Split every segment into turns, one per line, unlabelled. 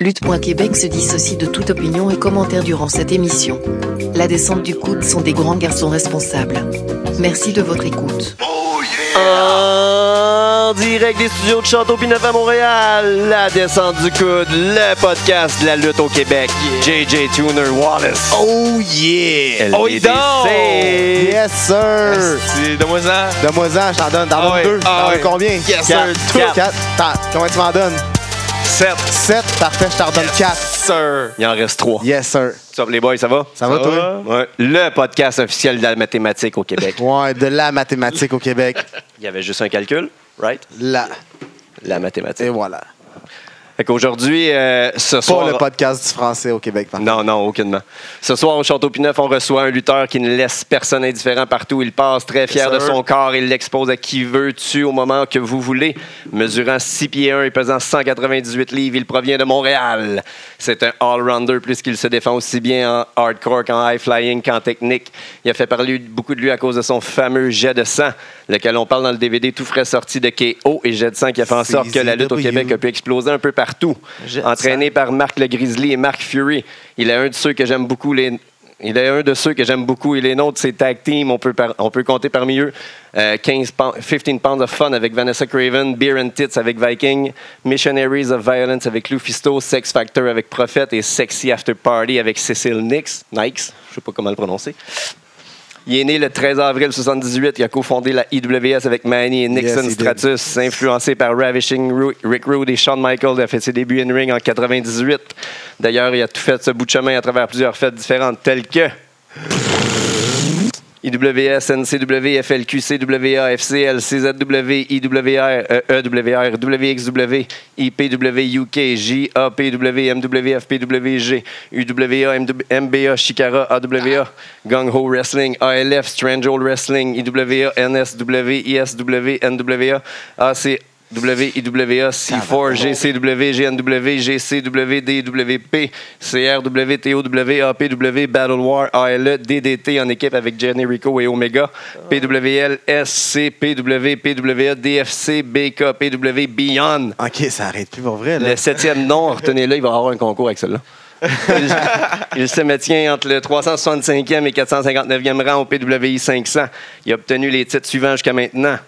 Lutte.Québec se dissocie de toute opinion et commentaire durant cette émission. La descente du coude sont des grands garçons responsables. Merci de votre écoute.
En direct des studios de Château Pinot à Montréal, la descente du coude, le podcast de la lutte au Québec. JJ Tuner Wallace.
Oh yeah!
Oh, il dort!
Yes, sir!
Donne-moi ça.
Donne-moi-en, je t'en donne. T'en
Ah
donnes
ouais,
deux.
ah
T'en
ouais.
donnes combien?
Yes,
Quatre.
sir. Quatre.
Quatre. T'en- Combien tu m'en donnes?
7.
Sept. Parfait, je t'en donne quatre.
Sir.
Il en reste trois.
Yes, sir.
What's up, les boys, ça va?
Ça va,
Ça
toi?
Ouais. Le podcast officiel de la mathématique au Québec.
Ouais, de la mathématique au Québec.
Il y avait juste un calcul, right?
La.
La
Et
mathématique.
voilà.
Fait qu'aujourd'hui, euh, ce soir.
Pas le podcast du français au Québec, par
Non, non, aucunement. Ce soir, au Château Pineuf, on reçoit un lutteur qui ne laisse personne indifférent partout. où Il passe très fier de
Yes, sir.
son corps. Il l'expose à qui veut, tu, au moment que vous voulez. Mesurant 6 pieds 1 et pesant 198 livres, il provient de Montréal. C'est un all-rounder, puisqu'il se défend aussi bien en hardcore qu'en high-flying qu'en technique. Il a fait parler beaucoup de lui à cause de son fameux jet de sang, lequel on parle dans le DVD tout frais sorti de KO et jet de sang qui a fait en sorte que la lutte au
CZW.
Québec a pu exploser un peu partout.
Jet de
Entraîné par Marc le Grizzly et Marc Fury, il est un de ceux que j'aime beaucoup. Les... Il est un de ceux que j'aime beaucoup. Il est nôtre, c'est tag team. On peut, par- on peut compter parmi eux euh, 15 pounds- 15 pounds of fun avec Vanessa Craven, Beer and Tits avec Viking, Missionaries of Violence avec Lou Fisto, Sex Factor avec Prophet et Sexy After Party avec Cécile Nix. Nikes, je sais pas comment le prononcer. Il est né le 13 avril 78. Il a cofondé la IWS avec Manny et Nixon
Yes, he did.
Stratus, influencé par Ravishing Ru- Rick Rude et Shawn Michaels. Il a fait ses débuts in ring en 98. D'ailleurs, il a tout fait ce bout de chemin à travers plusieurs fêtes différentes, telles que IWS, NCW, FLQ, CWA, FCL, CZW, IWR, euh, EWR, WXW, IPW, UK, JAPW, MW, FPWG, UWA, MW, MBA, Shikara, AWA, Gung Ho Wrestling, ALF, Strange Old Wrestling, IWA, NSW, ISW, NWA, AC, WIWA, C4, GCW, GNW, GCW, DWP, CRW, TOW, APW, Battle War, E, ALE, DDT en équipe avec Jenny Rico et Omega, PWL, SC, PW, PWA, DFC, BK, PW, Beyond.
OK, ça arrête plus pour vrai, là.
Le septième nom, retenez-le, il va avoir un concours avec celui-là. il, il se maintient entre le 365e et 459e rang au PWI 500. Il a obtenu les titres suivants jusqu'à maintenant.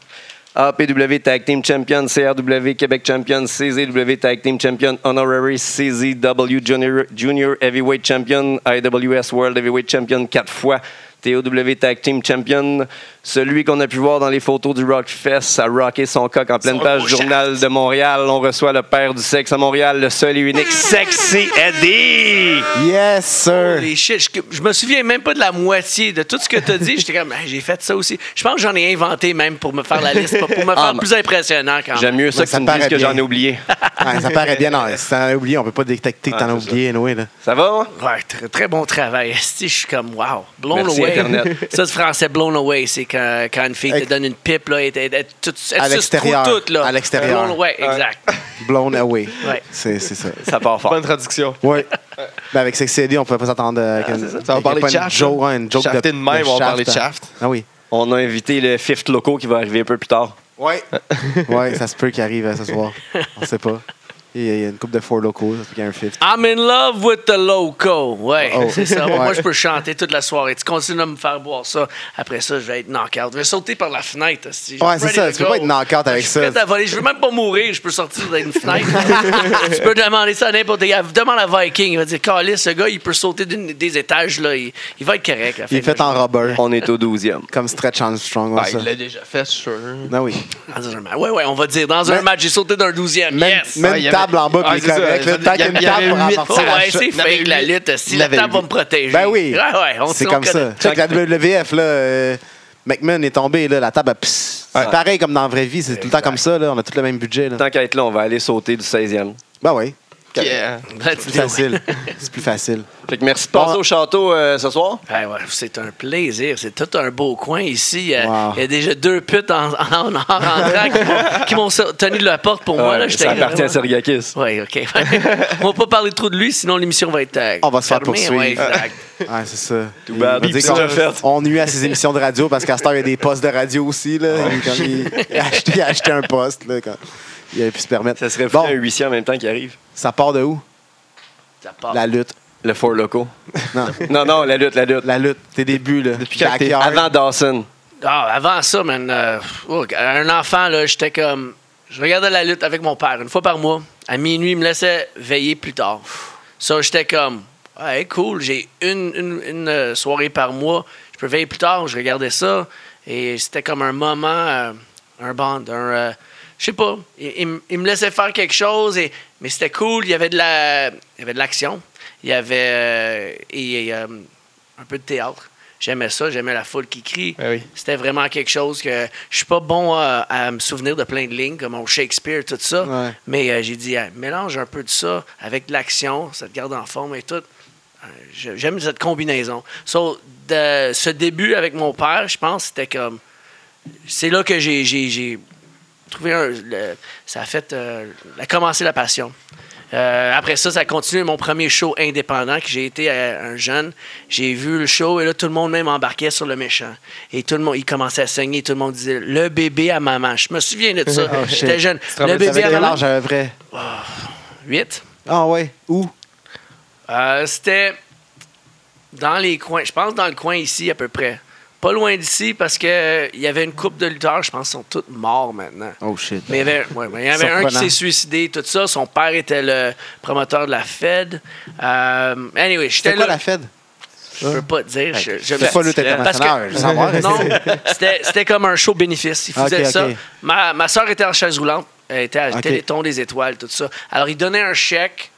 APW Tag Team Champion, CRW Québec Champion, CZW Tag Team Champion, Honorary CZW Junior, Junior Heavyweight Champion, IWS World Heavyweight Champion quatre fois, TOW Tag Team Champion, celui qu'on a pu voir dans les photos du Rockfest a rocké son coq en pleine
Son
page
beau
journal de Montréal. On reçoit le père du sexe à Montréal, le seul et unique Sexy Eddie.
Yes, sir.
Oh, Les shit, je, je me souviens même pas de la moitié de tout ce que t'as dit. J'étais comme, Ah, j'ai fait ça aussi. Je pense que j'en ai inventé même pour me faire la liste, pour me faire
Ah,
plus impressionnant quand même.
J'aime mieux ça
Mais
que
ça
tu me dises
paraît
que
bien.
j'en ai oublié.
Ouais, ça paraît bien. Non, si t'en as oublié, on peut pas détecter que
Ah,
t'en as
c'est
oublié, Noé, là.
Ça va? hein?
Ouais, très, très bon travail. Esti, Je suis comme, wow, blown
Merci,
away.
Internet.
Ça, c'est français, blown away. C'est quand, quand une fille te
Ex-
donne une pipe, là, et elle, elle- tout- elle
À
suce
l'extérieur.
trop toute, là.
À l'extérieur.
Blown away, exact.
Blown away.
Ouais.
C'est c'est ça.
Ça part fort.
Bonne traduction.
Ouais. Ben avec Sexy Eddie, on pouvait pas s'attendre à qu'un-
Ah, c'est ça.
qu'il
Ça va
y ait
parler
pas
de
une
shaft,
joke,
là.
ouais, une joke de-
Shafté de même, on va parler de shaft.
Ah oui.
On a invité le Fifth Loco qui va arriver un peu plus tard.
Ouais. ouais, ça se peut qu'il arrive euh, ce soir. On sait pas. Il y a- il y a une coupe de four locaux, ça se peut qu'il y ait un fifth.
I'm in love with the loco. Ouais,
Oh.
c'est ça. Moi,
Ouais.
moi, je peux chanter toute la soirée. Tu continues à me faire boire ça. Après ça, je vais être knock-out. Je vais sauter par la fenêtre. hostie.
Ouais,
I'm
c'est
ready
ça.
to
Tu peux
go.
pas être knock-out avec
je
ça.
suis prêt à voler. Je veux même pas mourir. Je peux sortir d'une fenêtre. tu peux demander ça à n'importe qui. Demande à Viking. Il va dire Calis, ce gars, il peut sauter d'une- des étages. là. Il, il va être correct. la fin
Il est
de la
fait en rubber,
On est au 12e.
comme Stretch Armstrong.
Ah,
ouais, ça.
il l'a déjà fait, je suis sûr.
Ah oui.
journée. Dans un match. Ouais, ouais, on va dire. Dans un
Mais-
match, j'ai sauté d'un 12e.
Même,
Yes. Oh,
même
Ah, il y
table
avait-
en bas,
Ah,
puis
c'est ça,
correct.
ça
là.
veut
Tant
dire
qu'il y a une
qu'il y
table
avait
pour
huit
amortir
Ouais,
la
c'est
chute.
Il avait
fake la
huit.
lutte. Si
Il
la
avait
table va
huit.
me protéger.
Ben oui.
Ouais, Ah, ouais, on-
C'est
on
comme ça.
connaît.
Check la WWF, là. euh, McMahon est tombé, là, la table a pss. C'est
Ouais.
pareil comme dans la vraie vie, c'est tout le temps comme ça, là. On a tout le même budget, là.
Tant qu'à être là, on va aller sauter du 16e.
Ben oui,
Yeah.
Let's
c'est plus
do it.
facile. C'est plus facile.
Fait que merci de passer
Bon.
au château euh, ce soir.
Ben ouais, c'est un plaisir. C'est tout un beau coin ici. Euh, Il
Wow.
y a déjà deux putes en, en, en rentrant qui m'ont- qui m'ont sa- tenu la porte pour moi.
Ouais,
Là,
ça appartient à Sergakis.
Oui, OK. On va pas parler trop de lui, sinon l'émission va être. euh,
On va se faire
fermée.
poursuivre.
Ouais, exact.
Ouais, c'est ça.
Too bad.
Il va dire
C'est déjà
qu'on-
fait.
On nuit à ses émissions de radio parce qu'à cette heure, il y a des postes de radio aussi. Là. Il, comme, il- il a acheté, il a acheté un poste. Là, quand il avait pu se permettre.
Ça serait fou
bon,
un huissier en même temps qui arrive.
ça part de où?
Ça part.
La lutte.
Le Four Loco.
Non,
Non, non, la lutte, la lutte.
la lutte. Tes débuts, là.
Depuis quand t'es- Avant Dawson.
Ah, avant ça, man, euh, oh, un enfant, là, j'étais comme. Je regardais la lutte avec mon père une fois par mois. À minuit, il me laissait veiller plus tard. Ça, j'étais comme. Ouais, cool, j'ai une, une- une, euh, soirée par mois. Je peux veiller plus tard. Je regardais ça. Et c'était comme un moment, euh, un band, un. euh, je sais pas. Il, il me- il me laissait faire quelque chose. Et, mais c'était cool. Il y avait de la, il y avait de l'action. Il y avait. euh, et, euh, un peu de théâtre. J'aimais ça. J'aimais la foule qui crie.
Ben oui.
C'était vraiment quelque chose que je suis pas bon euh, à me souvenir de plein de lignes comme au Shakespeare, tout ça.
Ouais.
Mais euh, j'ai dit, hey, mélange un peu de ça avec de l'action, ça te garde en forme et tout. Euh, je- J'aime cette combinaison. So, de, ce début avec mon père, je pense, c'était comme. C'est là que j'ai- j'ai j'ai trouvé un. le- ça a fait. euh, a commencé la passion. Euh, après ça, ça a continué mon premier show indépendant que j'ai été euh, un jeune. J'ai vu le show et là, tout le monde même embarquait sur le méchant. Et tout le monde, il commençait à saigner. Tout le monde disait Le bébé à maman. Je me souviens de ça.
Oh, shit.
J'étais jeune. Le
Le
bébé à
quel
maman.
âge à peu près?
8.
Ah ouais. Où?
Euh, C'était dans les coins, je pense dans le coin ici à peu près. Pas loin d'ici parce que euh, il y avait une coupe de lutteurs, je pense, qu'ils sont tous morts maintenant.
Oh shit.
Mais il y avait, ouais, mais il y avait un qui
Surprenant.
s'est suicidé, tout ça. Son père était le promoteur de la Fed. Euh, anyway, j'étais
C'était
là.
quoi la Fed?
Je peux pas te dire. Je, je
C'est pas
parce
lutte
que-
internationale, je veux savoir.
non, c'était c'était comme un show bénéfice. Ils faisaient
Ok, ok.
ça. Ma, ma soeur était en chaise roulante. Elle était à
Ok.
Téléthon des étoiles, tout ça. Alors, ils donnaient un chèque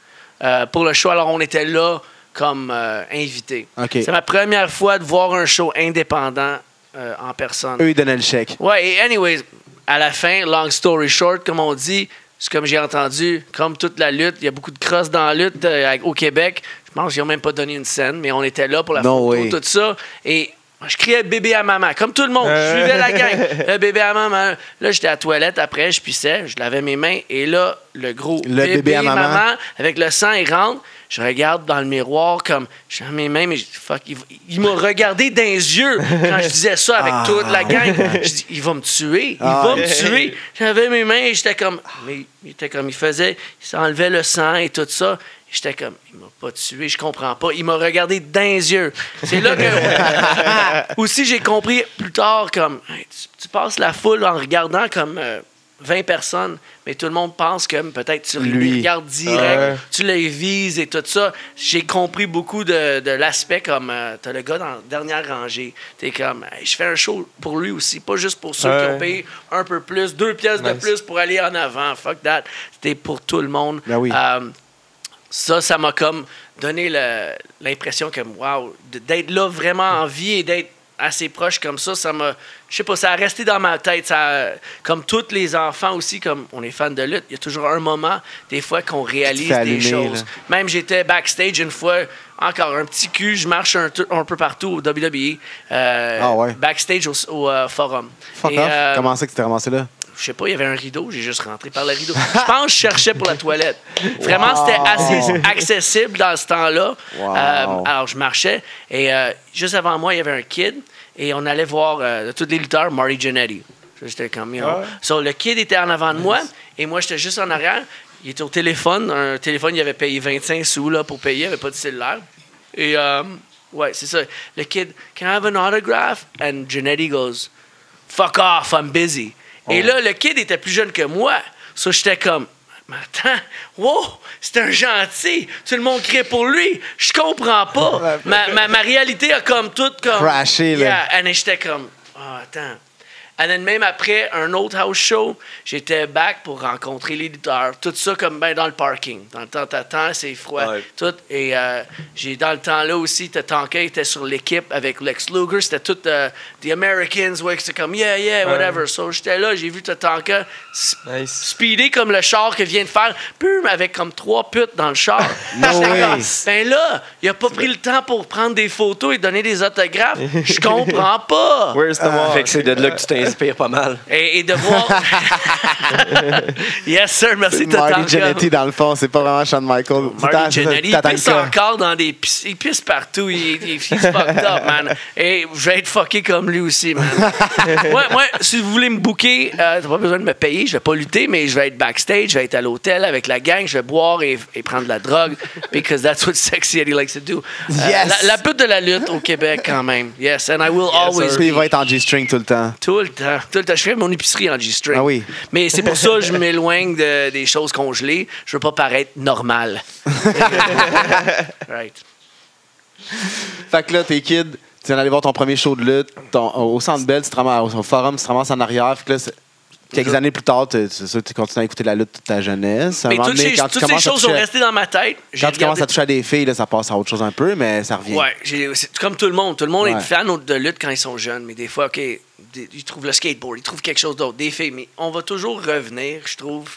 euh, pour le show. Alors, on était là comme euh, invités.
Ok.
C'est ma première fois de voir un show indépendant euh, en personne.
Eux, ils donnaient le chèque.
Ouais, et anyways, à la fin, long story short, comme on dit, c'est comme j'ai entendu, comme toute la lutte, il y a beaucoup de cross dans la lutte euh, à- au Québec. Je pense qu'ils n'ont même pas donné une scène, mais on était là pour la
No
photo,
way.
tout ça. Et je criais bébé à maman, comme tout le monde. Je
Euh.
suivais la gang. Le bébé à maman. Là, j'étais à la toilette après, je pissais, je lavais mes mains. Et là, le gros
Le bébé à maman.
avec le sang, il rentre. Je regarde dans le miroir comme, je mets mes mains, mais je- fuck, il, il m'a regardé dans les yeux quand je disais ça avec
Ah.
toute la gang. Je dis, il va me tuer, il
Ah.
va me tuer. J'avais mes mains et j'étais comme, ah, mais il était comme, il faisait, il s'enlevait le sang et tout ça. J'étais comme, il m'a pas tué, je comprends pas. Il m'a regardé dans les yeux. C'est là que. Aussi, j'ai compris plus tard, comme, hey, tu, tu passes la foule en regardant comme euh, 20 personnes, mais tout le monde pense que peut-être tu
Lui.
les regardes direct,
Ouais.
tu les vises et tout ça. J'ai compris beaucoup de, de l'aspect comme euh, t'as le gars dans la dernière rangée. T'es comme Hey, je fais un show pour lui aussi, pas juste pour ceux qui
Ouais.
ont payé un peu plus, deux pièces de
Nice.
plus pour aller en avant. Fuck that. C'était pour tout le monde.
Ben oui.
Euh, ça, ça m'a comme donné le- l'impression que, wow, de- d'être là vraiment en vie et d'être assez proche comme ça, ça m'a, je sais pas, ça a resté dans ma tête. Ça, a- comme tous les enfants aussi, comme on est fan de lutte, il y a toujours un moment, des fois, qu'on réalise des
fais allumer,
choses.
là.
Même j'étais backstage une fois, encore un petit cul, je marche un, tou- un peu partout au WWE, euh,
Ah ouais.
backstage au, au, euh, forum.
Fuck
Et,
off.
euh,
Comment ça que tu t'es ramassé là?
je sais pas, il y avait un rideau, j'ai juste rentré par le rideau. Je pense que je cherchais pour la toilette. Vraiment, c'était assez accessible dans ce temps-là.
Wow.
Euh, alors, je marchais et euh, juste avant moi, il y avait un kid et on allait voir euh, tous les lutteurs, Marty Jannetty. Ça, J'étais comme, you know.
Ouais.
So, le kid était en avant de moi et moi, j'étais juste en arrière. Il était au téléphone. Un téléphone, il avait payé 25 sous là, pour payer, il avait pas de cellulaire. Et, euh, ouais, c'est ça. Le kid, can I have an autograph? And Jannetty goes, fuck off, I'm busy. Et
Oh.
là, le kid était plus jeune que moi. So, j'étais comme, mais attends, wow, c'est un gentil. Tout le monde crée pour lui. Je comprends pas. ma, ma, ma réalité a comme toute comme.
Crashé, là.
Yeah, and j'étais comme, Ah, attends. And then même après un autre house show, j'étais back pour rencontrer les lutteurs. Tout ça comme ben dans le parking. Dans le temps, t'attends, c'est froid.
Ouais.
Tout. Et euh, j'ai dans le temps-là aussi, t'as Tonka était sur l'équipe avec Lex Luger. C'était tout euh, The Americans, ouais, c'est comme yeah, yeah, whatever. So j'étais là, j'ai vu Tatanka sp-
Nice.
speeder comme le char que vient de faire, pum, avec comme trois putes dans le char.
No
J'étais
way.
comme, ben là, il a pas pris le temps pour prendre des photos et donner des autographes. Je comprends pas.
Where's the wall?
Fait que c'est de là que tu t'es inspire pas mal.
Et, et de voir. yes, sir, merci
Marty
Tatanka.
Jannetty, dans le fond, c'est pas vraiment Shawn Michaels.
Marty Jannetty, il pisse
Tatanka.
encore dans des. pis- Il pisse partout, il, il, il- he's fucked up, man. Et je vais être fucké comme lui aussi, man. ouais, moi, si vous voulez me booker, euh, t'as pas besoin de me payer, je vais pas lutter, mais je vais être backstage, je vais être à l'hôtel avec la gang, je vais boire et, et prendre de la drogue, because that's what Sexy Eddie likes to do. Euh,
Yes!
la, la pute de la lutte au Québec, quand même. Yes, and I will always.
Puis il
be.
va être en G-string tout le temps.
Tout le temps. Tout le temps. Je fais mon épicerie en G-string.
Ah oui.
Mais c'est pour ça que je m'éloigne de- des choses congelées. Je veux pas paraître normal. right.
Fait que là, t'es kid, tu viens d'aller voir ton premier show de lutte ton- au Centre Bell, tu te ramasses- au Forum, tu te ramasses en arrière. Fait que là, c'est- quelques années plus tard, tu- c'est sûr que tu continues à écouter la lutte toute ta jeunesse. À un
Mais
moment
toutes,
donné,
ces,
quand tu
toutes ces
commences à
choses sont
toucher-
restées dans ma tête. J'ai
Quand tu
regardé-
commences à toucher à des filles, là, ça passe à autre chose un peu, mais ça revient.
Ouais, j'ai- c'est comme tout le monde. Tout le monde
Ouais.
est fan au- de lutte quand ils sont jeunes, mais des fois, OK, des- ils trouvent le skateboard, ils trouvent quelque chose d'autre, des filles. Mais on va toujours revenir, je trouve,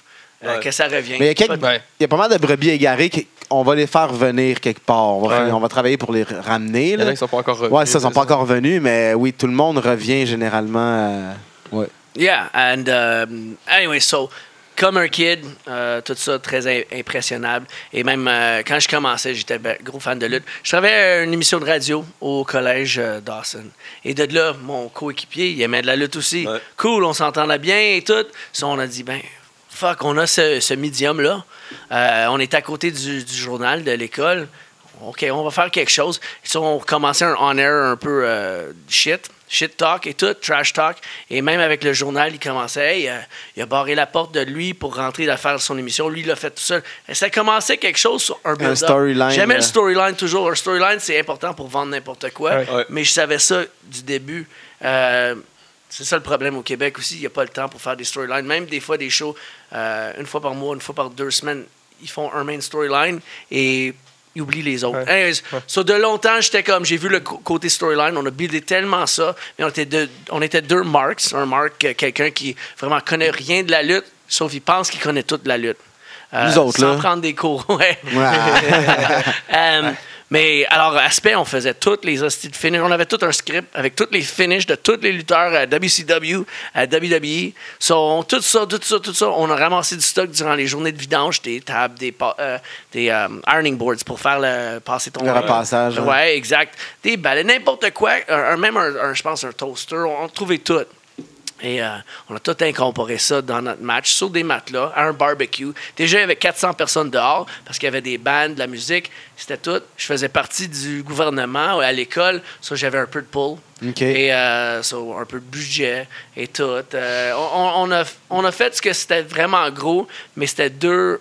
euh,
Ouais.
que ça revient.
Mais il y, a quelques-
Pas-
Ouais.
il y a pas mal de brebis égarées qu'on va les faire venir quelque part. On va,
Ouais.
finir- on va travailler pour les r- ramener.
Il y en
là.
a qui sont pas encore revenus.
Ouais, ça, ils sont pas encore revenus, mais oui, tout le monde revient généralement. euh, ouais.
Yeah, and um, anyway, so comme un kid, euh, tout ça très im- impressionnable. Et même euh, quand je commençais, j'étais ben, gros fan de lutte. Je travaillais à une émission de radio au collège euh, Dawson. Et de là, mon coéquipier, il aimait de la lutte aussi.
Ouais.
Cool, on s'entendait bien et tout. So, on a dit, ben, fuck, on a ce, ce médium-là. Euh, on est à côté du, du journal de l'école. OK, on va faire quelque chose. Ils ont commencé un on-air un peu euh, shit, shit talk et tout, trash talk. Et même avec le journal, il commençait, hey, euh, il a barré la porte de lui pour rentrer à faire son émission. Lui, il l'a fait tout seul. Et ça commençait quelque chose sur un build-up.
storyline,
J'aimais le
euh.
storyline toujours. Un storyline, c'est important pour vendre n'importe quoi.
Ouais.
Ouais.
Mais je savais ça du début. Euh, c'est ça le problème au Québec aussi. Il n'y a pas le temps pour faire des storylines. Même des fois, des shows, euh, une fois par mois, une fois par deux semaines, ils font un main storyline et ils oublient les autres.
Ouais.
Anyways, so, de longtemps, j'étais comme, j'ai vu le co- côté storyline. On a buildé tellement ça. Mais on était deux, on était deux marks. Un mark, euh, quelqu'un qui vraiment connaît rien de la lutte, sauf il pense qu'il connaît toute la lutte. Euh,
Nous autres,
sans
là.
prendre des cours. ouais.
Ouais.
Euh, Mais alors, aspect, on faisait toutes les hosties de finish. On avait tout un script avec toutes les finishes de tous les lutteurs à WCW, à WWE. So, on- tout ça, tout ça, tout ça. On a ramassé du stock durant les journées de vidange, des tables, des, pa- euh, des euh, ironing boards pour faire le, passer ton.
Le repassage, hein.
ouais, exact. Des balais, n'importe quoi. Un- un- même, un, un- je pense, un toaster. On, on trouvait tout. Et euh, on a tout incorporé ça dans notre match sur des matelas, à un barbecue. Déjà, il y avait 400 personnes dehors parce qu'il y avait des bandes, de la musique. C'était tout. Je faisais partie du gouvernement à l'école. Ça, j'avais un peu de pull.
OK.
Et euh, ça, un peu de budget et tout. Euh, on, on a, on a fait ce que c'était vraiment gros, mais c'était deux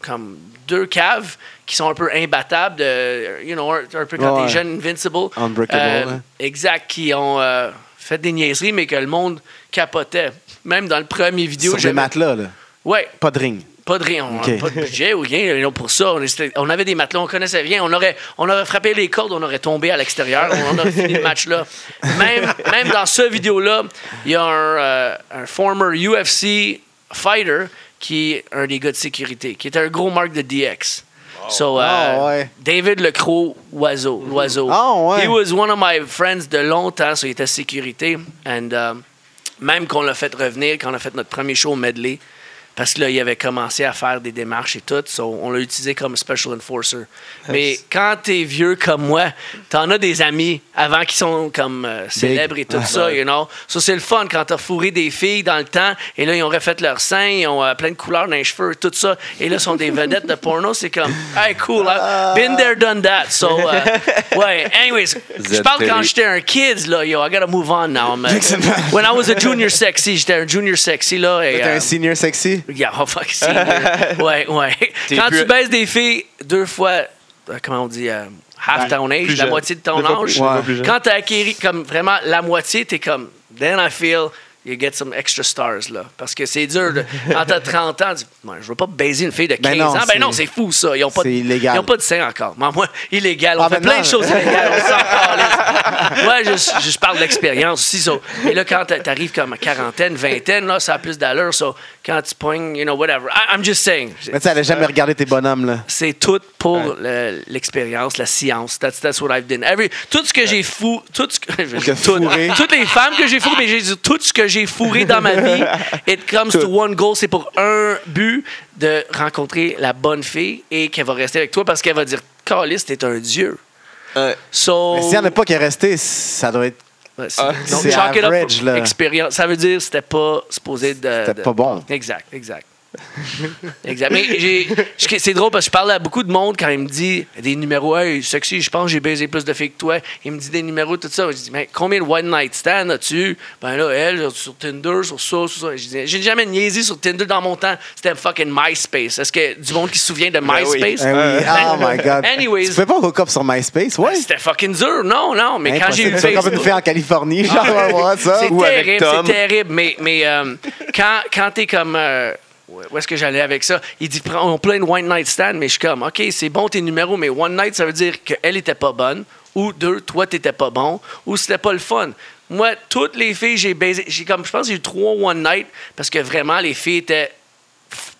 comme deux caves qui sont un peu imbattables, de, you know, un, un peu quand
Ouais,
t'es
ouais.
jeune, invincible.
Unbreakable,
Euh,
ouais.
Exact, qui ont euh, fait des niaiseries, mais que le monde capotait. Même dans le premier vidéo,
Sur des
j'avais-
matelas, là.
Ouais,
Pas de ring.
pas de rien, on
Ok.
pas de budget ou rien you know, pour ça. On, était- on avait des matelas, on connaissait rien. On aurait, on aurait frappé les cordes, on aurait tombé à l'extérieur, on aurait fini le match là. Même, même dans ce vidéo-là, il y a un, euh, un former UFC fighter qui est un des gars de sécurité, qui était un gros marque de DX. So, euh,
Ah, ouais.
David Lecroix, oiseau, l'oiseau.
Ah, ouais.
He was one of my friends de longtemps, so il était sécurité. And, um, même qu'on l'a fait revenir, quand on a fait notre premier show au medley, parce que là, il avait commencé à faire des démarches et tout, so on l'a utilisé comme special enforcer. Mais quand t'es vieux comme moi, t'en as des amis avant qui sont comme euh, célèbres et tout ça, you know. Ça, c'est le fun quand t'as fourré des filles dans le temps et là, ils ont refait leur sein, ils ont euh, plein de couleurs dans les cheveux, tout ça. Et là, ils sont des vedettes de porno. C'est comme, hey, cool, I've been there, done that. So, euh, ouais, anyways, je parle
Z-télé.
quand j'étais un kid, là, yo, I gotta move on now, man. When I was a junior sexy, j'étais un junior sexy, là. Et,
T'es
euh,
un senior sexy?
Yeah, oh, fuck, senior. ouais, ouais.
T'es
Quand
plus-
tu baisses des filles deux fois, euh, comment on dit, euh, half
Ben,
ton age, la
plus jeune.
moitié de ton
Deux fois plus-
âge,
deux fois plus jeune.
quand t'as acquéri comme vraiment la moitié, t'es comme, then I feel you get some extra stars, là. Parce que c'est dur, de, quand t'as 30 ans, tu dis, Ouais, je veux pas baiser une fille de 15
Ben non,
ans. Ben non,
c'est-
c'est fou, ça. Ils ont pas de-
c'est illégal.
Ils ont pas de sein encore. Mais moi, illégal. On
Ah,
fait
ben
plein
non.
de choses illégales. On s'en calisse. Moi, je, je parle d'expérience aussi. so. Mais là, quand t'a- t'arrives comme à quarantaine, vingtaine, là, ça a plus d'allure. So, quand tu pognes, you know, whatever. I- I'm just saying.
Mais tu sais, elle a jamais regardé tes bonhommes, là.
C'est tout pour le- l'expérience, la science. That's, that's what I've done. Every, tout ce que j'ai fou, tout ce que, je vais dire
fourré.
tout- toutes les femmes que j'ai fou, mais j'ai dit tout ce que j'ai fourré dans ma vie. It comes to one goal. C'est pour un but de rencontrer la bonne fille et qu'elle va rester avec toi parce qu'elle va dire Calis, t'es un dieu.
Ouais.
So.
Mais s'il n'y en a pas qui est resté, ça doit être.
Ouais, c'est-
Ah,
donc,
c'est
chalk it up
average, là.
expérience. Ça veut dire que c'était pas supposé de.
C'était
de-
pas bon.
Exact, exact. exact. Mais j'ai- j'ai- c'est drôle parce que je parle à beaucoup de monde quand il me dit des numéros, hey, sexy, je pense que j'ai baisé plus de filles que toi. Il me dit des numéros, tout ça. Je dis, mais combien de one night stand as-tu? Ben là, elle, sur Tinder, sur ça, sur ça. Je dis, j'ai jamais niaisé sur Tinder dans mon temps. C'était fucking MySpace. Est-ce que du monde qui se souvient de
oui.
MySpace?
Ah oui, oh my god.
Anyways.
Tu peux pas hook up sur MySpace, ouais?
C'était fucking dur, non, non. Mais quand j'ai eu
Impossible. Tu vas
Facebook-
comme
Ah,
une fille en Californie, genre, on va voir ça.
c'est
ou avec
terrible,
Tom.
c'est terrible. Mais, mais euh, quand, quand t'es comme. euh, où est-ce que j'allais avec ça? Il dit, prends- on plein de one night stand, mais je suis comme, OK, c'est bon tes numéros, mais one night, ça veut dire qu'elle était pas bonne, ou deux, toi, t'étais pas bon, ou c'était pas le fun. Moi, toutes les filles, j'ai baisé. J'ai comme, je pense que j'ai eu trois one night parce que vraiment, les filles étaient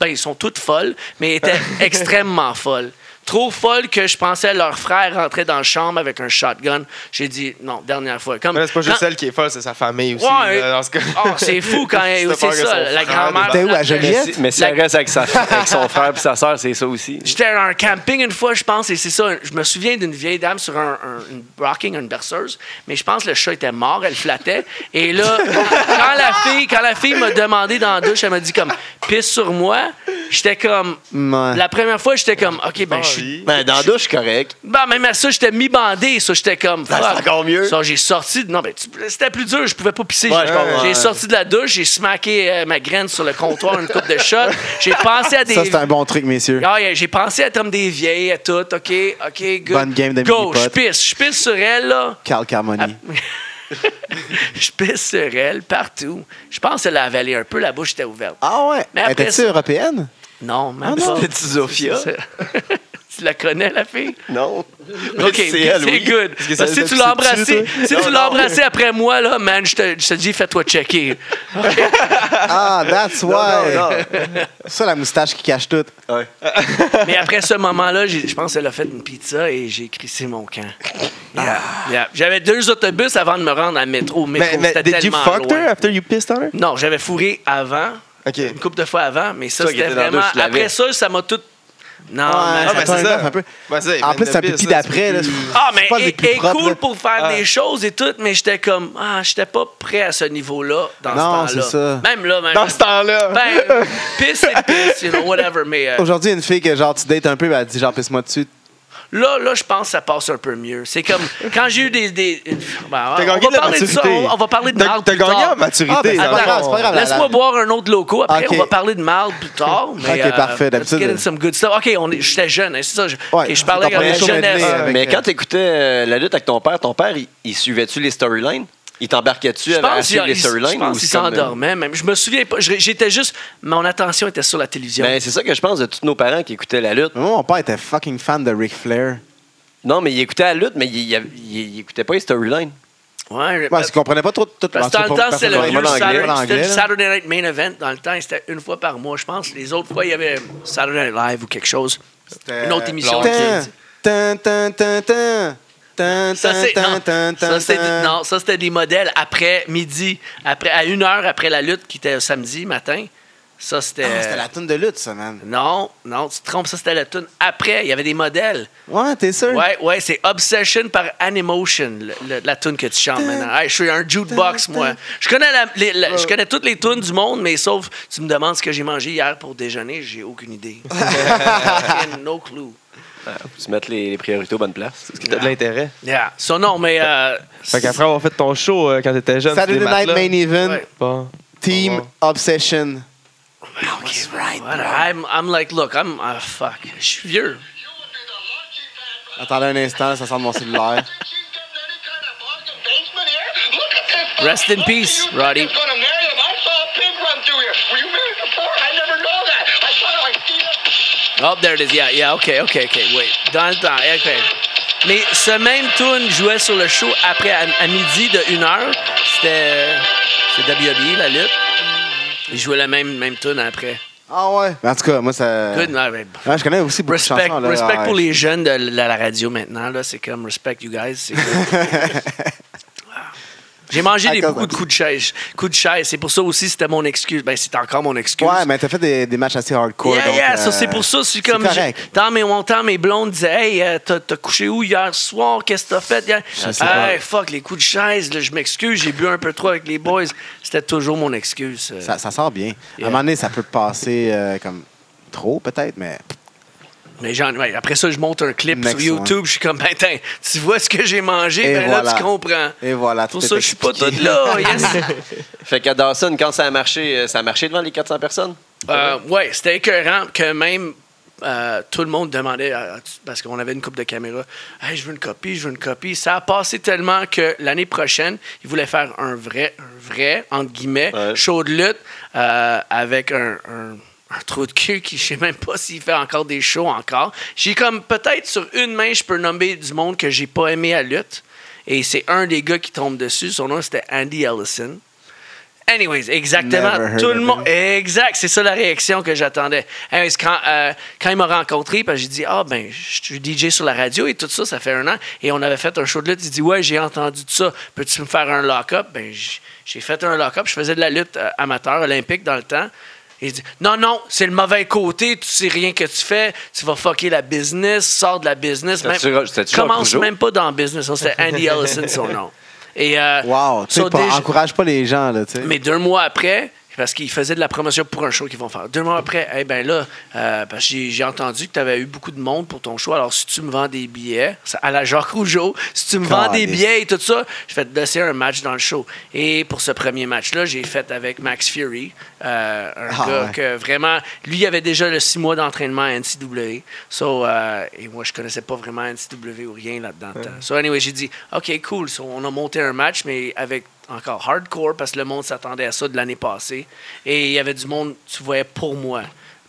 ben, ils sont toutes folles, mais elles étaient extrêmement folles. Trop folles que je pensais leur frère rentrait dans la chambre avec un shotgun. J'ai dit, non, dernière fois. Comme,
Mais là, c'est pas juste
quand-
elle qui est folle, c'est sa famille aussi.
Ouais,
là, dans ce cas.
oh, c'est fou quand
Si t'as
c'est
peur que
ça,
son
la
frère
grand-mère.
T'es où, à
la-
Joliette?
Si- Mais si elle reste avec, sa- avec son frère et sa sœur, c'est ça aussi.
J'étais dans un camping une fois, je pense, et c'est ça. Je me souviens d'une vieille dame sur un, un- une rocking, une berceuse, mais je pense que le chat était mort, elle flattait. Et là, quand la fille, quand la fille m'a demandé dans la douche, elle m'a dit comme pisse sur moi. J'étais comme
Ouais.
la première fois, j'étais comme ok,
Ah
ben je suis
Ben, dans la douche, correct.
Bah, même à ça, j'étais mi-bandé. Ça, j'étais comme.
Ben, c'est
fuck.
encore mieux.
Ça, j'ai sorti. de- Non, mais tu- c'était plus dur. Je pouvais pas pisser.
Ouais,
J'ai-
je comprends.
j'ai sorti de la douche. J'ai smacké euh, ma graine sur le comptoir, une coupe de shot. J'ai pensé à des.
Ça, c'est un bon truc, messieurs.
Ah, yeah, j'ai pensé à Tom des vieilles, à tout. OK, OK, good.
Bonne game de
Go,
mini-pot.
je pisse. Je pisse sur elle, là.
Carl
Ah,
Carmoni.
Je pisse sur elle partout. Je pense qu'elle a avalé un peu. La bouche était ouverte.
Ah ouais?
Mais après
Étais-tu
ça-
européenne?
Non, même
Ah, non.
pas.
C'était-tu Zofia?
C'est- tu la connais, la fille?
Non.
OK,
Mais
c'est good.
Parce que
Parce que
ça-
si tu
c'est
l'as embrassé,
dessus,
si tu l'as embrassé après moi, là, man, je te, je te dis, fais-toi checker.
Ah, that's why! Ça, la moustache qui cache tout.
Ouais.
Mais après ce moment-là, j'ai- je pense qu'elle a fait une pizza et j'ai crissé mon camp. Yeah, yeah. J'avais deux autobus avant de me rendre à métro. métro
Mais, mais
c'était
did you
tellement
fuck
loin.
her after you pissed on her?
Non, j'avais fourré avant,
OK.
une couple de fois avant, mais ça,
Toi qui
c'était
étais dans la
vraiment...
douche, tu l'avais.
Après ça, ça m'a tout... Non, man,
Ouais,
Ah,
ça-
mais
ça turn
c'est ça.
off un peu.
Ouais, c'est ça,
En
il
plus,
vient
c'est un
de
pipi
pisse, là,
d'après. là.
tu-
c'est-
Ah,
c'est
mais
pas le
et-
plus
et
propre,
cool
là.
pour faire
Ah.
des choses et tout, mais j'étais comme, ah, j'étais pas prêt à ce niveau-là dans
Non,
ce
c'est
temps-là.
ça.
Même là, même.
Dans ce temps-là.
Ben, euh, pisse et pisse, you know, whatever. Mais euh,
Aujourd'hui, une fille que genre tu dates un peu, ben, elle dit genre pisse-moi dessus.
là, là je pense que ça passe un peu mieux. C'est comme quand j'ai eu des. des ben,
T'as
on
gagné de
va
la
parler de ça.
maturité.
On, on va parler de
T'as-
marde
T'as
plus
gagné
tard.
en maturité.
Ah, ben, c'est
dans
pas
le
grave,
fond.
c'est pas grave.
Laisse-moi boire un autre loco. Après,
Ok.
on va parler de marde plus tard. Mais, euh,
Ok, parfait. D'habitude-
Let's get in some good stuff. OK, on est- j'étais jeune. hein, c'est ça. Je,
Ouais,
ok, je
c'est
parlais
ton
comme
premier
la
show
jeunesse.
medley, euh,
Mais
Avec,
quand t'écoutais euh, la lutte avec ton père, ton père, il, il suivait-tu les storylines? Il t'embarquait-tu
Je
à, à
pense qu'il
suivre les storylines? ou
il
c'est comme- euh,
s'endormait. Même. Je me souviens pas. Je- J'étais juste. Mon attention était sur la télévision.
Ben, c'est ça que je pense de tous nos parents qui écoutaient la lutte.
Mais moi, mon père était fucking fan de Ric Flair.
Non, mais ils écoutaient la lutte, mais ils n'écoutaient pas les storylines.
ouais,
Ouais, parce qu'il comprenait pas trop toute
Parce que dans le temps, c'était le vieux
l'anglais,
Saturday, c'était le
l'anglais.
Saturday Night Main Event. Dans le temps, c'était une fois par mois, je pense. Les autres fois, il y avait Saturday Night Live ou quelque chose. Une autre émission. qui- Ça, c'est- non, ça, c'était- Non, ça, c'était des modèles après midi, après, à une heure après la lutte qui était samedi matin. Ça, c'était.
Ah, C'était la tune de lutte, ça, man.
Non, non, tu te trompes, ça, c'était la tune. Après, il y avait des modèles.
Ouais, t'es sûr?
Ouais, ouais, c'est Obsession par Animotion, le- le- la tune que tu chantes maintenant. Hey, je suis un jukebox, moi. Je connais, la- les- la- je connais toutes les tunes du monde, mais sauf, tu me demandes ce que j'ai mangé hier pour déjeuner, j'ai aucune idée. Fucking no clue.
Faut se mettre les, les priorités aux bonnes places.
Parce que T'as de l'intérêt.
Yeah. So, non, mais. euh,
Fait qu'après avoir fait ton show euh, quand t'étais jeune,
Saturday
tu les
Night
matelas.
Main Event,
Ouais.
Bon.
Team Obsession.
Okay, right. Ah, I'm, I'm like, look, I'm. ah, fuck. Je suis vieux.
Attendez un instant, ça sort de mon cellulaire.
Rest in peace, Roddy.
Roddy. Gonna marry him. I saw a pig run through here. Were you married before? I never know that. I saw it like Steve.
Oh, there it is. Yeah, yeah, OK, OK, OK. Wait. Dans le temps. OK. Mais ce même tune jouait sur le show après, à, à midi de 1h. C'était. C'était WWE, la lutte. Ils jouaient la même, même tune après.
Ah ouais? Mais en tout cas, moi, ça.
Good night, babe.
Ouais, je connais aussi beaucoup de
Respect,
chansons. là.
respect
Ouais.
pour les jeunes de la, la radio maintenant. là. C'est comme respect you guys. C'est good. J'ai mangé
À
des
cause
beaucoup
de-
de coups de chaise. Coups de chaise. C'est pour ça aussi, c'était mon excuse. Ben, c'est encore mon excuse.
Ouais, mais t'as fait des, des matchs assez hardcore.
Yeah,
donc,
yeah,
euh,
ça, c'est pour ça. C'est
c'est
comme. j'ai-
correct.
Dans mes montants, mes blondes disaient Hey, euh, t'as t'as couché où hier soir Qu'est-ce que t'as fait hier?
sais
Hey, fuck, les coups de chaise, là, je m'excuse, j'ai bu un peu trop avec les boys. C'était toujours mon excuse. euh.
Ça, ça sort bien.
Yeah.
À un moment donné, ça peut passer euh, comme trop, peut-être, mais
Mais j'en- ouais, après ça, je monte un clip sur
Next
YouTube, je suis comme Ben, tiens, tu vois ce que j'ai mangé,
Et
ben là,
voilà.
tu comprends.
Et voilà,
Pour
tout
ça,
est
je suis pas tout
expliqué.
là. Yes.
Fait qu'à Dawson, quand ça a marché, euh, ça a marché devant les 400 personnes?
Euh, ouais, c'était écœurant que même euh, tout le monde demandait, euh, tu- parce qu'on avait une coupe de caméra, hey, je veux une copie, je veux une copie. Ça a passé tellement que l'année prochaine, ils voulaient faire un vrai, un vrai, entre guillemets,
Ouais.
show de lutte euh, avec un, un- un trou de cul qui, je sais même pas s'il fait encore des shows encore. J'ai comme, peut-être sur une main, je peux nommer du monde que j'ai pas aimé à lutte. Et c'est un des gars qui tombe dessus. Son nom, c'était Andy Ellison. Anyways,
Never
exactement.
heard
Tout le
of
monde. Exact, c'est ça la réaction que j'attendais. Anyways, quand, euh, quand il m'a rencontré, parce que j'ai dit Ah, ben, je suis DJ sur la radio et tout ça, ça fait un an. Et on avait fait un show de lutte. Il dit Ouais, j'ai entendu de ça. Peux-tu me faire un lock-up Ben, j- j'ai fait un lock-up. Je faisais de la lutte euh, amateur olympique dans le temps. Il dit Non, non, c'est le mauvais côté. Tu sais rien que tu fais. Tu vas fucker la business. Sors de la business. Même,
C'était-tu- c'était-tu Jacques
commence
Rougeau?
même pas dans le business. C'était Andy Ellison, son nom. Et, euh,
wow, tu sais
so
pas,
déjà-
encourage pas les gens, là, tu sais.
mais deux mois après, parce qu'ils faisaient de la promotion pour un show qu'ils vont faire. Deux mois après, eh ben là, euh, parce que j'ai- j'ai entendu que tu avais eu beaucoup de monde pour ton show. Alors, si tu me vends des billets, ça- à la Jacques Rougeau, si tu me vends des
Caliste.
billets et tout ça, je vais te laisser un match dans le show. Et pour ce premier match-là, j'ai fait avec Max Fury, euh, un
Ah,
gars
ouais.
que vraiment, lui, il avait déjà le six mois d'entraînement à NCW. So, euh, et moi, je connaissais pas vraiment NCW ou rien là-dedans. So, anyway, j'ai dit, OK, cool. So, on a monté un match, mais avec encore hardcore, parce que le monde s'attendait à ça de l'année passée. Et il y avait du monde, tu voyais, pour moi.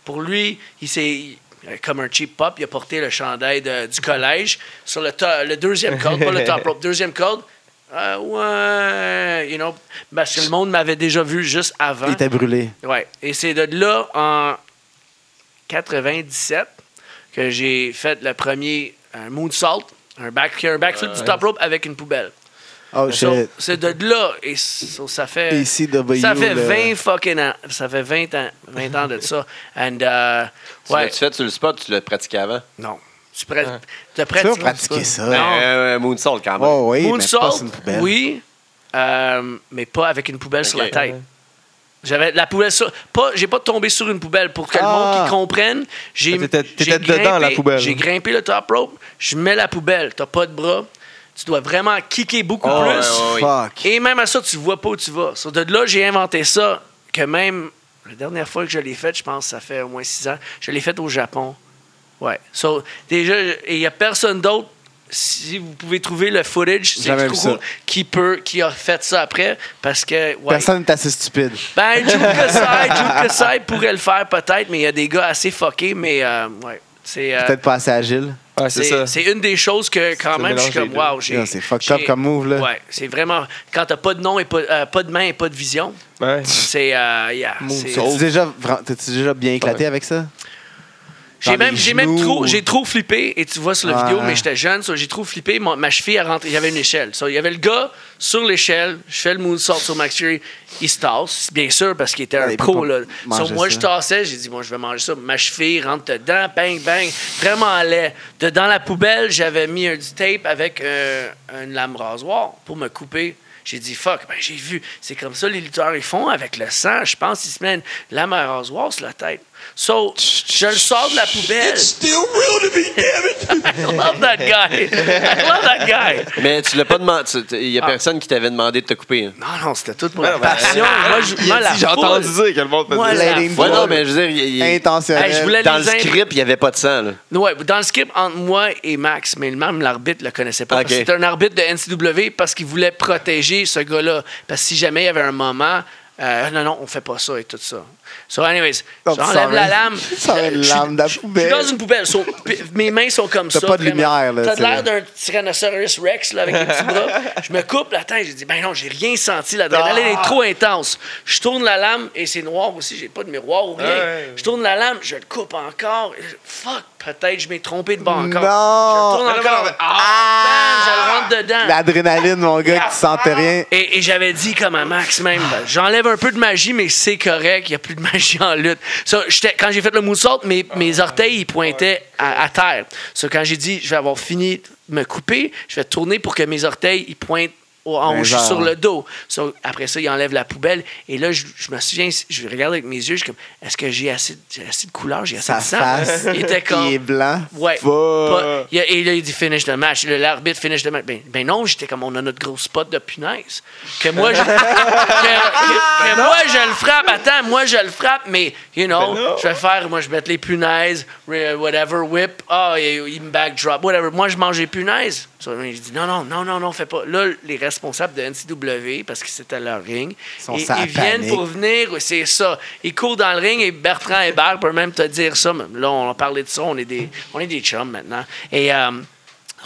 Pour lui, il s'est. euh, Comme un cheap pop, il a porté le chandail de- du collège sur le, to- le deuxième corde, pas le top rope, deuxième corde. Ah ouais, you know, parce que le monde m'avait déjà vu juste avant.
Il était brûlé.
Ouais. Et c'est de là, en 97, que j'ai fait le premier un moonsault, un, back, un backflip du top rope avec une poubelle.
Oh,
So,
shit.
c'est de là, et so, ça fait...
ECW,
ça fait
le-
20 fucking ans. Ça fait 20 ans, 20 ans de ça. And, euh,
Tu
ouais,
l'as-tu fait Hein. sur le spot, tu l'as pratiqué avant?
non. Tu prêt, te
Tu vas
pratiques-
pratiquer ça.
Ben,
Non.
euh, Moonsault, quand même.
Oh, oui, mais
Moonsault,
passe une poubelle.
oui, euh, mais pas avec une poubelle sur
Ok.
la tête. J'avais la poubelle sur. Pas, j'ai pas tombé sur une poubelle pour que le
Ah.
monde qui comprenne. J'ai,
Ah, t'étais-
j'ai
t'étais dedans, la poubelle.
J'ai grimpé le top rope, je mets la poubelle. T'as pas de bras. Tu dois vraiment kicker beaucoup
Oh,
Ah,
plus.
ouais, ouais, oui.
Fuck.
Et même à ça, tu vois pas où tu vas. So, de là, j'ai inventé ça, que même la dernière fois que je l'ai fait, je pense que ça fait au moins six ans, je l'ai fait au Japon. Ouais. So, déjà, il y a personne d'autre, si vous pouvez trouver le footage, c'est
Jamais
trop
vu ça.
cool, qui peut, qui a fait ça après, parce que, ouais.
Personne n'est assez stupide.
Ben, Drew Kasai, Drew Kasai pourrait le faire peut-être, mais il y a des gars assez fuckés, mais, euh, ouais. C'est, euh,
Peut-être pas assez agile.
Ouais, c'est ça.
c'est une des choses que, quand
le
même, je suis
mélange
comme,
des deux.
wow, j'ai.
Yeah, c'est fucked up
j'ai-
comme move, là.
Ouais, c'est vraiment. Quand t'as pas de nom et pas, euh, pas de main et pas de vision,
Ouais.
c'est. euh, yeah, c'est-
T'as-tu déjà, vra- t'as-tu déjà bien éclaté avec ça?
J'ai
dans
même,
les
j'ai même
genoux
trop,
ou-
j'ai trop flippé, et tu vois sur la
Ouais.
vidéo, mais j'étais jeune, so j'ai trop flippé. Mon- ma cheville a rentré, il y avait une échelle. So, il y avait le gars sur l'échelle, je fais le moonsault sur Max Fury, il se tasse, bien sûr, parce qu'il était
Ouais,
un
il peut
pro.
pas
Là.
manger
So, moi,
ça.
je tassais, j'ai dit, moi, je vais manger ça. Ma cheville rentre dedans, bang, bang, vraiment laid. De, dans la poubelle, j'avais mis un, du tape avec euh, une lame rasoir pour me couper. J'ai dit, fuck, ben, j'ai vu. C'est comme ça, les lutteurs, ils font avec le sang. Je pense, ils se mettent une lame à rasoir sur la tête. So, je le sors de la poubelle. I love that guy. I love that guy.
Mais tu l'as pas demandé. tu- tu- Il y a
Ah.
personne qui t'avait demandé de te couper. hein.
Non, non, c'était tout pour la passion.
Ah,
Moi, je, moi, la
J'ai entendu
foule.
dire que le monde faisait
Moi,
ça.
la
Lady
Ouais,
Boy.
non, mais je veux dire, il- il-
Intentionnel.
Hey, je voulais-
dans le
Les in-
script, il n'y avait pas de sang. Là.
Ouais, dans le script entre moi et Max, mais même l'arbitre le connaissait pas.
Ok.
C'était un arbitre de NCW parce qu'il voulait protéger ce gars-là. Parce que si jamais il y avait un moment Euh, non, non, on fait pas ça et tout ça. So, anyways,
Non, tu
j'enlève
sors
la
une-
lame.
tu sors une
Je suis-
lame de Oh, la
je-
poubelle.
Je suis dans une poubelle. so, p- mes mains sont comme
T'as
ça.
pas de
vraiment.
lumière, là,
T'as
c'est-
l'air d'un Tyrannosaurus Rex là, avec les petits bras. Je me coupe la tête. J'ai dit, ben non, j'ai rien senti. L'adrénaline
Ah.
est trop intense. Je tourne la lame et c'est noir aussi. J'ai pas de miroir ou rien.
Ouais.
Je tourne la lame, je le coupe encore. Et je- Fuck, peut-être je m'ai trompé de bas encore.
Non.
Je le
Non, non,
tourne encore.
non.
Ah! Ben, je le rentre dedans.
L'adrénaline, mon gars, qui sentait rien.
Et, et j'avais dit comme à Max même, ben, j'enlève un peu de magie, mais c'est correct, il n'y a plus de magie en lutte. Ça, j'étais- quand j'ai fait le moonsault, mes,
Ah,
mes orteils ils pointaient à, à terre. Ça, quand j'ai dit, je vais avoir fini de me couper, je vais tourner pour que mes orteils ils pointent au- en haut,
Ben,
je suis
genre.
sur le dos. Ça, après ça, il enlève la poubelle. Et là, je, je me souviens, je regarde avec mes yeux, je suis comme, est-ce que j'ai assez, de- j'ai assez de couleur, j'ai assez
Sa
de sang?
face.
Il était comme,
Il est blanc.
Ouais.
Fuck.
Pas- il a- et là, il dit finish the match. Le- L'arbitre finish the match. Ben, ben non, j'étais comme on a notre gros spot de punaise. Que moi, je, que, que- que moi, je le frappe. Attends, moi, je le frappe, mais, you know,
Ben non.
je vais faire, moi, je vais mettre les punaises, re- whatever, whip, ah, il, il me backdrop, whatever. Moi, je mange les punaises. Ça, il dit non, non, non, non, non, fais pas. Là, les responsables de NCW, parce que c'était leur ring,
sont
ils,
sur la
ils viennent
panique.
pour venir, c'est ça. Ils courent dans le ring et Bertrand Hébert peut même te dire ça. mais Là, on a parlé de ça, on est des, on est des chums maintenant. Et euh,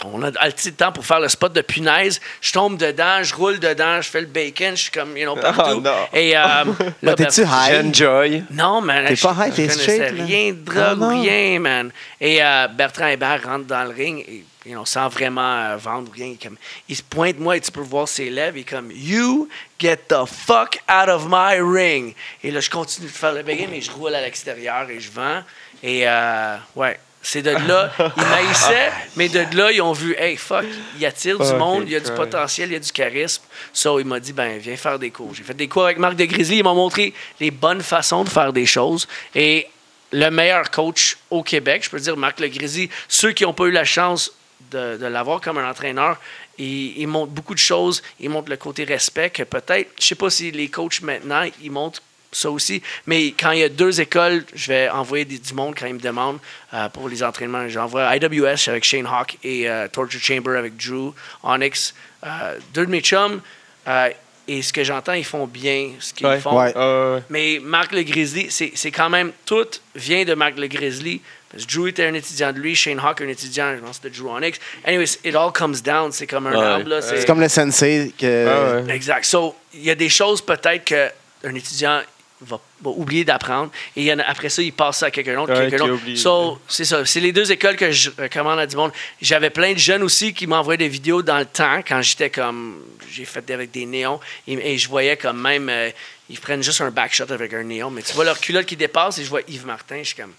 on a assez de temps pour faire le spot de punaise. Je tombe dedans, je roule dedans, je fais le bacon, je suis comme, you know, partout.
non.
Et euh, là,
Mais Ah, T'es-tu
ben,
high?
Enjoy.
non, man.
T'es
je-
pas high,
je
t'es
connaissais
straight, là.
Rien de drogue
Ah,
ou
non.
rien, man. Et euh, Bertrand Hébert rentre dans le ring et, you know, sans vraiment euh, vendre rien. il est Comme, il se pointe moi et tu peux voir ses lèvres. Il est comme You get the fuck out of my ring. Et là, je continue de faire le béguin, mais je roule à l'extérieur et je vends. Et euh, ouais. C'est de là, ils maïssaient, mais de là, ils ont vu, hey, fuck, il attire du
Fucking
monde, il y a du
Christ.
potentiel potentiel, il y a du charisme. So, il m'a dit, ben, viens faire des cours. J'ai fait des cours avec Marc de Grizzly. Ils m'ont montré les bonnes façons de faire des choses. Et le meilleur coach au Québec, je peux dire Marc de Grizzly, ceux qui n'ont pas eu la chance de, de l'avoir comme un entraîneur, il, il montre beaucoup de choses. Il montre le côté respect que peut-être, je sais pas si les coachs maintenant, ils montrent ça aussi. Mais quand il y a deux écoles, je vais envoyer des- du monde quand ils me demandent euh, pour les entraînements. J'envoie IWS avec Shane Hawk et euh, Torture Chamber avec Drew Onyx. Euh, deux de mes chums. euh, et ce que j'entends, ils font bien ce qu'ils
Ouais.
font.
Ouais.
Euh,
Mais Marc Le Grizzly, c'est c'est quand même tout vient de Marc Le Grizzly. Parce que Drew était un étudiant de lui, Shane Hawk un étudiant, je pense, de Drew Onyx. Anyways, it all comes down. C'est comme un
Ouais.
arbre. là,
C'est comme le sensei que.
ah ouais.
Euh, Exact. So, il y a des choses peut-être qu'un étudiant va, va oublier d'apprendre et il y en a- après ça, il passe ça à quelqu'un d'autre.
Ouais,
quelqu'un
qui
d'autre.
oublie.
So, c'est ça. C'est les deux écoles que je recommande à du monde. J'avais plein de jeunes aussi qui m'envoyaient des vidéos dans le temps quand j'étais comme. J'ai fait avec des néons et, et je voyais comme même. euh, ils prennent juste un backshot avec un néon, mais tu vois leur culotte qui dépasse et je vois Yves Martin, je suis comme.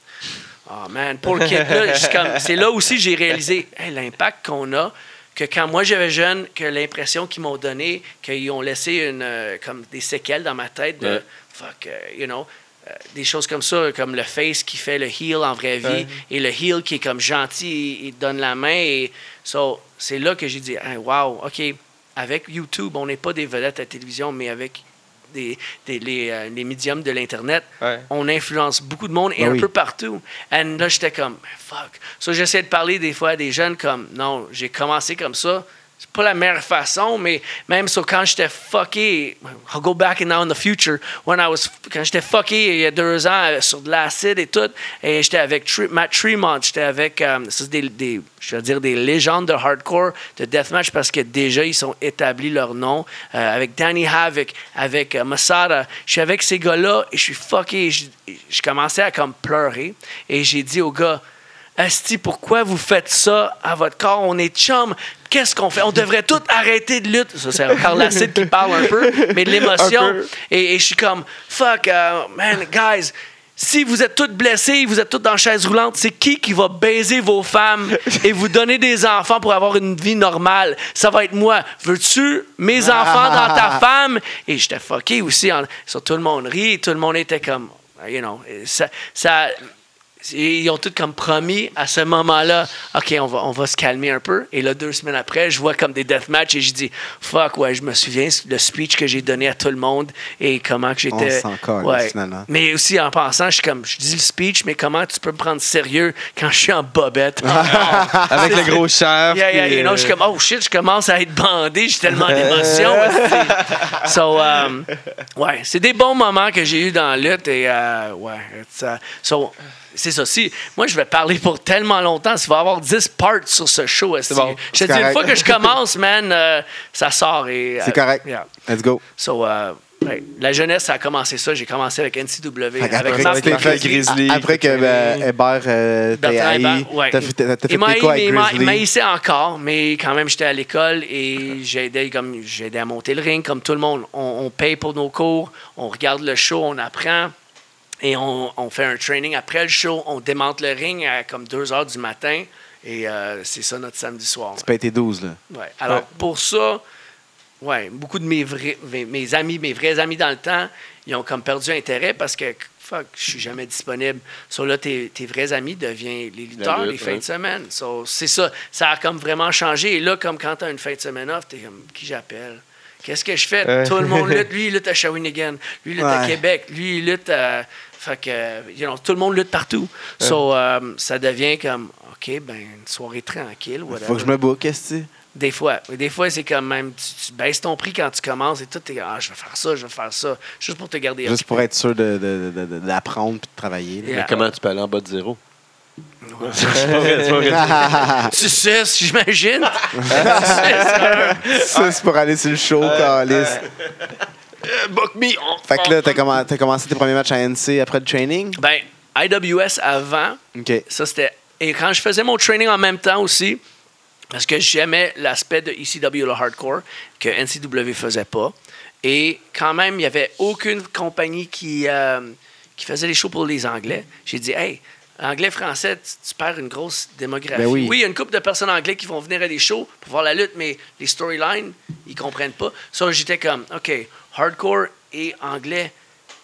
Oh man, pour le kid, là, je suis comme- c'est là aussi que j'ai réalisé hey, l'impact qu'on a, que quand moi j'avais jeune, que l'impression qu'ils m'ont donnée, qu'ils ont laissé une, euh, comme des séquelles dans ma tête de
Ouais.
fuck, euh, you know, euh, des choses comme ça, comme le face qui fait le heel en vraie vie et le heel qui est comme gentil, il, il donne la main. Et so, c'est là que j'ai dit, Hey, wow, OK, avec YouTube, on n'est pas des vedettes à la télévision, mais avec des, des- les, euh, les médiums de l'Internet,
Ouais.
on influence beaucoup de monde et
Ben
un
oui.
peu partout. And là, j'étais comme, fuck. So, j'essaie de parler des fois à des jeunes comme, non, j'ai commencé comme ça. C'est pas la meilleure façon, mais même so, quand j'étais fucké, I'll go back and now in the future, when I was, quand j'étais fucké il y a deux ans euh, sur de l'acide et tout, et j'étais avec Tre- Matt Tremont, j'étais avec, euh, ça, c'est des, des- je veux dire, des légendes de hardcore, de deathmatch, parce que déjà, ils sont établis leur nom, euh, avec Danny Havoc, avec euh, Masada. Je suis avec ces gars-là, et je suis fucké, je, je commençais à comme pleurer, et j'ai dit au gars, Asti, pourquoi vous faites ça à votre corps? On est chum. Qu'est-ce qu'on fait? On devrait tout arrêter de lutte. Ça, c'est encore l'acide qui parle un peu, mais de
Un
l'émotion.
peu.
Et, et je suis comme, fuck, euh, man, guys, si vous êtes toutes blessés, vous êtes toutes dans chaise roulante, c'est qui qui va baiser vos femmes et vous donner des enfants pour avoir une vie normale? Ça va être moi. Veux-tu mes enfants dans ta femme? Et j'étais fucké aussi. En, sur tout le monde rit, tout le monde était comme, you know, ça. ça ils ont tout comme promis à ce moment-là, OK, on va, on va se calmer un peu. Et là, deux semaines après, je vois comme des deathmatchs et je dis, fuck, ouais, je me souviens le speech que j'ai donné à tout le monde et comment que j'étais.
On s'en calisse, finalement.
Mais aussi, en pensant, je suis comme, je dis le speech, mais comment tu peux me prendre sérieux quand je suis en bobette?
Avec le gros chef.
Yeah, yeah,
puis,
you know, je suis
euh,
comme, oh shit, je commence à être bandé, j'ai tellement d'émotions. esti. so, um, ouais, c'est des bons moments que j'ai eu dans la lutte et, euh, ouais, it's, uh, so, c'est ça. Si, moi, je vais parler pour tellement longtemps, ça va avoir 10 parts sur ce show. esti.
bon,
Je te
c'est
dis, une
correct.
fois que je commence, man, euh, ça sort et.
C'est
euh,
correct.
yeah.
Let's go.
So, euh, ouais, la jeunesse, ça a commencé ça. J'ai commencé avec NCW,
Fait
avec
qu'après
Marc
que t'es
Marquez.
Marquez, Grizzly,
Après que ben, Hébert euh, t'ait
Bertrand
haï,
Hébert, ouais.
t'as fait t'as- t'as fait
Il m'a
des quoi avec
il m'a- il
Grizzly?
m'haïssait encore, mais quand même, j'étais à l'école et j'aidais comme j'aidais à monter le ring, comme tout le monde. On, on paye pour nos cours, on regarde le show, on apprend. Et on, on fait un training après le show, on démonte le ring à comme 2 heures du matin. Et euh, c'est ça notre samedi soir.
Tu payes tes 12, là.
Ouais. Alors,
Ouais.
pour ça, ouais, beaucoup de mes, vrais, mes- mes amis, mes vrais amis dans le temps, ils ont comme perdu intérêt parce que, fuck, je suis jamais disponible. So là, tes, tes vrais amis deviennent les lutteurs
lutte,
les fins
ouais.
de semaine. So, c'est ça. Ça a comme vraiment changé. Et là, comme quand t'as une fin de semaine off, t'es comme, qui j'appelle? Qu'est-ce que je fais?
Ouais.
Tout le monde lutte. Lui, il lutte à Shawinigan. Lui, il lutte à
Euh. Ouais.
Québec. Lui, il lutte à... Fait que, you know, tout le monde lutte partout. So, euh, ça devient comme, OK, ben, une soirée tranquille, whatever.
Faut que je me book, est-ce que
Des fois. Des fois, c'est quand même. Tu, tu baisses ton prix quand tu commences et tout. T'es, ah, je vais faire ça, je vais faire ça. Juste pour te garder.
Juste pour être sûr de- de- de- de- d'apprendre puis de travailler. là.
Yeah.
Mais comment tu peux aller en bas de zéro?
Tu suces, j'imagine. Tu suces.
Ça, c'est pour aller sur le show, câlisse.
Book me. on-
Fait que là, t'as commen- t'as commencé tes premiers matchs à NC après le training?
Ben, IWS avant,
OK.
ça c'était. Et quand je faisais mon training en même temps aussi, parce que j'aimais l'aspect de ECW, le hardcore, que NCW faisait pas. Et quand même, il n'y avait aucune compagnie qui, euh, qui faisait les shows pour les Anglais. J'ai dit, hey, anglais-français, tu, tu perds une grosse démographie.
Ben oui.
il y a une couple de personnes anglaises qui vont venir à des shows pour voir la lutte, mais les storylines, ils comprennent pas. Ça, j'étais comme, OK, hardcore et anglais,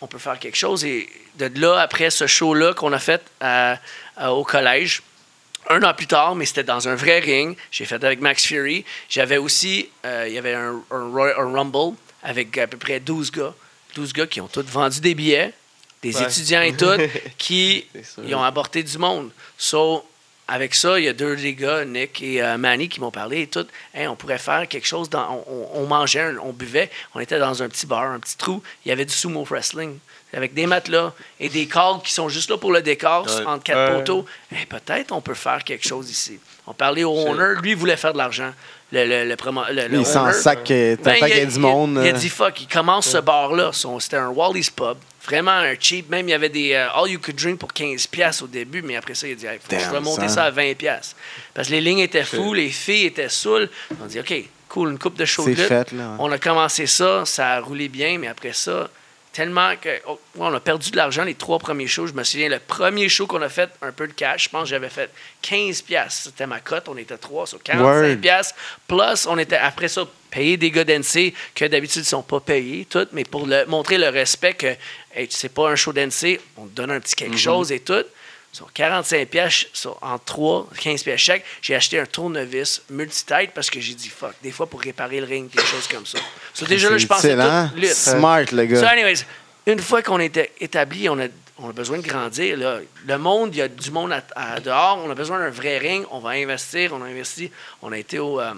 on peut faire quelque chose. Et de là, après ce show-là qu'on a fait à- à- au collège, un an plus tard, mais c'était dans un vrai ring. J'ai fait avec Max Fury. J'avais aussi, euh, il y avait un, un Roy- un Rumble avec à peu près 12 gars. 12 gars qui ont tous vendu des billets, des
Ouais.
étudiants et tout, qui ils ont apporté du monde. So, avec ça, il y a deux des gars, Nick et euh, Manny, qui m'ont parlé et tout. Hey, on pourrait faire quelque chose. Dans, on, on- on mangeait, un- on buvait. On était dans un petit bar, un petit trou. Il y avait du sumo wrestling avec des matelas et des cordes qui sont juste là pour le décor
Ouais.
entre quatre
Ouais.
poteaux. Hey, peut-être on peut faire quelque chose ici. On parlait au owner, lui il voulait faire de l'argent. Le, le, le, promo- le- le
Il s'en
owner,
sac, euh,
ben,
tant qu'il y a du monde.
Il, a
euh,
dit fuck, il commence ce bar-là. Son- C'était un Wally's Pub. Vraiment un cheap. Même il y avait des euh, All You Could Drink pour 15$ au début, mais après ça, il a dit hey, faut que je
Damn,
vais monter
son.
ça à 20$. Parce que les lignes étaient fous, les filles étaient saoules. On dit OK, cool, une coupe de show de
C'est
lutte.
fait, là, ouais.
On a commencé ça, ça a roulé bien, mais après ça, tellement que oh, ouais, on a perdu de l'argent les trois premiers shows. Je me souviens, le premier show qu'on a fait, un peu de cash, je pense que j'avais fait 15 pièces. C'était ma cote, on était trois sur 45
Word.
pièces. Plus, on était après ça payé des gars d'NC que d'habitude ils sont pas payés, tout, mais pour le, montrer le respect que hey, tu sais pas un show d'NC, on te donne un petit quelque chose et tout. Sur 45 pièces, sur- en 3, 15 pièces chaque, j'ai acheté un tournevis multi-tête parce que j'ai dit fuck, des fois pour réparer le ring, des choses comme ça. So, déjà là,
c'est
je pensais
utile, hein?
tout lutte.
Smart, le
So,
gars.
anyways, une fois qu'on était établi, on a, on a besoin de grandir. là. Le monde, il y a du monde à, à dehors. On a besoin d'un vrai ring. On va investir. On a investi. On a été au, euh,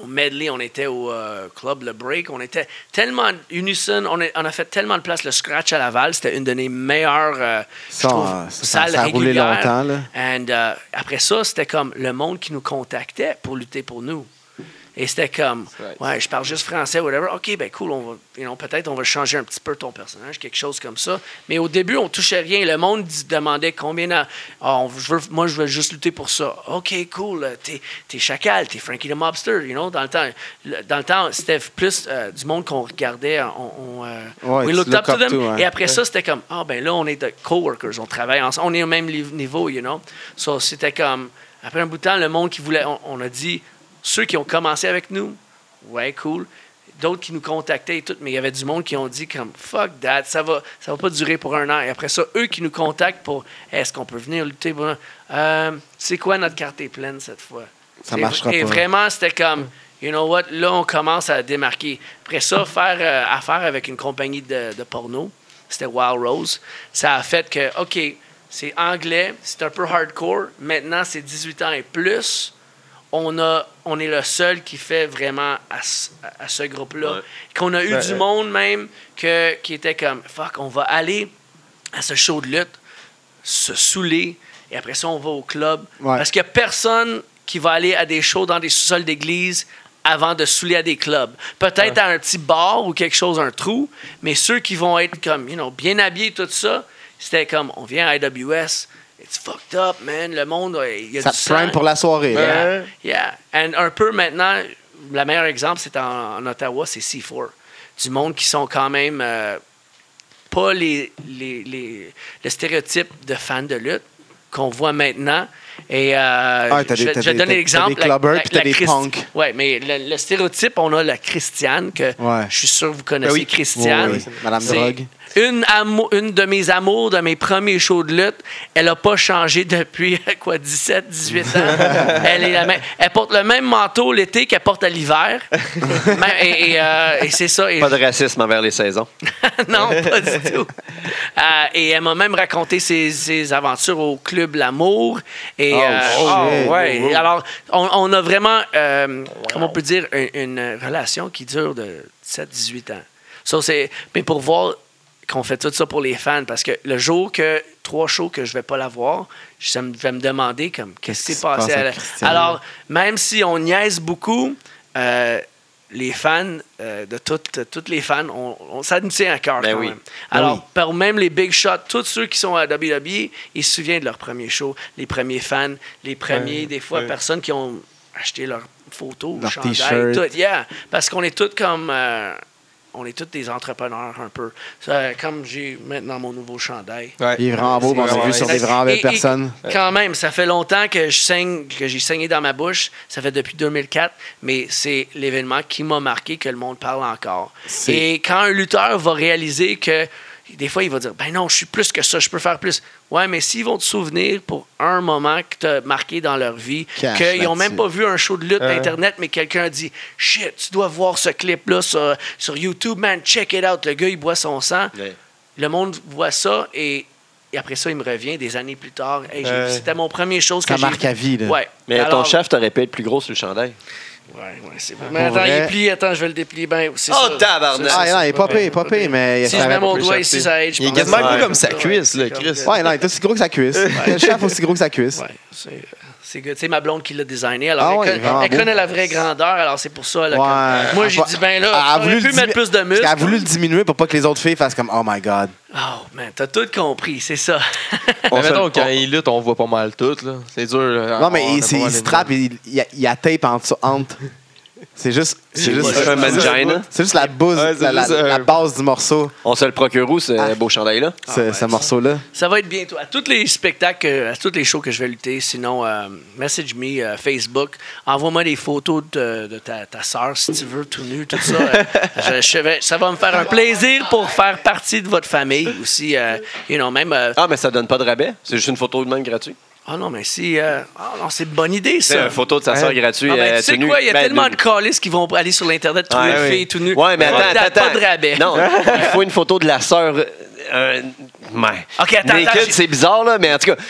au Medley. On était au euh, Club Le Break. On était tellement unison. On a, on a fait tellement de place. Le Scratch à Laval, c'était une de mes meilleures euh, je
Ça,
trouve,
euh, ça,
salles
ça a roulé
régulières.
longtemps, là.
And, euh, après ça, c'était comme le monde qui nous contactait pour lutter pour nous. Et c'était comme, ouais, je parle juste français, whatever. OK, ben cool, on va, you know, peut-être on va changer un petit peu ton personnage, quelque chose comme ça. Mais au début, on touchait rien. Le monde dis- demandait combien. d'en- Ah, on- je veux, moi, je veux juste lutter pour ça. OK, cool, euh, t'es, t'es chacal, t'es Frankie the Mobster, you know. Dans le temps, le- dans le temps c'était plus euh, du monde qu'on regardait. On, on, euh,
Ouais,
we
tu
looked
look
up to
up
them.
to, ouais.
Et après ça, c'était comme, ah ben là, on est de coworkers, on travaille ensemble, on est au même li- niveau, you know. So, c'était comme, après un bout de temps, le monde qui voulait, on, on a dit, ceux qui ont commencé avec nous, ouais, cool. d'autres qui nous contactaient et tout, mais il y avait du monde qui ont dit comme fuck that, ça va, ça va pas durer pour un an. Et après ça, eux qui nous contactent pour est-ce qu'on peut venir lutter pour un- Euh, c'est quoi notre carte est pleine cette fois?
Ça
Et-
marchera
Et
pas.
vraiment, c'était comme you know what, là on commence à démarquer. Après ça, faire euh, affaire avec une compagnie de, de porno, c'était Wild Rose. Ça a fait que ok, c'est anglais, c'est un peu hardcore. Maintenant, c'est 18 ans et plus on, a, on est le seul qui fait vraiment à, ce- à ce groupe-là.
Ouais.
Qu'on a eu
Ouais,
du
ouais.
monde même que, qui était comme fuck, on va aller à ce show de lutte, se saouler, et après ça, on va au club.
Ouais.
Parce qu'il n'y a personne qui va aller à des shows dans des sous-sols d'église avant de saouler à des clubs. Peut-être à un petit bar ou quelque chose, un trou, mais ceux qui vont être comme, you know, bien habillés, tout ça, c'était comme, on vient à IWS, it's fucked up, man, le monde, euh, il y a
Ça
du
te prime
sang.
pour la soirée. là.
Yeah. yeah. And un peu maintenant, le meilleur exemple, c'est en, en Ottawa, c'est C4. Du monde qui sont quand même euh, pas les, les, les- le stéréotype de fans de lutte qu'on voit maintenant. Et euh,
Ah, t'as
je,
des-
vais-
t'as
je vais
des-
donner
t'as-
l'exemple.
t'as des clubbers puis t'as des punks.
Oui, mais le, le stéréotype, on a la Christiane, que
Ouais.
je suis sûr que vous connaissez
Ben oui.
Christiane.
Oui, oui. Madame
C'est-
Drogue.
une, amo- une de mes amours de mes premiers shows de lutte, elle n'a pas changé depuis quoi 17, 18 ans. elle, est la même, elle porte le même manteau l'été qu'elle porte à l'hiver. Même- et et, euh, et c'est ça. Et-
Pas de racisme envers les saisons.
non, pas du tout. Euh, et elle m'a même raconté ses, ses aventures au Club L'Amour. Et, euh,
shit.
oh, ouais. Alors, on, on a vraiment, euh, comment on peut dire, une, une relation qui dure de 7-18 ans. Ça, c'est, mais pour voir qu'on fait tout ça pour les fans, parce que le jour que trois shows que je vais pas la voir, je ça me- je vais me demander comme qu'est-ce qui s'est passé.
à
à la-
Christiane?
Alors, même si on niaise beaucoup, euh, les fans, euh, de toutes de toutes les fans, on, on- ça nous tient à cœur
Ben
quand
oui.
même. Alors, par même les big shots, tous ceux qui sont à WWE, ils se souviennent de leur premier show, les premiers fans, les premiers, des fois, personnes qui ont acheté leurs photos,
Leur
chandail,
t-shirt.
tout. Yeah. Parce qu'on est tous comme... euh, on est tous des entrepreneurs un peu. Ça, comme j'ai maintenant mon nouveau chandail.
Ah,
Ouais.
Il est vraiment beau,
C'est
mais on l'a
vraiment
vu sur des
nice.
vraiment belles
Et- et
personnes.
Quand même, ça fait longtemps que je saigne, que j'ai saigné dans ma bouche. Ça fait depuis 2004, mais c'est l'événement qui m'a marqué que le monde parle encore.
C'est-
Et quand un lutteur va réaliser que des fois, il va dire Ben non, je suis plus que ça, je peux faire plus. Ouais, mais s'ils vont te souvenir pour un moment que tu as marqué dans leur vie,
Cash
qu'ils n'ont
là-dessus.
même pas vu un show de lutte
Euh.
d'Internet, mais quelqu'un a dit Shit, tu dois voir ce clip-là sur, sur YouTube, man, check it out. Le gars, il boit son sang. Le monde voit ça et, et après ça, il me revient des années plus tard. Hey, j'ai-
Euh,
C'était mon premier chose
ça
que j'ai
marque
vu.
à vie, là.
Ouais.
Mais
Alors-
ton chef t'aurait pu être plus gros sur le chandail.
Ouais, ouais, c'est bon. Mais
Pour
attends, il
vrai.
est plié. Attends, je vais le déplier. Ben, c'est
Oh,
ça.
tabarnak!
C'est ça,
Ah, non, il est pas
c'est
pire, il est pas pire, mais
Si
ça
je mets
aurait-
mon
pu
doigt
échapper.
ici, ça aide. je
Il est
pense.
quasiment
gros
Ouais.
comme sa cuisse, là,
Ouais,
Chris.
Ouais, non, il est aussi gros que sa cuisse. Le chef aussi gros que sa cuisse.
Ouais, c'est euh, c'est good. C'est ma blonde qui l'a designé. Alors,
Ah
elle,
ouais,
conna-
vraiment
elle
beau.
connaît la vraie grandeur. Alors, c'est pour ça. là,
Ouais.
comme- Moi, j'ai
Elle-
dit, ben là,
elle a
on aurait
voulu
pu
le
mettre
dimi-
plus de
Elle
muscles.
a voulu le diminuer pour pas que les autres filles fassent comme Oh my God.
Oh, man, t'as tout compris. C'est ça.
Mais
On se-
mettons, quand
on-
il lutte, on voit pas mal tout, là. C'est dur.
Ah,
là.
Non,
On a
mais il,
pas
c'est-
mal
il
de-
se trappe, il, il, y a- il y a tape en dessous, entre. C'est juste. C'est juste.
pas- un
c'est juste-
mangina.
C'est juste la bouse,
Ouais, c'est
la, la-
juste un-
la base du morceau,
On se le procure où, ce
Ah.
beau chandail-là?
ce, ce morceau-là.
Ah, Ça va être bientôt. À tous les spectacles, euh, à tous les shows que je vais lutter, sinon, euh, message me, euh, Facebook. Envoie-moi des photos de, de ta, ta soeur, si tu veux, tout nu, tout ça. Euh, je- je vais- ça va me faire un plaisir pour faire partie de votre famille aussi. euh, you know, même. euh,
Ah, mais ça donne pas de rabais? C'est juste une photo de même gratuite?
Ah non, mais si. euh, ah non, c'est une bonne idée,
C'est
ça.
Ben,
une photo de sa soeur
Ouais.
gratuite. euh,
Ah ben, tu sais quoi, il y a tellement de
cas.
calices qui vont aller sur l'Internet trouver
Ouais,
une
oui.
fille tout nue.
Ouais, mais
Pas
attends,
de-
attends.
Pas de rabais.
Non, il faut une photo de la sœur. euh, euh, ouais.
Ok, attends,
Naked,
attends, j'ai-
c'est bizarre, là, mais en tout cas,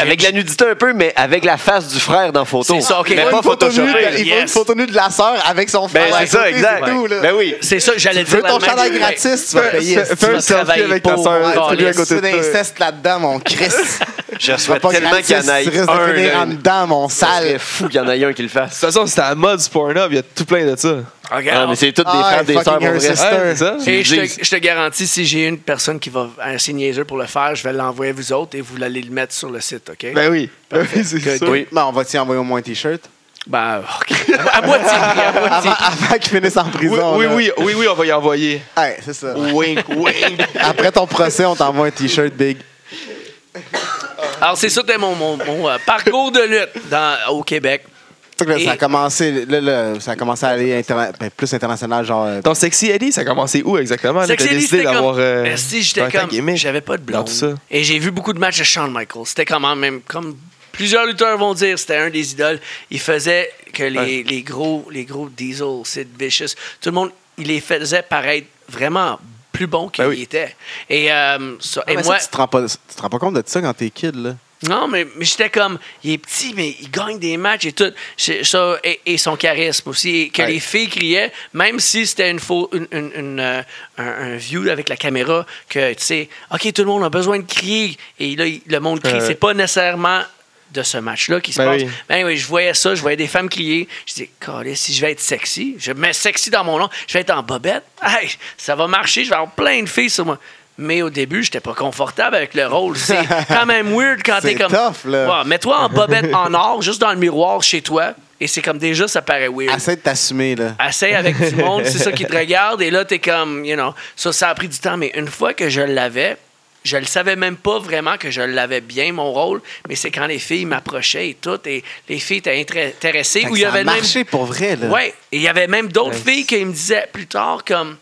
avec la nudité un peu, mais avec la face du frère dans photo.
C'est ça, ok.
Mais
Faut
pas
une
Photo nue,
photoshopée.
il faut
yes.
une photo nue de la sœur avec son
Ben,
frère.
c'est
à
ça,
côté,
exact.
c'est tout, là.
Ben oui.
C'est ça, j'allais
Tu veux
dire. la
ton
même-
chandail
Ouais.
gratis, tu vas payer.
Fais-
vas
fais un selfie
travailler
avec ta
pour-
soeur.
Ouais,
celui à
calice.
côté
Tu
de toi.
d'inceste là-dedans, mon Chris.
Je
Tu vas
souhaite
pas
tellement qu'il y en
gratis,
ait
tu risques
un.
de finir
là.
en dedans, mon
Ça serait
sale.
fou qu'il y en ait un qui le
De
fasse.
toute façon, c'était à la mode du Pornhub, il y a tout plein de ça. Ouais,
Ah,
Regarde,
mais c'est toutes des
Ah,
frères, des
fucking
sœurs, pour
your
vrai.
sister.
c'est ça.
Et je
Jeez.
te, je te garantis, si j'ai une personne qui va assez niaiseux pour le faire, je vais l'envoyer à vous autres et vous allez le mettre sur le site, OK?
Ben oui. Ben oui, c'est sûr.
Oui.
Ben, on va t'y envoyer au moins un t-shirt.
Ben, OK. À moitié, à moitié.
Avant, avant qu'il finisse en
Oui,
prison.
oui,
là.
oui, oui, oui, on va y envoyer.
Ouais, c'est ça.
Wink, wink.
Après ton procès, on t'envoie un t-shirt big.
Alors, c'est ça, c'était mon, mon, mon, euh, parcours de lutte dans- au Québec.
Fait que là,
Et-
ça a commencé, là, là, ça a commencé à aller interna- ben, plus international, genre. euh,
Ton Sexy Eddie, ça a commencé où exactement? là?
C'est que
T'as
c'est
décidé
c'était
d'avoir.
comme-
euh,
Merci, j'étais
dans ta
comme.
gimmick.
J'avais pas de blonde.
dans tout ça.
Et j'ai vu beaucoup de matchs de Shawn Michaels. C'était comment même. Comme plusieurs lutteurs vont dire, c'était un des idoles. Il faisait que les, les gros, les gros Diesel, Sid Vicious, tout le monde, il les faisait paraître vraiment plus bons qu'ils
Ben oui.
étaient. Et, euh, ça-
Ah,
et
mais ça,
moi.
tu, te rends pas, tu te rends pas compte de ça quand t'es kid, là.
Non, mais, mais j'étais comme, il est petit, mais il gagne des matchs et tout. C'est- Ça, et, et son charisme aussi. Et que
Ouais.
les filles criaient, même si c'était une, faux- une, une- une, euh, un, un view avec la caméra, que tu sais, OK, tout le monde a besoin de crier. Et là, il- le monde crie.
Ouais.
C'est pas nécessairement de ce match-là qui se
Ben
passe.
oui.
Ben oui, je voyais ça, je voyais des femmes crier. Je dis, Calais, si je vais être sexy, je mets sexy dans mon nom, je vais être en bobette. Hey, ça va marcher, je vais avoir plein de filles sur moi. Mais au début, j'étais pas confortable avec le rôle. C'est quand même weird quand t'es
C'est
comme.
tough, là.
Ouais, mets-toi en bobette en or, juste dans le miroir chez toi. Et c'est comme déjà, ça paraît weird.
Essaie de t'assumer, là.
Essaye avec du monde, c'est ça qui te regarde. Et là, t'es comme, you know, ça, ça a pris du temps. Mais une fois que je l'avais, je le savais même pas vraiment que je l'avais bien, mon rôle. Mais c'est quand les filles m'approchaient et tout. Et les filles étaient intré- intéressées.
Fait que
Où il y
ça
avait
a
même.
marché pour vrai, là.
Ouais, et il y avait même d'autres filles qui me disaient plus tard, comme,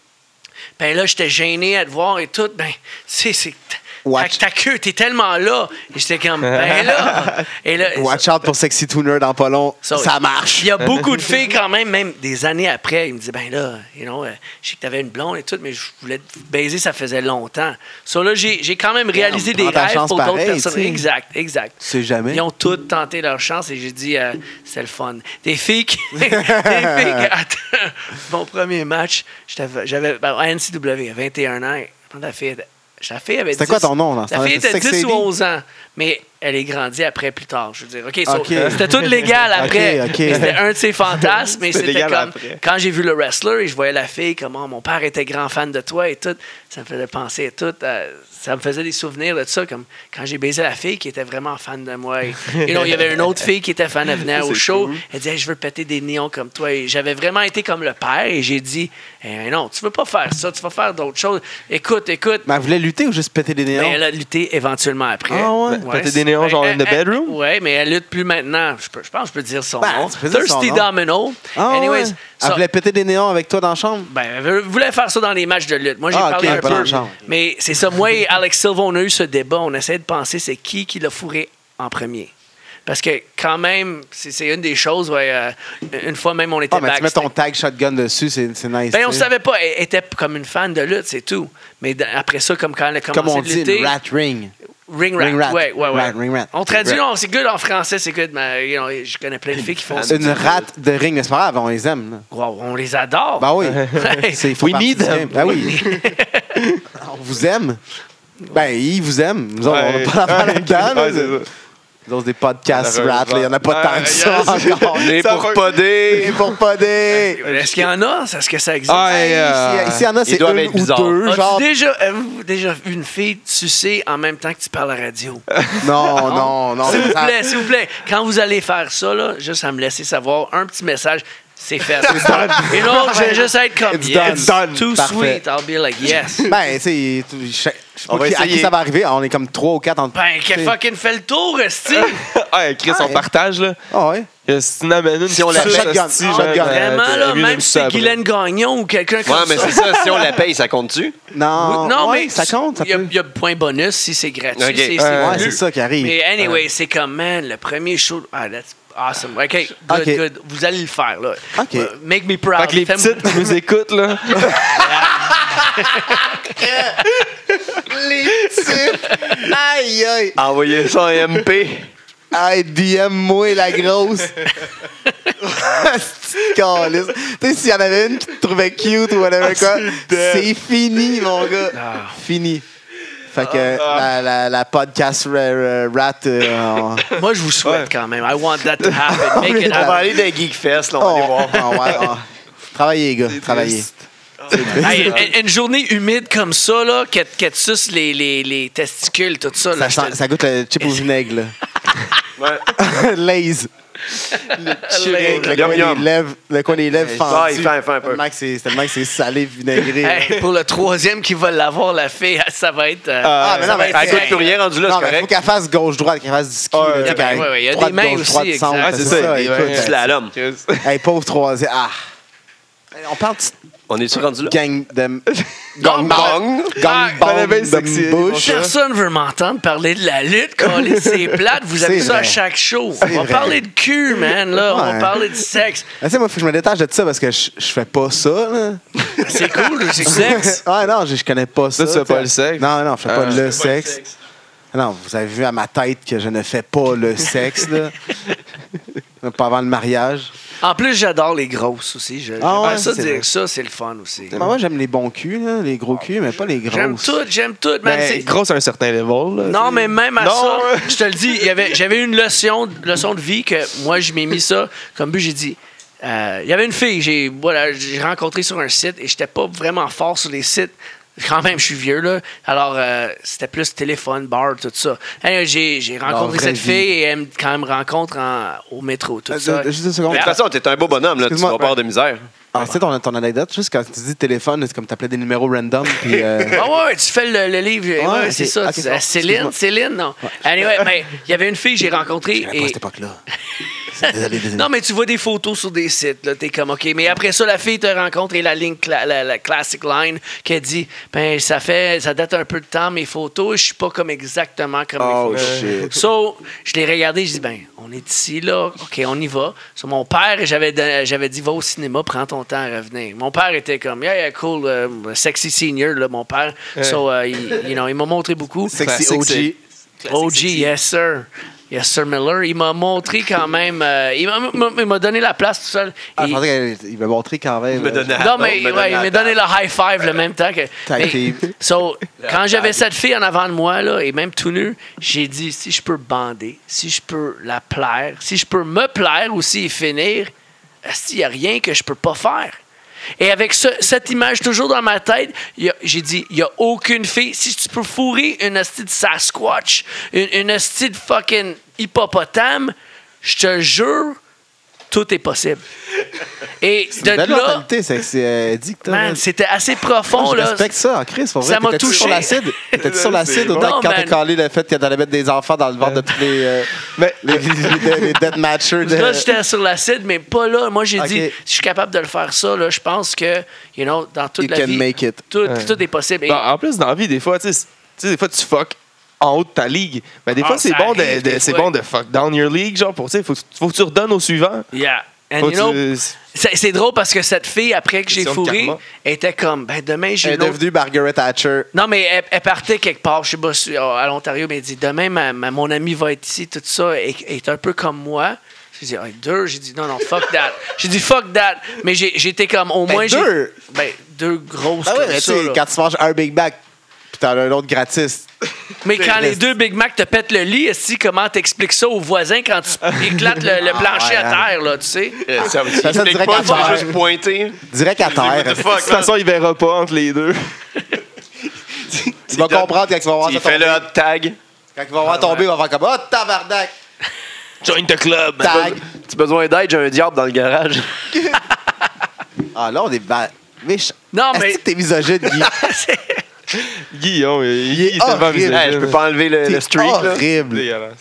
ben là, j'étais gêné à te voir et tout. Ben, tu sais, c'est. Ta,
Watch.
ta queue, t'es tellement là. Et j'étais comme, ben là. Et là
Watch out pour Sexy Tooner dans pas long.
So-
ça marche.
il y a beaucoup de filles quand même, même des années après, ils me disaient, ben là, you know, euh, je sais que t'avais une blonde et tout, mais je voulais te baiser, ça faisait longtemps. Ça, là, j'ai j'ai quand même réalisé
prends
des
ta
rêves
chance
pour d'autres
pareil,
personnes.
tu sais.
Exact, exact.
Tu sais jamais.
Ils ont toutes tenté leur chance et j'ai dit, euh, c'est le fun. Des filles qui. des filles qui- Attends, mon premier match, j'étais- j'avais. ben, à NCW, à 21 ans, la fille était- La fille avait
C'était quoi
10
ton nom dans ce
La
temps-là?
fille
C'est
était
Sexy
10 ou
Lady?
11 ans, mais elle est grandie après, plus tard. Je veux dire, OK, so-
Ok.
c'était tout légal après.
Ok, ok.
Mais C'était un de ses fantasmes, mais
C'était
c'était
légal
comme
après.
quand j'ai vu le wrestler et je voyais la fille, comment mon père était grand fan de toi et tout, ça me faisait penser à tout, à- ça me faisait des souvenirs de ça, comme quand j'ai baisé la fille qui était vraiment fan de moi. Et, et non, il y avait une autre fille qui était fan, elle venait au show, elle disait Hey, je veux péter des néons comme toi. Et j'avais vraiment été comme le père et j'ai dit Eh, non, tu veux pas faire ça, tu vas faire d'autres choses. Écoute, écoute.
Mais elle voulait lutter ou juste péter des
Mais
néons?
Ben, elle a lutté éventuellement après.
Ah ouais? Pété des néons, genre in the bedroom?
Oui, mais elle lutte plus maintenant. Je, peux- je pense que je peux dire son
Ben,
nom.
tu peux dire son
Thirsty
nom.
Domino.
Ah,
Anyways,
ouais.
ça-
Elle voulait péter des néons avec toi dans la chambre?
ben, elle voulait faire ça dans les matchs de lutte. Moi, j'ai
Ah,
parlé
ok,
un
pas
peu.
dans le genre.
Mais c'est ça. Moi et Alex Silva, on a eu ce débat. On essaie de penser c'est qui qui l'a fourré en premier. Parce que, quand même, c'est c'est une des choses. ouais, euh, une fois même, on était
Ah, mais tu mets
backstage.
ton tag shotgun dessus, c'est c'est nice.
Ben, on
tu sais.
savait pas. Elle était comme une fan de lutte, c'est tout. Mais d- après ça, comme quand elle a commencé
Comme on
de
dit,
lutter,
le rat ring.
Ring rat.
Ring rat.
Ouais, ouais, ouais.
Rat, ring rat.
On traduit,
Rat.
non, c'est good en français, c'est good, mais you know, je connais plein de filles qui font Ah, ben, ça.
Une rate de ring, mais c'est pas grave, on les aime. Là.
Wow, on les adore.
Ben oui.
Ouais.
C'est- il faut
We need
participer.
them.
Ben oui. on vous aime. Ben, ils vous aiment. Nous autres, on n'a pas la
Ouais.
là-dedans. là.
Ouais, c'est ça.
Nous autres, des podcasts
Malheureusement.
rap, il n'y en a pas
Ouais,
tant que ça encore.
On est
Ça
pour
va-
poder.
Et pour pas des.
Est-ce qu'il y en a? Est-ce que ça existe?
Ah, et, euh,
Ici, il y en a, c'est
doivent
une
être
ou
bizarres.
deux.
As-tu
Genre,
déjà, avez-vous déjà vu une fille sucer en même temps que tu parles à la radio?
non, non, non.
S'il vous
Ah, ça-
plaît, s'il vous plaît. Quand vous allez faire ça, là, juste à me laisser savoir, un petit message, c'est fait. Et non, je vais juste être comme,
It's
yes,
done.
too
Parfait.
sweet. I'll be like, yes.
Ben, tu sais, tu- je sais je sais
On
pas
va
qui- à qui
essayer.
ça va arriver. On est comme trois ou quatre en
Ben, que fucking fait le tour,
Euh,
Steve.
Ah, Chris, on
Ouais.
partage, là.
Ah ouais.
Euh, Si tu en amènes une,
Si on la
suce,
shotgun,
hostie,
on
genre,
shotgun.
euh,
Vraiment,
t'es
là,
mieux
même
de
si
ça
c'est
après.
Guylaine Gagnon ou quelqu'un comme
Ouais,
ça.
mais c'est ça, si on la paye, ça compte-tu?
Non,
non,
ouais,
mais
ça compte. Ça
Il y a,
peut.
il y a point bonus si c'est gratuit.
Ok.
c'est- c'est
Ouais,
Ouais,
voulu.
c'est ça qui arrive.
Mais anyway, c'est comme, man, le premier show. Ah, that's awesome. OK, good,
Ok.
good. Vous allez le faire, là.
Ok.
Euh, Make me proud.
Fait que les
Fais-moi-
petites qui nous écoutent, là.
Aïe, aïe.
Envoyez ça en MP.
Hey, DM-moi la grosse! C'est calisse. Tu sais, s'il y en avait une qui te trouvait cute
Ah,
ou whatever quoi, c'est fini, mon gars! Fini. Fait
Ah,
que la, la, la podcast ra- ra- rat, euh, on-
Moi, je vous souhaite quand même. I want that to happen. Make it
On
On
happen.
va aller dans Geek Fest, là, on va
on-
aller voir.
on- on- on- Oh, Travaillez, les gars, travaillez.
Hey, une- une journée humide comme ça, là, qu'elle qu'elle te suce les, les, les testicules, tout ça. là,
Ça,
je te-
sent- ça goûte le chip au vinaigre, là.
Ouais.
Lays.
Lay-
Le
Yum,
coin
yum.
des lèvres, le coin des lèvres
Ah, il
fendu.
fait un- fait un peu.
Tellement que c'est tellement que c'est salé, vinaigré.
Hey, pour le troisième qui va l'avoir, la fille, ça va être. euh,
Ah,
mais
ça
non,
va
mais
être
Elle
c'est-
coûte
serré.
plus rien rendu là,
non,
c'est
mais faut
correct.
qu'elle fasse gauche-droite, qu'elle fasse du ski.
Ah,
là, tu sais,
ouais,
qu'elle-
ouais, ouais, il y a des
droite,
mains
gauche,
aussi,
droite,
exact.
centre,
Ah,
c'est
c'est ça,
ça.
il-
écoute.
Du slalom.
Chris.
Hey, pauvre troisième. Ah. Hey, On parle de
On est-tu rendu là?
gang de.
Gang bang.
Gang
fallait
bang
bien
de
sexy,
bouche.
Personne veut m'entendre parler de la lutte, Colin. C'est plate. Vous avez
C'est
ça à
vrai.
chaque show. On va
vrai.
parler de cul, man. Là. On va
Ouais.
parler de sexe.
Ah, Tu sais, moi, faut que je me détache de ça parce que je je fais pas ça, là.
C'est cool, c'est sexe.
Ouais, Ah, non, je, je connais pas ça.
tu fais
t'sais.
pas le sexe?
Non, non, je fais
Ah.
pas
Tu fais
le sexe. Non, vous avez vu à ma tête que je ne fais pas le sexe, là. Même pas avant le mariage.
En plus, j'adore les grosses aussi. Je-
Ah ouais,
j'aime ça
c'est
dire
vrai.
ça, c'est le fun aussi.
Bah, Moi, moi, j'aime les bons culs, là, les gros culs, mais pas les grosses.
J'aime tout, j'aime tout, man.
Ben,
C'est-
grosse à un certain level. Là,
Non, mais même à
Non,
ça,
ouais.
je te le dis, il y avait- j'avais une leçon, leçon de vie que moi, je m'ai mis ça comme but. J'ai dit, euh, il y avait une fille, j'ai voilà, j'ai rencontré sur un site et j'étais pas vraiment fort sur les sites. Quand même, je suis vieux, là. Alors, euh, c'était plus téléphone, bar, tout ça. Hey, j'ai j'ai rencontré
vraie
cette
vie.
fille et elle me quand même rencontre en- au métro, tout
Euh,
ça.
de- Juste une seconde.
De toute façon, t'es un beau bonhomme, là. Tu
Excuse-moi.
vas pas avoir de misère.
Ah, tu sais, ton, ton anecdote, juste quand tu dis téléphone, c'est comme t'appelais des numéros random, puis. euh,
Ah ouais, ouais, tu fais le, le livre. Ouais,
Ouais,
c'est
ok.
ça.
Ok,
Tu-
bon,
euh, Céline,
excuse-moi.
Céline, non. Anyway, mais il y avait une fille que j'ai
je
rencontrée.
connais pas
Et...
cette époque-là. Désolé, désolé.
Non, mais tu vois des photos sur des sites, là, t'es comme, OK. Mais après ça, la fille te rencontre et la ligne, cla- la, la classic line, qui dit, ben, ça fait, ça date un peu de temps, mes photos, je suis pas comme exactement comme mes
Oh
photos.
shit.
So, je l'ai regardé, je dis ben, on est ici là, ok, on y va. So, mon père, j'avais don- j'avais dit va au cinéma, prends ton temps à revenir. Mon père était comme yeah, yeah cool, euh, sexy senior là, mon père. So, euh, il, you know, il m'a montré beaucoup.
Sexy OG.
OG, yes sir. Yes sir Miller, il m'a montré quand même, euh, il m'a- m'a- il m'a donné la place tout seul.
Ah,
Et-
je pensais qu'il m'a montré quand même. euh,
Me donner la
non,
table,
mais
me
ouais,
donner
il
la table.
m'a donné le high five le même temps que.
Tag
Mais-
team.
So, quand j'avais cette fille en avant de moi, là, et même tout nu, j'ai dit si je peux bander, si je peux la plaire, si je peux me plaire aussi et finir, il n'y a rien que je peux pas faire. Et avec ce- cette image toujours dans ma tête, il y a- j'ai dit, il n'y a aucune fille. Si tu peux fourrer une hostie de Sasquatch, une, une hostie de fucking hippopotame, je te jure, tout est possible. Et de
Belle
là,
mentalité, sexy. euh, dit que t'as-
Man, c'était assez profond,
Non, je
là.
respecte ça, en Chris. Pour vrai,
Ça m'a
T'étais-tu sur
touché.
l'acide. T'étais-tu sur l'acide autant
Non,
que quand t'as
man.
calé le fait que t'allais mettre des enfants dans le ventre de tous les, euh,
Mais-
les, les, les deathmatchers. De...
Là, j'étais sur l'acide, mais pas là. Moi, j'ai
Ok.
dit, si je suis capable de le faire ça, là, je pense que, you know, dans toute
You
la
can
vie,
make it.
Tout, tout est possible. Et-
Non, en plus, dans la vie, des fois, tu sais, c'est- tu sais, des fois, tu fuck en haut de ta ligue. Mais des
Ah,
fois, c'est
ça
bon, de,
arrive,
de-
des
c'est
fois.
bon de fuck down your league, genre, pour, tu sais, faut, faut que tu redonnes au suivant.
yeah. And
Faut
you know,
que tu-
c'est c'est drôle parce que cette fille, après que j'ai
Question de
fourré,
karma.
était comme, ben demain, j'ai
Elle est
une autre-
devenue euh, Margaret Thatcher.
Non, mais elle, elle partait quelque part, je sais pas, si- oh, à l'Ontario, mais elle dit Demain, ma- ma- mon ami va être ici, tout ça, et et est un peu comme moi. J'ai dit Ah, Deux, j'ai dit Non, non, fuck that. j'ai dit Fuck that. Mais j'ai- j'étais comme Au moins. j'ai-
deux?
Ben, deux grosses
Ah ouais,
comme
mais tu
ça.
sais,
là.
quand tu manges un Big Mac, pis t'en as un autre gratis.
Mais quand les
reste-
deux Big Mac te pètent le lit, si comment t'expliques ça aux voisins quand tu éclates le, le
Ah,
plancher
ouais,
à
hein.
terre, là, tu sais?
Euh, Ça me
Ça, ça
explique
dirait
pas,
qu'à
tu vas
terre.
juste pointer.
Direct à
What the
terre.
De
fuck,
toute
là?
façon, il verra pas entre les deux.
Tu vas
donnes-
comprendre quand tu vas voir
Il
ça
fait
tomber.
le hot tag.
Quand il va voir tomber, il va faire comme « Oh, tabarnak!
Join the club!
Tag!
Tu as besoin d'aide, j'ai un diable dans le garage. »
Ah là, on est... ba- Méchant.
Non, mais-
Est-ce que t'es misogyne, Guy? Ah,
Guillaume, il,
est
il est tellement
horrible.
misogyne.
Hey, je peux pas enlever le, le
T'es
streak. là.
horrible.
Dégueulasse.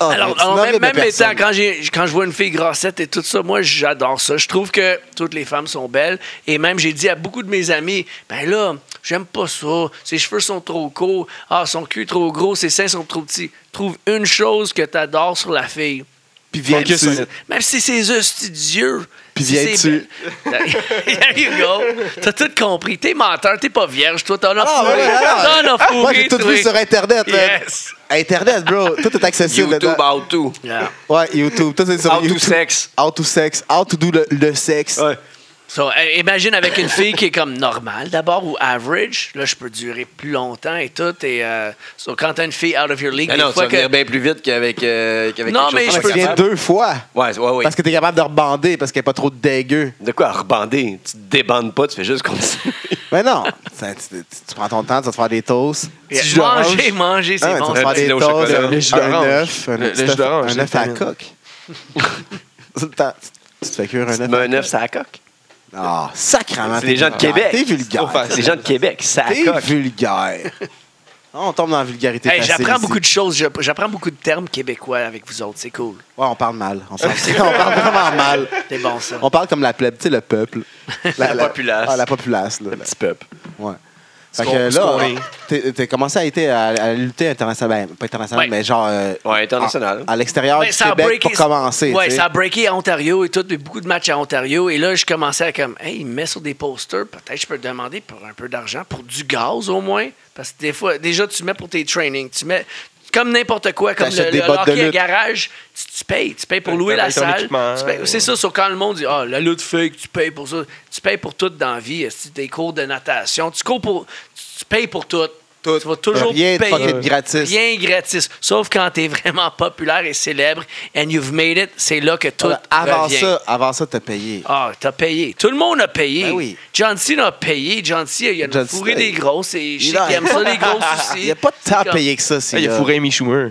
Oh,
Alors,
tu
alors,
n'en
même,
mérites
même
personne.
étant, quand, j'ai- quand je vois une fille grassette et tout ça, moi, j'adore ça. Je trouve que toutes les femmes sont belles. Et même, j'ai dit à beaucoup de mes amis, ben là, j'aime pas ça. Ses cheveux sont trop courts. Ah, son cul est trop gros. Ses seins sont trop petits. Trouve une chose que t'adores sur la fille.
Puis viens
Focus
euh,
dessus.
on it.
Même si c'est juste yeux.
Puis
si
viens
c'est
dessus.
belle. There you go. T'as tout compris. T'es menteur, t'es pas vierge. Toi, t'en as
Ah, ouais,
fourré.
ouais, ouais.
T'en as fourré.
Moi, j'ai tout
toi.
vu sur Internet. là.
Yes.
Internet, bro. Tout est accessible.
YouTube,
dedans.
how to.
Yeah.
Ouais, YouTube. Tout est sur
How to
YouTube.
sex.
How to sex. How to do le, le sexe.
Ouais.
So, euh, imagine avec une fille qui est comme normale d'abord ou average, là je peux durer plus longtemps et tout. Et euh, so, quand t'as une fille out of your league,
Ben
des
non, tu
fois
vas
que-
venir bien plus vite qu'avec euh, qu'avec
Non,
quelque
mais
chose
je
Tu
comme
peux-
ça.
viens deux fois.
Ouais, ouais, ouais.
Parce que t'es capable de rebander parce qu'elle est pas trop dégueu.
De quoi rebander? Tu te débandes pas, tu fais juste comme ça.
Mais non, ça, tu, tu- tu prends ton temps, tu vas te faire des toasts.
Yeah.
jus d'orange.
manger, manger, c'est
Ah ouais,
bon.
tu vas
Un
te
petit lait
faire des
au
toasts,
chocolat.
un
Le jus
un
d'orange.
œuf, un
Le- le
petit
jus
œuf-
d'orange,
un œuf à
c'est
coque. T'as- Tu te fais cuire un
Tu
œuf.
te mets un œuf sur la coque.
Ah, sacrément.
C'est des
t'es
gens de
vulgaire.
Québec.
T'es
Trop
vulgaire.
facile.
C'est les gens de Québec, ça à
T'es
coque.
vulgaire. On tombe dans la vulgarité.
Hey,
facile
j'apprends
ici.
beaucoup de choses. je- J'apprends beaucoup de termes québécois avec vous autres. C'est cool.
Ouais, on parle mal. On, s'en- on parle vraiment mal.
C'est bon, ça.
On parle comme la plèbe, tu sais, le peuple.
La populace.
Ah, la populace, là.
Le petit peuple.
Ouais. Fait
qu'on-
que
ce qu'on
là,
est.
t'es- t'es commencé à, été à, à lutter international, ben, pas international,
Ouais.
mais genre euh,
Ouais, international.
à l'extérieur
Ouais,
du Québec pour commencer.
ouais,
tu sais.
ça a breaké à Ontario et tout, puis beaucoup de matchs à Ontario. Et là, je commençais à comme, hey, il me met sur des posters, peut-être je peux demander pour un peu d'argent, pour du gaz au moins. Parce que des fois, déjà, tu mets pour tes trainings, tu mets comme n'importe quoi, comme le,
T'achètes des
le
bottes de
hockey à
lutte.
garage, tu, tu payes. Tu payes pour louer la
Euh, Avec ton
salle.
équipement,
tu payes-
ouais.
C'est ça, sur quand le monde dit, ah, la lutte fake, tu payes pour ça. Tu payes pour tout dans la vie. esti, Tes cours de natation, tu cours pour. Tu, tu payes pour tout. Tu vas toujours
Rien de
payer.
fucking gratis.
Rien gratis. Sauf quand t'es vraiment populaire et célèbre and you've made it, c'est là que tout
Voilà, avant
revient.
ça, avant ça, t'as payé.
Ah, t'as payé. Tout le monde a payé.
Ben oui.
John Cena a payé. John Cena, il a
John
fourré
Cena,
des
il-
grosses et je sais
a-
qu'il aime ça, les grosses aussi.
Il n'y a pas de temps à
Comme-
payer que ça. C'est euh,
Ah, il a fourré Amy Schumer.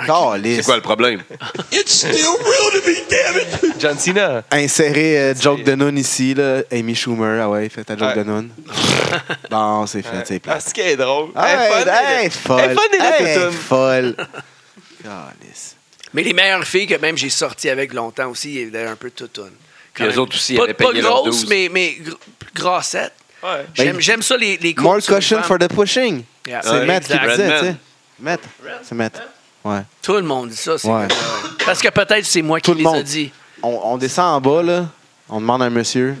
C'est quoi le problème?
John Cena.
Insérer euh, joke de non ici, là. Amy Schumer, ah ouais, fais ta joke
Ouais.
de non. bon, c'est fait, c'est plat.
Parce qu'elle est drôle.
Ah,
Elle est fun, elle est-
hey, folle.
Elle est fun, elle est
Hey,
automne.
folle. Calisse.
Mais les meilleures filles que même j'ai sorties avec longtemps aussi, elles étaient un peu toutounes.
Puis eux autres aussi,
pas,
avaient
pas
payé leurs
grosses,
12.
mais, mais gr- grossettes.
Ouais.
J'aime j'aime ça, les, les
Ben, More
courses sur les
caution
femmes.
for the pushing.
Yeah.
C'est
Ouais,
Matt qui
exact.
le disait, tu sais.
Redman.
Matt. C'est Matt. Ouais.
Tout le monde dit ça. c'est
Ouais.
comme- Parce que peut-être c'est moi
Tout
qui
le
les ai
monde.
dit.
On, on descend en bas, là. On demande à un monsieur.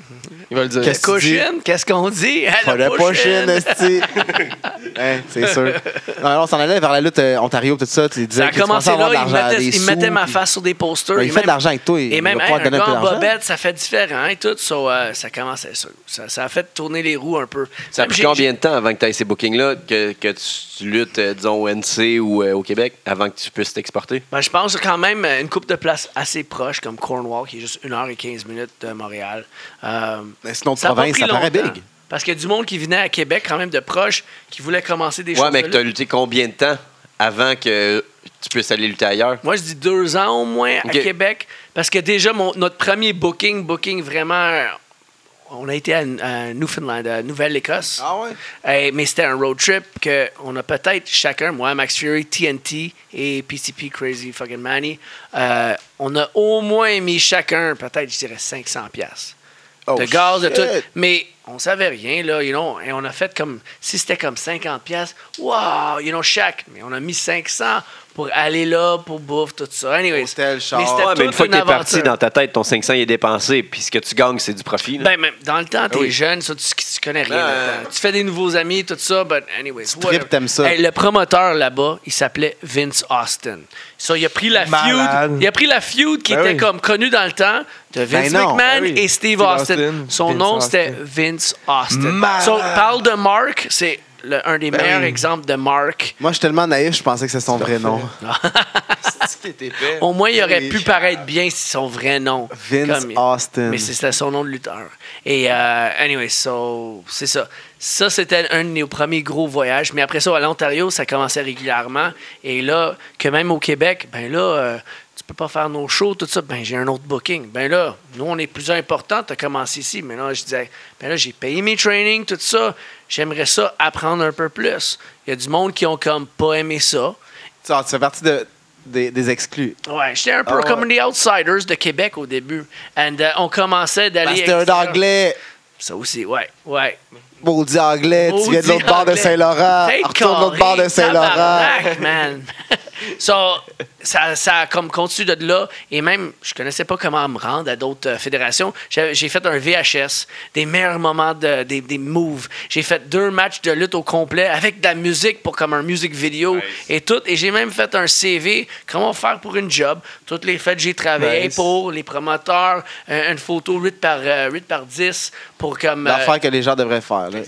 Il va le dire.
Qu'est-ce- que tu dis?
Caution, qu'est-ce qu'on dit? Hey,
Pas de
la
pochine,
pochine.
esti. Hein, c'est sûr. Non, alors, on s'en allait vers la lutte euh, Ontario, tout ça. Tu disais
Ça a
que tu commençais
commencé
à
là,
avoir de
il
l'argent,
mettait,
des
il mettait
sous,
ma
puis-
face sur des posters.
Ben,
et
il fait de
même-
l'argent avec toi.
Et
il
même
va
hey,
pouvoir te
un
donner un peu
gars en
d'argent.
bobette, ça fait différent et tout. So, euh, ça commence à ça. Ça, ça a fait tourner les roues un peu.
Ça a
Même
pris
j'ai-
combien de temps avant que tu aies ces bookings-là, que, que tu- tu luttes, euh, disons, au NC ou euh, au Québec, avant que tu puisses t'exporter?
Ben, je pense quand même euh, une coupe de place assez proche, comme Cornwall, qui est juste 1h15 minutes de Montréal. Euh,
Mais sinon, de
ça a pas
province,
pris
ça paraît
longtemps.
big.
Parce qu'il y a du monde qui venait à Québec, quand même de proche, qui voulait commencer des
Ouais,
choses.
mais
de
que tu as
lutte.
lutté combien de temps avant que tu puisses aller lutter ailleurs?
Moi, je dis deux ans au moins
Ok.
à Québec. Parce que déjà, mon- notre premier booking, booking vraiment. euh, On a été à, à Newfoundland, à Nouvelle-Écosse.
Ah ouais?
Eh, mais c'était un road trip que on a peut-être chacun, moi, Max Fury, TNT et PCP Crazy Fucking Manny, euh, on a au moins mis chacun, peut-être, je dirais, 500 pièces
Oh,
de gaz, de tout. Mais on savait rien, là, you know. Et on a fait comme, si c'était comme 50 pièces, wow, you know, chaque. Mais on a mis 500 pour aller là, pour bouffe, tout ça. Anyways.
Hôtel, char.
mais c'était
Ouais, mais une
toute
fois que
une
t'es parti
aventure.
dans ta tête, ton 500 il est dépensé, puis ce que tu gagnes, c'est du profit. là. Ah
Ben, même dans le temps, t'es
oui.
jeune, ça, tu, tu connais rien.
Ben,
là-dedans. tu fais des nouveaux amis, tout ça, but anyways. whatever.
t'aimes ça.
Hey, le promoteur là-bas, il s'appelait Vince Austin. Ça, il a pris la
Malade.
feud. Il a pris la feud qui
Ben
était
oui.
comme connue dans le temps de Vince
non.
McMahon
Ben oui.
et Steve,
Steve
Austin.
Austin,
Son
Vince
nom,
Austin.
c'était Vince Austin.
Malade.
So, parle de Mark, c'est le- un des
Ben
meilleurs
oui.
exemples de Mark.
Moi, je suis tellement naïf, je pensais que c'est son vrai nom.
C'est-tu qui est épais?
Au moins, il aurait
Oui.
pu paraître bien si son vrai nom.
Vince
Comme-
Austin.
Mais c'est- c'était son nom de lutteur. Et euh, anyway, so, c'est ça. Ça, c'était un de nos premiers gros voyages. Mais après ça, à l'Ontario, ça commençait régulièrement. Et là, que même au Québec, ben là, euh, tu peux pas faire nos shows, tout ça. Ben, j'ai un autre booking. Ben là, nous, on est plus important. Tu as commencé ici. Mais là, je disais, ben là, j'ai payé mes trainings, tout ça. J'aimerais ça apprendre un peu plus. Il y a du monde qui ont comme pas aimé ça.
Tu vois, tu fais partie de- des, des exclus.
Ouais, j'étais un peu
Ah ouais.
comme les Outsiders de Québec au début. And euh, on commençait d'aller.
Master
extérieur.
d'anglais,
Ça aussi, ouais, ouais.
maudit anglais, tu viens de l'autre bord de Saint-Laurent,
Hey,
retourne de l'autre bord de
Corée,
Saint-Laurent.
tabarnak, man. So, ça, ça a comme continué de là. Et même, je connaissais pas comment me rendre à d'autres euh, fédérations. J'ai j'ai fait un VHS, des meilleurs moments, de, des, des moves. J'ai fait deux matchs de lutte au complet avec de la musique pour comme un music video et tout. Et j'ai même fait un CV, comment faire pour une job. Toutes les fêtes, j'ai travaillé
Nice.
pour les promoteurs, un- une photo 8 par, euh, 8 par 10 pour comme... euh,
L'affaire que les gens devraient faire. là.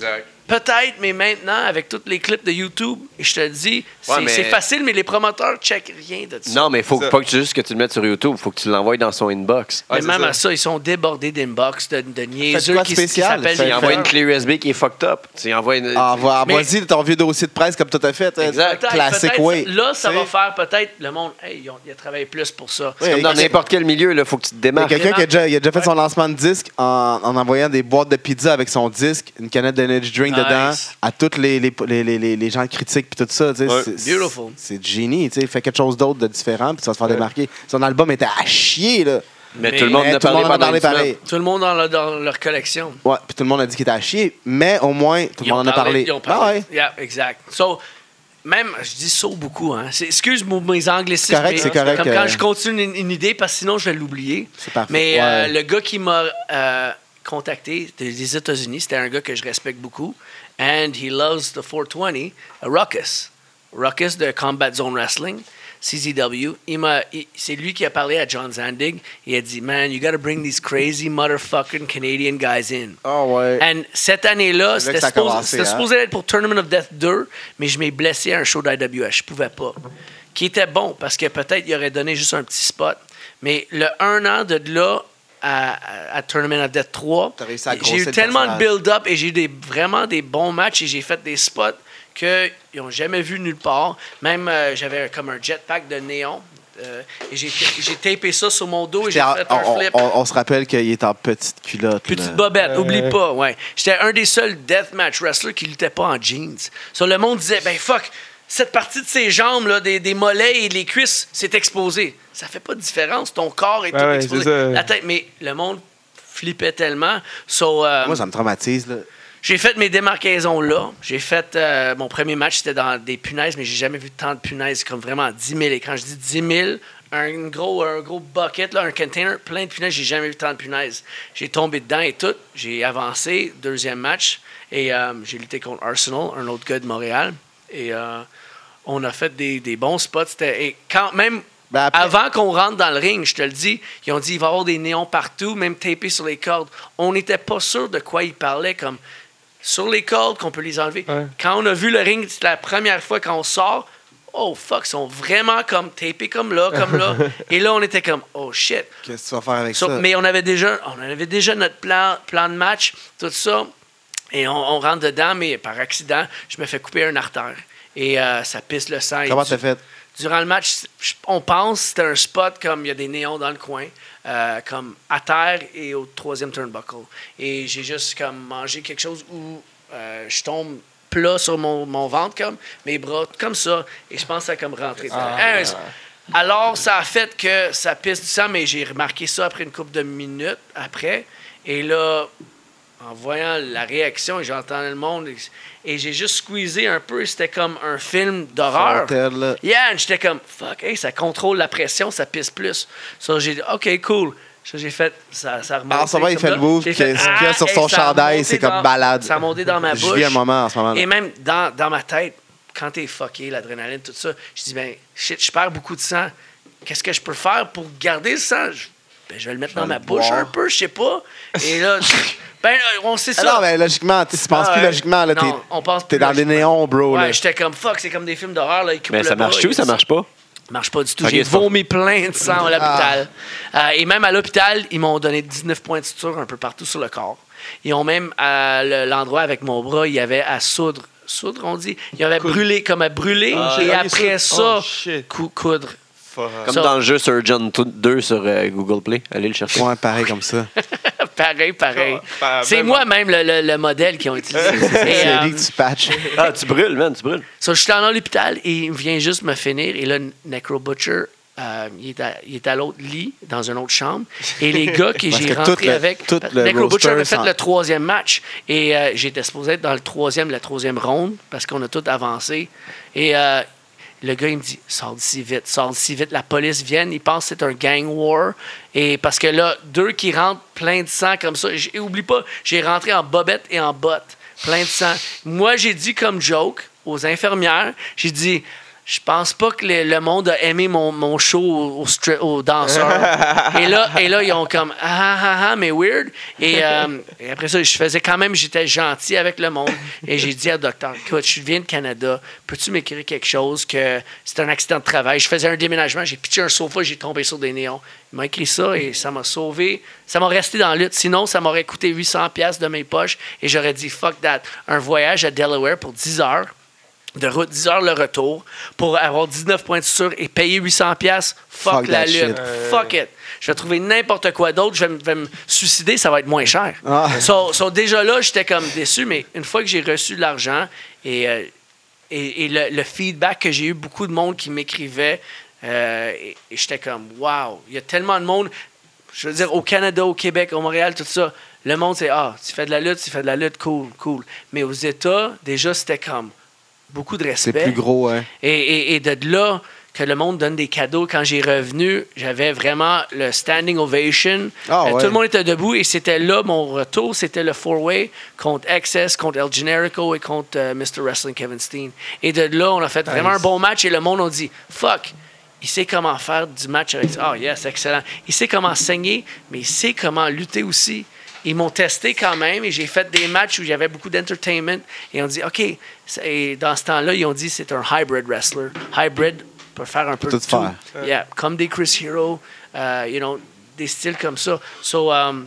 Peut-être, mais maintenant, avec tous les clips de YouTube, je te le dis, c'est
mais-
c'est facile, mais les promoteurs checkent rien de ça. Ah,
Non, mais faut
Ça.
pas que tu juste que tu le mettes sur YouTube, faut que tu l'envoies dans son inbox.
Ouais,
mais
c'est
même
ça.
à ça, ils sont débordés d'inbox, de, de niaiseux
quoi de
qui, qui
spécial?
s'appellent
Faites-
Il
des
envoie
faites-
une clé USB qui est fucked up. Tu y envoies une-
Ah, voilà,
Mais-
vas-y, ton vieux dossier de presse comme tout à fait. hein.
Exact.
Peut-être,
Classique,
peut-être,
oui.
Là, ça
Tu sais.
va faire peut-être le monde. Hey, ils ont, ils ont travaillé plus pour ça.
C'est comme dans
quelqu'un-
n'importe quel milieu, il faut que tu te
Bah,
Il y a
démarques.
quelqu'un qui a déjà, il a déjà fait son lancement de disque en, en envoyant des boîtes de pizza avec son disque, une canette d'energy drink
Nice.
dedans, à tous les, les, les, les- les- les gens critiques puis tout ça. tu sais,
Ouais.
c'est- c'est-
Beautiful.
C'est de génie. tu sais, Fais quelque chose d'autre de différent puis tu vas te faire démarquer. Son album était à chier. Là.
Mais,
Mais-
tout le monde en a
Mais tout le
parlé
monde en
pendant
a parlé
une semaine.
pareil.
Tout le monde dans, leur- dans leur collection.
Ouais, puis tout le monde a dit qu'il était à chier, mais au moins, tout le
Ils
monde en
ont
a parlé.
Ils ont
Ben
parlé.
ouais.
Yeah, exact. So, même, je dis ça beaucoup. Hein. C'est- Excuse mon- mes anglicismes.
C'est correct,
mais
c'est correct,
Comme
euh,
quand je continue une, une idée, parce que sinon, je vais l'oublier.
C'est parfait.
Mais
Ouais.
euh, le gars qui m'a euh, contacté des- des États-Unis, c'était un gars que je respecte beaucoup. And he loves the 420, uh, Ruckus. Ruckus de Combat Zone Wrestling, CZW. Il m'a- il- C'est lui qui a parlé à John Zandig. Il a dit, Man, you gotta bring these crazy motherfucking Canadian guys in.
Ah ouais.
And cette année-là,
C'est
c'était
là que ça a
supposé,
commencé,
c'était
hein?
supposé être pour Tournament of Death 2, mais je m'ai blessé à un show d'IWH. Je pouvais pas. Qui était bon, parce que peut-être il aurait donné juste un petit spot. Mais le un an de là à, à- à Tournament of Death 3,
T'as réussi à
j'ai
grossir
eu
le
tellement de
personnage.
build-up et j'ai eu des, vraiment des bons matchs et j'ai fait des spots qu'ils n'ont jamais vu nulle part. Même euh, j'avais comme un jetpack de néon. euh, et j'ai, j'ai tapé ça sur mon dos et j'ai
J'étais en-
fait un
on,
flip.
on- on se rappelle qu'il est en petite culotte.
Petite
là.
bobette, oublie pas, ouais. J'étais un des seuls deathmatch wrestlers qui luttait pas en jeans. Sur le monde disait, ben fuck, cette partie de ses jambes, là, des, des mollets et les cuisses, c'est exposé. Ça fait pas de différence, ton corps est
Ouais,
tout
ouais,
exposé.
c'est ça.
La tête, mais le monde flippait tellement. So, euh,
Moi, ça me traumatise. Là.
j'ai fait mes démarquaisons là. J'ai fait euh, mon premier match, c'était dans des punaises, mais j'ai jamais vu tant de punaises comme vraiment 10 000. Et quand je dis 10 000, un gros, un gros bucket, là, un container plein de punaises, j'ai jamais vu tant de punaises. J'ai tombé dedans et tout. J'ai avancé, deuxième match, et euh, j'ai lutté contre Arsenal, un autre gars de Montréal. Et euh, on a fait des, des bons spots. C'était- Et quand même.
Ben, après-
Avant qu'on rentre dans le ring, je te le dis, ils ont dit il va y avoir des néons partout, même tapés sur les cordes. On n'était pas sûr de quoi ils parlaient, comme sur les cordes qu'on peut les enlever.
Ouais.
Quand on a vu le ring, c'est la première fois qu'on sort. Oh fuck, ils sont vraiment comme tapés comme là, comme là. Et là, on était comme oh shit.
Qu'est-ce que tu vas faire avec
So-
ça?
mais on avait déjà, on avait déjà notre plan, plan de match, tout ça. Et on, on rentre dedans, mais par accident, je me fais couper un artère. Et euh, ça pisse le sang. et
Comment
du-
t'as fait?
Durant le match, je- on pense que c'était un spot comme il y a des néons dans le coin, euh, comme à terre et au troisième turnbuckle. Et j'ai juste comme mangé quelque chose où euh, je tombe plat sur mon, mon ventre, comme mes bras, comme ça. Et je pense que ça a comme rentré. Hein, c'est- alors, ça a fait que ça pisse du sang, mais j'ai remarqué ça après une couple de minutes après. Et là, en voyant la réaction, j'entendais le monde et j'ai juste squeezé un peu. C'était comme un film d'horreur.
Fontaine, là.
Yeah, and j'étais comme fuck, hey, ça contrôle la pression, ça pisse plus. Ça, j'ai dit ok, cool. Ça, j'ai fait, ça, ça ah, remonte.
En ce moment, il fait le move que ce qu'il y a sur son chandail, c'est comme balade.
Ça a monté dans ma
Je
bouche.
vis un moment en ce moment-là.
Et même dans, dans ma tête, quand t'es fucké, l'adrénaline, tout ça, je dis ben shit, je perds beaucoup de sang. Qu'est-ce que je peux faire pour garder le sang? Je, ben, je vais le mettre dans ma bouche
boire.
un peu, je sais pas. Et là, ben, on sait
Ah
ça.
non, mais logiquement, tu tu penses
Ah,
plus
ouais.
logiquement. Là,
Non,
t'es-
on pense
T'es
plus
dans les
logiquement.
néons, bro. là.
Ouais, j'étais comme fuck, c'est comme des films d'horreur. là, ils coupent
Mais
le
ça
bras,
marche ou
ils-
ça marche pas?
marche pas du tout.
Ok,
J'ai
c'est pas-
vomi plein de sang à l'hôpital.
Ah.
Euh, et même à l'hôpital, ils m'ont donné 19 points de suture un peu partout sur le corps. Ils ont même, à le- l'endroit avec mon bras, il y avait à soudre. Soudre, on dit. Il y avait brûlé, comme à brûler. et
Ah,
j'ai-
après
oh,
ça,
shit.
cou- coudre.
Comme
Ça-
dans le jeu Surgeon 2 sur euh, Google Play. Allez le chercher.
Ouais, pareil comme ça.
pareil, pareil.
Ah,
Pas-
C'est
même-
moi-même le, le- le modèle qu'ils ont utilisé. Et,
ben, C'est
euh,
lui que tu patches.
Ah, tu brûles, man, tu brûles.
So, je suis allé à l'hôpital et il vient juste me finir. Et là, Necro Butcher, euh, il est à, il est à l'autre lit, dans une autre chambre. Et les gars que
Parce
j'ai
que tout
rentré
le-
avec,
tout le
Necro Butcher avait
roster
fait
s'en-
le troisième match. Et euh, j'étais supposé être dans le troisième, la troisième ronde, parce qu'on a tout avancé. Et euh, le gars, il me dit Sors d'ici vite, sors d'ici vite. La police vient, il pense que c'est un gang war. Et parce que là, deux qui rentrent plein de sang comme ça. J- Et oublie pas, j'ai rentré en bobette et en botte, plein de sang. Moi, j'ai dit comme joke aux infirmières J'ai dit Je pense pas que le, le monde a aimé mon, mon show aux, danseurs. et, là, et là, ils ont comme ah ah ah, mais weird. Et, euh, et après ça, je faisais quand même, j'étais gentil avec le monde. Et j'ai dit à docteur, écoute, je viens de Canada, peux-tu m'écrire quelque chose que c'est un accident de travail? Je faisais un déménagement, j'ai pitché un sofa, j'ai tombé sur des néons. Il m'a écrit ça et ça m'a sauvé. Ça m'a resté dans la lutte. Sinon, ça m'aurait coûté 800$ piastres de mes poches et j'aurais dit fuck that. Un voyage à Delaware pour 10 heures de route, 10 heures le retour, pour avoir 19 points de suture et payer 800$, piastres, fuck,
Fuck
la
that
lutte.
shit.
Fuck it. Je vais trouver n'importe quoi d'autre, je vais, me- vais me suicider, ça va être moins cher.
Ah.
So- so déjà là, j'étais comme déçu, mais une fois que j'ai reçu de l'argent et, euh, et, et le, le feedback que j'ai eu, beaucoup de monde qui m'écrivait, euh, et, et j'étais comme, wow, il y a tellement de monde. Je veux dire, au Canada, au Québec, au Montréal, tout ça, le monde, c'est, ah, tu fais de la lutte, tu fais de la lutte, cool, cool. Mais aux États, déjà, c'était comme beaucoup de
C'est
respect.
plus gros, hein.
Et, et- et de là que le monde donne des cadeaux. Quand j'ai revenu, j'avais vraiment le standing ovation. Euh,
Ah ouais.
Tout le monde était debout et c'était là mon retour. C'était le four-way contre Access, contre El Generico et contre euh, Mr. Wrestling Kevin Steen. Et de là, on a fait vraiment un bon match et le monde a dit Fuck, il sait comment faire du match avec ça. Oh yes, excellent. Il sait comment saigner, mais il sait comment lutter aussi. Ils m'ont testé quand même et j'ai fait des matchs où il y avait beaucoup d'entertainment. Et on dit, OK. c'est- Et dans ce temps-là, ils ont dit c'est un hybrid wrestler. Hybrid peut faire un peu
Tout
de
faire.
Uh,
tout. Yeah, comme des Chris Hero, euh, you know, des styles comme ça. So, um,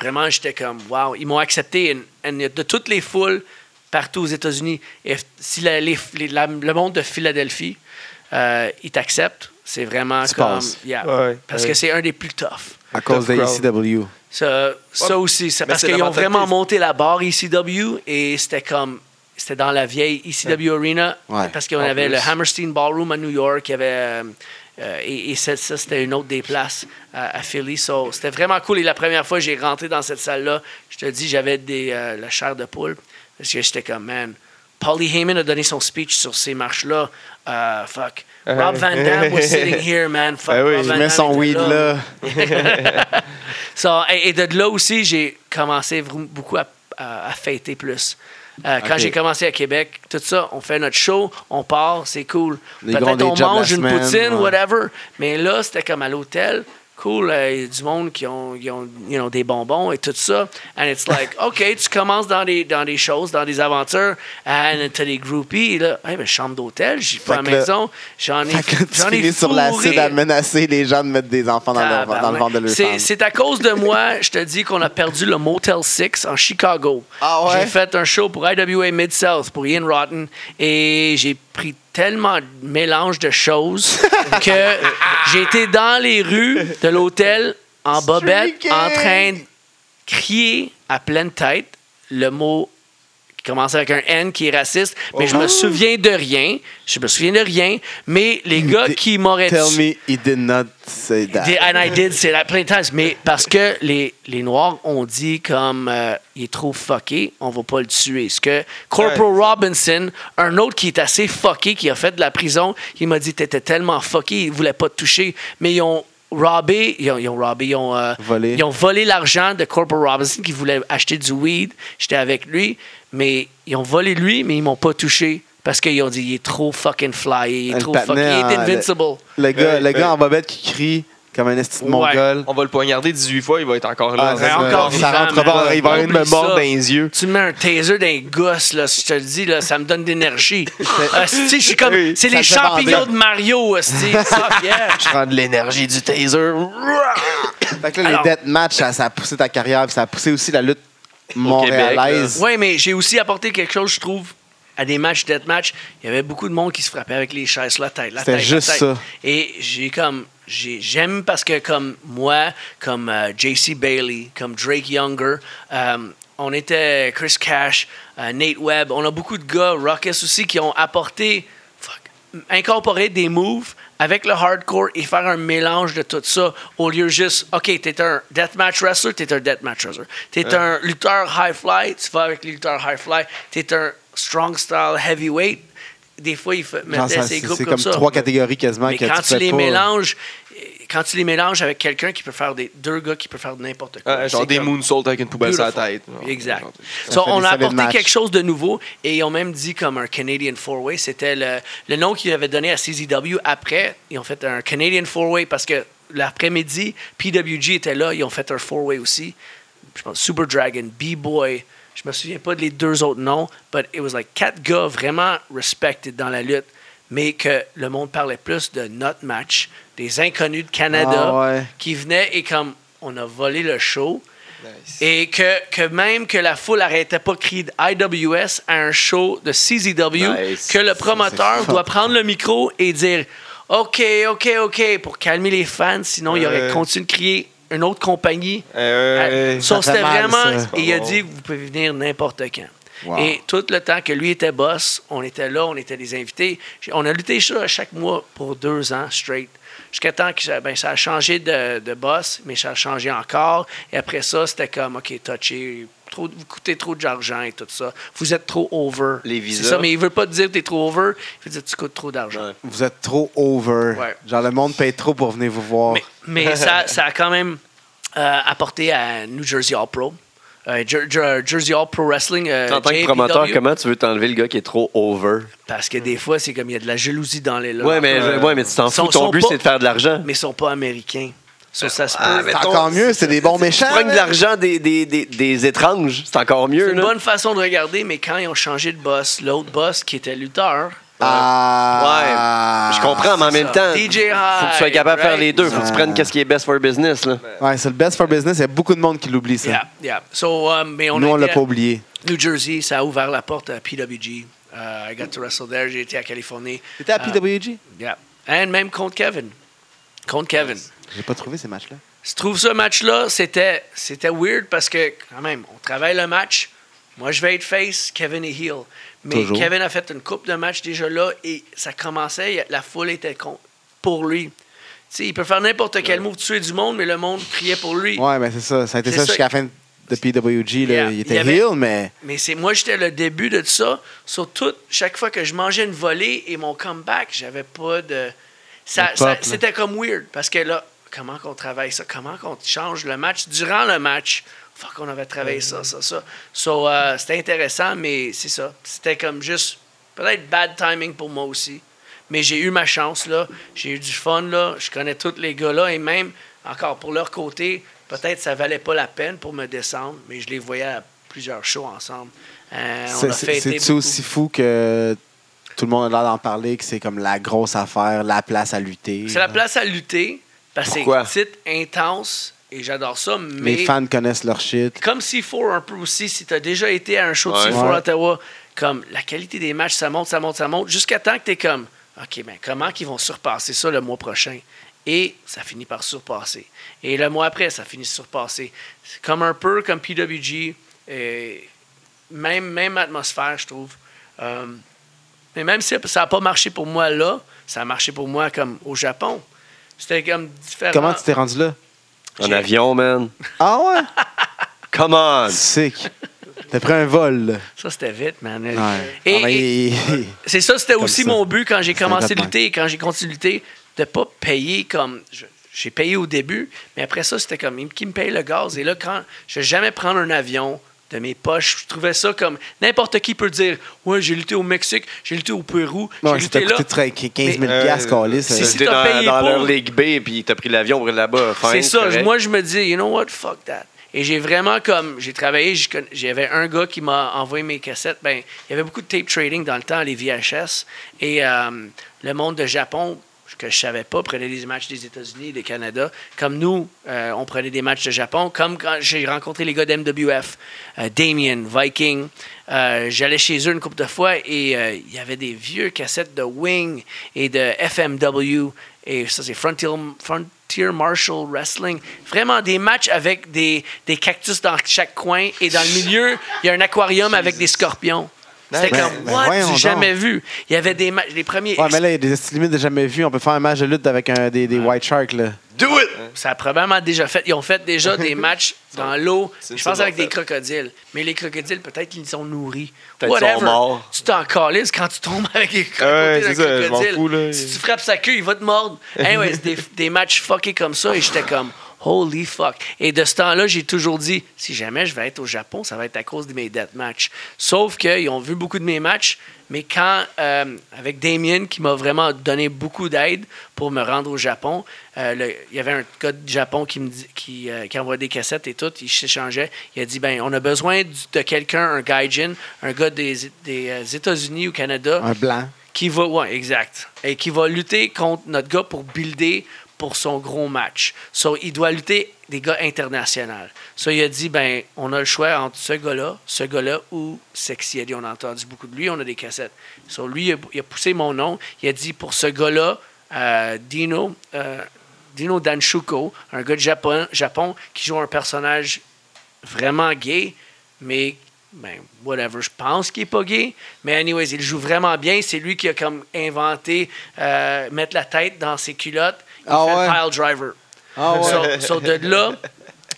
vraiment, j'étais comme, wow, ils m'ont accepté. And- and de toutes les foules partout aux États-Unis, et si la- les- les- la- le monde de Philadelphie, euh, ils t'acceptent, c'est vraiment
Tu
comme.
penses.
yeah.
Ouais,
parce
ouais.
que c'est un des plus tough.
À cause de
Tough crowd.
ACW.
Ça, ça
Ouais.
aussi, c'est
Mais
parce
c'est la
qu'ils ont
mentalité.
vraiment monté la barre ECW et c'était comme. C'était dans la vieille ECW Arena.
Ouais.
Parce qu'on
En
avait
plus.
le Hammerstein Ballroom à New York. Il y avait, euh, euh, et et ça, ça, c'était une autre des places à, à Philly. So, c'était vraiment cool. Et la première fois que j'ai rentré dans cette salle-là, je te dis, j'avais des, euh, la chair de poule. Parce que j'étais comme, man, Paulie Heyman a donné son speech sur ces marches-là. Euh, fuck. Rob Van Dam was sitting here, man. Fuck.
Ben oui,
Rob
il
Van
Mets
Dam
son
était
weed là.
ça, et, et de là aussi, j'ai commencé vrou- beaucoup à, à- à fêter plus. Euh, quand
Ok.
j'ai commencé à Québec, tout ça, on fait notre show, on part, c'est cool.
Les gars ont
Peut-être
des
on
jobs la
mange une
semaine,
poutine,
ouais.
whatever. Mais là, c'était comme à l'hôtel. Cool, euh, il y a du monde qui ont, qui ont, you know, des bonbons et tout ça. And it's like, OK, tu commences dans des, dans des choses, dans des aventures. And t'as des groupies. Et là, hey, ben, chambre d'hôtel, j'ai pas à la
que là-
maison. J'en ai,
Fait que tu
j'en ai
finis sur
fourré.
l'acide à menacer les gens de mettre des enfants dans, leur-
Tabarnak.
dans le ventre de leur
C'est-
femme.
C'est à cause de moi, je te dis qu'on a perdu le Motel 6 en Chicago.
Ah ouais?
J'ai fait un show pour IWA Mid-South, pour Ian Rotten, et j'ai pris tellement de mélange de choses que j'ai été dans les rues de l'hôtel en bobette, en train de crier à pleine tête le mot qui commence avec un N qui est raciste, mais
Oh.
je me souviens de rien. Je me souviens de rien, mais les gars
did-
qui m'auraient
Tell me he did not say that.
Did- and I did, c'est la plein de temps. Mais parce que les, les Noirs ont dit comme euh, il est trop fucké, on va pas le tuer. Ce que Corporal Robinson, un autre qui est assez fucké, qui a fait de la prison, il m'a dit t'étais tellement fucké, il voulait pas te toucher. Mais ils ont robé, ils ont, ils ont robé, ils ont, euh,
Volé.
ils ont volé l'argent de Corporal Robinson qui voulait acheter du weed. J'étais avec lui, mais ils ont volé lui, mais ils m'ont pas touché. Parce qu'ils ont dit, il est trop fucking fly, il est
Le
trop fucking,
patinet
il est
en-
invincible.
Le gars,
Ouais,
le gars
ouais.
en bobette qui crie comme un esti de
Ouais.
mongol.
On va le poignarder 18 fois, il va être encore
Ah,
là.
c'est ça.
encore
ça
vivant,
rentre pas.
man.
Il va même me
Oublie
mordre
ça.
dans les yeux.
Tu mets un taser d'un gosse, là, si je te le dis, là, ça me donne de l'énergie. Asti, je suis comme.
Oui,
c'est
ça
les
te fait
champignons
bander.
de Mario, asti. Fuck yeah.
Prends de l'énergie du taser.
Fait que là,
Alors-
les deathmatchs, ça, ça a poussé ta carrière, puis ça a poussé aussi la lutte montréalaise.
Ouais, mais j'ai aussi apporté quelque chose, je trouve, à des matchs deathmatch. Il y avait beaucoup de monde qui se frappait avec les chaises, la tête, la
C'était
tête. la
juste
tête.
ça.
Et j'ai comme. j'ai- J'aime parce que, comme moi, comme euh, JC Bailey, comme Drake Younger, euh, on était Chris Cash, euh, Nate Webb, on a beaucoup de gars, Ruckus aussi, qui ont apporté. fuck, incorporer des moves avec le hardcore et faire un mélange de tout ça au lieu juste, OK, t'es un deathmatch wrestler, t'es un deathmatch wrestler. T'es un lutteur high fly, tu vas avec les lutteurs high fly. T'es un strong style heavyweight, des fois, ils fa-
Genre,
mettaient
ça,
ces
C'est
groupes
c'est
comme,
comme
ça.
trois catégories quasiment
Mais
que
quand
tu
tu
fais
les
pas.
mélanges, quand tu les mélanges avec quelqu'un qui peut faire des deux gars qui peut faire n'importe quoi.
Ah,
Euh,
genre
c'est
des
comme
moonsaults avec une poubelle sur la tête.
beautiful. Exact.
Genre,
So,
fait
on
des
a
solid
apporté
matchs.
quelque chose de nouveau et ils ont même dit comme un Canadian Four Way. C'était le, le nom qu'ils avaient donné à CZW après. Ils ont fait un Canadian Four Way parce que l'après-midi, PWG était là. Ils ont fait un Four Way aussi. Je pense Super Dragon, B-Boy. Je me souviens pas des deux autres noms, but it was like quatre gars vraiment respected dans la lutte, mais que le monde parlait plus de notre match, des inconnus de Canada
Ah ouais.
qui venaient et comme on a volé le show. Et que, que même que la foule n'arrêtait pas de crier de IWS à un show de CZW,
Nice.
que le promoteur doit prendre le micro et dire OK, OK, OK pour calmer les fans, sinon il aurait
Ouais.
continué de crier une autre compagnie.
Euh,
So,
ça fait
c'était
mal,
vraiment.
ça.
Et il a dit Vous pouvez venir n'importe quand.
Wow.
Et tout le temps que lui était boss, on était là, on était des invités. J'ai- On a lutté ça chaque mois pour deux ans straight. Jusqu'à temps que ça- ben, ça a changé de, de boss, mais ça a changé encore. Et après ça, c'était comme, OK, touché, trop, vous coûtez trop d'argent et tout ça. Vous êtes trop over.
Les
C'est
visas.
ça, mais il veut pas te dire que tu es trop over. Il veut dire que tu coûtes trop d'argent.
Ouais.
Vous êtes trop over.
Ouais.
Genre, le monde paye trop pour venir vous voir.
Mais, mais ça, ça a quand même euh, apporté à New Jersey All Pro. Euh, Jer- Jer- Jersey All Pro Wrestling. euh,
En tant que
JPW,
promoteur, comment tu veux t'enlever le gars qui est trop over?
Parce que des fois, c'est comme il y a de la jalousie dans les là.
Ouais, mais,
Euh,
ouais, mais tu t'en
sont-
fous. Ton
sont
but,
pas-
c'est de faire de l'argent.
Mais ils sont pas américains. Ça, ça se peut.
Ah,
c'est
mettons,
encore mieux, c'est des bons
Tu
méchants.
prends de
là.
l'argent des, des, des, des étranges. C'est encore mieux.
c'est une
là.
bonne façon de regarder, mais quand ils ont changé de boss, l'autre boss qui était lutteur, euh,
Ah.
Ouais, je comprends, mais en même
Ah, ça.
temps,
DJ
faut que tu sois
Hyde,
capable de faire
right?
les deux. Faut que tu
Ouais.
prennes qu'est-ce qui est best for business. Là.
Ouais, c'est le best for business. Il y a beaucoup de monde qui l'oublie, ça.
yeah, yeah. So, euh, mais on
Nous,
a
on
été
l'a
à
pas oublié.
New Jersey, ça a ouvert la porte à PWG. Euh, I got to wrestle there. J'ai été à Californie.
T'étais à
Euh,
PWG?
Yeah. And même contre Kevin. Contre Kevin.
J'ai pas trouvé ces matchs-là.
Je trouve ce match-là, c'était, c'était weird parce que, quand même, on travaille le match. Moi, je vais être face, Kevin est heel. Mais
Toujours.
Kevin a fait une coupe de match déjà là et ça commençait, il- la foule était con- pour lui. Tu sais, il peut faire n'importe quel move, tuer du monde, mais le monde criait pour lui.
Ouais, mais c'est ça. Ça a été
C'est
ça,
ça.
jusqu'à la fin de PWG. Là.
Yeah.
Il
Il y
était
avait-
heel, mais.
Mais c'est moi, j'étais le début de ça. Sur tout, chaque fois que je mangeais une volée et mon comeback, j'avais pas de. Ça,
Le
ça-
pop, là.
c'était comme weird parce que là, comment qu'on travaille ça? Comment qu'on change le match durant le match? Fuck, qu'on avait travaillé ça, ça, ça. So, euh, c'était intéressant, mais c'est ça. C'était comme juste peut-être bad timing pour moi aussi. Mais j'ai eu ma chance, là. J'ai eu du fun, là. Je connais tous les gars, là. Et même, encore pour leur côté, peut-être ça valait pas la peine pour me descendre, mais je les voyais à plusieurs shows ensemble. Euh, on
C'est-
a
C'est
fêté
c'est-tu
beaucoup.
aussi fou que tout le monde a l'air d'en parler, que c'est comme la grosse affaire, la place à lutter.
C'est la place à lutter, parce que c'est
Pourquoi?
un titre intense, et j'adore ça, mais...
Les fans connaissent leur shit.
comme C4 un peu aussi, si tu as déjà été à un show de
Ouais.
C4 à
Ouais.
Ottawa, comme la qualité des matchs, ça monte, ça monte, ça monte, jusqu'à temps que tu es comme, OK, ben comment qu'ils vont surpasser ça le mois prochain? Et ça finit par surpasser. Et le mois après, ça finit surpasser. C'est comme un peu comme PWG, euh, même, même atmosphère, je trouve. Euh, mais même si ça n'a pas marché pour moi là, ça a marché pour moi comme au Japon. C'était comme différent.
Comment tu t'es rendu là?
En avion, man.
Ah ouais?
Come on.
Sick. T'as pris un vol. là.
Ça, c'était vite, man.
Ouais.
Et-
Ah, mais
et-
il-
C'est ça, c'était
Comme
aussi
ça.
mon but quand j'ai
C'est
commencé à
exactement.
lutter et quand j'ai continué de lutter, de pas payer comme. je- J'ai payé au début, mais après ça, c'était comme qui me paye le gaz. Et là, quand je vais jamais prendre un avion de mes poches, je trouvais ça comme n'importe qui peut dire Ouais, j'ai lutté au Mexique, j'ai lutté au Pérou, j'ai
Ouais, ça t'a
lutté là.
coûté très- 15 000
Mais-
piastres,
Euh,
câlisse.
si-
C'était
t'as
dans,
payé
dans
pour-
leur Ligue B, puis t'as pris l'avion pour aller là-bas.
C'est
Fine,
ça.
correct.
Moi, je me dis, you know what, fuck that. Et j'ai vraiment comme. J'ai travaillé, j'y conna- j'avais un gars qui m'a envoyé mes cassettes. Ben, il y avait beaucoup de tape trading dans le temps, les VHS. Et euh, le monde de Japon, que je savais pas, prenait des matchs des États-Unis, des Canada. Comme nous, euh, on prenait des matchs de Japon. Comme quand j'ai rencontré les gars d'MWF, euh, Damien, Viking. Euh, J'allais chez eux une couple de fois et euh, il y avait des vieux cassettes de Wing et de FMW. Et ça, c'est Frontier, Frontier Martial Wrestling. Vraiment des matchs avec des, des cactus dans chaque coin. Et dans le milieu, il y a un aquarium avec des scorpions. C'était
Ben,
comme,
ben
what?
voyons
J'ai
donc.
jamais vu. Il y avait des matchs, les premiers.
Ouais, mais là, il y a des limites de jamais vues. On peut faire un match de lutte avec un, des, des White Sharks, là.
Do it!
Ça a probablement déjà fait. Ils ont fait déjà des matchs dans l'eau,
c'est une
je pense avec
saison
des crocodiles. Mais les crocodiles, peut-être qu'ils sont nourris.
Peut-être qu'ils sont morts.
Tu t'en calisses quand tu tombes avec les
Ouais,
crocodiles.
c'est
un
ça, je m'en
crocodile.
fous, là.
Si tu frappes sa queue, il va te mordre. Anyway, c'est des, des matchs fuckés comme ça et j'étais comme holy fuck. Et de ce temps-là, j'ai toujours dit si jamais je vais être au Japon, ça va être à cause de mes deathmatchs. Sauf qu'ils ont vu beaucoup de mes matchs, mais quand, euh, avec Damien qui m'a vraiment donné beaucoup d'aide pour me rendre au Japon, euh, le- il y avait un gars du Japon qui me dit- qui, euh, qui envoyait des cassettes et tout, il s'échangeait. Il a dit ben on a besoin du- de quelqu'un, un gaijin, un gars des, des, euh, États-Unis ou Canada
Un blanc.
qui va, ouais, exact, et qui va lutter contre notre gars pour builder pour son gros match. So, il doit lutter des gars internationaux. So, il a dit, ben, on a le choix entre ce gars-là, ce gars-là ou Sexy Eddie. On a entendu beaucoup de lui, on a des cassettes. So, lui, il a, il a poussé mon nom. Il a dit, pour ce gars-là, euh, Dino, euh, Dino Danshuko, un gars de Japon, Japon qui joue un personnage vraiment gay, mais ben, whatever, je pense qu'il est pas gay. Mais anyways, il joue vraiment bien. C'est lui qui a comme inventé euh, mettre la tête dans ses culottes. Il
Ah
fait
ouais.
le pile driver.
Ah
So- so de là,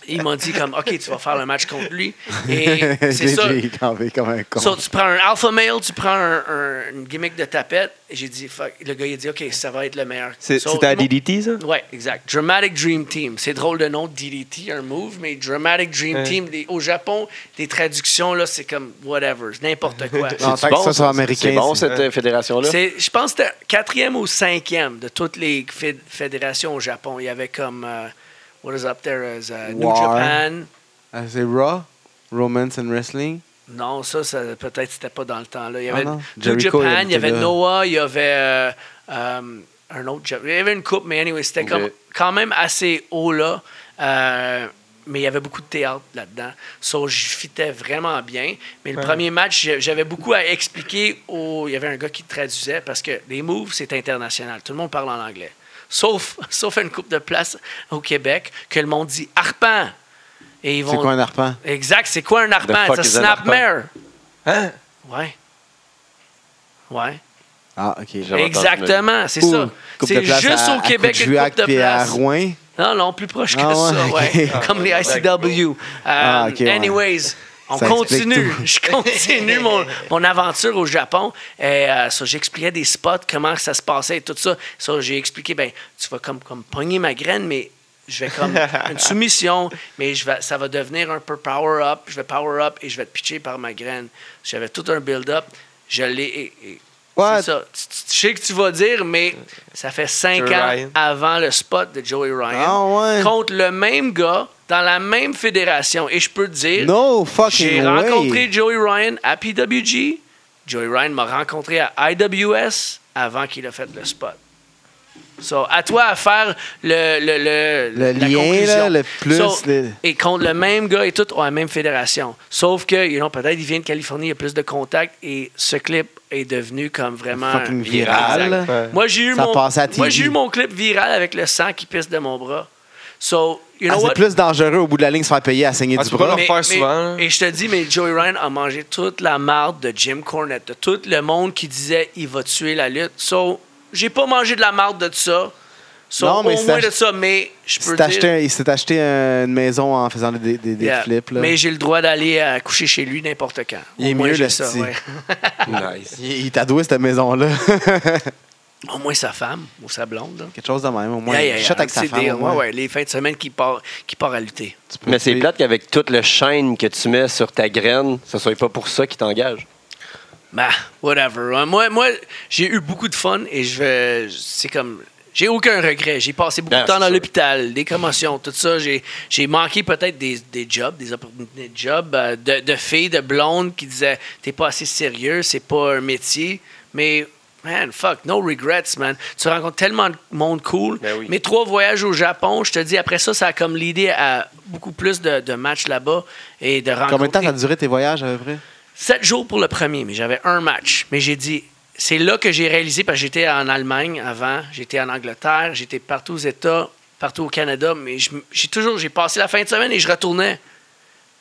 ils m'ont dit comme, OK, tu vas faire le match contre lui. Et c'est ça.
J'ai campé comme un con.
So, tu prends un alpha male, tu prends un, un- une gimmick de tapette. Et j'ai dit, fuck, le gars, il a dit, OK, ça va être le meilleur.
C'est
So,
c'est à
ils m'ont-
DDT, ça?
Ouais, exact. Dramatic Dream Team. C'est drôle de nom, DDT, un move, mais Dramatic Dream
Ouais.
Team, les- au Japon, des traductions, là, c'est comme whatever, c'est n'importe quoi.
Non, tant que ça soit américain,
C'est bon,
c'est-
cette euh, fédération-là?
C'est- Je pense que c'était quatrième ou cinquième de toutes les féd- fédérations au Japon. Il y avait comme, euh, what is up there, is, euh, New
War.
Japan.
Ah, C'est Raw, Romance and Wrestling.
Non, ça, ça peut-être c'était pas dans le temps. Là. Il y
Ah
avait
non.
New
Jericho, il
Japan, il y
habitait
avait
là.
Noah, il y avait euh, euh, un autre. Jap- Il y avait une coupe, mais anyway, c'était comme,
Ok.
quand même assez haut là. Euh, mais il y avait beaucoup de théâtre là-dedans. So, je fitais vraiment bien. Mais le premier match, j'a- j'avais beaucoup à expliquer. Au... Il y avait un gars qui traduisait parce que les moves, c'est international. Tout le monde parle en anglais. Sauf, sauf une coupe de place au Québec que le monde dit arpent. Et ils
C'est
vont
quoi un arpent?
Exact, c'est quoi un arpent?
fuck
C'est un
is an
snapmare.
Hein?
Ouais. Ouais.
Ah, OK.
J'avais entendu,
Exactement, c'est ça. C'est juste au Québec
une
une coupe de
à
place.
Rouen.
Non, non, plus proche que
Ah ouais,
ça,
ok.
ouais. Comme les ICW. Euh,
Ah, ok, ouais.
Anyways, on
Ça explique
continue.
tout.
Je continue mon, mon aventure au Japon. Et, euh, ça, j'expliquais des spots, comment ça se passait et tout ça. Ça, j'ai expliqué, ben, tu vas comme, comme pogner ma graine, mais je vais comme une soumission, mais je vais, ça va devenir un peu power-up. Je vais power-up et je vais te pitcher par ma graine. J'avais tout un build-up. Je l'ai... et- et-
What?
C'est ça. Tu- tu- Je sais que tu vas dire, mais ça fait cinq
Joey
ans
Ryan.
avant le spot de Joey Ryan
Ah ouais.
contre le même gars dans la même fédération. Et je peux te dire,
No
j'ai
fucking way.
rencontré Joey Ryan à PWG. Joey Ryan m'a rencontré à IWS avant qu'il a fait le spot. So, à toi à faire le, le, le,
Le
la
lien,
conclusion.
là, le plus,
So,
le-
Et contre le même gars et tout, ont la même fédération. Sauf que, you know, peut-être il vient de Californie, il y a plus de contacts et ce clip est devenu comme vraiment.
Fucking viral.
Exact.
Ouais.
Moi, j'ai eu,
Ça
mon,
passe à
moi,
TV.
j'ai eu mon clip viral avec le sang qui pisse de mon bras. So, you know
Ah,
what?
c'est plus dangereux au bout de la ligne se faire payer à saigner
Ah,
du
tu peux
bras.
leur faire souvent, là.
Et je te dis, mais Joey Ryan a mangé toute la marde de Jim Cornette, de tout le monde qui disait il va tuer la lutte. So, j'ai pas mangé de la marde de ça. So,
Non, mais
au
c'est
moins
ach-
de ça, mais je peux
C'est
dire.
acheté un- Il s'est acheté une maison en faisant des, des, des
Yeah.
flips. Là.
Mais j'ai le droit d'aller euh, coucher chez lui n'importe quand.
Il est
au moins,
mieux,
j'ai
le
ça,
style.
ouais.
Nice.
Il, il t'a doué cette maison-là.
Au moins sa femme ou sa blonde. là.
Quelque chose de même. Au moins,
Yeah,
il
yeah, yeah.
shot avec sa
C'est
femme.
des-
au moins.
ouais, ouais, les fins de semaine qui part, qui part à lutter.
Tu peux
Mais c'est
te-
plate qu'avec toute le chaîne que tu mets sur ta graine, ce soit pas pour ça qu'ils t'engagent.
Bah, whatever. Euh, Moi, moi j'ai eu beaucoup de fun et je vais. C'est comme. J'ai aucun regret. J'ai passé beaucoup
Ah,
de temps
c'est
dans
sûr.
l'hôpital, des commotions, tout ça. J'ai j'ai manqué peut-être des, des jobs, des opportunités de jobs, euh, de, de filles, de blondes qui disaient T'es pas assez sérieux, c'est pas un métier. Mais, man, fuck, no regrets, man. Tu rencontres tellement de monde cool.
Ben oui.
Mes trois voyages au Japon, je te dis, après ça, ça a comme l'idée à beaucoup plus de, de matchs là-bas et de rencontrer.
Combien de temps ça a duré tes voyages à peu près?
Sept jours pour le premier, mais j'avais un match. Mais j'ai dit, c'est là que j'ai réalisé, parce que j'étais en Allemagne avant, j'étais en Angleterre, j'étais partout aux États, partout au Canada, mais je- j'ai toujours, j'ai passé la fin de semaine et je retournais.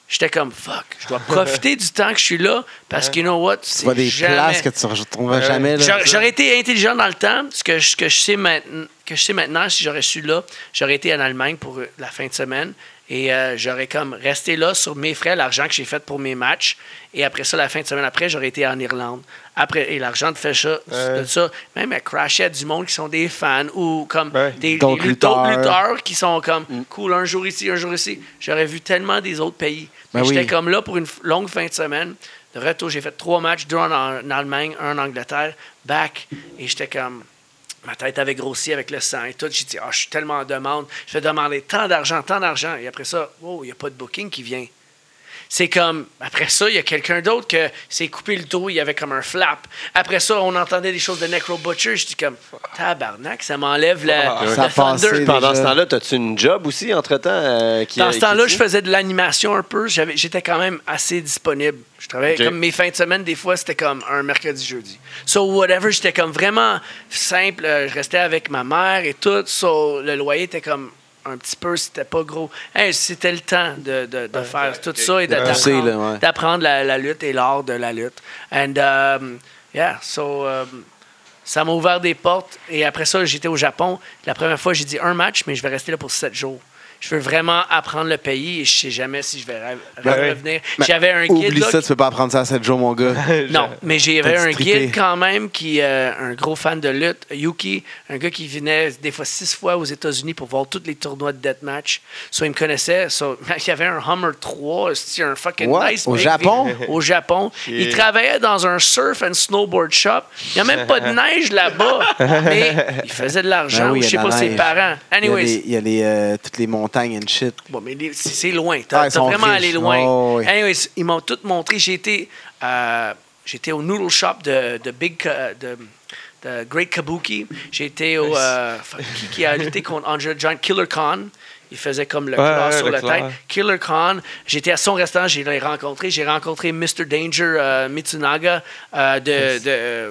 J'étais comme, fuck, je dois profiter du temps que je suis là, parce que, you know what,
Tu
Euh,
vois des places que tu ne retrouveras jamais. là.
J'aurais j'aurais été intelligent dans le temps, ce que, je- ce que je sais maintenant, que je sais maintenant, si j'aurais su là, j'aurais été en Allemagne pour euh, la fin de semaine et euh, j'aurais comme resté là sur mes frais, l'argent que j'ai fait pour mes matchs. Et après ça, la fin de semaine après, j'aurais été en Irlande. Après, et l'argent de fait ça, de ça, même elle crashait du monde qui sont des fans ou comme
Ouais.
des,
D'autres
des lutte- d'autres
lutteurs.
lutteurs qui sont comme
Mm.
cool, un jour ici, un jour ici. J'aurais vu tellement des autres pays.
Ben
Mais J'étais
oui.
comme là pour une f- longue fin de semaine. De retour, j'ai fait trois matchs, deux en, en Allemagne, un en Angleterre, back. Et j'étais comme. Ma tête avait grossi avec le sang et tout. J'ai dit, ah, je suis tellement en demande. Je vais demander tant d'argent, tant d'argent. Et après ça, oh, il n'y a pas de booking qui vient. C'est comme, après ça, il y a quelqu'un d'autre que s'est coupé le dos, il y avait comme un flap. Après ça, on entendait des choses de Necro Butcher. Je dis comme, tabarnak, ça m'enlève la.
Ah,
le
ça a
thunder.
passé.
Pendant
déjà.
ce temps-là, as-tu une job aussi, entre-temps? euh, qui-
Dans ce
qui tient?
temps-là, je faisais de l'animation un peu. J'avais- J'étais quand même assez disponible. Je travaillais
Ok.
comme mes fins de semaine, des fois, c'était comme un mercredi, jeudi. So, whatever, j'étais comme vraiment simple. Euh, Je restais avec ma mère et tout. So, le loyer était comme un petit peu, c'était pas gros. Hey, c'était le temps de, de- de faire tout ça et de-
pousser, là,
d'apprendre
ouais.
d'apprendre la, la lutte et l'art de la lutte. And, um, yeah, so. um, ça m'a ouvert des portes. Et après ça, j'étais au Japon. La première fois, j'ai dit un match, mais je vais rester là pour sept jours. Je veux vraiment apprendre le pays et je sais jamais si je vais re- revenir.
Mais
J'avais un guide.
Ben Oublie
là,
ça, tu peux pas apprendre ça à 7 jours, mon gars.
non, mais j'avais
T'as dû
un
triper.
guide quand même qui est un gros fan de lutte, Yuki, un gars qui venait des fois six fois aux États-Unis pour voir tous les tournois de deathmatch. So, il me connaissait. So, il y avait un Hummer 3, c'est un fucking
What?
nice.
Au
big
Japon?
vi- Au Japon. Il travaillait dans un surf and snowboard shop. Il n'y a même pas de neige là-bas, mais il faisait de l'argent.
Ben oui,
ou
il y
je sais
a de la
pas ses
neige.
parents.
Il y a,
Anyways,
les, il y a les, euh, toutes les montagnes and shit.
Bon, mais les- c'est c'est loin. T'as
Ah, ils
t'as
sont
vraiment
riches.
allé loin.
Oh, oui.
Anyways, ils m'ont tout montré. J'ai été, euh, j'étais au Noodle Shop de, de Big... Ka- De, de Great Kabuki. J'ai été au... euh, fuck, qui, qui a lutté contre Andre John? Killer Khan. Il faisait comme le
Ouais,
claw
ouais,
sur
le
la
claw.
tête. Killer Khan. J'étais à son restaurant, j'ai l'ai rencontré. J'ai rencontré Mr. Danger euh, Mitsunaga euh, de, de euh,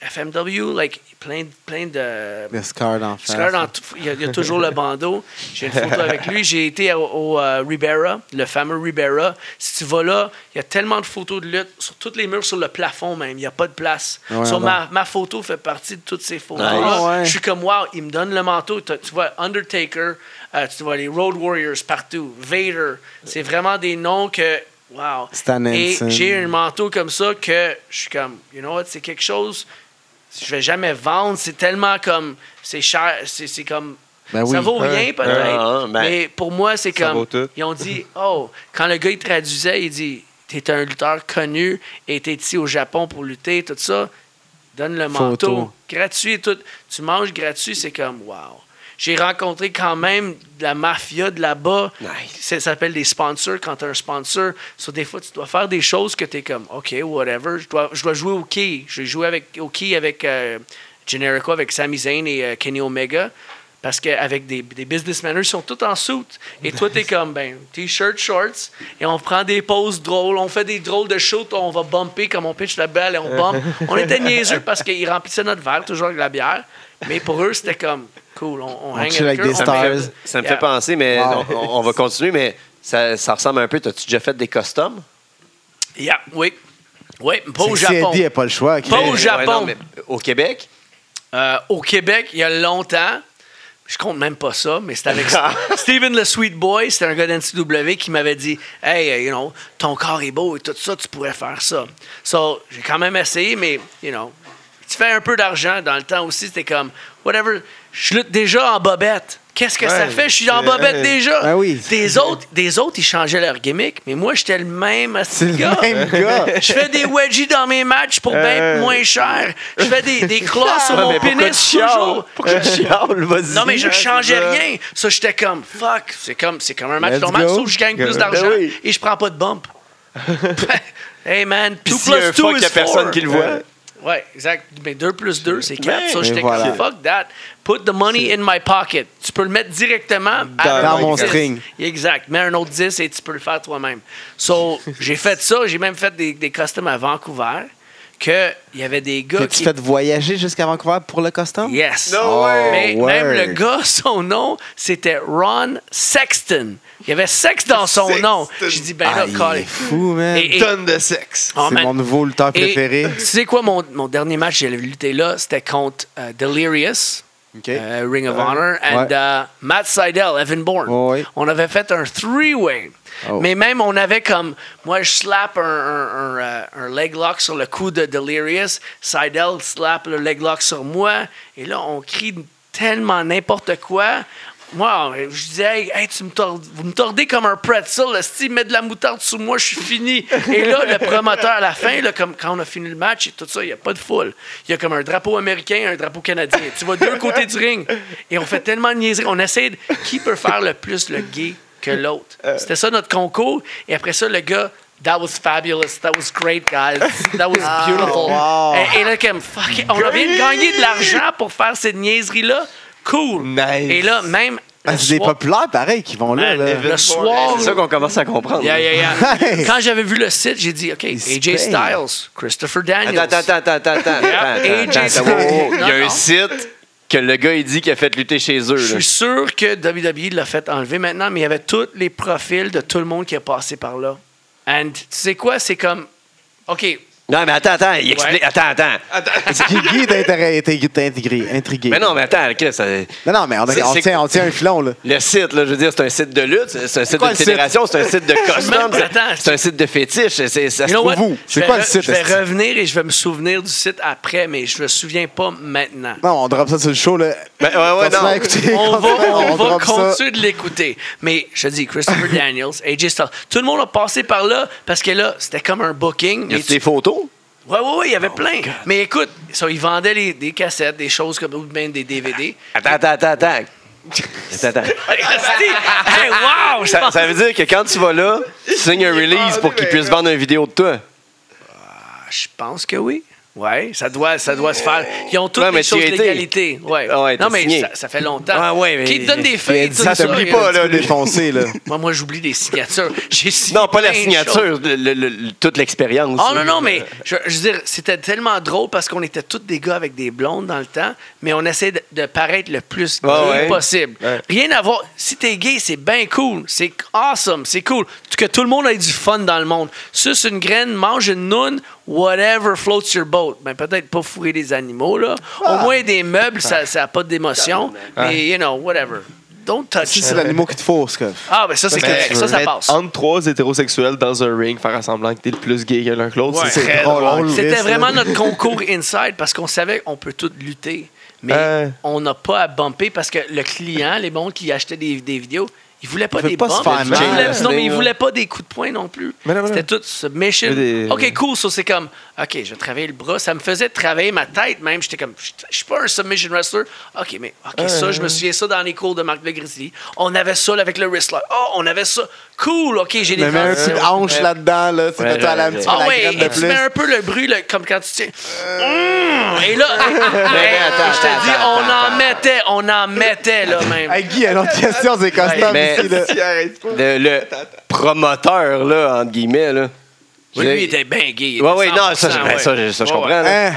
FMW. Like, plein, plein de...
Le scar d'en
Parce que là,
face.
dans tout- il, y a, il y a toujours le bandeau. J'ai une photo avec lui. J'ai été au, au, euh, Ribera, le fameux Ribera. Si tu vas là, il y a tellement de photos de lutte sur tous les murs, sur le plafond même. Il n'y a pas de place.
Ouais,
Sur
ouais.
ma, ma photo fait partie de toutes ces photos.
Ah ouais.
Je suis comme, wow, il me donne le manteau. T'as- Tu vois Undertaker, euh, tu vois les Road Warriors partout, Vader. C'est vraiment des noms que, wow.
Stan
Et
Hansen.
j'ai un manteau comme ça que je suis comme, you know what, c'est quelque chose je vais jamais vendre. C'est tellement comme. C'est cher. C'est c'est comme.
Ben oui.
Ça vaut rien, peut-être.
Ah, ben,
mais pour moi, c'est
ça vaut
comme.
tout.
Ils ont dit, oh, quand le gars il traduisait, il dit, t'es un lutteur connu et t'es ici au Japon pour lutter, tout ça. Donne le
Photo.
manteau. Gratuit, tout. Tu manges gratuit, c'est comme, wow. J'ai rencontré quand même de la mafia de là-bas. Ça s'appelle des sponsors quand t'as un sponsor. So, des fois, tu dois faire des choses que t'es comme, OK, whatever. Je dois, je dois jouer au key. J'ai joué avec, au key avec euh, Generico, avec Sami Zayn et euh, Kenny Omega. Parce qu'avec des, des businessmen, eux, ils sont tous en soute. Et toi, t'es comme, ben, t-shirt, shorts, et on prend des poses drôles, on fait des drôles de shoots, on va bumper comme on pitch la balle et on bump. On était niaiseux parce qu'ils remplissaient notre verre toujours avec la bière. Mais pour eux, c'était comme, cool, on, on hang
chill avec
eux,
des
on
Ça me
fait-
fait-
Stars.
Ça me
Yeah.
fait penser, mais
Wow.
on, on- on va continuer, mais ça, ça ressemble un peu. T'as-tu déjà fait des customs?
Yeah, oui. Oui, mais pas au
C'est que
Japon.
CID, il a pas le choix. Chris.
Pas
Mais-
au
ouais,
Japon.
non, mais au Québec?
Euh, au Québec, il y a longtemps, je compte même pas ça, mais c'était avec Steven le Sweet Boy, c'était un gars d'NCW qui m'avait dit Hey, euh, you know, ton corps est beau et tout ça, tu pourrais faire ça. So, j'ai quand même essayé, mais, you know, tu fais un peu d'argent dans le temps aussi, c'était comme, whatever, je lutte déjà en bobette. Qu'est-ce que ça
Ouais,
fait? Je suis en
c'est-
bobette
ouais.
déjà.
Ben oui.
Des autres, des autres, ils changeaient leur gimmick, mais moi, j'étais le même à ce
C'est
gars. euh,
le même gars.
Je fais des wedgies dans mes matchs pour bien
Euh.
moins cher. Je fais des, des claws sur
Ouais,
mon
mais pourquoi
pénis
tu chiales?
toujours.
Pourquoi tu chiales? Vas-y.
Non, mais je
Ouais,
changeais
c'est ça.
rien. Ça, j'étais comme, fuck, c'est comme, c'est comme un match
Let's
normal,
go.
sauf que je gagne plus
Ben
d'argent
oui.
et je prends pas de bump. hey man, 2
Puis
plus
s'il y a un
2
fuck, il
is
n'y a personne
4.
qui le voit.
Ouais, exact. Mais 2 plus 2, c'est 4.
Ouais.
Ça,
Et
j'étais
voilà.
comme, fuck that. Put the money in my pocket. Tu peux le mettre directement à
Dans
un
mon
autre 10.
string.
Exact. Mets un autre 10 et tu peux le faire toi-même. So, j'ai fait ça. J'ai même fait des, des customs à Vancouver que il y avait des gars
T'as-tu
qui...
fait voyager jusqu'à Vancouver pour le custom?
Yes.
Oh,
Mais
word.
même le gars, son nom, c'était Ron Sexton. Il y avait sexe dans son
Sexton.
nom. J'ai dit, ben là,
Ah, il est
Colin.
fou, man.
Et- et-
Tonne de sexe.
Oh,
C'est
man.
mon nouveau lutteur
Et
préféré.
Tu sais quoi, mon, mon dernier match, j'ai lutté là, c'était contre euh, Delirious.
OK.
uh, Ring of Honor, and uh, Matt Seidel, Evan Bourne.
Ouais.
On avait fait un three-way.
Oh.
Mais même, on avait comme. Moi, je slap un, un- un, euh, un leg lock sur le cou de Delirious. Seidel slap le leg lock sur moi. Et là, on crie tellement n'importe quoi. Moi, je disais, hey, hey, tu me tords- vous me tordez comme un pretzel, là, si met de la moutarde sous moi, je suis fini. Et là, le promoteur, à la fin, là, comme quand on a fini le match et tout ça, il n'y a pas de foule. Il y a comme un drapeau américain et un drapeau canadien. Tu vois deux côtés du ring. Et on fait tellement de niaiseries. On essaie de qui peut faire le plus le gay que l'autre. C'était ça notre concours. Et après ça, le gars. That was fabulous. That was great, guys. That was beautiful. Et, et là, comme, fuck, on avait gagné de l'argent pour faire cette niaiserie-là. Cool.
Nice.
Et là, même.
Ah,
le
c'est des
soir-
populaires, pareil, qui vont là.
Man,
là.
le soir.
C'est ça qu'on commence à comprendre.
Yeah, yeah, yeah.
Nice.
Quand j'avais vu le site, j'ai dit, OK,
se
AJ
payent.
Styles, Christopher Daniels.
Attends, attends, attends, attends, attends, attends,
Yeah.
attends,
AJ
attends, wow, wow, wow.
Styles.
Oh, Il y
Non,
a
non.
un site que le gars, il dit qu'il a fait lutter chez eux.
Je
là.
suis sûr que WWE l'a fait enlever maintenant, mais il y avait tous les profils de tout le monde qui est passé par là. And tu sais quoi, c'est comme, OK,
Non, mais attends, attends, il explique.
Ouais.
Attends, attends.
Guigui est intéré- est intégré, intrigué.
Mais non, mais attends, Chris, euh,
Non, non, mais on, a-
C'est-
on
c'est-
tient, on tient un filon, là.
le site, là, je veux dire, c'est un site de lutte, c'est un site
quoi
de
le site?
fédération, c'est un site de
Même
costume,
pas- attends,
c'est un site de fétiche. c'est- c'est- ça se
You know
trouve
what?
où?
Je
C'est
vais
quoi le
re-
site,
Je vais
est-ce que-
revenir et je vais me souvenir du site après, mais je me souviens pas maintenant.
Non, on drop ça sur le show, là.
Ben, ouais, ouais,
Continuez à
non.
écouter,
on va,
continuez,
on va
drop ça.
continuer de l'écouter. Mais je te dis, Christopher Daniels, AJ Styles, tout le monde a passé par là parce que là, c'était comme un booking.
Y a
mais tu-
des photos?
Ouais, ouais, ouais, il y
Oh
avait plein. Mais écoute, ça, ils vendaient les- des cassettes, des choses comme, ou même des DVD.
Attends, attends, attends, attends. Attends, attends.
Esti! hey, wow! Je
Ça,
pense-
ça veut dire que quand tu vas là, tu signes un release pour qu'ils puissent vendre une vidéo de toi.
Je pense que oui. Ouais, ça doit, ça doit se faire. Ils ont toutes
Ouais, mais
les
tu
choses
y as
de
été.
l'égalité. Ouais.
Ah ouais, t'as
non, mais
signé.
ça, ça fait longtemps.
Ah ouais, mais-
Qui te donne des feuilles, tout
Ça t'oublie
et-
pas, là, défoncé, là.
Moi, moi j'oublie des signatures. J'ai signé
Non, pas la
plein de
signature, le- le- le- toute l'expérience.
Oh non, non, mais je, je veux dire, c'était tellement drôle parce qu'on était tous des gars avec des blondes dans le temps, mais on essayait de, de paraître le plus gay
Ouais, ouais.
possible.
Ouais.
Rien à voir. Si t'es gay, c'est bien cool. C'est awesome. C'est cool. Que tout le monde ait du fun dans le monde. Suce une graine, mange une noune, whatever floats your boat. Ben, peut-être pas fourrer des animaux, là. Au moins, des meubles, ça n'a pas d'émotion. Mais, you know, whatever. Don't touch
Si c'est
that.
l'animal qui te force, quoi.
Ah, ben ça, c'est
Mais-
correct. Ça, ça
mais
passe.
Entre trois hétérosexuels dans un ring, faire semblant que t'es le plus gay que l'un que l'autre,
Ouais.
c'est
C'est
très
drôle, on
drôle.
le
C'était
risque, là.
vraiment notre concours inside parce qu'on savait qu'on peut tout lutter. Mais
Euh.
on n'a pas à bumper parce que le client, les bons qui achetaient des, des vidéos, ils voulaient pas
Ils veulent
des
pas se
bumps.
faire
Ils voulaient-
mal.
non, mais ils voulaient pas des coups de poing non plus.
Mais non, mais
C'était
non.
tout submission.
Des-
OK, cool. So, c'est comme, OK, je vais travailler le bras. Ça me faisait travailler ma tête même. J'étais comme, je je suis pas un submission wrestler. OK, mais OK, ça, je me souviens ça dans les cours de Marc de Grizzly. On avait ça là, avec le wrist lock. Oh, on avait ça. Cool, OK, j'ai des
Mais mets un petit
transitions.
hanche là-dedans, là. Tu
Ouais,
fais toi la
ouais,
petite
Ah
la
ouais,
graine
et
de
tu mets
plus.
un peu le bruit là, comme quand tu tiens. Mmh! Et là, hey,
attends,
je te
attends,
dis,
attends,
on
attends,
en mettait, on en mettait là même.
Hey, Guy, une autre question, c'est custom
mais-
ici, là.
Le, le promoteur, là, entre guillemets, là.
Oui, lui, il était bien gay.
Ouais, ouais, non, ça, je- ben, ça, je-
je
ça, je comprends. là.
Hein?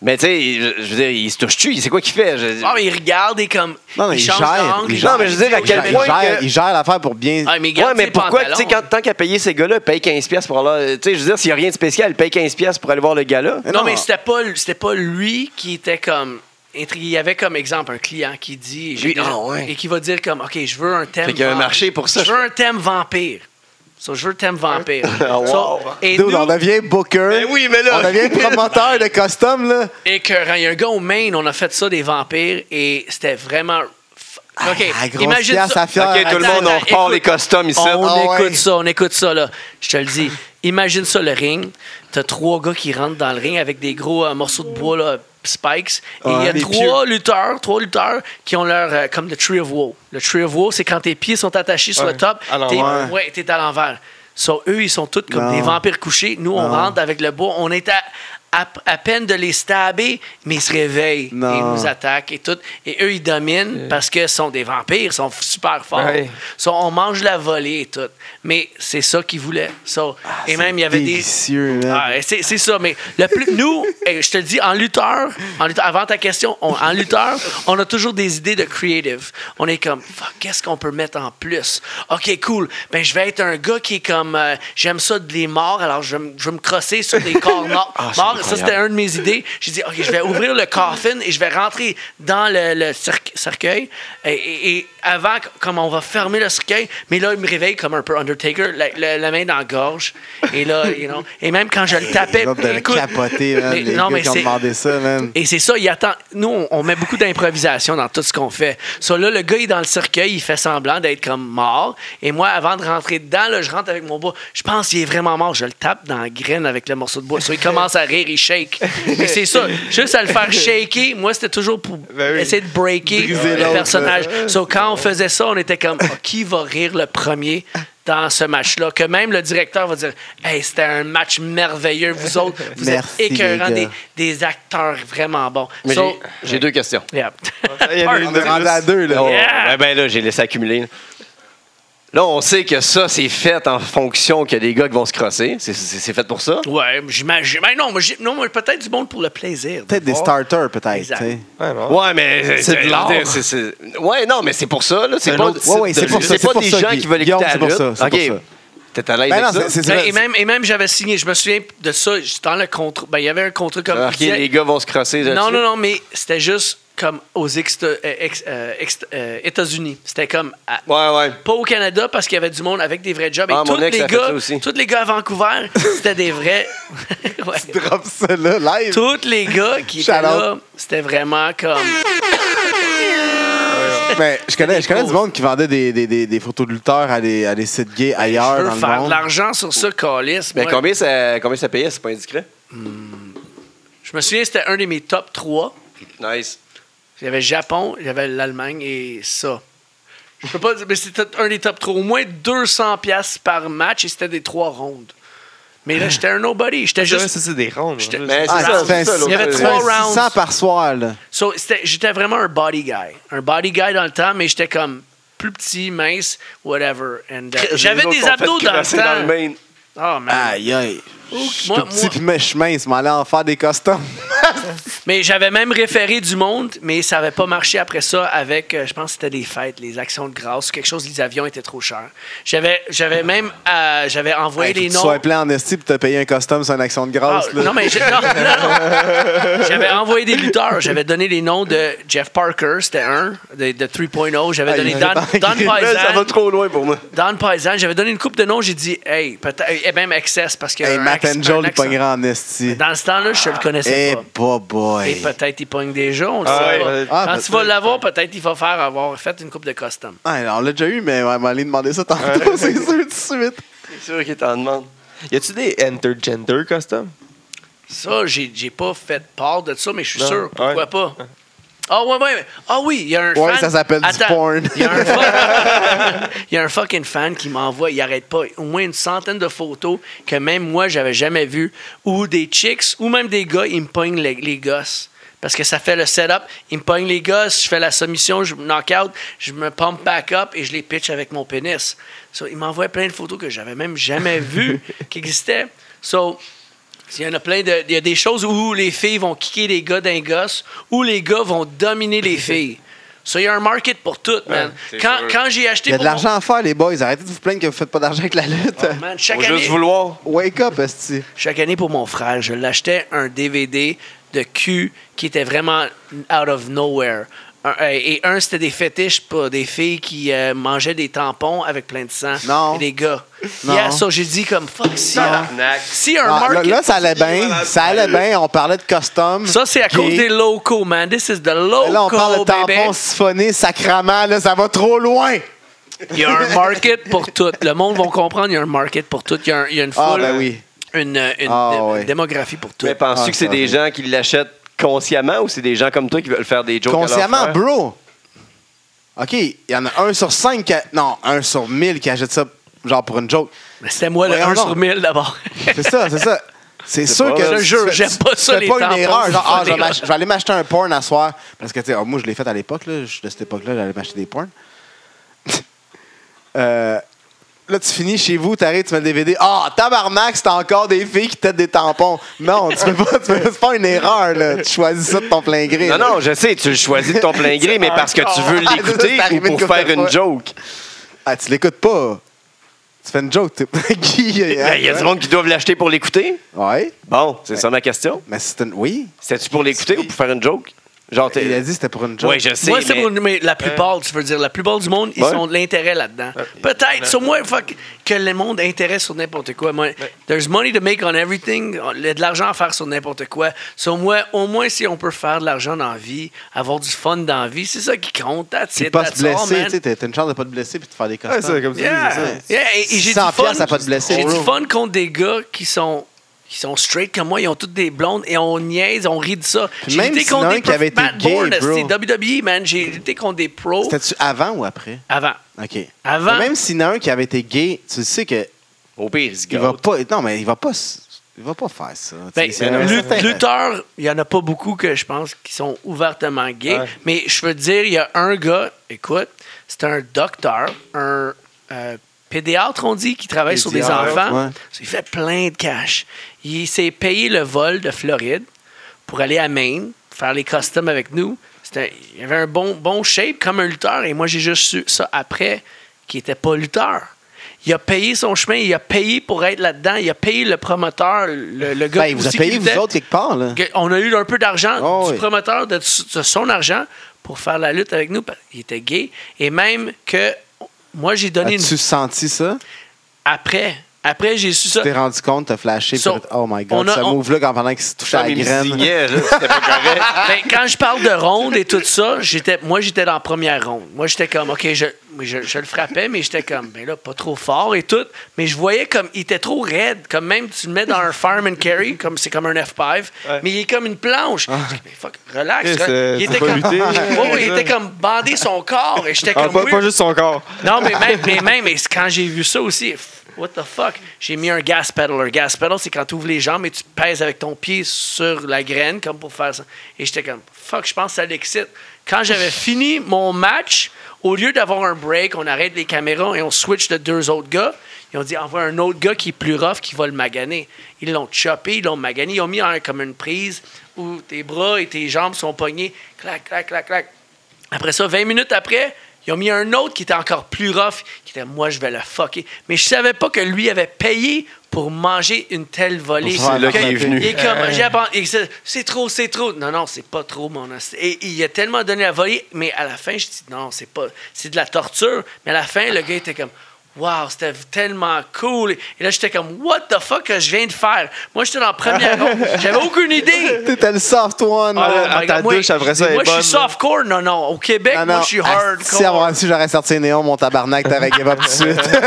Mais tu sais, je, je veux dire, il se touche-tu? C'est quoi qu'il fait? Je-
Ah, mais il regarde et comme.
Non, non, il
change
gère,
d'angle,
il
il
gère.
non, mais je veux dire, à
Il
quel
gère-
point.
il gère,
que-
il gère l'affaire pour bien.
Ah, mais il garde
Ouais, mais
ses
pourquoi, tu
pantalons.
sais, quand, tant qu'à payer ces gars-là, paye 15$ pour aller. Tu sais, je veux dire, s'il n'y a rien de spécial, paye 15$ pour aller voir le gars-là.
Non,
Non.
mais c'était pas, c'était pas lui qui était comme. intrigué. Il y avait comme exemple un client qui dit. j'ai
Lui,
déjà-
ah ouais.
Et qui va dire comme, OK, je veux un thème.
Fait qu'il y a un
vampire.
marché pour ça,
Je veux un thème vampire. So, je veux le thème vampire.
Ah, wow.
So, et
Dude,
nous-
on devient booker.
Ben oui, mais là-
On devient promoteur de custom, là.
Et que il y a un gars au Maine, on a fait ça des vampires et c'était vraiment. f- Ok,
la grosse
imagine
pièce
ça.
à fière.
Ok, tout le monde, on
Ah, attends,
repart
écoute.
les costumes ici.
On
Ah ouais.
écoute ça, on écoute ça là. Je te le dis. Imagine ça le ring. T'as trois gars qui rentrent dans le ring avec des gros euh, morceaux de bois là, spikes. Et il y a
les
trois lutteurs, trois lutteurs qui ont leur euh, comme le tree of woe. Le tree of woe, c'est quand tes pieds sont attachés sur
Ouais,
le top.
à
T'es
l'envers.
ouais, t'es à l'envers. So, eux, ils sont tous comme
Non.
des vampires couchés. Nous, on rentre avec le bois. On est à, à, à peine de les stabber, mais ils se réveillent.
Non.
Ils nous attaquent et tout. Et eux, ils dominent
Euh.
parce que sont des vampires, sont super forts.
Ben
Ouais.
So, on mange la volée et tout. Mais c'est ça qu'ils voulaient. So, et même, il y avait des.
Ah, délicieux, man.
Ah, c'est c'est ça, mais le plus, nous, eh, je te le dis, en lutteur, en lutteur- avant ta question, on- en lutteur, on a toujours des idées de creative. On est comme, fuck, qu'est-ce qu'on peut mettre en plus? Ok, cool. Ben, je vais être un gars qui est comme, euh, j'aime ça de les morts, alors je vais, me- je vais me crosser sur des corps morts,
Ah, c'est
morts ensemble. Ça, c'était un de mes idées. J'ai dit, OK, je vais ouvrir le coffin et je vais rentrer dans le, le cer- cercueil. Et, et- et avant, qu- comme on va fermer le cercueil, mais là, il me réveille comme un peu Undertaker, la, la- la main dans la gorge. Et là, you know, et même quand je le tapais.
Ils doivent
écoute,
capoter, man,
mais-
les
non,
gars
mais
qui ont
c'est-
demandé ça, man.
et c'est ça, il attend. Nous, on, on met beaucoup d'improvisation dans tout ce qu'on fait. Ça, là, le gars, il est dans le cercueil, il fait semblant d'être comme mort. Et moi, avant de rentrer dedans, là, je rentre avec mon bois. Je pense qu'il est vraiment mort. Je le tape dans la graine avec le morceau de bois. Ça, il commence à rire, il shake. Mais c'est ça, juste à le faire shaker, moi, c'était toujours pour
Ben oui.
essayer de breaker
Briser
le
l'autre.
personnage. So, quand on faisait ça, on était comme, Ah, qui va rire le premier? dans ce match-là, que même le directeur va dire « Hey, c'était un match merveilleux, vous autres, vous
Merci,
êtes écœurants,
les gars.
des, des acteurs vraiment bons.
Mais
So-
j'ai- j'ai deux questions.
Yeah.
Il y en a une
On est rendu à deux, là.
Oh, ben,
Yeah!
ben là, j'ai laissé accumuler. là. Là, on sait que ça, c'est fait en fonction que les gars qui vont se crosser. C'est- C'est c'est fait pour ça.
Ouais, j'imagine. Mais non, mais j'ai- non, mais peut-être du monde pour le plaisir. Ben,
Peut-être des starters, peut-être.
Oh. Exact.
tu sais.
Ouais, non.
Ouais, mais
C'est de l'art.
c'est- c'est- Ouais, non, mais c'est pour ça. là. C'est
Un
pas,
autre
Ouais, ouais, c'est
de-
pour ça,
c'est
c'est
pas
pour
des
ça,
gens qui veulent écouter
Guillaume,
la
c'est pour ça,
lutte.
c'est
Ok,
pour ça.
t'es à l'aise
Ben non,
avec ça.
c'est- c'est
Ben,
vrai.
et, même, et même, j'avais signé, je me souviens de ça, j- dans le contrat. Ben, il y avait un contrat comme.
Ok, les gars vont se crosser. là-dessus.
non, non, non, mais c'était juste comme aux ex- euh, ex- euh, ex- euh, États-Unis. C'était comme à-
Ouais, ouais.
pas au Canada parce qu'il y avait du monde avec des vrais jobs.
Ah,
et
mon
tous
ex
les
a fait
gars,
ça aussi.
tous les gars à Vancouver, c'était des vrais. Ouais.
Drop ça là, live.
Tous les gars qui étaient
Shout out.
là, c'était vraiment comme.
Mais je connais, je connais
causes.
du monde qui vendait des, des, des, des photos de lutteurs à des, à des sites gays ailleurs
Ben, Je
dans
veux
le
faire de
monde.
l'argent sur ça, Calis.
Mais
Moi,
Ben, combien ça, combien ça payait? C'est pas indiscret?
Je me souviens, c'était un de mes top 3.
Nice.
J'avais Japon, j'avais l'Allemagne et ça. Je peux pas dire, mais c'était un des top 3. Au moins 200$ piastres par match et c'était des trois rondes. Mais là, j'étais un nobody. J'étais
Juste...
juste.
Ça, c'est des rondes. hein.
J'étais-
en plus.
Mais
Ah,
c'est
tu
ça,
fais un
c'est ça,
six-
l'autre
Il y avait
tu
chose.
fais un
trois
600
rounds.
par soir, là.
so, c'était- j'étais vraiment un body guy. Un body guy dans le temps, mais j'étais comme plus petit, mince, whatever. And, euh, j'avais
Les autres
des
sont
abdos
fait
dans le
crosser
temps.
le main.
oh, man.
Aïe, aïe.
Moi-
Tout petit
moi-
pis mes chemins, se m'allait en faire des customs.
Mais j'avais même référé du monde, mais ça n'avait pas marché après ça avec, euh, je pense que c'était des fêtes, les actions de grâce, ou quelque chose, les avions étaient trop chers. J'avais, j'avais même euh, j'avais envoyé
Hey, faut
les
que
noms.
Tu sois plein en esti pis t'as payé un custom sur une action de
Ah,
grâce, là.
non, mais j'ai- non, non, non. j'avais envoyé des lutteurs. J'avais donné les noms de Jeff Parker, c'était un, de, de 3.0. J'avais
Ah,
donné
il
Don,
avait
Don
pas écrit.
Là, ça va
Paisan.
trop loin pour moi.
Don Paisan. J'avais donné une coupe de noms. J'ai dit, hey, peut-être. Et même Excess, parce que.
Hey,
un
Matt
ex-
and
un
Joel, il
accent-
pognera en esti.
Dans ce temps-là, je le connaissais
Eh,
pas.
boy,
Et
boy.
peut-être il pogne déjà, on le
Ah
sait
ouais,
pas.
peut-être.
Ah,
Quand tu vas
peut-être.
l'avoir, peut-être il va faire avoir fait une coupe de custom.
Ah, on l'a déjà eu, mais on va aller demander ça tantôt, c'est sûr, tout de suite.
C'est sûr qu'il t'en demande.
Y a-tu des intergender custom?
Ça, j'ai j'ai pas fait part de ça, mais je suis
Non,
sûr. Pourquoi
ouais.
pas? Ah ouais, ouais, ouais. Ah oui, il y a un fan.
Ouais, ça s'appelle du
Attends,
porn.
Il y, a un fan- il y a un fucking fan qui m'envoie, il arrête pas, au moins une centaine de photos que même moi, j'avais jamais vues, ou des chicks, ou même des gars, ils me pognent les, les gosses. Parce que ça fait le setup, ils me pognent les gosses, je fais la soumission, je me knock out, je me pump back up et je les pitch avec mon pénis. So, il m'envoie plein de photos que j'avais même jamais vues, qui existaient. So, il y en a plein de. Il y a des choses où les filles vont kicker les gars d'un gosse, où les gars vont dominer les filles. Ça, il y a un market pour tout, man.
c'est
quand
sûr.
quand j'ai acheté.
Il y a de
pour mon-
l'argent à faire, les boys. Arrêtez de vous plaindre que vous faites pas d'argent avec la lutte.
Oh, man, chaque,
Faut
année,
juste vouloir.
Wake up, esti.
chaque année pour mon frère, je l'achetais un DVD de cul qui était vraiment out of nowhere. Un- euh, et un, c'était des fétiches pour des filles qui euh, mangeaient des tampons avec plein de sang.
Non.
Et des gars.
Non.
Yeah, ça, j'ai dit comme fuck, si, si un
Non, Ah, là,
market.
là, ça allait bien. Ça allait bien. On parlait de custom.
Ça, c'est à cause
gay.
des locaux, man. This is the local,
Là, on parle de
baby.
tampons siphonnés, sacrament. Là, ça va trop loin.
Il y a un market pour tout. Le monde va comprendre, il y a un market pour tout. Il y a, un- il y a une foule.
Ah, ben oui.
Une, une
Ah,
dé-
ouais.
démographie pour tout.
Mais penses-tu
Ah,
que c'est
ça,
des
ok.
gens qui l'achètent consciemment ou c'est des gens comme toi qui veulent faire des jokes à
Consciemment,
leur frère?
bro. OK, il y en a un sur cinq qui... a- Non, un sur mille qui achète ça, genre pour une joke.
Mais c'était moi le
Voyons
1 sur
donc.
1000 d'abord.
C'est ça, c'est ça. C'est sûr
pas
que.
vrai.
Je jure,
tu fais-
j'aime pas
tu
ça,
fais
les
pas
tampons
une erreur. Genre, ah, je vais
siphonnés.
m'ach- je vais aller m'acheter un porn à soir. Parce que, tu sais, ah, moi, je l'ai fait à l'époque, là. Je suis de cette époque-là, j'allais m'acheter des porns. Euh, Là, tu finis chez vous, t'arrives, tu mets le DVD. Ah, tabarnak, c'est encore des filles qui têtent des tampons. Non, tu peux pas, tu peux- c'est pas une erreur, là. Tu choisis ça de ton plein gré.
Non,
là.
non, je sais, tu le choisis de ton plein gré, mais parce que tu veux
Ah, ça,
l'écouter
c'est
ou
arrivé
pour
une couple
faire
de
une
fois.
joke.
Ah, tu l'écoutes pas. Tu Tu fais une joke, t'es pas Guy. euh,
Ben, Il y a du monde qui doivent l'acheter pour l'écouter.
Ouais.
Bon, c'est ça ma question.
Mais c'est une. Oui.
C'était-tu pour l'écouter ou pour faire une joke? Genre, t'es-
Il a dit que c'était pour une joke.
Ouais, je sais.
Moi, c'est
mais-
pour mais
euh,
la plupart, tu veux dire, la plupart du monde, ils
Ouais.
ont de l'intérêt là-dedans. Peut-être, sur moi, fuck, que le monde intéresse sur n'importe quoi. Moi, There's money to make on everything, il y a de l'argent à faire sur n'importe quoi. Sur moi, au moins, si on peut faire de l'argent dans la vie, avoir du fun dans la vie, c'est ça qui compte. That's
Tu
it,
pas se
that's all,
blesser,
man.
tu sais. T'as t'as une chance de pas te blesser puis de faire des
Ouais,
costauds.
c'est comme ça.
Yeah,
c'est ça.
yeah, et, et j'ai du
100
fun.
piastres à pas te blesser.
J'ai du
Bro.
fun contre des gars qui sont qui sont straight comme moi, ils ont toutes des blondes et on niaise, on rit de ça.
Puis
J'ai
même
lutté
si
contre
l'un
des
qui avait été
Matt
gay,
Bourne,
bro.
c'est WWE, man. J'ai lutté contre des pros
C'était-tu avant ou après?
avant.
OK.
Avant.
Mais même s'il y en a un qui avait été gay, tu sais que
Au pire, il se
il va
gâte.
pas. Non, mais il va pas. s- Il va pas faire ça.
Ben,
Tu sais, c'est un
lut-
certain-
lutteurs, il n'y en a pas beaucoup que je pense qui sont ouvertement gays. Mais je veux dire, il y a un gars, écoute, c'est un docteur, un euh, pédiatre, on dit, qui travaille sur des
Pédiatre,
enfants.
ouais.
Il fait plein de cash. Il s'est payé le vol de Floride pour aller à Maine, faire les customs avec nous. C'était- il avait un bon, bon shape comme un lutteur. Et moi, j'ai juste su ça après qu'il n'était pas lutteur. Il a payé son chemin, il a payé pour être là-dedans, il a payé le promoteur, le, le gars
Ben, il vous a
aussi qui
payé, vous
luttait.
autres, quelque part, là.
Que- On a eu un peu d'argent
Oh,
du
oui.
promoteur, de, de son argent, pour faire la lutte avec nous. parce qu'il était gay. Et même que moi, j'ai donné une.
As-tu senti ça?
Après, après j'ai su ça.
Tu t'es rendu compte, t'as flashé. puis
So,
t'as fait, oh my
on
God,
a-
ce
on-
move-là, quand pendant qu'il se touche à
Sam,
la
il me
graine.
signait, là, c'était pas correct.
Ben, quand je parle de ronde et tout ça, j'étais, moi, j'étais dans la première ronde. Moi, j'étais comme, OK, je, je, je le frappais, mais j'étais comme, ben là, pas trop fort et tout. Mais je voyais comme, il était trop raide. Comme même, tu le mets dans un fireman carry, comme c'est comme un F5, mais il est comme une planche.
Ah.
Je dis, Ben, fuck, relax.
Chris,
relax.
euh,
il,
faut
était
pas
comme,
lutter.
Ouais, ouais, il était comme bandé son corps et j'étais
Ah,
comme,
pas,
weird.
pas juste son corps.
Non, mais même, mais même mais c'est quand j'ai vu ça aussi, f- what the fuck, j'ai mis un gas pedal. Un gas pedal, c'est quand tu ouvres les jambes et tu pèses avec ton pied sur la graine, comme pour faire ça. Et j'étais comme, fuck, je pense que ça l'excite. Quand j'avais fini mon match, au lieu d'avoir un break, on arrête les caméras et on switch de deux autres gars. Ils ont dit, envoie un autre gars qui est plus rough, qui va le maganer. Ils l'ont chopé, ils l'ont magané. Ils ont mis un, comme une prise où tes bras et tes jambes sont pognés. Clac, clac, clac, clac. Après ça, 20 minutes après, ils ont mis un autre qui était encore plus rough, qui était moi, je vais le fucker. Mais je savais pas que lui avait payé pour manger une telle volée.
Pour se faire
là
attraper.
qu'il est venu.
Il est comme, j'ai appren- il dit, c'est trop, c'est trop. Non, non, c'est pas trop, mon asti. Et il a tellement donné la volée, mais à la fin, je dis, non, c'est pas, c'est de la torture. Mais à la fin, le gars était comme, wow, c'était tellement cool. Et là, j'étais comme, what the fuck que je viens de faire? Moi, j'étais dans la première ronde, j'avais aucune idée.
T'étais le soft one.
Ah,
là.
my
à
God,
ta
moi,
douche, après ça, elle est
Moi, je suis
bonne.
softcore. Non, non. Au Québec,
Non,
moi,
non,
je suis
ah, Si
hardcore.
avoir su, j'aurais sorti un néon, mon tabarnak, t'aurais give up tout de suite.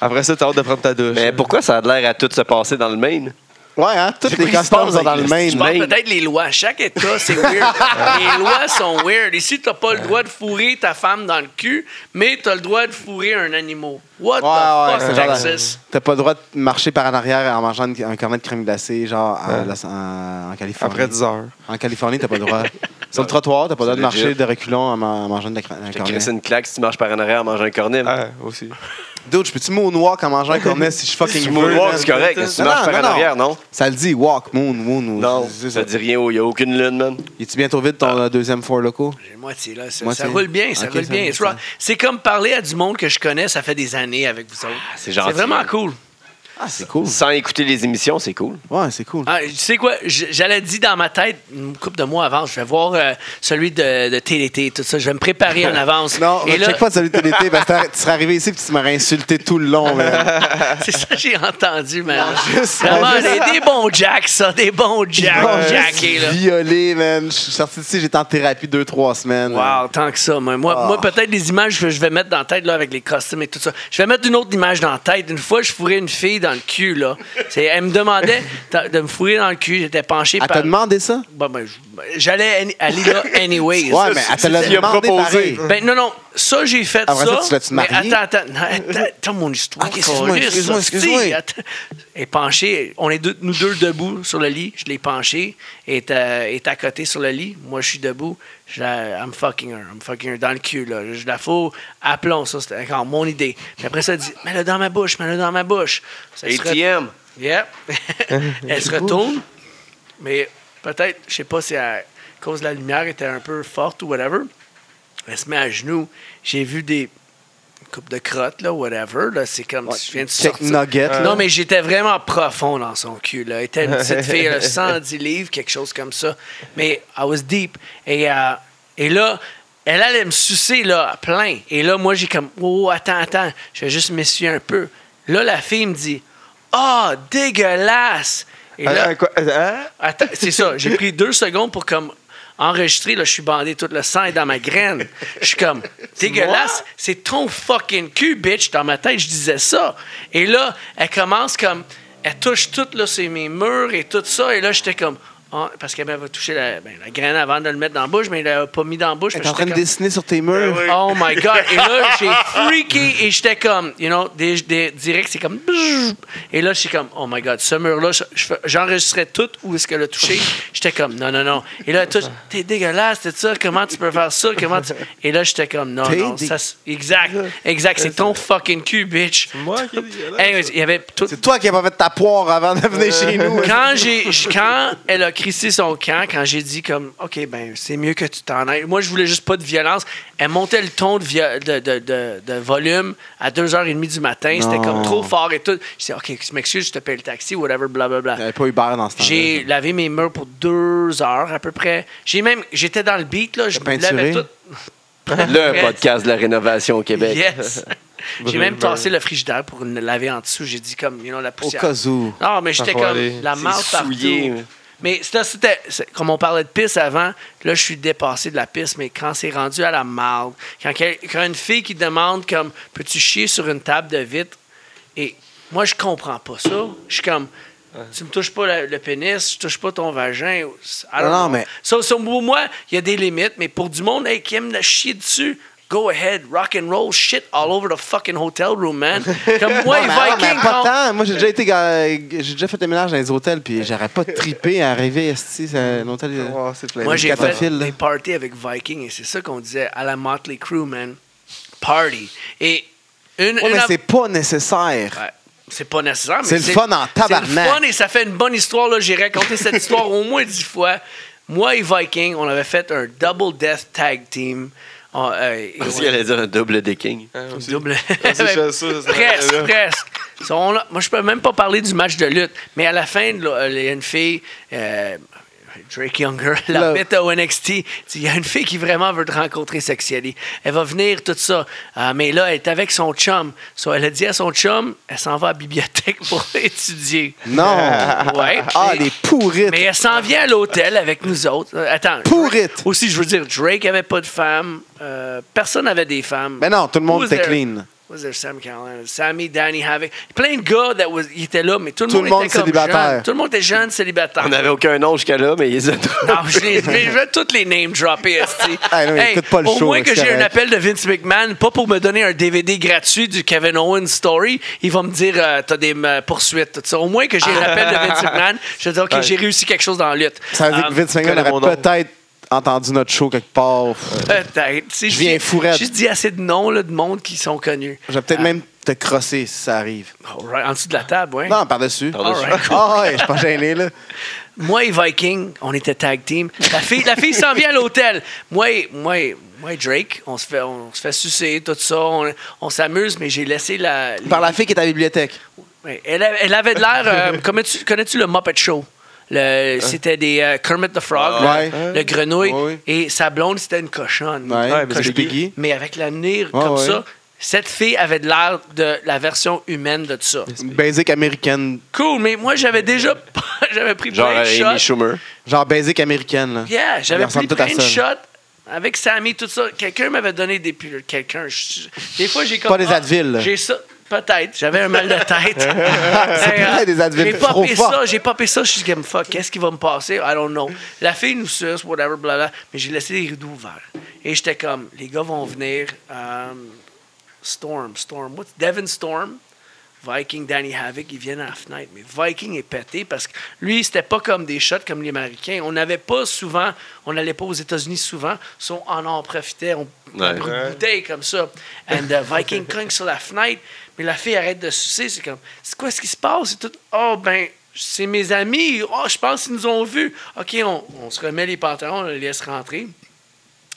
Après ça, t'as hâte de prendre ta douche.
Mais pourquoi ça a l'air à tout se passer dans le Maine?
Ouais, hein? Toutes
quoi
les
qui se
customs
passe
sont dans le
avec
même.
le
Je pense
Maine.
peut-être les lois. Chaque État, c'est weird. les lois sont weird. Ici, t'as pas le droit de fourrer ta femme dans le cul, mais t'as le droit de fourrer un animal. What
Ouais, ouais,
the fuck,
c'est genre la-
Texas?
T'as pas le droit de marcher par en arrière en mangeant une- un cornet de crème glacée, genre à
Ouais.
Los- en, en Californie.
Après 10 heures.
En Californie, t'as pas le droit. Sur le trottoir, t'as pas le droit de
C'est legit.
marcher de reculons en, man- en mangeant de la cra- un
J'ai
cornet.
crissé une claque si tu marches par en arrière à manger un cornet.
Ah, aussi.
Dude, je peux-tu moonwalk en mangeant un cornet si je fucking
Tu
veux,
veux
man?
c'est correct. mais Si tu
Non,
marches
non,
par en
non.
arrière, non?
Ça le dit, walk, moon, moon.
Non,
c'est-
ça dit Ah. rien. oh, Il n'y a aucune lune, man.
Es-tu bientôt vide ton euh, deuxième four loco?
J'ai moitié, là. Ça,
Moitié.
ça roule bien, ça
Ok,
roule
ça
bien.
roule,
It's rock.
ça.
C'est comme parler à du monde que je connais, ça fait des années avec vous autres.
c'est gentil.
vraiment cool.
Ah, c'est cool.
Sans écouter les émissions, c'est cool.
Ouais, c'est cool.
Ah, tu sais quoi? J- J'allais dire dans ma tête, une couple de mois avant, je vais voir euh, celui de, de TDT, tout ça. Je vais me préparer en avance.
Non,
Et
je
là,
check pas de salut TDT parce que t'aurais- tu serais arrivé ici et tu m'aurais insulté tout le long, man.
c'est ça que j'ai entendu, man.
juste-
Vraiment,
juste-
des, des bons jacks, ça. Des bons jacks. jackés, là.
Euh, Violé, man. Je suis sorti d'ici, j'étais en thérapie deux, trois semaines.
Wow, tant que ça. Moi, moi,
Ah.
moi, peut-être les images que je vais mettre dans la tête là, avec les costumes et tout ça. Je vais mettre une autre image dans la tête. Une fois, je fourrais une fille dans le cul. Là. C'est- Elle me demandait de- de me fourrer dans le cul. J'étais penché
Elle
par.
t'a demandé ça?
Bon, ben, je- j'allais any- aller là anyways.
Ouais, mais elle te l'a
tu lui as
demandé
proposé.
pareil.
Ben non, non, ça j'ai fait
Après ça,
ça.
tu l'as-tu
mais
marié?
Attends, attends, non, attends, attends mon histoire.
Ah,
qu'est-ce
excuse-moi,
que c'est,
excuse-moi,
ça?
excuse-moi.
Si, attends. Elle est penchée, on est deux- nous deux debout sur le lit, je l'ai penchée, elle est, euh, elle est à côté sur le lit, moi je suis debout, je la, I'm fucking her, I'm fucking her dans le cul, là. je la fous à plomb, ça c'était encore mon idée. Puis après ça, elle dit, mets-le dans ma bouche, mets-le dans ma bouche. Ça se re-
ATM.
Yep. elle se retourne, mais peut-être, je sais pas si à cause de la lumière était un peu forte ou whatever. Elle se met à genoux. J'ai vu des coupe de crotte, là, whatever. Là, c'est comme si je viens de
Check
sortir.
nugget. là.
Non, mais j'étais vraiment profond dans son cul. Là. Elle était une petite fille, là, 110 livres, quelque chose comme ça. Mais I was deep. Et, euh, et là, elle allait me sucer là, à plein. Et là, moi, j'ai comme, oh, attends, attends, je vais juste m'essuyer un peu. Là, la fille me dit, ah, dégueulasse. Et
Ah,
là,
ah, quoi? Hein?
Attends, c'est ça. J'ai pris deux secondes pour comme enregistrer. Là, je suis bandé tout le sang est dans ma graine. Je suis comme dégueulasse. C'est ton fucking cul, bitch. Dans ma tête, je disais ça. Et là, elle commence comme elle touche tout là, c'est mes murs et tout ça. Et là, j'étais comme Ah, parce qu'elle m'avait touché la, ben, la graine avant de le mettre dans la bouche, mais elle l'avait pas mis dans la bouche.
Elle
Fait
est en
que
train de
j'étais comme,
dessiner sur tes murs.
Oh my God! Et là, j'ai freaké et j'étais comme, you know, des, des- direct, c'est comme. bzzz. Et là, j'étais comme, oh my God, ce mur-là, je- je- j'enregistrais tout où est-ce qu'elle a touché. J'étais comme, non, non, non. Et là, tout, t'es dégueulasse, t'es ça, comment tu peux faire ça? Comment tu- Et là, j'étais comme, non,
T'es
non,
dé-
ça, c'est- exact, exact, c'est ton fucking cul, bitch.
Moi qui est dégueulasse.
Hey, il y avait tout.
C'est toi qui n'as pas fait ta poire avant de venir chez nous.
Euh, Quand, j'ai, j- quand elle a crissé son camp, quand j'ai dit comme, OK, ben c'est mieux que tu t'en ailles. Moi, je voulais juste pas de violence. Elle montait le ton de, vio- de, de- de- de volume à 2h30 du matin. C'était comme trop fort et tout. Je dis, OK, je m'excuse, je te paye le taxi, whatever, blablabla.
Il n'y avait pas Uber dans ce temps-là.
J'ai lavé mes murs pour deux heures à peu près. J'ai même, j'étais dans le beat, là, je me
peinturé?
lavais tout.
Le podcast de la rénovation au Québec.
Yes. J'ai même tassé le frigidaire pour le laver en dessous. J'ai dit comme, you know, la
Au
poussière.
cas où.
Non, mais j'étais
faut
comme
aller.
la marde
C'est
partout.
souillé, mais-
Mais ça, c'était, c'est- comme on parlait de pisse avant, là, je suis dépassé de la pisse, mais quand c'est rendu à la marde, quand, quel- quand une fille qui demande comme, peux-tu chier sur une table de vitre? Et moi, je comprends pas ça. Je suis comme, tu me touches pas le, le pénis, je touche pas ton vagin. I don't
Non, non,
know.
mais-
Ça, ça, pour moi, il y a des limites, mais pour du monde hey, qui aime le chier dessus, go ahead, rock and roll shit all over the fucking hotel room, man. Comme moi,
Non,
les
mais alors, mais
Vikings,
pas
on-
tant. Moi, j'ai déjà été, ga- j'ai déjà fait des ménages dans les hôtels, puis j'aurais pas trippé à arriver esti, à un hôtel.
Oh, c'est plein.
Moi, j'ai fait
catophile, Ben, là.
des parties avec Viking et c'est ça qu'on disait à la Motley Crue, man. Party. Et une.
Ouais,
une
mais
av-
c'est pas nécessaire.
Ouais, c'est pas nécessaire, mais
C'est le fun en tabarnak.
C'est le fun et ça fait une bonne histoire. là. J'ai raconté cette histoire au moins dix fois. Moi et Viking, on avait fait un double death tag team. On, euh,
Ah,
et
Parce
on-
qu'elle allait dire un double decking.
Hein.
Ah, aussi.
Double.
c'est ça, ça, ça,
presque,
là.
presque. Ça, on l'a- moi, je peux même pas parler du match de lutte, mais à la fin, là, il y a une fille, euh, Drake Younger, la
Là.
bête au NXT, il y a une fille qui vraiment veut te rencontrer sexually. Elle va venir, tout ça. Ah, mais là, elle est avec son chum. So, elle a dit à son chum, elle s'en va à la bibliothèque pour étudier.
Non.
Ouais.
Ah,
Et-
les pourrites.
mais elle s'en vient à l'hôtel avec nous autres. Euh, Attends.
Ah. Pourrite.
Aussi, je veux dire, Drake avait pas de femme. euh, personne n'avait des femmes.
Mais non, tout le monde
Who was
était
there?
clean.
Who Was there Sam Caroline? Sammy, Danny Havoc. Plein de gars that was, ils étaient là, mais tout le
Tout
monde
le monde
était comme
célibataire.
jeune. Tout le monde était jeune, célibataire.
On n'avait aucun nom jusqu'à là, mais ils ont trouvé.
Non, je, les, je les- je vais toutes les name dropper, esti.
Hey, Ah, non, il écoute pas le
au
show,
moins
là,
que
c'est
j'ai un
correct.
appel de Vince McMahon, pas pour me donner un DVD gratuit du Kevin Owens story, il va me dire euh, t'as des euh, poursuites, tout ça. Au moins que j'ai un appel de Vince McMahon, je vais dire ok j'ai réussi quelque chose dans la lutte.
Ça veut dire que
Um,
Vince
connais
McMahon
mon
aurait
nom.
peut-être entendu notre show quelque part.
Euh,
Pff,
Peut-être. Si
Je viens
dis-
fourette.
Je dis assez de noms là, de monde qui sont connus.
Je vais peut-être
Ah.
même te crosser si ça arrive.
Alright, En dessous de la table, oui.
Non, par-dessus.
Par-dessus.
Alright.
Ah ouais, je suis pas gêné, là.
Moi et Viking, on était tag team. La fille, la fille s'en vient à l'hôtel. Moi et, moi et- moi et Drake, on se fait, on se fait sucer, tout ça. On, on s'amuse, mais j'ai laissé la.
Par la fille qui est à la bibliothèque.
Ouais, Elle, a- elle avait de l'air. euh, connais-tu, connais-tu le Muppet Show? Le, c'était des euh, Kermit the Frog,
Ouais.
le, le grenouille.
Ouais, ouais.
Et sa blonde, c'était une cochonne.
Ouais,
Ouais, mais
Coach
c'est
Piggy.
Mais avec l'avenir comme
ouais.
ça, cette fille avait de l'air de la version humaine de ça.
Une basic américaine.
Cool, mais moi, j'avais déjà j'avais pris
Genre
plein de
euh, Amy
shots.
Schumer.
Genre basic américaine, là.
Yeah, j'avais pris
Ils ressemblent tous à
plein de shots
ça.
avec Sammy, tout ça. Quelqu'un m'avait donné des pilules. Quelqu'un. je- je- Des fois, j'ai comme. Ah,
Pas des Advil, là.
J'ai ça. Peut-être. J'avais un mal de tête. Mais, euh,
peut-être des Advil
J'ai
trop
popé
forts.
ça. J'ai popé ça. Je suis comme fuck. Qu'est-ce qui va me passer? I don't know. La fille nous suce, whatever, blabla. Mais j'ai laissé les rideaux ouverts. Et j'étais comme, les gars vont venir. euh, Storm, Storm. What's Devin Storm? Viking, Danny Havoc, ils viennent à la fenêtre. Mais Viking est pété parce que lui, c'était pas comme des shots comme les Américains. On n'avait pas souvent, on n'allait pas aux États-Unis souvent. So, on en profitait, on
Ouais.
on prenait une bouteille comme ça. And uh, Viking cogne sur la fenêtre, mais la fille arrête de sucer. C'est comme, c'est quoi ce qui se passe? C'est tout, oh ben, c'est mes amis. Oh, je pense qu'ils nous ont vus. OK, on, on se remet les pantalons, on les laisse rentrer.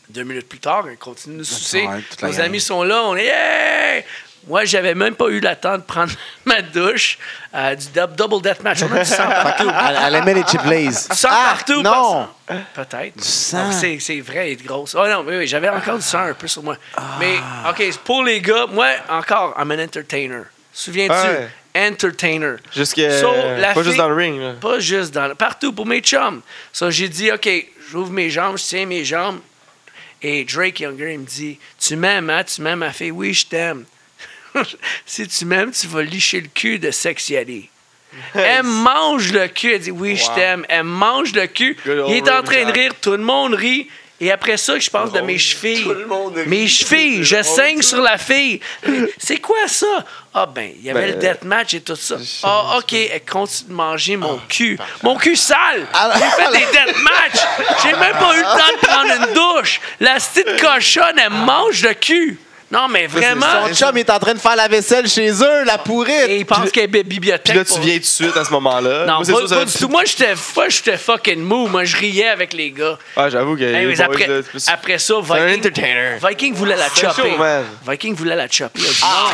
Deux minutes plus tard, on continue de nous sucer.
ouais, toute la
Nos
gang.
amis sont là, on est Hey! Moi, j'avais même pas eu le temps de prendre ma douche euh, du dub- double death match. On a du sang partout.
Elle, elle aimait les chip lays.
Du sang
Ah,
partout,
Non!
parce- Peut-être. Du
sang.
C'est c'est vrai, elle est grosse. Oh non, oui, oui, j'avais encore du sang un peu sur moi. Mais,
Ah.
OK, pour les gars, moi, encore, I'm an entertainer. Souviens-tu?
Ouais.
Entertainer.
Jusque,
So, la
pas juste
fille-
dans le ring. là.
Pas juste dans le- Partout pour mes chums. So, j'ai dit, OK, j'ouvre mes jambes, je tiens mes jambes. Et Drake Younger, il me dit, Tu m'aimes, hein? Tu m'aimes, ma fille? Oui, je t'aime. si tu m'aimes, tu vas licher le cul de Sexy Ali. Elle mange le cul. Elle dit, Oui, je t'aime. Elle mange le cul.
Good old
Il est en train de
Jack.
rire. Tout le monde rit. Et après ça, je pense de mes chevilles.
Tout le monde rit.
Mes chevilles, je saigne sur la fille. C'est quoi ça? Ah ben, il y avait le
Ben,
deathmatch et tout ça. Ah, ok, elle continue de manger mon
Ah,
cul. Mon cul sale! J'ai fait des deathmatchs! J'ai même pas eu le temps de prendre une douche! La petite cochonne, elle mange le cul! Non, mais vraiment!
Son chum il est en train de faire la vaisselle chez eux, la pourrite.
Et il pense qu'elle est bibliothèque.
Puis là,
pour-
tu viens tout de suite à ce moment-là.
Non,
Moi, c'est
pas,
sûr, ça
pas
va
du
être-
tout. Moi, j'étais moi, j'étais fucking mou. Moi, je riais avec les gars.
Ah, j'avoue que.
Anyways,
les boys,
après,
là, c'est plus-
après ça,
un
Viking,
entertainer.
Viking voulait la
C'est un Ah,
chopper.
show, man.
Viking voulait la chopper.
Ça,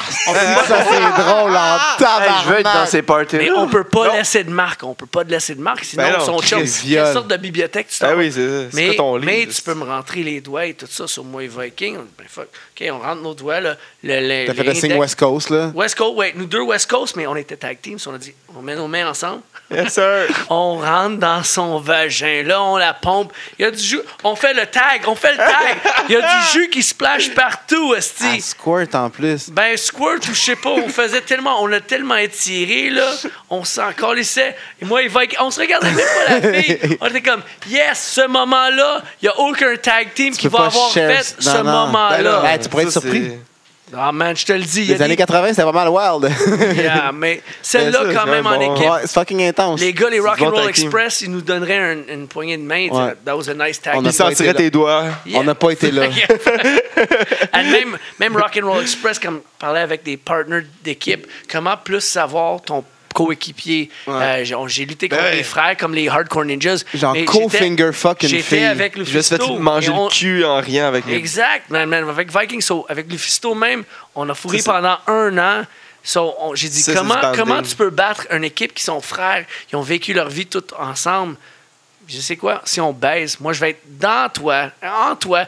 c'est drôle en
Hey, je veux être dans
tabarnak.
ces parties.
Mais on peut pas laisser de marque. On peut pas te laisser de marque, sinon
Ben non,
son chum.
Chris
Quelle sorte de bibliothèque tu t'en vas?
Ah oui, c'est ça. C'est
mais,
quoi ton livre?
mais tu peux me rentrer les doigts et tout ça sur moi et Viking. Ben fuck. OK, on rentre nos doigts. Là, le, le,
T'as fait le signe
l'index-
West Coast, là.
West Coast, ouais, nous deux West Coast, mais on était tag team. so on a dit, on met nos mains ensemble.
Yes, sir.
On rentre dans son vagin. Là, on la pompe. Il y a du jus. On fait le tag. On fait le tag. Il y a du jus qui splash partout, Esti.
Elle squirt en plus.
Ben, squirt ou je sais pas, on faisait tellement, on a tellement étiré, là, on s'en calissait. Et moi, il va, on se regardait même pas la fille. On était comme, yes, ce moment-là, il y a aucun tag team qui
peux
va
pas
avoir
share
fait
ce-
ce
non, non.
moment-là.
Ben, tu pourrais être
Ça,
surpris.
c'est-
Ah, man, je te le dis. il y a
Les années 80, c'était pas mal wild.
des- Yeah, mais celle-là,
Ben, ça,
quand
c'est
même,
un
en
bon-
équipe.
Ouais, c'est fucking intense.
Les gars, les
bon
Rock'n'Roll
tag team.
Express, ils nous donneraient un- une poignée de main.
Ouais.
That was a nice tag
On
team.
a
Il sentirait
été là.
tes doigts.
Yeah.
On n'a pas été là.
Et même, même Rock'n'Roll Express, quand on parlait avec des partners d'équipe, comment plus savoir ton coéquipier? Euh, j'ai- J'ai lutté contre
Ben ouais.
des frères comme les Hardcore Ninjas.
Genre
mais
co-finger
j'étais-
fucking
J'étais
fille.
avec le
Je me suis fait manger le cul en riant avec mes.
Exact, man, man. Avec Viking, so, avec Lufisto même, on a fourri pendant un an. So, on- J'ai dit,
Ça, c'est
comment,
du banding.
comment tu peux battre une équipe qui sont frères, qui ont vécu leur vie toutes ensemble? Je sais quoi, si on baise, moi je vais être dans toi, en toi,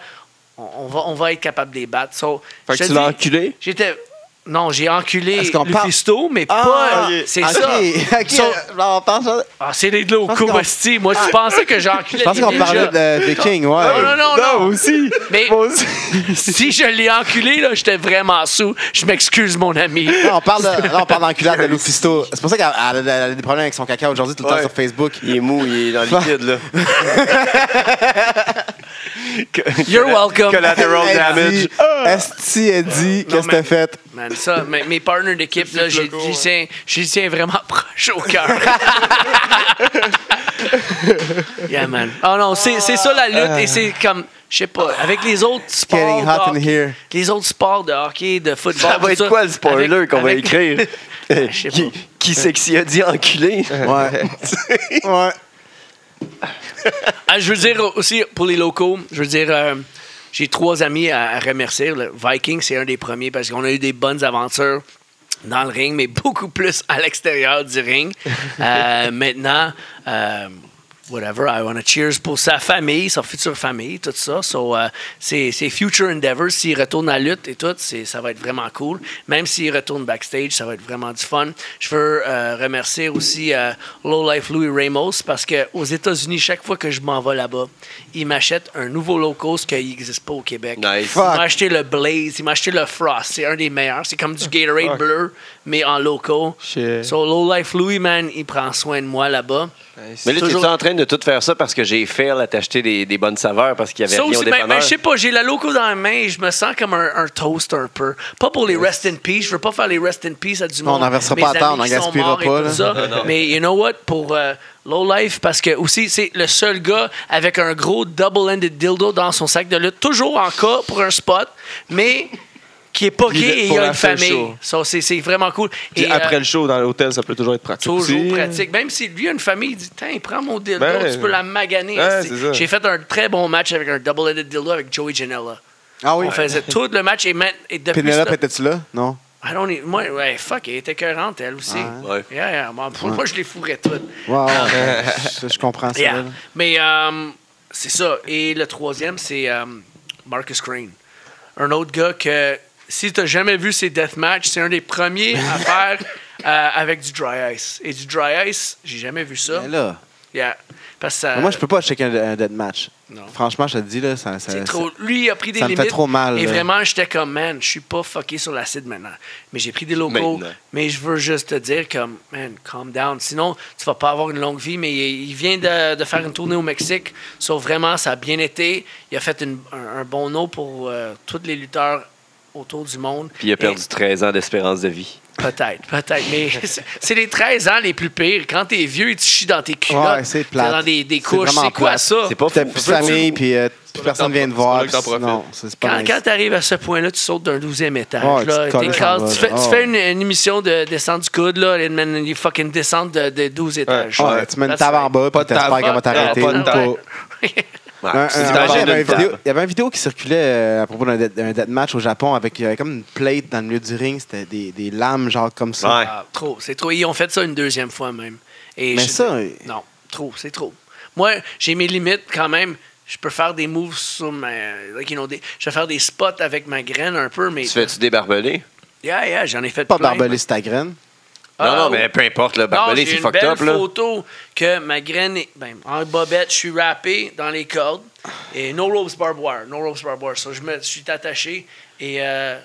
on, on va, on va être capable de les battre. So,
Fait
je
que
te
tu l'as
dis,
enculé?
J'étais. Non, j'ai enculé
Est-ce qu'on parle-
Lufisto, mais
Ah,
pas.
ok.
C'est
Ok,
ça.
ok,
So-
euh, on pense-
Ah, c'est les deux au
pense
coup,
qu'on-
hostie. Moi, tu pensais que j'enculais.
Je pense
les
qu'on
ninjas.
parlait de Viking, ouais.
Non, non, non, non.
aussi.
Mais-
Moi aussi.
si je l'ai enculé, là, j'étais vraiment sous. Je m'excuse, mon ami.
Non, on parle, de, là, on parle d'enculade de Lufisto. C'est pour ça qu'elle elle a- elle a des problèmes avec son caca aujourd'hui tout le temps
Ouais.
sur Facebook.
Il est mou, il est dans le liquide, là.
You're welcome.
Collateral
Elle
damage.
dit- Ah! Esti a dit, qu'est-ce que
mais-
t'as fait?
Man, ça, mes, mes partners d'équipe, là, j'ai- j'y tiens, j'y tiens vraiment proche au cœur. yeah, man. Oh non, c'est c'est ça la lutte. Et c'est comme, je sais pas, avec les autres sports.
Getting
de
hot in
hockey-
here.
Les autres sports de hockey, de football.
Ça
tout
va être quoi le spoiler
avec-
qu'on va
avec- Ah,
écrire?
je sais
Qui,
pas.
qui sexy a dit enculé?
Ouais. ouais.
Ah, je veux dire aussi pour les locaux, je veux dire, euh, j'ai trois amis à, à remercier. Le Viking, c'est un des premiers parce qu'on a eu des bonnes aventures dans le ring, mais beaucoup plus à l'extérieur du ring. Euh, maintenant, euh, whatever, I want to cheers pour sa famille, sa future famille, tout ça. So, euh, c'est c'est future endeavors. S'il retourne à la lutte et tout, c'est- ça va être vraiment cool. Même s'il retourne backstage, ça va être vraiment du fun. Je veux euh, remercier aussi euh, Low Life Louis Ramos parce que aux États-Unis, chaque fois que je m'en vais là-bas, il m'achète un nouveau low cost qui n'existe pas au Québec.
Nice.
Il m'a acheté le Blaze, il m'a acheté le Frost. C'est un des meilleurs. C'est comme du Gatorade bleu, mais en loco.
Shit.
So, Low Life Louis, man, il prend soin de moi là-bas.
Mais là, tu
Toujours-
es en train de tout faire ça parce que j'ai fait à t'acheter des, des bonnes saveurs parce qu'il y avait
Ça
rien au
aussi, ben,
dépanneur.
ben, je sais pas, j'ai la loco dans la main et je me sens comme un, un toast un peu. Pas pour les rest in peace, je veux pas faire les rest in peace à du
Non, on
monde.
en versera
mes
pas à
amis
temps, on en
qui sont
gaspillera
morts et
pas,
tout
là.
ça. Mais you know what, pour euh, Low Life, parce que aussi, c'est le seul gars avec un gros double-ended dildo dans son sac de lutte, toujours en cas pour un spot, mais qui est poqué
Il est
et il
pour
a
la
une
fin
famille.
show.
Ça, c'est- c'est vraiment cool.
Puis
Et,
après
euh,
le show, dans l'hôtel, ça peut toujours être pratique.
Toujours
aussi.
pratique. Même si lui a une famille, il dit Tiens, prends mon dildo,
Ben,
tu peux la maganer.
ouais,
esti.
c'est ça.
J'ai fait un très bon match avec un double-headed dildo avec Joey Janela.
Ah oui.
On faisait tout le match et, man- et depuis.
Pénélope,
ce-
étais-tu là? Non.
I don't even- moi, ouais, fuck, elle était écœurante, elle aussi.
Ouais.
Yeah, yeah. Moi, pour moi, je les fourrais toutes.
Wow. je, je comprends ça.
Yeah.
là.
Mais euh, c'est ça. Et le troisième, c'est euh, Marcus Crane. Un autre gars que, si t'as jamais vu ses deathmatch, c'est un des premiers à faire euh, avec du dry ice. Et du dry ice, j'ai jamais vu ça.
Mais là,
Yeah. Parce que ça-
moi, je peux pas checker un, un deathmatch.
Non.
Franchement, je te dis, là, ça. ça
c'est
ça-
trop. Lui, il a pris des
ça me
limites.
fait trop mal,
Et
là.
vraiment, j'étais comme, man, je suis pas fucké sur l'acide maintenant. Mais j'ai pris des locaux.
Maintenant.
Mais je veux juste te dire, comme, man, calm down. Sinon, tu vas pas avoir une longue vie. Mais il il vient de, de faire une tournée au Mexique. Sauf vraiment, ça a bien été. Il a fait une- un, un bon eau pour euh, tous les lutteurs autour du monde.
Puis il a perdu
Et-
13 ans d'espérance de vie.
Peut-être, peut-être. Mais c'est- c'est les 13 ans les plus pires. Quand t'es vieux, tu chies dans tes culottes.
Ouais, c'est
t'es
plate.
dans des, des
C'est
couches.
vraiment
C'est quoi
plate.
ça?
C'est pas
T'as
fou.
plus de famille, puis euh, plus personne vient te voir.
c'est là que
puis
t'en
Non, c'est pas
Quand,
nice.
quand tu arrives à ce point-là, tu sautes d'un 12e étage.
Ouais,
là,
tu te colles,
T'es
ça
crasse-
va,
tu fais,
là.
tu
Oh.
fais une, une émission de descente du coude, là, et man, you fucking descente de, de 12 étages.
Ouais, Ah, tu mets une
That's
table
right.
en bas, puis t'espères
table.
qu'elle va t'arrêter.
Pas de
ou
table.
pas.
Ouais,
Un- un-
c'est
un-
dangereux
il, y avait
d'une
une vidéo,
table.
il y avait une vidéo qui circulait euh, à propos d'un death- d'un deathmatch au Japon avec il y avait comme une plate dans le milieu du ring, c'était des, des lames genre comme ça.
Ouais.
Ah, trop, c'est trop. Ils ont fait ça une deuxième fois même. Et
Mais
je-
ça, euh,
Non, trop, c'est trop. Moi, j'ai mes limites quand même. Je peux faire des moves sur ma. like, you know, des- je vais faire des spots avec ma graine un peu, mais.
Tu fais-tu débarbeler?
Yeah, yeah, j'en ai fait
pas
plein.
barbelé sur ta graine.
Ah,
non, non,
oui.
mais peu importe, le
Non,
barbelé,
j'ai
c'est
une
fucked
belle
up, là.
photo que ma graine est. Ben, en bobette, je suis rappé dans les cordes. Et no ropes barbed wire. No ropes barbed wire. So, je, me, je suis attaché et euh,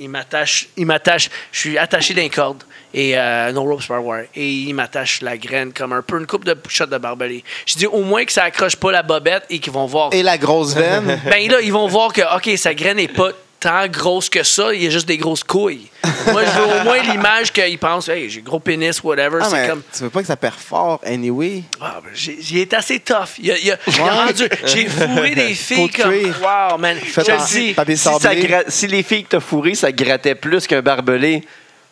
il m'attache. Il m'attache. Je suis attaché dans les cordes et euh, no ropes barbed wire. Et il m'attache la graine comme un peu une coupe de shot de barbelé. Je dis au moins que ça accroche pas la bobette et qu'ils vont voir.
Et la grosse veine.
Ben là, ils vont voir que, OK, sa graine n'est pas tant grosse que ça, il y a juste des grosses couilles. Moi, je veux au moins l'image qu'ils pensent, hey, j'ai gros pénis, whatever.
Ah,
c'est
mais
comme,
Tu veux pas que ça perfore, anyway.
ah, ben, j'ai- il est assez tough. Il a, il a- il a rendu, j'ai fourré des
Faut
filles
te
comme,
tuer.
wow, man.
Faites
je
en
le dis.
papier
Si, ça
sablé.
gra- si les filles que t'as fourrées, ça grattait plus qu'un barbelé,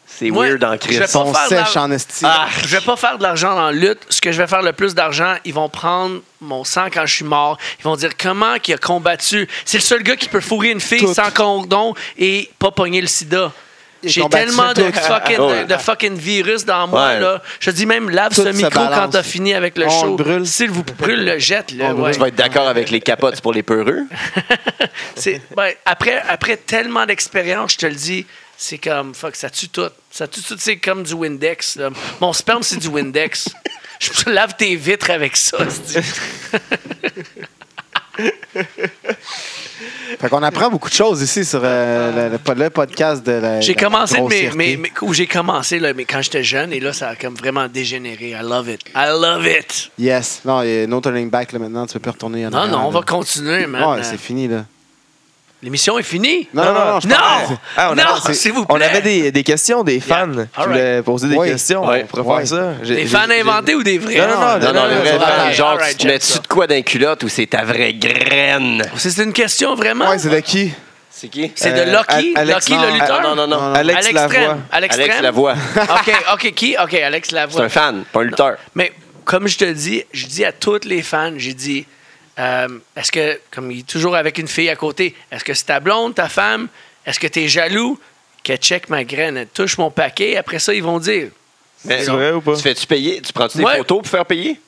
c'est
Moi,
weird en
je vais
crise.
pas
Son
faire de
sèche
la-
en esti.
Ah, je vais pas faire de l'argent en lutte. Ce que je vais faire le plus d'argent, ils vont prendre mon sang quand je suis mort. Ils vont dire comment qu'il a combattu. C'est le seul gars qui peut fourrer une fille
Tout.
sans condom et pas pogner le sida.
Il a
J'ai
combattu
tellement de
tout.
fucking,
Oh, ouais.
de fucking virus dans moi.
Ouais.
Là. Je te dis même, lave
Tout
ce
se
micro
balance.
quand t'as fini avec le
On le
show.
brûle.
S'il vous brûle, le jette. Là, ouais.
Tu vas être d'accord avec les capotes pour les peureux?
C'est- ben, après, après tellement d'expérience, je te le dis, c'est comme, fuck, ça tue tout. Ça tue tout, c'est comme du Windex. là. Mon sperme, c'est du Windex. Je me lave tes vitres avec ça. c'est-tu.
Fait qu'on apprend beaucoup de choses ici sur euh, le, le pod- le podcast de la.
J'ai
la
commencé, mais,
grossièreté.
où j'ai commencé là, mais quand j'étais jeune, et là, ça a comme vraiment dégénéré. I love it. I love it.
Yes. Non, il y a no turning back là, maintenant. Tu peux plus retourner. en
Non,
arrière,
non, on
là.
va continuer, man.
Ouais, c'est fini, là.
L'émission est finie.
Non, non, non, je pense-
Non!
Ah, on
Non,
avait-
s'il vous
On
plaît.
avait des, des questions des fans
Yeah.
qui voulaient poser des
Ouais.
questions.
Ouais.
On pourrait
Ouais.
faire ça. J'ai-
Des
j'ai-
fans
j'ai-
inventés ou des vrais?
Non, non, non,
Non, non,
non,
les
non,
vrais
non,
fans,
non,
genre,
alright,
si tu
j'aime
mets-tu
ça.
de quoi dans les culottes ou c'est ta vraie graine?
C'est une question vraiment?
Ouais, c'est de qui?
C'est qui?
C'est
Euh,
de Lucky,
Al- Alex-
Lucky le
non,
lutteur.
Ah, non, non, non, non.
Non,
Alex
Alex
Lavoie.
Trem. Alex
Alex
Trem.
Lavoie.
OK, OK, qui? OK, Alex
C'est
Lavoie.
un fan, pas un lutteur.
Mais comme je te le dis, je dis à tous les fans, j'ai dit, euh, est-ce que, comme il est toujours avec une fille à côté, est-ce que c'est ta blonde, ta femme? Est-ce que t'es jaloux? Que check ma graine, elle touche mon paquet. Après ça, ils vont dire,
Mais
C'est vrai ou pas?
Tu fais-tu payer? Tu prends-tu des
Ouais.
photos pour faire payer?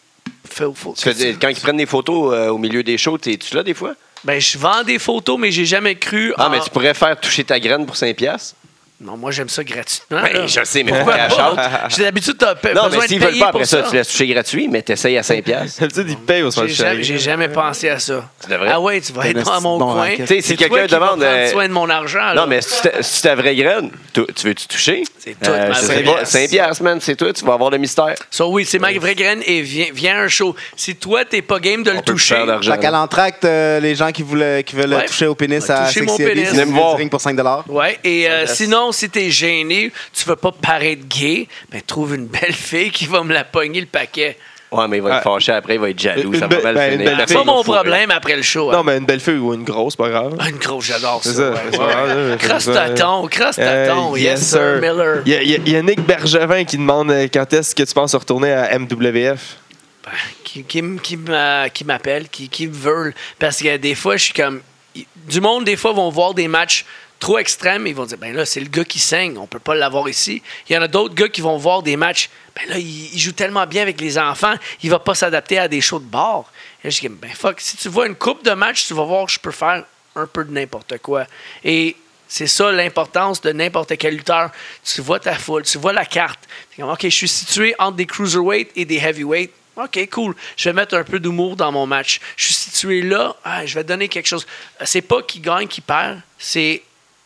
Faut- faut-
Tu fais des- quand ils prennent des photos euh, au milieu des shows, t'es-tu là des fois?
Ben, je vends des photos, mais j'ai jamais cru.
Ah,
en-
mais tu pourrais faire toucher ta graine pour 5 piastres?
Non, moi, j'aime ça gratuitement.
Ben,
Ah, là.
je sais, mais
Pourquoi
faut cash
pas? J'ai l'habitude, t'as pe-
Non,
Euh,
mais
besoin de
s'ils
payer
veulent pas après
pour
ça, tu laisses toucher gratuit, mais t'essayes à 5 piastres.
D'habitude, ils payent au soir
J'ai
du
jamais, j'ai
chalet.
jamais pensé à ça.
Tu devrais.
Ah ouais, tu vas
T'as
être
un
dans
esti
mon
bon
coin.
racket.
Tu sais, si
C'est toi
quelqu'un
qui vas
demande,
prendre
euh,
soin de mon argent.
Non,
là.
mais si t'as- si ta vraie graine, tu tu veux-tu toucher?
C'est tout,
je
ma vraie
sais pas,
graine.
5 piastres, man, c'est toi, tu vas avoir le mystère.
So, oui, c'est ma vraie graine et viens, viens à un show. Si toi, t'es pas game de
Euh, On
le
peut plus
toucher,
faire d'argent.
Fait qu'à l'entracte, euh, les gens qui, voulaient, qui veulent
Ouais.
toucher au pénis
Ouais,
à
toucher mon
Sexy
pénis.
Eddie,
Venez
c'est
me
du
voir.
ring pour 5
ouais, et euh, sinon, si t'es gêné, tu veux pas paraître gay, ben trouve une belle fille qui va me la pogner le paquet.
Ouais, mais il va être
Ah.
fâché après, il va être jaloux.
Une
ça va
belle-
mal
ben, une
finir.
belle
C'est
Personne
pas
fille.
va
mon
fourrer.
problème après le show. hein.
Non, mais une belle feuille ou une grosse, pas grave.
Ah, une grosse, j'adore ça.
C'est ça,
ouais,
c'est
ouais.
pas grave, c'est
Crosse
ça.
ta ton, crosse ta ton.
Euh,
yes, sir, Miller.
Il y a- il y, a- il y a Nick Bergevin qui demande euh, quand est-ce que tu penses retourner à MWF.
Ben, qui, qui, m- qui m'a- qui m'appelle, qui, qui me veut. Parce que des fois, je suis comme. Du monde, des fois, vont voir des matchs trop extrêmes et ils vont dire Ben là, c'est le gars qui saigne, on peut pas l'avoir ici. Il y en a d'autres gars qui vont voir des matchs Ben là, il, il joue tellement bien avec les enfants, il va pas s'adapter à des shows de bar. Et là, je dis Ben fuck, si tu vois une coupe de matchs, tu vas voir, je peux faire un peu de n'importe quoi. Et c'est ça l'importance de n'importe quel lutteur. Tu vois ta foule, tu vois la carte. T'es comme, OK, je suis situé entre des cruiserweight et des heavyweight. OK, cool. Je vais mettre un peu d'humour dans mon match. Je suis situé là. Ah, je vais donner quelque chose. C'est pas qui gagne, qui perd. C'est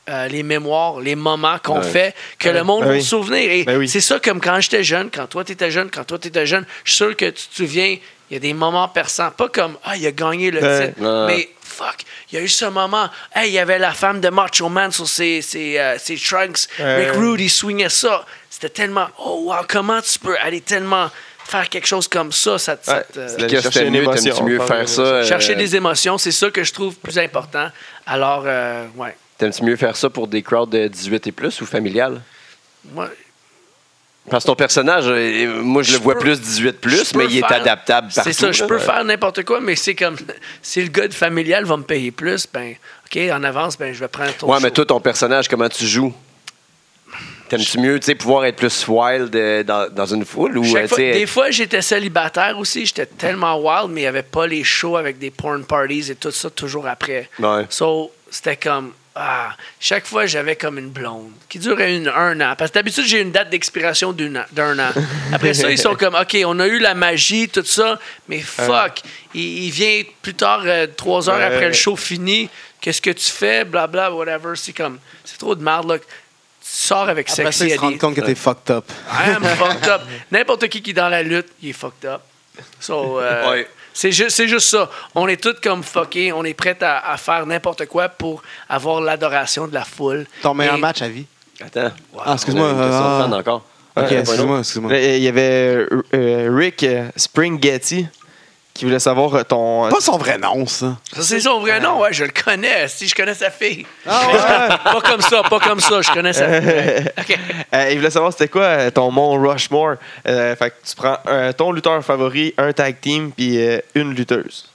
euh, les mémoires, les moments qu'on fait que le monde
Ben
va
oui.
se souvenir. Et
Ben oui.
c'est ça comme quand j'étais jeune, quand toi t'étais jeune, quand toi t'étais jeune. Je suis sûr que tu te souviens, il y a des moments perçants. Pas comme, ah, il a gagné le
Ben,
titre.
ouais.
Mais fuck, il y a eu ce moment. Hey, il y avait la femme de Macho Man sur ses, ses, euh, ses trunks.
Ouais.
Rick Rude, il swingait ça. C'était tellement. Oh, wow, comment tu peux aller tellement faire quelque chose comme ça? ça, te- ça
Ouais,
te-
c'est
Qu'est-ce que
Chercher
c'était
une
mieux,
émotion,
t'aimes-tu mieux
on
faire
parle
ça?
d'une
euh,
Chercher des émotions, c'est ça que je trouve plus important. Alors, euh, ouais.
T'aimes-tu mieux faire ça pour des crowds de 18 et plus ou familiales?
Moi,
Parce que ton personnage, euh, moi, je,
Je
le vois
peux-
plus 18
je
plus,
peux
mais il est
faire-
adaptable partout.
C'est ça, je
là.
peux faire n'importe quoi, mais c'est comme si le gars de familial va me payer plus, ben, OK, en avance, ben, je vais prendre ton.
Ouais, mais
show.
toi, ton personnage, comment tu joues? T'aimes-tu mieux, tu sais, pouvoir être plus wild euh, dans, dans une foule ou,
Chaque
euh, tu
fois-
sais,
des fois, j'étais célibataire aussi. J'étais tellement wild, mais il n'y avait pas les shows avec des porn parties et tout ça toujours après.
Ouais.
So, c'était comme. Ah, chaque fois, j'avais comme une blonde qui durait une, un an. Parce que d'habitude, j'ai une date d'expiration d'une an- d'un an. Après ça, ils sont comme, OK, on a eu la magie, tout ça, mais fuck, il, il vient plus tard, euh, trois heures
Ouais.
après le show fini. Qu'est-ce que tu fais? Blabla, whatever. C'est comme, c'est trop de merde, là. Tu sors avec
Après
sexy
ça, ils se
à des-
rendent compte que t'es fucked up.
I am fucked up. N'importe qui qui est dans la lutte, il est fucked up. So, euh,
Ouais.
c'est, ju- c'est juste ça. On est tous comme fuckés. On est prêts à, à faire n'importe quoi pour avoir l'adoration de la foule.
Ton meilleur
Et-
match à vie.
Attends.
Ah,
On
excuse-moi.
a une question de
euh,
fan hein. encore.
Ok,
Ouais,
excuse-moi, excuse-moi.
Là, Il y avait euh, euh, Rick euh, Springhetti qui voulait savoir euh, ton.
Pas son vrai nom, ça.
Ça, c'est son
Ah.
vrai nom, ouais, je le connais. Si je connais sa fille. pas comme ça, pas comme ça. Je connais sa fille. Ok.
Euh, il voulait savoir c'était quoi euh, ton Mont Rushmore. Euh, fait que tu prends euh, ton lutteur favori, un tag team, puis euh, une lutteuse.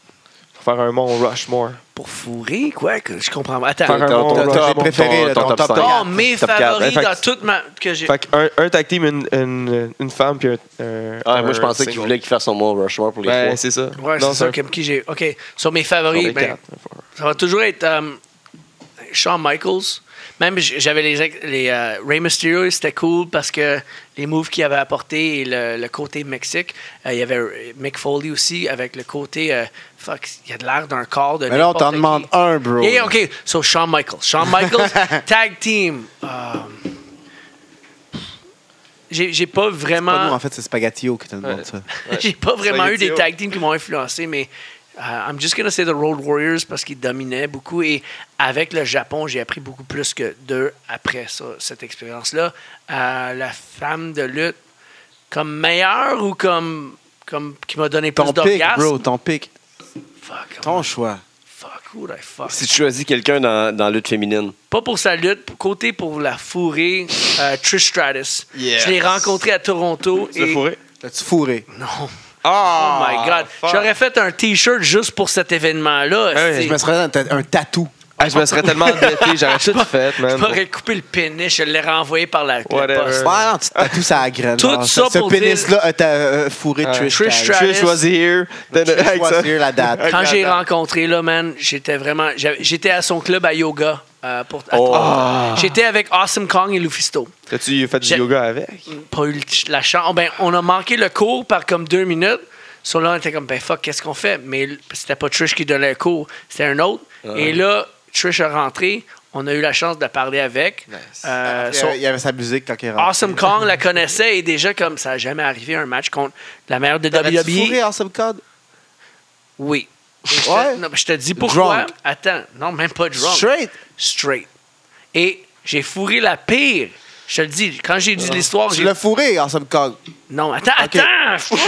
Pour faire un Mont Rushmore.
Pour fourrer, quoi, que je comprends. pas. Attends.
Faire un
Ton-
Mont
ton-
Rushmore.
ton-
préféré, là, ton top
cinq.
Oh, mes
Top quatre,
favoris
hein.
dans
Fait
toute ma. Que j'ai...
Fait qu'un un tag team, une, une, une femme, puis un. un-
Ah, moi, je
un
pensais qu'il
single.
voulait qu'il fasse son mot Rushmore pour les
Ben,
trois.
c'est ça.
Ouais,
Non,
c'est ça,
un-
comme qui j'ai. OK. Sur mes
sur les
favoris, ben,
quatre.
Ça va toujours être euh, Shawn Michaels. Même j- j'avais les, ex- les euh, Rey Mysterio, c'était cool parce que les moves qu'il avait apportés et le, le côté Mexique. Euh, Il y avait euh, Mick Foley aussi avec le côté euh, fuck, il y a de l'air d'un corps de.
Mais là, on t'en
n'importe
demande
qui.
un, bro.
Yeah, yeah, OK. So, Shawn Michaels. Shawn Michaels, tag team. Um, j'ai j'ai pas vraiment.
Pas nous, en fait, c'est Spaghettio qui te demande ça.
J'ai pas vraiment eu des
Spaghetti-O.
tag teams qui m'ont influencé, mais euh, I'm just gonna say the Road Warriors parce qu'ils dominaient beaucoup. Et avec le Japon, j'ai appris beaucoup plus que deux après ça, cette expérience-là. Euh, la femme de lutte, comme meilleure ou comme. comme qui m'a donné plus
Ton pic,
d'orgasme?
bro, ton pic.
Fuck,
Ton choix.
fuck, who the fuck?
Si tu choisis quelqu'un dans, dans la lutte féminine,
pas pour sa lutte, pour- côté pour la fourrée, euh, Trish Stratus.
Yes.
Je l'ai rencontrée à Toronto.
Tu l'as
et-
fourré?
T'as-tu fourré?
Non. Oh
Ah,
my God.
fuck.
J'aurais fait un T-shirt juste pour cet événement-là.
Ouais,
C'est-
Je me serais donné un ta- un tatou.
Ah, je me serais tellement endetté, j'aurais tout fait,
Je
man.
m'aurais coupé le pénis, je l'ai renvoyé par la, la
Whatever.
poste.
Ouais, non, tu te tatoues ça à la graine.
Euh. Tout
genre.
ça
Ce
pour
pénis-là a ta- euh, fourré
Ouais.
Trish.
Trish
Stratus.
Trish was here. Then-
Trish
avec
was
ça.
here, la date.
Avec
Quand
la
j'ai
date.
rencontré, là, man, j'étais vraiment. j'avais- J'étais à son club à yoga. euh, pour,
Oh.
à- J'étais avec Awesome Kong et Lufisto.
T'as-tu fait du
J'ai-
yoga avec?
Pas eu le- la chance. oh, ben, on a manqué le cours par comme deux minutes. So là, on était comme, ben fuck, qu'est-ce qu'on fait? Mais l- c'était pas Trish qui donnait le cours, c'était un autre. Et là, Trish est rentré. On a eu la chance de parler avec. Euh,
Ah, Il y
son-
avait- Il y avait sa musique quand il est rentré.
Awesome Kong la connaissait et déjà comme ça n'a jamais arrivé un match contre la meilleure de E.
T'aurais-tu
WWE.
fourré Awesome Code?
Oui. Et je, te,
Ouais.
non, mais je te dis pourquoi.
Drunk.
Attends, non, même pas drunk.
Straight?
Straight. Et j'ai fourré la pire. Je te le dis, quand j'ai lu
Oh,
l'histoire,
Tu
j'ai.
l'as fourré en somme quand-
Non, attends, attends! fuck!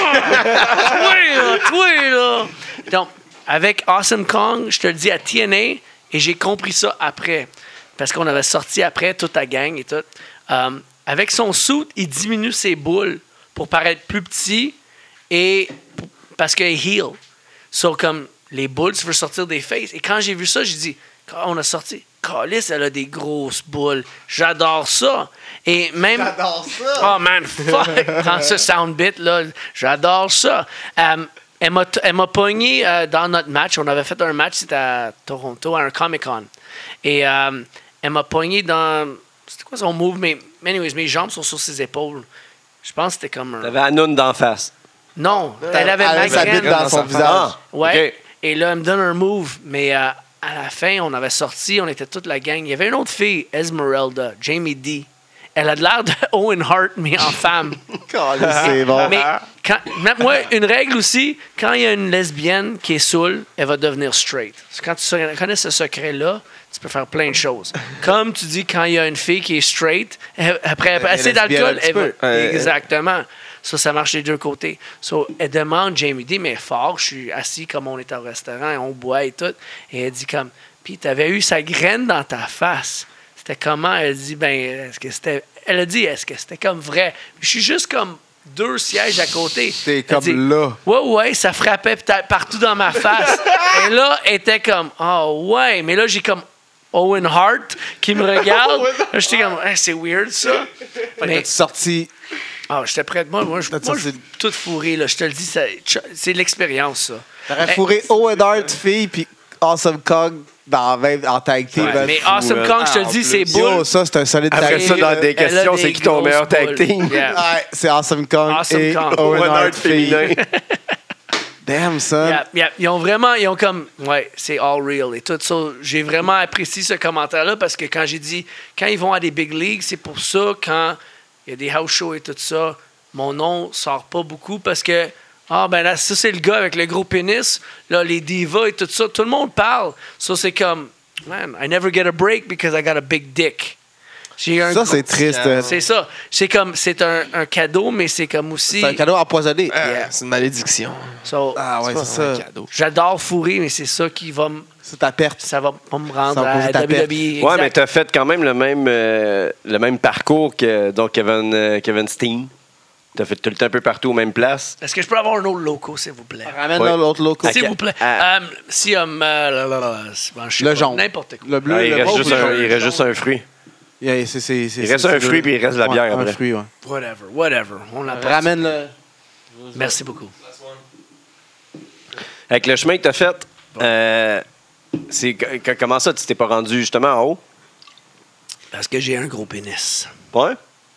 toi, là, toi, là! Donc, avec Awesome Kong, je te le dis à TNA, et j'ai compris ça après. Parce qu'on avait sorti après toute la gang et tout. Euh, avec son suit, il diminue ses boules pour paraître plus petit et p- parce qu'il heal. So, comme les boules, tu veux sortir des faces. Et quand j'ai vu ça, j'ai dit, quand on a sorti, Calis, elle a des grosses boules. J'adore ça. Et même.
J'adore ça.
Oh man, fuck! Prends ce sound bit, là. J'adore ça. Euh, elle m'a t- elle m'a pogné euh, dans notre match. On avait fait un match, c'était à Toronto, à un Comic-Con. Et euh, elle m'a pogné dans. C'était quoi son move? Mais, anyways, mes jambes sont sur ses épaules. Je pense que c'était comme un.
T'avais Hanoun d'en face.
Non, elle avait
Elle
ma
a sa
graine.
bite dans son visage.
Ouais.
OK.
Et là, elle me donne un move, mais euh, à la fin, on avait sorti, on était toute la gang. Il y avait une autre fille, Esmeralda, Jamie D. Elle a de l'air de Owen Hart, mais en femme.
Calisse,
Ah,
C'est bon.
mais quand, même moi, une règle aussi, quand il y a une lesbienne qui est saoule, elle va devenir straight. Quand tu se- connais ce secret-là, tu peux faire plein de choses. Comme tu dis, quand il y a une fille qui est straight, elle- après
Elle est
assez
lesbienne un
d'alcool,
petit
elle va.
peu.
Ouais.
Exactement. Ça, ça marche des deux côtés. So, elle demande, Jamie dit, mais fort, je suis assis comme on est au restaurant, on boit et tout. Et elle dit comme, puis t'avais eu sa graine dans ta face. C'était comment? Elle dit, ben, est-ce que c'était. Elle a dit, est-ce que c'était comme vrai? Je suis juste comme deux sièges à côté.
T'es
Elle
comme
dit,
là.
Ouais, ouais, ça frappait peut-être partout dans ma face. et là, elle était comme, oh ouais. Mais là, j'ai comme Owen Hart qui me regarde. Là, J'étais comme, Hey, c'est weird ça. Mais-
Sorti.
ah, j'étais prêt. Moi, moi, je moi,
T'as sorti
je suis tout fourré, là. Je te le dis, ça- tch- c'est l'expérience, ça.
T'aurais
Eh,
fourré Owen Hart, fille, puis Awesome Kong dans, même- en tag team.
Ouais, mais Awesome Kong, je te le
Ah,
dis, c'est
Yo,
boule.
ça, c'est un solide
Après
tag
Et
ça,
team.
dans des
elle a
questions,
des
c'est qui ton
grosses
meilleur tag
boules.
team?
Yeah.
Ouais, c'est Awesome Kong
Awesome
et
Kong.
Owen
Owen
Hart,
Hart
fille.
féminin.
Damn, son.
Yeah, yeah. Ils ont vraiment, ils ont comme, ouais, c'est all real et tout ça. J'ai vraiment apprécié ce commentaire-là parce que quand j'ai dit, quand ils vont à des big leagues, c'est pour ça, quand il y a des house shows et tout ça, mon nom sort pas beaucoup parce que, ah ben là, ça c'est le gars avec le gros pénis, là, les divas et tout ça, tout le monde parle. Ça c'est comme, man, I never get a break because I got a big dick. J'ai un
Ça,
gros-
c'est triste. euh,
C'est ça. C'est comme, c'est un, un cadeau, mais c'est comme aussi.
C'est un cadeau empoisonné.
Euh, C'est une malédiction.
So,
Ah ouais, c'est ça.
J'adore fourrer, mais c'est ça qui va me
C'est ta perte.
ça va pas me rendre
Ça va
à
poser ta
WWE.
perte.
exact.
Ouais, mais t'as fait quand même le même, euh, le même parcours que donc Kevin, euh, Kevin Steen. T'as fait tout le temps un peu partout aux mêmes places.
Est-ce que je peux avoir un autre loco, s'il vous plaît?
Ramène
Ouais.
dans l'autre loco.
S'il vous plaît.
à-
Euh, si, euh, euh, là, là, là, c'est- bon, je sais
Le
pas,
jaune.
N'importe quoi.
Le bleu,
Ah, il,
le
reste
rose,
juste
le
un,
jaune.
il reste juste un fruit.
Yeah, c'est- c'est- c'est-
Il reste
c'est-
un
c'est bleu.
fruit, puis il reste la bière
Ouais,
après.
Un fruit, ouais.
Whatever, whatever. On l'a pas.
Ramène le.
Merci beaucoup.
Avec le chemin que t'as fait, euh, c'est que- que- comment ça, tu t'es pas rendu justement en haut?
Parce que j'ai un gros pénis.
Ouais?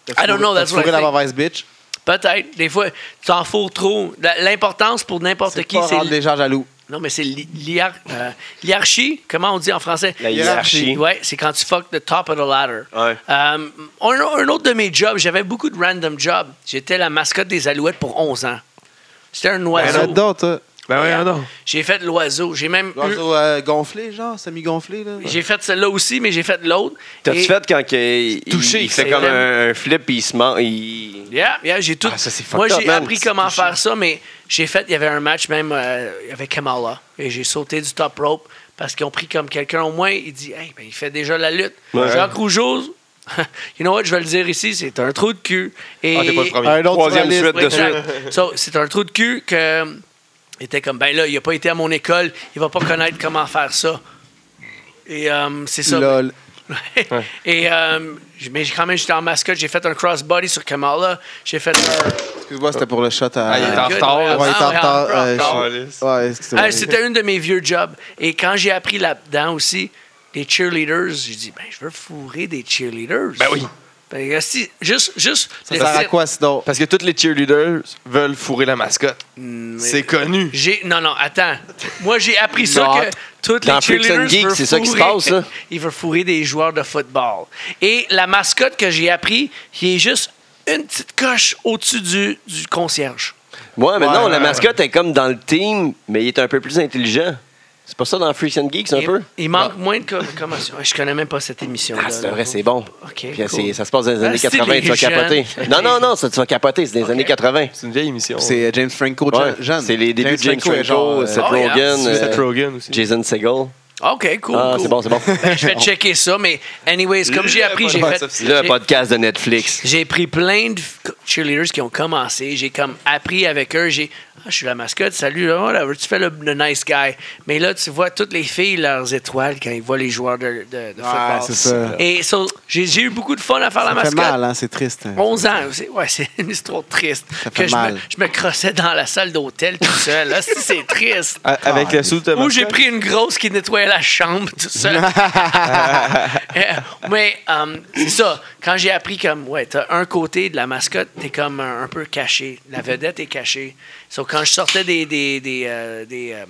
I don't know, that's what I
Fourré la
think.
mauvaise bitch.
Peut-être. Des fois, tu t'en fourres trop. La- L'importance pour n'importe
C'est
qui,
pas
c'est...
rendre les gens jaloux.
Non, mais c'est l'hi- l'hiar- euh, l'hiérarchie. Comment on dit en français?
La hiérarchie.
Ouais, c'est quand tu fuck the top of the ladder.
Ouais.
Euh, un, un autre de mes jobs, j'avais beaucoup de random jobs. J'étais la mascotte des Alouettes pour 11 ans. J'étais un oiseau.
Arrête donc, toi.
Ben oui, non.
J'ai fait l'oiseau. J'ai même eu-
L'oiseau euh, gonflé, genre, semi-gonflé, là.
J'ai fait celle-là aussi, mais j'ai fait l'autre.
T'as-tu
Et-
fait quand que- il,
Touché,
il fait
c'est
comme
vraiment-
un, un flip, puis il se ment, il...
Yeah, yeah, j'ai tout.
Ah, ça, c'est fucked
Moi,
up,
j'ai
man,
appris
c'est
comment
touchant.
faire ça, mais j'ai fait. Il y avait un match même euh, avec Kamala et j'ai sauté du top rope parce qu'ils ont pris comme quelqu'un au moins. Il dit, hey, ben, il fait déjà la lutte.
Ouais.
Jacques Rougeau, you know what, je vais le dire ici, c'est un trou de cul. Et
Ah, t'es pas le premier.
Un autre
Troisième
journaliste.
suite de suite.
Exact. So, c'est un trou de cul que hum, était comme ben là, il a pas été à mon école, il va pas connaître comment faire ça. Et hum, c'est ça.
Lol.
Et hum, j- mais j'ai- quand même j'étais en mascotte, j'ai fait un crossbody sur Kamala, j'ai fait un
Excuse-moi, c'était pour le shot à.
Ah, il est en
Good,
retard,
ouais,
là.
Ouais, il est en
ah,
retard,
ouais, en
euh,
retard.
Calice.
Ouais, excusez-moi.
Ah, C'était une de mes vieux jobs. Et quand j'ai appris là-dedans aussi, les cheerleaders, j'ai dit ben je veux fourrer des cheerleaders.
Ben oui.
Ben, si, juste, juste.
Ça sert à quoi sinon?
Parce que toutes les cheerleaders veulent fourrer la mascotte. C'est connu.
J'ai non non attends. Moi j'ai appris ça
Non.
que toutes
Dans
les cheerleaders
Freaks and Geeks,
veulent
c'est ça qui se
fourrer-
passe, ça.
Ils veulent fourrer des joueurs de football. Et la mascotte que j'ai appris, qui est juste une petite coche au-dessus du, du concierge.
Ouais, mais
Ouais,
non,
ouais,
la
ouais.
mascotte est comme dans le team, mais il est un peu plus intelligent. C'est pas ça dans Freaks and Geeks un
il,
peu?
il manque moins de co- commotion. Je connais même pas cette émission.
Ah, c'est vrai, c'est bon.
OK,
Puis,
cool.
c'est- Ça se passe dans les années
Ah, c'est
80, tu vas
les jeunes.
capoter. Non, non, non, ça, tu vas capoter, c'est des années 80.
C'est une vieille émission.
C'est euh, James Franco,
Ouais,
je- jeune.
c'est les débuts de James
est genre,
Franco,
euh,
Seth
Oh, yeah.
Rogen, euh,
Seth Rogen aussi.
Jason Segel.
OK, cool.
Ah,
cool.
c'est bon, c'est bon.
Ben, je vais checker ça, mais anyways, comme j'ai
Le
appris, j'ai
podcast
fait...
officiel.
Le
j'ai-
podcast de Netflix.
J'ai pris plein de f- cheerleaders qui ont commencé. J'ai comme appris avec eux. J'ai, Ah, je suis la mascotte. Salut, là, whatever, tu fais le, le nice guy. Mais là, tu vois toutes les filles leurs étoiles quand ils voient les joueurs de, de- de football.
c'est ça.
Et so, j'ai, j'ai eu beaucoup de fun à faire la
Ça
mascotte.
fait mal, hein, c'est triste.
11 ans, c'est, ouais, c'est une histoire triste.
fait
que je me,
mal.
je me crossais dans la salle d'hôtel tout seul. Là, c'est- c'est triste.
A- Avec le sou de
Ou j'ai
mascotte.
pris une grosse qui nettoyait la chambre tout seul. Euh, Mais euh, c'est ça. Quand j'ai appris comme ouais, t'as un côté de la mascotte, t'es comme un, un peu caché. La vedette est cachée. So, quand je sortais des des, des, euh, des, euh,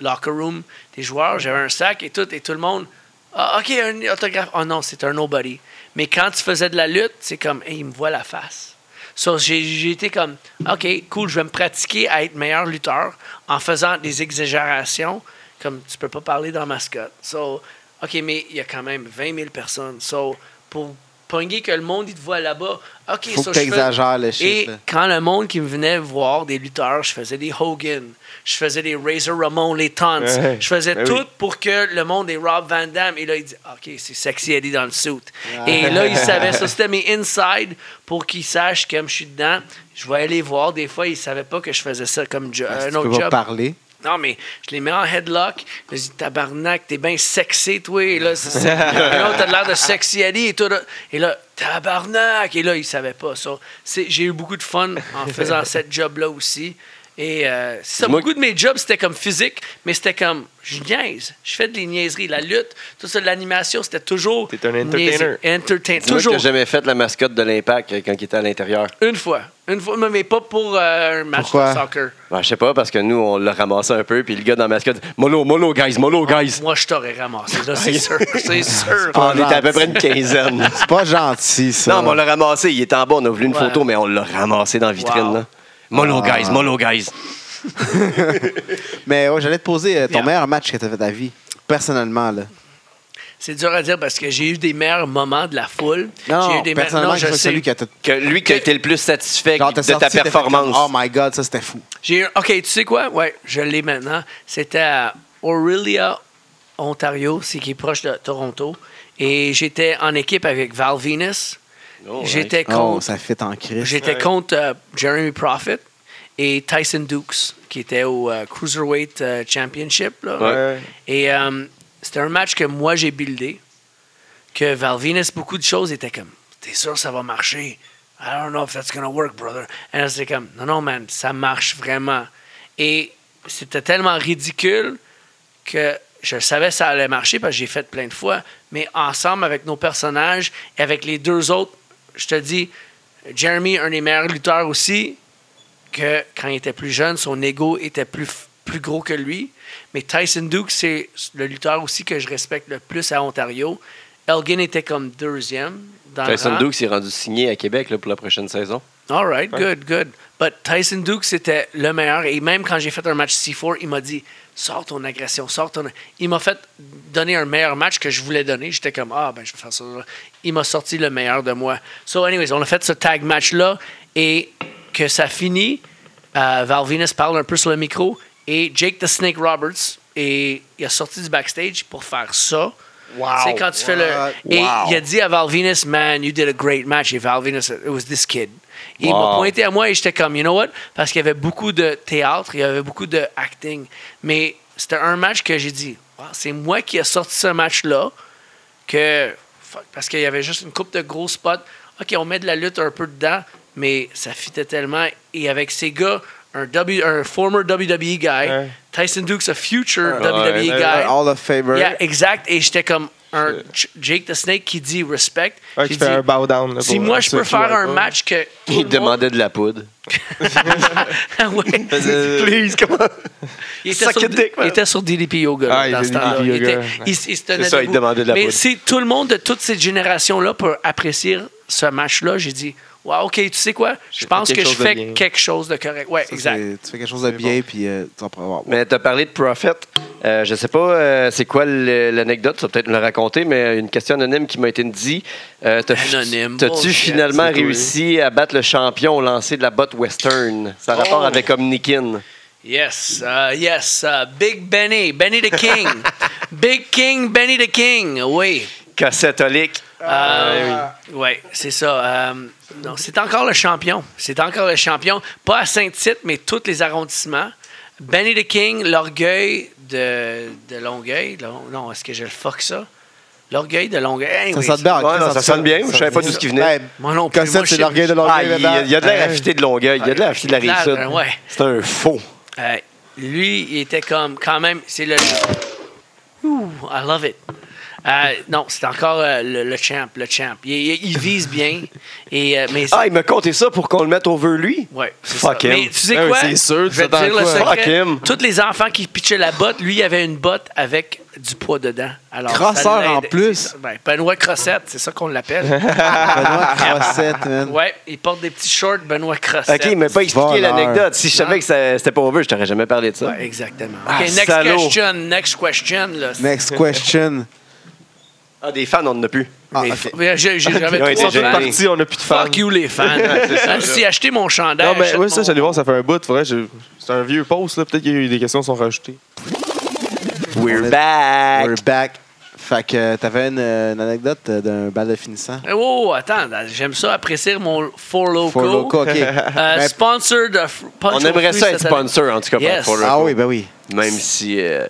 locker room des joueurs, j'avais un sac et tout et tout le monde. Ah, ok, un autographe. Oh non, c'est un nobody. Mais quand tu faisais de la lutte, c'est comme hey, il me voit la face. So, j'ai j'ai été comme, OK, cool, je vais me pratiquer à être meilleur lutteur en faisant des exagérations, comme tu peux pas parler dans mascotte. So, OK, mais il y a quand même 20 000 personnes. So, pour pogner que le monde, il te voit là-bas, OK,
Faut
so,
que
je fais-
t'exagères le shit,
Et
là.
quand le monde qui me venait voir des lutteurs, je faisais des Hogan, je faisais des Razor Ramon, les Tons,
Ouais,
je faisais
ben
tout
oui.
pour que le monde est Rob Van Damme. Et là, il dit OK, c'est sexy Eddie dans le suit. Et là, il savait ça. C'était mes inside pour qu'ils sachent que je suis dedans. Je vais aller voir. Des fois, ils ne savaient pas que je faisais ça comme jo-
Si
un
Ah, tu peux
autre
pas
job.
parler.
Non, mais je les mets en headlock. Je dis, tabarnak, t'es bien sexy, toi. Et là, c'est- c'est- là, t'as l'air de sexy Eddie et tout. là. Et là, tabarnak. Et là, ils savaient pas ça. C'est- J'ai eu beaucoup de fun en faisant cette job-là aussi. Et euh, c'est ça,
Moi-
beaucoup de mes jobs, c'était comme physique, mais c'était comme, je niaise. Je fais de les niaiseries. La lutte, tout ça, de l'animation, c'était toujours.
T'es un entertainer.
niaiserie. Entertain.
Dis-moi que t'as
Toujours.
jamais fait la mascotte de l'Impact euh, quand il était à l'intérieur.
Une fois. Une fois, mais- mais pas pour euh, un match
Pourquoi?
de soccer.
Ben, je sais pas, parce que nous, on l'a ramassé un peu, puis le gars dans la mascotte, mollo, mollo, guys, mollo, guys.
Moi, je t'aurais ramassé, là, c'est sûr. C'est sûr.
on était à peu près une quinzaine.
C'est pas gentil, ça.
non, mais on l'a ramassé. Il était en bas, on a voulu une
Ouais.
photo, mais on l'a ramassé dans la vitrine.
Wow.
Là. Mollo, guys, mollo, guys.
Mais ouais, j'allais te poser euh, ton
Yeah.
meilleur match que t'as fait ta vie, personnellement. Là.
C'est dur à dire parce que j'ai eu des meilleurs moments de la foule.
Non,
j'ai eu
non,
des meilleurs-
personnellement,
non, je
c'est
sais.
celui qui a t-
Que lui qui a été le plus satisfait
genre, t'as
de ta
sorti, t'as fait
performance.
comme, Oh my God, ça, c'était fou.
J'ai eu- OK, tu sais quoi? Ouais, je l'ai maintenant. C'était à Aurelia, Ontario, c'est qui est proche de Toronto. Et j'étais en équipe avec Val Venus.
Oh,
j'étais
Oh,
contre,
ça fit en crise.
j'étais contre euh, Jeremy Prophet et Tyson Dukes, qui était au euh, Cruiserweight euh, Championship. là.
Ouais, ouais.
Et euh, c'était un match que moi j'ai buildé, que Valvinus, beaucoup de choses étaient comme, t'es sûr ça va marcher? I don't know if that's gonna work, brother. Et là, c'était comme, non, non, man, ça marche vraiment. Et c'était tellement ridicule que je savais ça allait marcher parce que j'ai fait plein de fois, mais ensemble avec nos personnages et avec les deux autres, je te dis, Jeremy, un des meilleurs lutteurs aussi, que quand il était plus jeune, son ego était plus, plus gros que lui. Mais Tyson Duke, c'est le lutteur aussi que je respecte le plus à Ontario. Elgin était comme deuxième dans le
Tyson
rang.
Dukes est rendu signé à Québec là, pour la prochaine saison.
All right, good, good. But Tyson Duke, c'était le meilleur. Et même quand j'ai fait un match C4, il m'a dit Sors ton agression, sors ton. Il m'a fait donner un meilleur match que je voulais donner. J'étais comme Ah, ben, je vais faire ça. là. Il m'a sorti le meilleur de moi. So, anyways, on a fait ce tag match-là. Et que ça finit, euh, Val Venus parle un peu sur le micro. Et Jake the Snake Roberts, et il a sorti du backstage pour faire ça. Tu sais, quand tu fais le. Et il a dit à Val Venus, man, you did a great match. Et Val Venus, it was this kid. Et il m'a
Wow.
pointé à moi et j'étais comme, you know what? Parce qu'il y avait beaucoup de théâtre, il y avait beaucoup de acting. Mais c'était un match que j'ai dit, Wow, c'est moi qui ai sorti ce match-là. que fuck, Parce qu'il y avait juste une coupe de gros spots. OK, on met de la lutte un peu dedans, mais ça fitait tellement. Et avec ces gars, un, w, un former WWE guy,
Ouais.
Tyson Dukes, a future
Ouais,
WWE
ouais,
guy.
ouais.
All Euh, of favor.
Yeah, exact. Et j'étais comme un J- Jake the Snake qui dit respect.
Ouais,
J'ai
qui fait
dit,
un bow down. là,
si
pour euh,
moi
ceux
je peux
qui
faire
voient
un
pas.
match que. tout
Il
le monde- Ah
demandait de la poudre.
Ouais.
Faisait-
Please, comment?
il, était
Suck
sur,
a dick, man.
il était sur DDP Yoga. là,
Ah, il
dans
était
ce temps-là.
DDP
Il,
Yoga.
était-
Ouais.
il s- il se tenait
C'est ça, il
debout.
demandait de la
Mais
poudre.
c'est tout le monde de toute cette génération-là pour apprécier ce match-là. J'ai dit, wow, OK, tu sais quoi? Je
J'ai
pense
fait
que
quelque
je
chose de
fais
bien.
quelque chose de correct. Ouais,
Ça,
exact.
c'est- Tu fais quelque chose de bien, puis euh, tu vas pouvoir.
Mais t'as parlé de Prophet. Euh, je sais pas euh, c'est quoi le- l'anecdote, tu vas peut-être me la raconter, mais une question anonyme qui m'a été dit. Euh, t'as-
Anonyme,
T'as-tu
bullshit,
finalement
c'est cool.
réussi à battre le champion au lancer de la botte western? Ça a rapport
Oh.
avec Omnikin.
Yes, uh, yes, uh, Big Benny, Benny the King. Big King, Benny the King, oui.
Catholique.
Euh, ouais, c'est ça. Euh, non, c'est encore le champion. C'est encore le champion. Pas à Saint-Tite, mais tous les arrondissements. Benny the King, l'orgueil de, de Longueuil. Lon- Non, est-ce que je le fuck ça? L'orgueil de Longueuil. Anyway,
Ah, Ça sonne bien.
Ouais, non, ça sonne bien. Je savais pas d'où ce qui venait.
Ben,
Moi non plus.
Cossette,
Moi, je
c'est
sais-
l'orgueil de
Ah, il
l'orgueil.
il y a, il y a de l'air
dedans.
affité de Longueuil. Il y a de l'air affité de la rive
Là,
sud.
euh, ouais.
C'est un faux.
Euh, lui, il était comme, quand même, c'est le. Ouh, I love it. Euh, non, c'est encore euh, le, le champ, le champ. Il, il- il vise bien. Et, euh, mais
Ah, il m'a compté ça pour qu'on le mette over lui?
Ouais, c'est
Fuck
ça.
him.
Mais tu sais
Ah oui,
quoi?
c'est sûr, tu
je vais te
t'attends
dire
à
le
quoi?
Fuck
secret.
him.
Tous les enfants qui pitchaient la botte, lui, il avait une botte avec du poids dedans. Alors,
Crosseur
ça
en
l'aide.
plus.
C'est ça. Ben, Benoît Crossette, c'est ça qu'on l'appelle.
Benoît Crossette, man.
ouais, il porte des petits shorts Benoît Crossette.
Ok, il m'a pas expliqué
Voleur.
l'anecdote. Si je savais que ça- c'était pas over, je t'aurais jamais parlé de ça.
Ouais, exactement.
Ah,
ok, next
salaud.
question, next question. Là.
Next question.
Ah, des fans, on n'en a plus.
Ah,
Les
ok.
fa- Mais j'ai- j'ai- J'avais
ouais,
Ils sont
t'es
trois
tous
gêné.
fans.
partis, on n'a plus de fans.
Fuck you, les fans. Hein, si acheté mon chandail.
Non, mais
achète
oui, ça,
mon-
j'allais voir, ça fait un bout. Faudrait, je- C'est un vieux post, là. Peut-être qu'il y a eu des questions qui sont rajoutées.
On
We're
est-
back.
We're back. Fait que euh, t'avais une, euh, une anecdote euh, d'un bal de finissant.
Eh, Oh, attends, j'aime ça apprécier mon Four Loco.
Four Loco, OK.
Euh,
Ben,
sponsor de F- Punch
On aimerait
aux fruits
ça être
cette année.
sponsor, en tout cas,
Yes.
pour le
ah oui, ben oui.
Même si. Euh,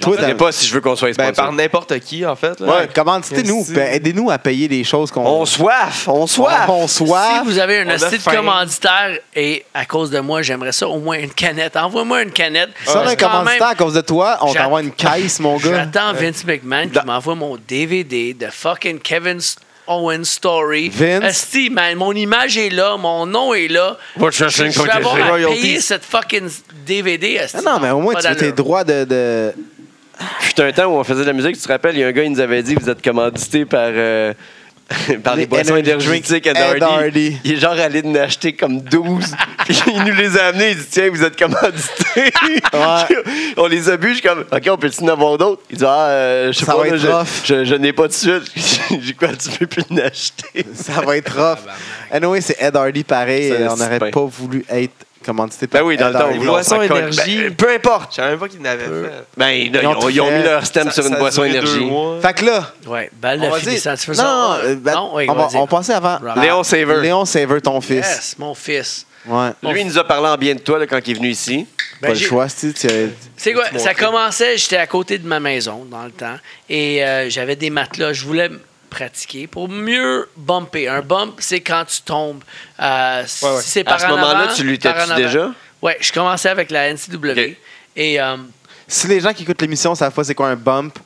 Toi,
je sais
t'as-
pas si je veux qu'on soit
Ben,
sponsor.
par n'importe qui, en fait. là.
Ouais, commanditez-nous.
Merci.
ben, Aidez-nous à payer les choses qu'on
on soif, on soif.
on
Si
soit.
vous avez un
On a
hostie de
faim.
commanditaire et à cause de moi, j'aimerais ça au moins une canette. Envoie-moi une canette.
Ça,
Parce
un
que quand même,
commanditaire à cause de toi, on
J'att-
t'envoie une caisse, mon gars.
J'attends Vince McMahon qui m'envoie mon DVD de fucking Kevin S- Owens Story.
Vince?
Hostie, man, mon image est là, mon nom est là.
Va te
Je
chercher une
je vais
côté
avoir
zéro.
à
Royalties.
payer cette fucking DVD. hostie.
Ah non, mais au moins,
Pas
tu as tes
d'allure.
droits de. de-
Fut un temps où on faisait de la musique, tu te rappelles, il y a un gars, il nous avait dit vous êtes commandité par. euh, par les,
Les
boissons
energy
énergétiques à
drink,
Dardy.
Ed Hardy.
Il est genre allé en acheter comme 12. Puis il nous les a amenés. Il dit Tiens, vous êtes commandité. on les a bu. Je suis comme Ok, on peut-tu en avoir d'autres Il dit Ah, euh, je sais
Ça
pas,
va
là,
être
je,
rough.
je, je n'ai pas de suite. J'ai quoi, tu peux plus en acheter.
Ça va être rough. Anyway, c'est Ed Hardy pareil.
C'est
euh, On n'aurait
ben.
pas voulu être commandité par
Ben oui, dans
Ed
le temps, on
Hardy.
voulait- on s'en
Boisson
colle.
énergie.
Ben, peu importe.
Je savais même pas qu'ils n'avaient fait.
Ben, ils, ils ont,
ont
ils ont
fait-
mis leur stem sur une boisson énergie.
Fait que là,
Ouais, balle
on
de
va dire.
finissant. Tu fais
Non,
ça?
non, euh, ben,
Non, oui,
on, va-
dire.
on passait avant.
Right.
Léon Saver.
Léon Saver, ton fils.
Yes, mon fils.
Ouais.
Lui, il nous a parlé en bien de toi là, quand il est venu ici.
Ben,
pas le
j'ai-
choix, si tu
C'est quoi? Ça commençait, j'étais à côté de ma maison dans le temps et euh, j'avais des matelas. Je voulais me pratiquer pour mieux bumper. Un bump, c'est quand tu tombes. Euh, si
Ouais, ouais.
c'est
À
par
ce
en
moment-là,
avant,
tu luttais-tu
par en avant.
déjà?
Ouais, je commençais avec la NCW.
Ok.
Et euh,
Si les gens qui écoutent l'émission savent pas c'est quoi un bump,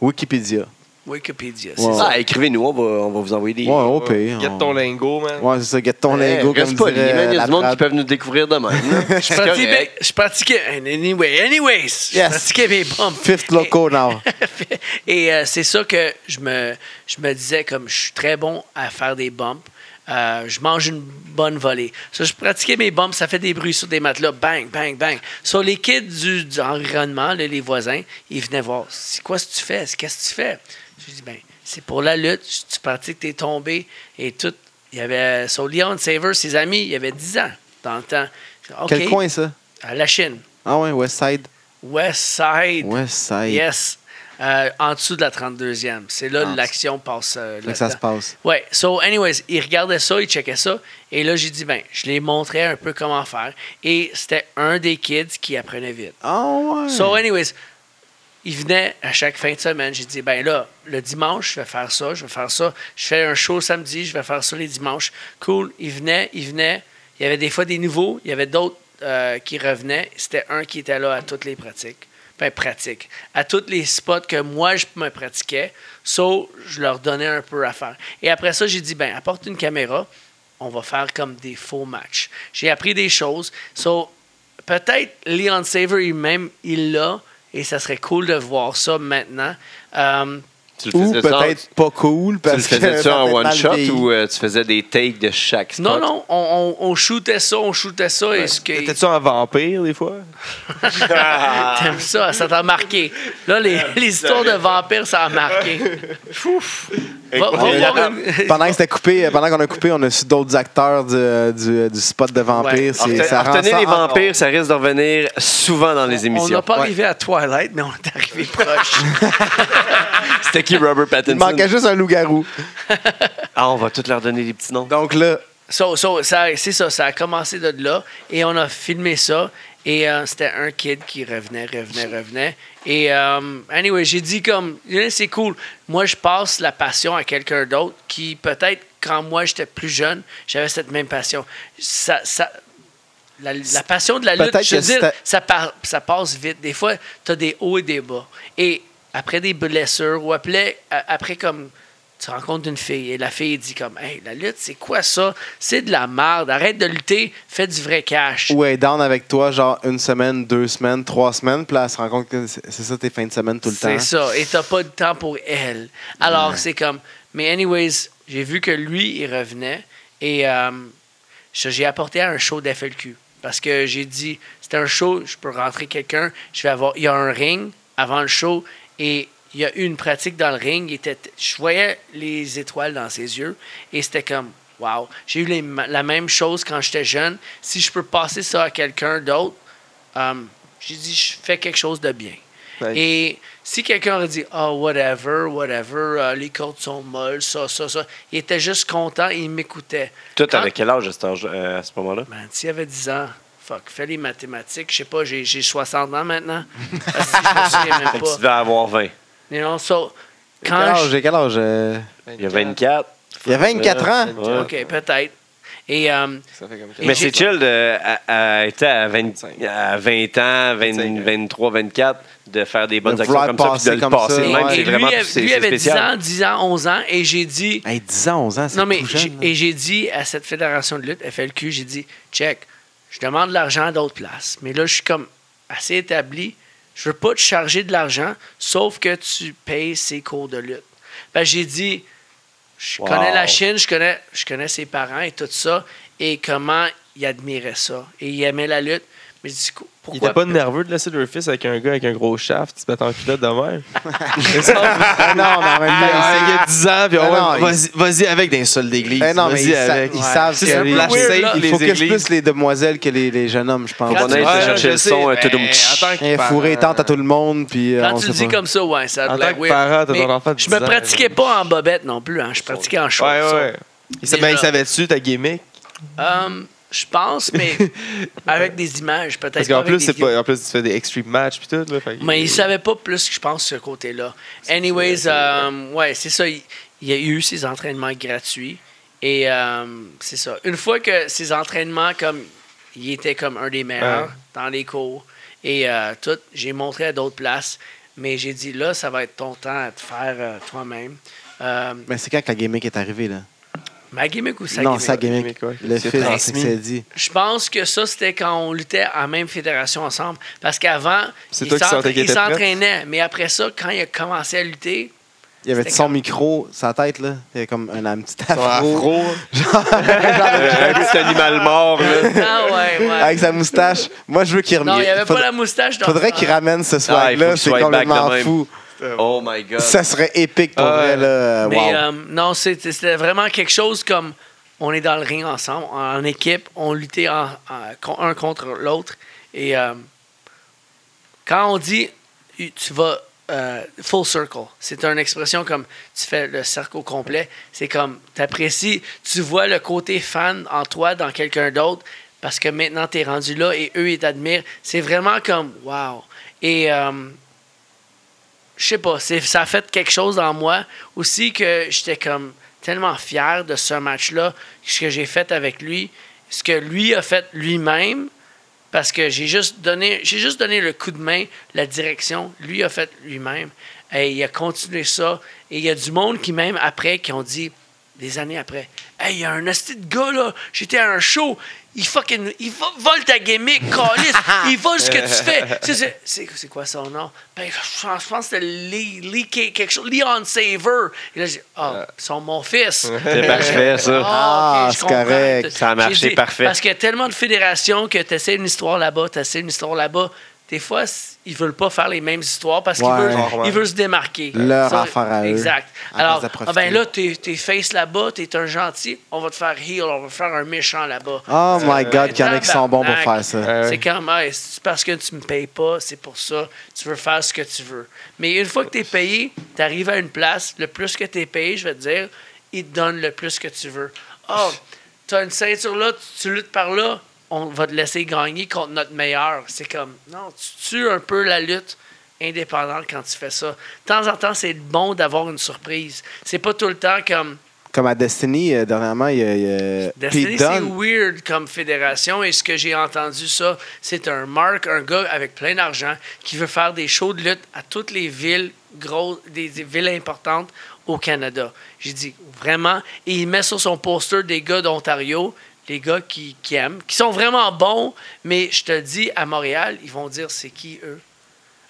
Wikipédia.
Wikipédia, c'est
Wow.
ça.
Ah, écrivez-nous, on va, on va vous envoyer des.
Ouais, au pire.
Get
on-
ton lingot, man.
Ouais, c'est ça, get ton
Hey,
lingo
Eh, reste
comme
poli, man,
dirait
Il y a
la
du monde qui
trappe.
peuvent nous découvrir demain.
Je pratiquais, je pratiquais- anyway, anyways, je
Yes.
pratiquais mes bumps.
Fifth
Et-
loco now.
et euh, c'est ça que je me, je me disais, comme je suis très bon à faire des bumps, euh, je mange une bonne volée. Ça, je pratiquais mes bumps, ça fait des bruits sur des matelas, bang, bang, bang. Sur les kids du, du environnement, là, les voisins, ils venaient voir, c'est quoi ce que tu fais, C'est- qu'est-ce que tu fais? Je dis, ben, c'est pour la lutte, tu pratiques, t'es tombé et tout. Il y avait son Leon Saver, ses amis, il y avait 10 ans dans le temps. Je dis, OK,
Quel coin ça?
à Euh, la Chine,
Ah ouais, West Side.
West Side.
West Side.
Yes. Euh, en dessous de la 32e. C'est là
Ah,
que l'action passe. euh,
Là que ça
là-dedans.
se passe.
Ouais. So, anyways, ils regardaient ça, ils checkaient ça. Et là, j'ai dit, ben, je les montrais un peu comment faire. Et c'était un des kids qui apprenait vite.
Ah ouais.
So, anyways, il venait à chaque fin de semaine. J'ai dit, ben là, le dimanche, je vais faire ça, je vais faire ça. Je fais un show samedi, je vais faire ça les dimanches. Cool. Il venait, il venait. Il y avait des fois des nouveaux, il y avait d'autres euh, qui revenaient. C'était un qui était là à toutes les pratiques. Ben, pratique. À tous les spots que moi, je me pratiquais. So, je leur donnais un peu à faire. Et après ça, j'ai dit, ben, apporte une caméra. On va faire comme des faux matchs. J'ai appris des choses. So, peut-être Leon Saver lui-même, il l'a, et ça serait cool de voir ça maintenant. Um,
Tu le
Ou
faisais ça en-
peut-être pas cool
tu le
parce que
faisais-tu
ça
en
peut être
one
mal
shot
vieilli.
ou euh, tu faisais des takes de chaque spot?
Non, non, on, on, on shootait ça, on shootait ça. et ce que-
T'étais-tu un vampire, des fois?
Ah. T'aimes ça, ça t'a marqué. Là, les, les histoires de vampires, ça a marqué. Fouf. Va- va
Ah, mais
voir
là,
une-
pendant que c'était coupé, euh, pendant qu'on a coupé, on a su d'autres acteurs du, du- du spot de vampire.
Ouais.
C'est-
Reten-
ça rend
Retenez
ça
les
encore-
vampires, ça risque de revenir souvent dans les
On
émissions.
n'a pas
Ouais.
arrivé à Twilight, mais on est arrivé proche.
C'était qui Robert
Il
Pattinson?
manquait juste un loup-garou.
Ah, on va tous leur donner des petits noms.
Donc là,
So- so, ça- c'est ça, ça a commencé de là et on a filmé ça. Et euh, c'était un kid qui revenait, revenait, revenait. Et euh, anyway, j'ai dit comme, Eh, c'est cool. Moi, je passe la passion à quelqu'un d'autre qui, peut-être, quand moi j'étais plus jeune, j'avais cette même passion. Ça, ça- la, la passion de la lutte,
Peut-être
je veux
que
dire,
c'était-
ça, par- ça passe vite. Des fois, tu as des hauts et des bas. Et après des blessures ou après, a- après comme tu rencontres une fille et la fille dit comme Hey, la lutte, c'est quoi ça? C'est de la merde. Arrête de lutter, fais du vrai cash.
ou elle est down avec toi, genre une semaine, deux semaines, trois semaines, puis là, elle se rend compte que c'est c'est ça tes fins de semaine tout le temps.
C'est ça. Et t'as pas de temps pour elle. Alors, c'est comme. Mais, anyways, j'ai vu que lui, il revenait. Et euh, je- j'ai apporté à un show d'FLQ. Parce que j'ai dit, c'était un show, je peux rentrer quelqu'un. Je vais avoir. Il y a un ring avant le show. Et il y a eu une pratique dans le ring. Il était, je voyais les étoiles dans ses yeux. Et c'était comme. Wow, j'ai eu les ma- la même chose quand j'étais jeune. Si je peux passer ça à quelqu'un d'autre, euh, j'ai dit, je fais quelque chose de bien.
Nice.
Et si quelqu'un aurait dit, oh, whatever, whatever, euh, les cordes sont molles, ça, ça, ça, il était juste content et il m'écoutait.
Toi,
Quand-
t'avais quel âge à, cet âge- euh, à ce moment-là?
Man, s'il avait 10 ans, fuck, fais les mathématiques, je sais pas, j'ai, j'ai 60 ans maintenant. Parce que je me souviens même
Fait que tu
pas.
devais avoir 20.
You know, so,
Quel
quand
âge,
je- Euh,
j'ai quel âge? euh,
Il y a 24.
Il y a 24 ans.
Ouais.
OK, peut-être. Et, euh,
Ça fait comme
et
Mais
j'ai-
c'est chill de, à, à- était à 20, à 20 ans, 20,
25,
23, 24, de faire des bonnes
De
actions
vouloir
comme ça, puis de
passer
le
comme
passer
ça,
de
et-
même.
ouais.
et
C'est
lui,
vraiment
av-
c'est-
lui
c'est
avait 10
spécial.
ans, 10 ans, 11 ans, et j'ai dit,
Hey, 10 ans, 11 ans, c'est
Non, mais
tout
j'ai-
jeune. là.
et j'ai dit à cette fédération de lutte, FLQ, j'ai dit, check, je demande de l'argent à d'autres places. Mais là, je suis comme assez établi. Je veux pas te charger de l'argent, sauf que tu payes ses cours de lutte. Fait que j'ai dit, je
Wow.
connais la Chine, je connais, je connais ses parents et tout ça, et comment il admirait ça. Et il aimait la lutte. Mais je dis,
Il
pourquoi
était pas nerveux de laisser leur fils avec un gars avec un gros shaft, qui se mettre en culotte de même.
Ah non, mais en même temps,
Ah,
il
il y a 10 ans, puis on
Ah
va-
non,
vas-y vas-y avec des sols d'église.
Eh non, mais
Vas-y
ils, sa-
avec.
ils savent
C'est
que
un
les, les-
peu weird, là.
il faut
les
que je
églises.
plus les demoiselles que les, les jeunes hommes, je pense.
Quand
On
tu-
a
Ouais,
été chercher
je
le son, euh,
sais,
un tout
ben,
d'un petit-
attends que
Eh,
par-
fourrer tente à tout le monde, puis euh,
Quand
on
tu le
sait
dis
pas.
comme ça, ouais, ça a
En
de la
tant que
weird.
parent, t'as ton
Mais
enfant de
Je
10
me
ans,
pratiquais pas en bobette non plus, hein. je pratiquais en short.
Ouais,
so-
ouais. Il sa- ben, il
Déjà.
savait-tu ta gimmick?
Hum, je pense, mais avec des images, peut-être.
Parce
pas
qu'en
avec
plus,
des
c'est
vidéos.
pas, en plus, tu fais des extreme matchs puis tout. Là, fait que-
Mais il savait pas plus, je pense, ce côté-là. Anyways, hum, ouais, c'est ça. Il, il y a eu ses entraînements gratuits. Et hum, c'est ça. Une fois que ses entraînements, comme il était comme un des meilleurs
Ouais.
dans les cours et euh, tout, j'ai montré à d'autres places. Mais j'ai dit, là, ça va être ton temps à te faire euh, toi-même. Hum,
Mais c'est quand que la gimmick est arrivée, là?
ma gimmick ou sa
non,
gimmick?
sa gimmick.
Gimmick, ouais.
Le
C'est
fils,
transmis.
c'est ce que c'est dit.
Je pense que ça, c'était quand on luttait en même fédération ensemble. Parce qu'avant,
C'est
il
toi qui
s'entra-
sentais qu'il
il
était prêt?
s'entraînait. Mais après ça, quand il a commencé à lutter,
Il y avait
C'était
son
comme-
micro, sa tête, là. Il y avait comme un, un petit
Son
afro.
afro.
Un petit animal mort, là.
ah ouais, ouais.
Avec sa moustache. Moi, je veux qu'il
Non,
revienne.
il n'y avait pas la moustache. dans-
Faudrait qu'il ramène ce
il faut
swag-là.
qu'il
c'est
soit back
complètement
de même.
fou.
Oh my God.
Ça serait épique pour
Ah,
vrai,
ouais.
là.
Mais
Wow.
euh, non, c'était c'était vraiment quelque chose comme on est dans le ring ensemble, en équipe, on luttait en- en- con- un contre l'autre. Et euh, quand on dit tu vas euh, full circle, c'est une expression comme tu fais le cercle au complet. C'est comme tu apprécies, tu vois le côté fan en toi dans quelqu'un d'autre parce que maintenant tu es rendu là et eux ils t'admirent. C'est vraiment comme wow. Et. euh, je sais pas, c'est- ça a fait quelque chose en moi aussi que j'étais comme tellement fier de ce match-là, ce que j'ai fait avec lui, ce que lui a fait lui-même, parce que j'ai juste donné, j'ai juste donné le coup de main, la direction, lui a fait lui-même, et il a continué ça, et il y a du monde qui même après qui ont dit, des années après. Hey, il y a un hostie de gars, là, j'étais à un show, il fucking. Il vo- vole ta gimmick, calice, il vole ce que tu fais. Tu sais, c'est- C'est c'est quoi son nom? Ben, je pense je pense que c'était Lee, Lee K- quelque chose, Leon Saver. Et là, j'ai dit, ah, ils sont mon fils.
C'est parfait, ça.
Ah,
Ah,
ok, je
c'est
comprends.
correct.
Ça a marché
J'ai dit,
parfait.
Parce qu'il y a tellement de fédérations que tu une histoire là-bas, tu une histoire là-bas. Des fois, c- ils veulent pas faire les mêmes histoires parce qu'ils
Ouais.
veulent,
Normal.
ils veulent se démarquer.
Leur affaire à eux,
Exact.
à place
Alors,
de
ah
profiter.
ben là, t'es es face là-bas, t'es un gentil, on va te faire heal, on va faire un méchant là-bas.
Oh my God,
Euh,
qu'il y en a qui sont bons pour faire
tabarnak.
ça.
Ouais.
C'est comme, Hey, c'est parce que tu me payes pas, c'est pour ça, tu veux faire ce que tu veux. Mais une fois que tu es payé, tu arrives à une place, le plus que tu es payé, je vais te dire, ils te donnent le plus que tu veux. Oh, tu as une ceinture là, tu- tu luttes par là, on va te laisser gagner contre notre meilleur. C'est comme, non, tu tues un peu la lutte indépendante quand tu fais ça. De temps en temps, c'est bon d'avoir une surprise. C'est pas tout le temps comme.
Comme à Destiny, euh, dernièrement, il y a, il y a
Destiny,
Pete
c'est
Dunne.
weird comme fédération. Et ce que j'ai entendu, ça, c'est un Mark, un gars avec plein d'argent, qui veut faire des shows de lutte à toutes les villes grosses, des, des villes importantes au Canada. J'ai dit, vraiment? Et il met sur son poster des gars d'Ontario, les gars qui, qui aiment, qui sont vraiment bons, mais je te dis, à Montréal, ils vont dire c'est qui, eux?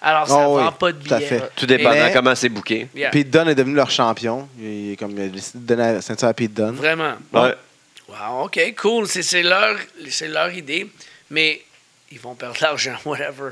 Alors, ça
Ah oui,
vend pas de
tout à
billets.
fait.
Tout dépendant
Mais-
comment c'est booké.
Yeah,
Pete Dunne est devenu leur champion. Il, est comme, il a décidé de donner la ceinture à Pete Dunne.
Vraiment.
Ah,
Ouais.
Wow, OK, cool. C'est, c'est, leur, c'est leur idée, mais ils vont perdre l'argent, whatever.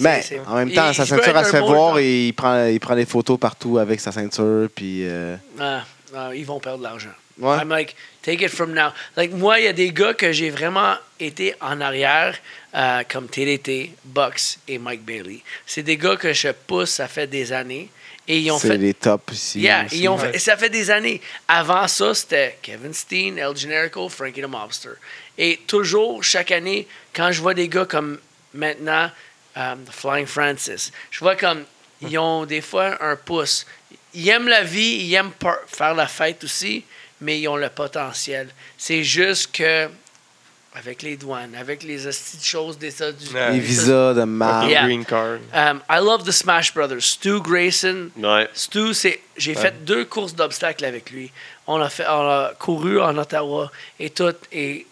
Mais
C'est- c'est-
Ben, en même
il-
temps,
il
sa
peut
ceinture,
être
elle se
un hein.
fait
beau
voir
joueur.
et il prend, il prend des photos partout avec sa ceinture. Puis, euh,
Ah, ah, ils vont perdre l'argent.
Ouais.
I'm like, take it from now. Like, moi, il y a des gars que j'ai vraiment été en arrière, euh, comme TDT, Box et Mike Bailey. C'est des gars que je pousse, ça fait des années. Et ils ont
c'est
fait
les tops ici.
Yeah,
aussi.
ils ont fait- et ça fait des années. Avant ça, c'était Kevin Steen, El Generico, Frankie the Mobster. Et toujours, chaque année, quand je vois des gars comme maintenant, euh, Flying Francis, je vois comme ils ont des fois un pouce. Ils aiment la vie, ils aiment par- faire la fête aussi, mais ils ont le potentiel. C'est juste que, avec les douanes, avec les hosties de choses, des ça, du,
Ouais.
Les visas de
Ah.
mal.
Yeah.
Green card.
Um, I love the Smash Brothers. Stu Grayson.
Ouais.
Stu, c'est, j'ai fait deux courses d'obstacles avec lui. On a, fait, on a couru en Ottawa et tout. Et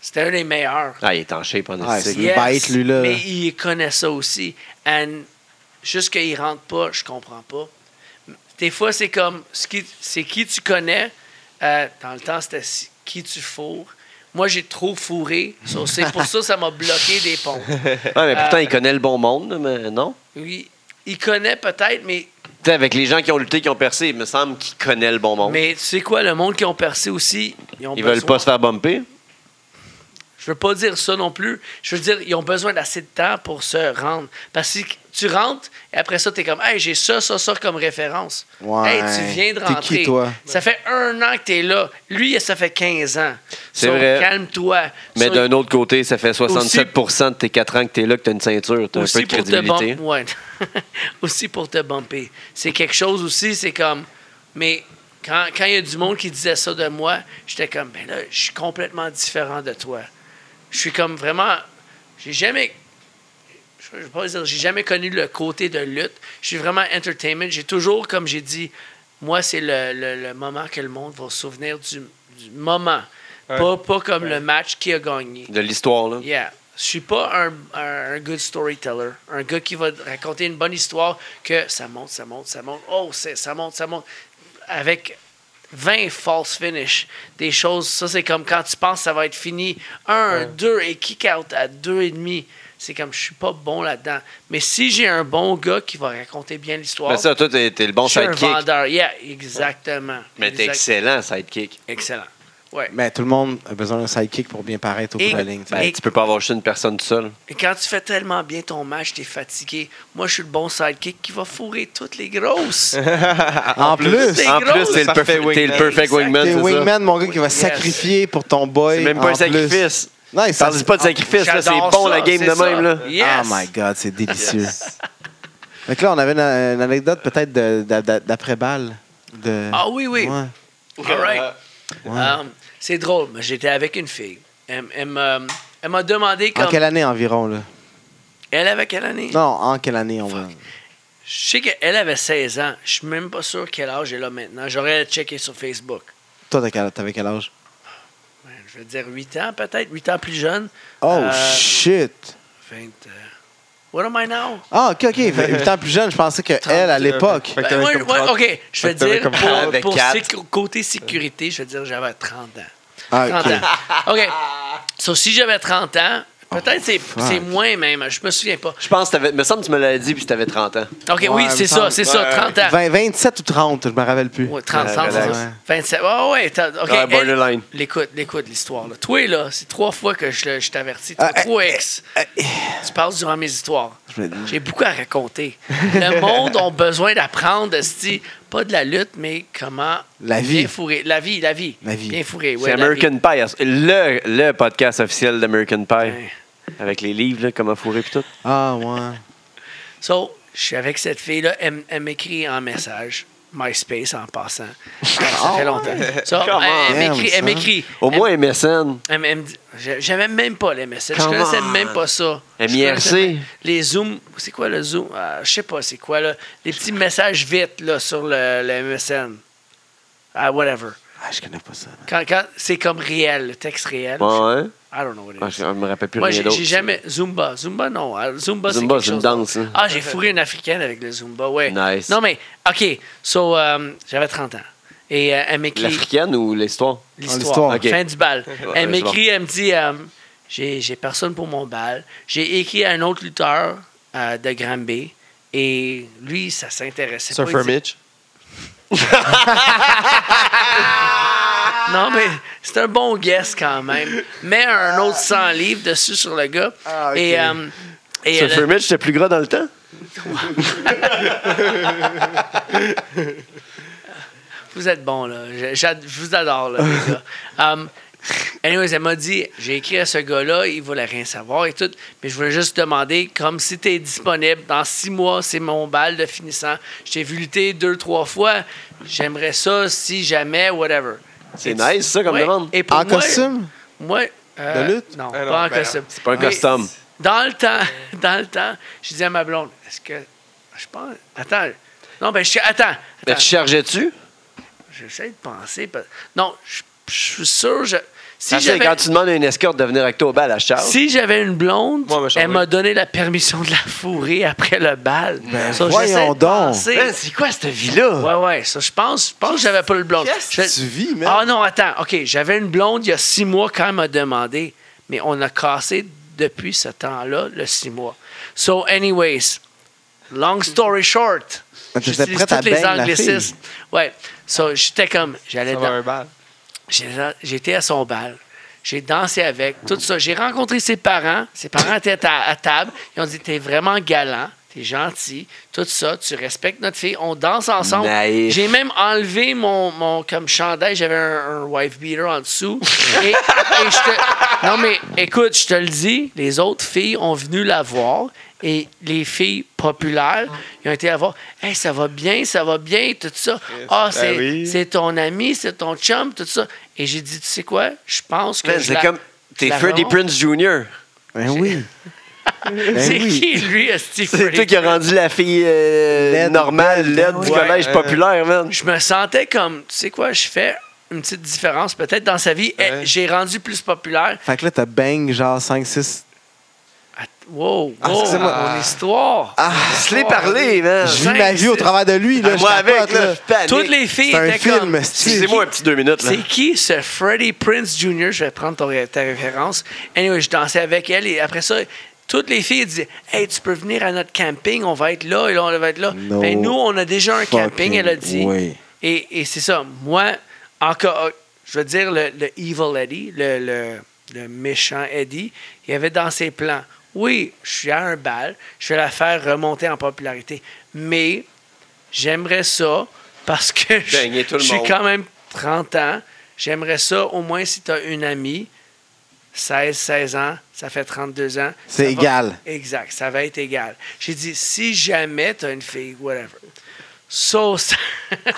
c'était un des meilleurs.
Ah, il est en shape en
Ouais,
esthétique.
c'est- bête, lui, là.
Mais il connaît ça aussi. And juste qu'il rentre pas, je comprends pas. Des fois, c'est comme ce qui- c'est qui tu connais. Euh, dans le temps, c'était si- qui tu fourres. Moi, j'ai trop fourré. So, c'est pour ça que ça m'a bloqué des ponts.
Ouais, mais pourtant, il connaît le bon monde, mais non?
Oui, il connaît peut-être, mais
Tu sais, avec les gens qui ont lutté, qui ont percé, il me semble qu'il connaît le bon monde.
Mais tu sais quoi, le monde qui ont percé aussi, ils ont
Ils
besoin-
veulent pas se faire bumper.
Je veux pas dire ça non plus. Je veux dire, ils ont besoin d'assez de temps pour se rendre. Parce que tu rentres, et après ça, tu es comme, hey, j'ai ça, ça, ça comme référence.
Ouais.
Hey, tu viens de
T'es qui,
rentrer.
toi?
Ça fait un an que tu es là. Lui, ça fait 15 ans.
C'est
So,
vrai.
Calme-toi.
Mais
So,
d'un autre côté, ça fait 67 de tes 4 ans que tu es là, que tu as une ceinture. Tu as un peu de
pour te bump-
crédibilité.
ouais. aussi pour te bumper. C'est quelque chose aussi, c'est comme. Mais quand quand il y a du monde qui disait ça de moi, j'étais comme, ben là, je suis complètement différent de toi. Je suis comme vraiment. J'ai jamais. Je vais pas dire, j'ai jamais connu le côté de lutte. Je suis vraiment entertainment. J'ai toujours, comme j'ai dit, moi, c'est le, le- le moment que le monde va se souvenir du, du moment. Pas, pas comme le match qui a gagné.
De l'histoire, là.
Yeah. Je suis pas un, un, un good storyteller. Un gars qui va raconter une bonne histoire que ça monte, ça monte, ça monte. Oh, c'est- ça monte, ça monte. Avec 20 false finish. Des choses, ça c'est comme quand tu penses que ça va être fini. Un, deux et kick out à deux et demi. C'est comme je suis pas bon là-dedans. Mais si j'ai un bon gars qui va raconter bien l'histoire,
Mais Ben ça, toi, t'es t'es le bon
je suis un
sidekick.
vendeur. Yeah, exactement.
Mais t'es
Exact-
excellent sidekick.
Excellent. Ouais.
Mais tout le monde a besoin d'un sidekick pour bien paraître au bout
Et-
de la ligne. tu sais.
Ben,
Et-
tu peux pas avoir juste une personne seule.
Et quand tu fais tellement bien ton match, t'es fatigué. Moi, je suis le bon sidekick qui va fourrer toutes les grosses.
en plus,
c'est
Ah, En
gros,
plus, t'es le,
ça fait
perfect- t'es le
wingman.
perfect
Exact.
wingman,
t'es
c'est ça?
Wingman, mon gars, qui va
Yes.
sacrifier pour ton boy.
C'est même pas
en
un
plus.
sacrifice.
Non, il
Parle pas de sacrifice, là, c'est
Ah, J'adore
bon
ça,
la game
c'est
de
ça.
même. Là.
Yes.
Oh my God, c'est délicieux. Fait que là, on avait une, une anecdote peut-être de- d'a- d'a- d'après-balle. De...
Ah oui, oui.
Ouais.
All right. Um, c'est drôle, mais j'étais avec une fille. Elle, elle m'a- elle m'a demandé
En
comme...
quelle année environ, là?
Elle avait quelle année?
Non, en quelle année on va.
Je sais qu'elle avait 16 ans. Je suis même pas sûr quel âge elle a maintenant. J'aurais checké sur Facebook.
Toi, t'as quel- t'avais quel âge?
Je veux dire 8 ans, peut-être. 8 ans plus jeune.
Oh,
Euh,
shit!
20, euh, what am I now?
Ah, OK, OK. 8 ans plus jeune, je pensais que elle, à l'époque...
Fait que
Ben,
t'avais
moi,
comme
moi,
30.
OK, je veux
Fait que t'avais
dire,
comme
pour,
30.
pour
quatre.
sécu- côté sécurité, je veux dire, j'avais 30 ans.
Ah,
30
OK.
ans. OK. So, si j'avais 30 ans, peut-être c'est
Oh,
c'est moins même, je me souviens pas.
Je pense que t'avais. Me semble que tu me l'avais dit, puis t'avais 30 ans.
OK, oui,
il me
c'est ça,
semble.
c'est ça, 30 ans.
20, 27 ou 30, je me rappelle plus.
Ouais, 30
Ouais,
ans, c'est
relax.
ça. 27. Ouais, ouais, t'as- OK.
Ouais,
elle-
borderline.
L'écoute, l'écoute l'histoire. là. Toi, là, c'est trois fois que je, le- je t'avertis.
Euh,
Toi, trois ex. Tu passes durant mes histoires. J'ai beaucoup à raconter. Le monde a besoin d'apprendre, esti, pas de la lutte, mais comment
La vie.
bien fourrer. La vie, la vie.
La vie.
Bien fourré,
c'est
ouais, la vie.
American Pie, à- le, le podcast officiel d'American Pie.
Ouais.
Avec les livres, là, comment fourrer puis tout.
Ah, ouais.
So, je suis avec cette fille-là, elle, m- elle m'écrit en message. MySpace en passant. Ça
Oh,
fait longtemps. So, elle- elle
Damn,
m'écrit- elle
ça.
m'écrit.
Au
Elle-
moins MSN.
Elle me- elle me dit- j'a- J'avais même pas les MSN. Je
Come
connaissais
on.
même pas ça. Je
MIRC.
connaissais même- Les Zooms. C'est quoi le Zoom? Ah, je sais pas c'est quoi. Là. Les petits messages vite là, sur le, le MSN. Ah, whatever.
Ah, je connais pas ça.
Quand, quand c'est comme réel, le texte réel.
Bon, hein?
I don't know what it
Ah,
is.
Je je me rappelle plus
Moi,
rien
j'ai
d'autre.
j'ai jamais. Zumba. Zumba, non. Ah, Zumba, c'est
Zumba,
quelque
c'est une
chose
danse,
d'autre.
hein.
Ah, j'ai fourré une africaine avec le Zumba, ouais.
Nice.
Non, mais, OK. So, euh, j'avais 30 ans. Et euh, elle m'écrit.
L'africaine ou l'histoire?
L'histoire.
Ah, l'histoire, ok.
Fin du bal. Elle
ouais,
m'écrit, elle me dit euh, j'ai, j'ai personne pour mon bal. J'ai écrit à un autre lutteur euh, de Granby et lui, ça s'intéressait pas.
Surfer
Il dit-
Mitch.
Non, mais c'est un bon guess quand même. Mets un autre 100 livres dessus sur le gars.
Ah,
Et. euh, et
Ce
elle-
Fermitch, j'étais plus gras dans le temps?
Vous êtes bon, là. Je, j'ad- je vous adore, là, les gars. Um, anyways, elle m'a dit j'ai écrit à ce gars-là, il voulait rien savoir et tout, mais je voulais juste demander, comme si t'es disponible, dans six mois, c'est mon bal de finissant. Je t'ai vu lutter deux, trois fois. J'aimerais ça si jamais, whatever.
C'est
Et tu-
nice, ça, comme
Ouais.
demande.
Et pour
En
moi-
costume?
Moi. euh,
De lutte?
Non,
Ah non,
pas en
ben non.
costume.
C'est pas un
Mais
costume.
Dans le temps, dans le temps, je disais à ma blonde est-ce que. Je pense. Attends. Non, ben, je, attends.
Mais
attends.
tu chargeais-tu?
J'essaie de penser. parce- Non, je, je suis sûr. Je... Si
Parce que
j'avais
quand tu demandes à une escorte de venir avec toi au bal, à charge.
si j'avais une blonde,
Moi, ma chambre.
elle m'a donné la permission de la fourrer après le bal. Ça,
Ben, voyons
j'essaie de
donc.
penser.
Ben,
Hein, c'est quoi cette vie-là?
Ouais, ouais, ça, je pense, je pense que j'avais pas le blonde. Je-
Tu vis, man.
Ah non, attends, OK, j'avais une blonde il y a six mois quand elle m'a demandé, mais on a cassé depuis ce temps-là, le six mois. So, anyways, long story short,
Mais t'étais
j'utilise
prête à
tous les
bang la
anglicismes. Ouais, so, j'étais comme,
Ça
j'allais
va
dans-
un bal.
j'ai- J'étais à son bal. J'ai dansé avec, tout ça. J'ai rencontré ses parents. Ses parents étaient à, à table. Ils ont dit T'es vraiment galant, t'es gentil, tout ça. Tu respectes notre fille. On danse ensemble.
Naïf.
J'ai même enlevé mon, mon comme chandail. J'avais un, un wife beater en dessous. et, et je te- Non, mais écoute, je te le dis les autres filles ont venu la voir. Et les filles populaires, ils ont été à voir. Hey, ça va bien, ça va bien, tout ça. Ah,
ben
c'est
oui.
c'est ton ami, c'est ton chum, tout ça. Et j'ai dit, tu sais quoi, je pense que.
Man, Ben,
je
c'est
la-
comme. T'es
je la
Freddie
rends.
Prince Jr.
Ben oui.
C'est
Ben oui.
qui, lui, Steve
C'est toi qui as rendu la fille euh,
Laide.
normale, laide du
Ouais.
collège
Euh,
populaire, man.
Je me sentais comme, tu sais quoi, je fais une petite différence peut-être dans sa vie.
Ouais.
Eh, J'ai rendu plus populaire.
Fait que là, t'as bang genre 5, 6.
Att- Wow, wow,
excusez-moi.
mon histoire.
Ah,
Je l'ai parlé, man.
je vis ma vie au travers de lui, là.
Ah, Moi
je capote,
avec, là, je panique.
Toutes les filles
C'est un
étaient
film,
comme.
esti.
Excusez-moi un petit deux minutes, là.
C'est qui ce Freddie Prince Jr.? Je vais prendre ton ré- ta référence. Anyway, je dansais avec elle et après ça, toutes les filles disaient Hey, tu peux venir à notre camping, on va être là et là, on va être là.
No
Ben, nous, on a déjà un camping,
fucking
elle a dit.
way.
Et, et c'est ça. Moi, encore, euh, je veux dire, le, le Evil Eddie, le, le- le méchant Eddie, il avait dans ses plans Oui, je suis à un bal, je vais la faire remonter en popularité, mais j'aimerais ça parce que
Baigner
je
tout le
je suis
monde.
quand même 30 ans. J'aimerais ça, au moins, si tu as une amie, 16, 16 ans, ça fait 32 ans.
C'est
ça va-
égal.
Exact, ça va être égal. J'ai dit, si jamais tu as une fille, whatever. Sauce.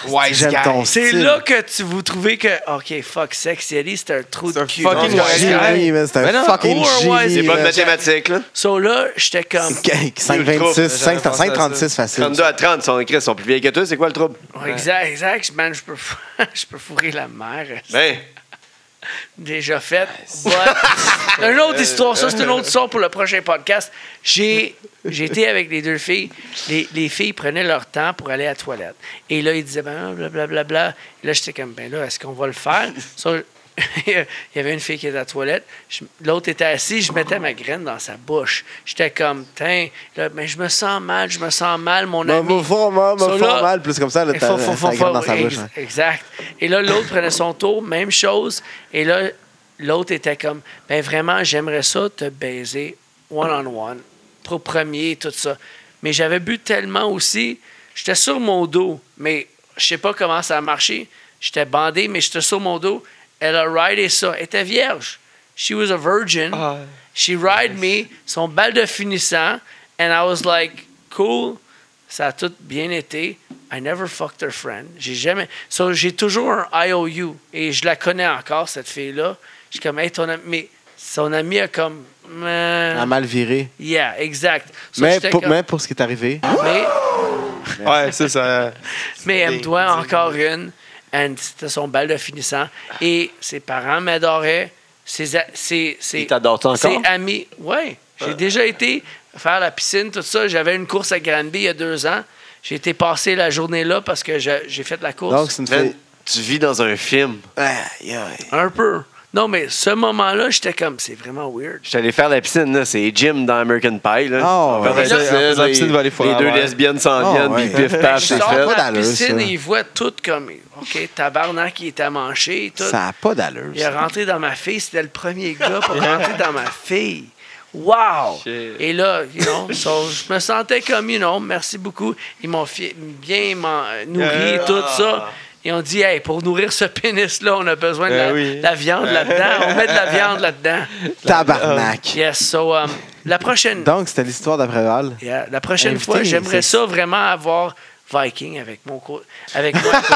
Wise
J'aime
guy.
ton
C'est
style.
là que tu vous trouvez que, OK, fuck, Sex Yelly, c'est un trou
C'est
de
un
cul.
fucking
Donc,
wise
euh,
guy.
Génie, man, c'est
Mais
un
non,
fucking
or wise-
C'est
génie.
Il
pas de
là.
mathématiques, là.
So là, j'étais comme.
5,26,
trouble, j'avais pensé à
5,36 facile.
32 à 30, sont écrits, sont plus vieilles que toi, c'est quoi le trouble?
Ouais, Exact, exact. Man, je peux, fou- je peux fourrer la mère.
Ben,
Déjà faite. But- une autre histoire. Ça, c'est une autre histoire pour le prochain podcast. J'ai J'étais avec les deux filles. Les, les filles prenaient leur temps pour aller à la toilette. Et là, ils disaient, ben, blablabla. Là, j'étais comme, ben là, est-ce qu'on va le faire? Ça, il y avait une fille qui était à la toilette. Je- L'autre était assise. Je mettais ma graine dans sa bouche. J'étais comme, tiens, mais je me sens mal, je me sens mal, mon
M'a
ami.
m'a fort mal, m'a
So
fort
là-
mal, plus comme ça, là,
Il
t'as
faut- faut- faut-
la graine dans sa
faut-
bouche. hein.
ex-
ouais.
Exact. Et là, l'autre prenait son tour, même chose. Et là, l'autre était comme, ben vraiment, j'aimerais ça te baiser one-on-one, pour premier, tout ça. Mais j'avais bu tellement aussi, j'étais sur mon dos, mais je sais pas comment ça a marché. J'étais bandé, mais j'étais sur mon dos. Elle a ridé ça. Elle était vierge. She was a virgin.
Ah.
She ride me, son bal de finissant, and I was like, cool, ça a tout bien été. I never fucked her friend. J'ai jamais. So, j'ai toujours un IOU et je la connais encore, cette fille-là. Je suis comme, hey, ton ami. Mais son ami a comme. euh,
À mal viré.
yeah, exact. So,
mais,
j'étais
pour,
comme,
mais pour ce qui est arrivé,
mais,
Ouais, ça, ça.
mais elle me
Ding,
doit
ding.
encore une. And c'était son bal de finissant. Et ses parents m'adoraient. Ses, a- ses, ses,
il t'adore encore?
C'est ami. Oui. J'ai déjà été faire la piscine, tout ça. J'avais une course à Granby il y a deux ans. J'ai été passer la journée là parce que je- j'ai fait la course.
donc c'est une
Man,
fille.
tu vis dans un film.
Un peu. Non, mais ce moment-là, j'étais comme, c'est vraiment weird.
Je suis allé faire la piscine, là. C'est Jim dans American Pie, là.
Ah,
On fait la
ouais.
En plus,
piscine,
la piscine va aller
Les
foire,
deux
ouais.
lesbiennes s'en
Ah,
viennent,
ouais.
puis pif,
Fait que
paf,
je
c'est
sors
fait.
de la
d'allure,
piscine
ça.
et ils voient tout comme, OK, tabarnak, il est à manger et tout.
Ça n'a pas d'allure.
Il est
ça.
rentré dans ma fille. C'était le premier gars pour rentrer dans ma fille. Wow!
Shit.
Et là, you know, so, je me sentais comme, you know, merci beaucoup. Ils m'ont fi- bien m'en- nourri et
Euh,
tout ça. Ils ont dit, hey, pour nourrir ce pénis-là, on a besoin de la,
Euh, oui.
de la viande là-dedans. On met de la viande là-dedans.
Tabarnak.
Yes, so, um, la prochaine,
Donc, c'était l'histoire d'après-val.
yeah, la prochaine
Invité,
fois, j'aimerais
c'est-
ça vraiment avoir Viking avec mon co- avec moi. à côté.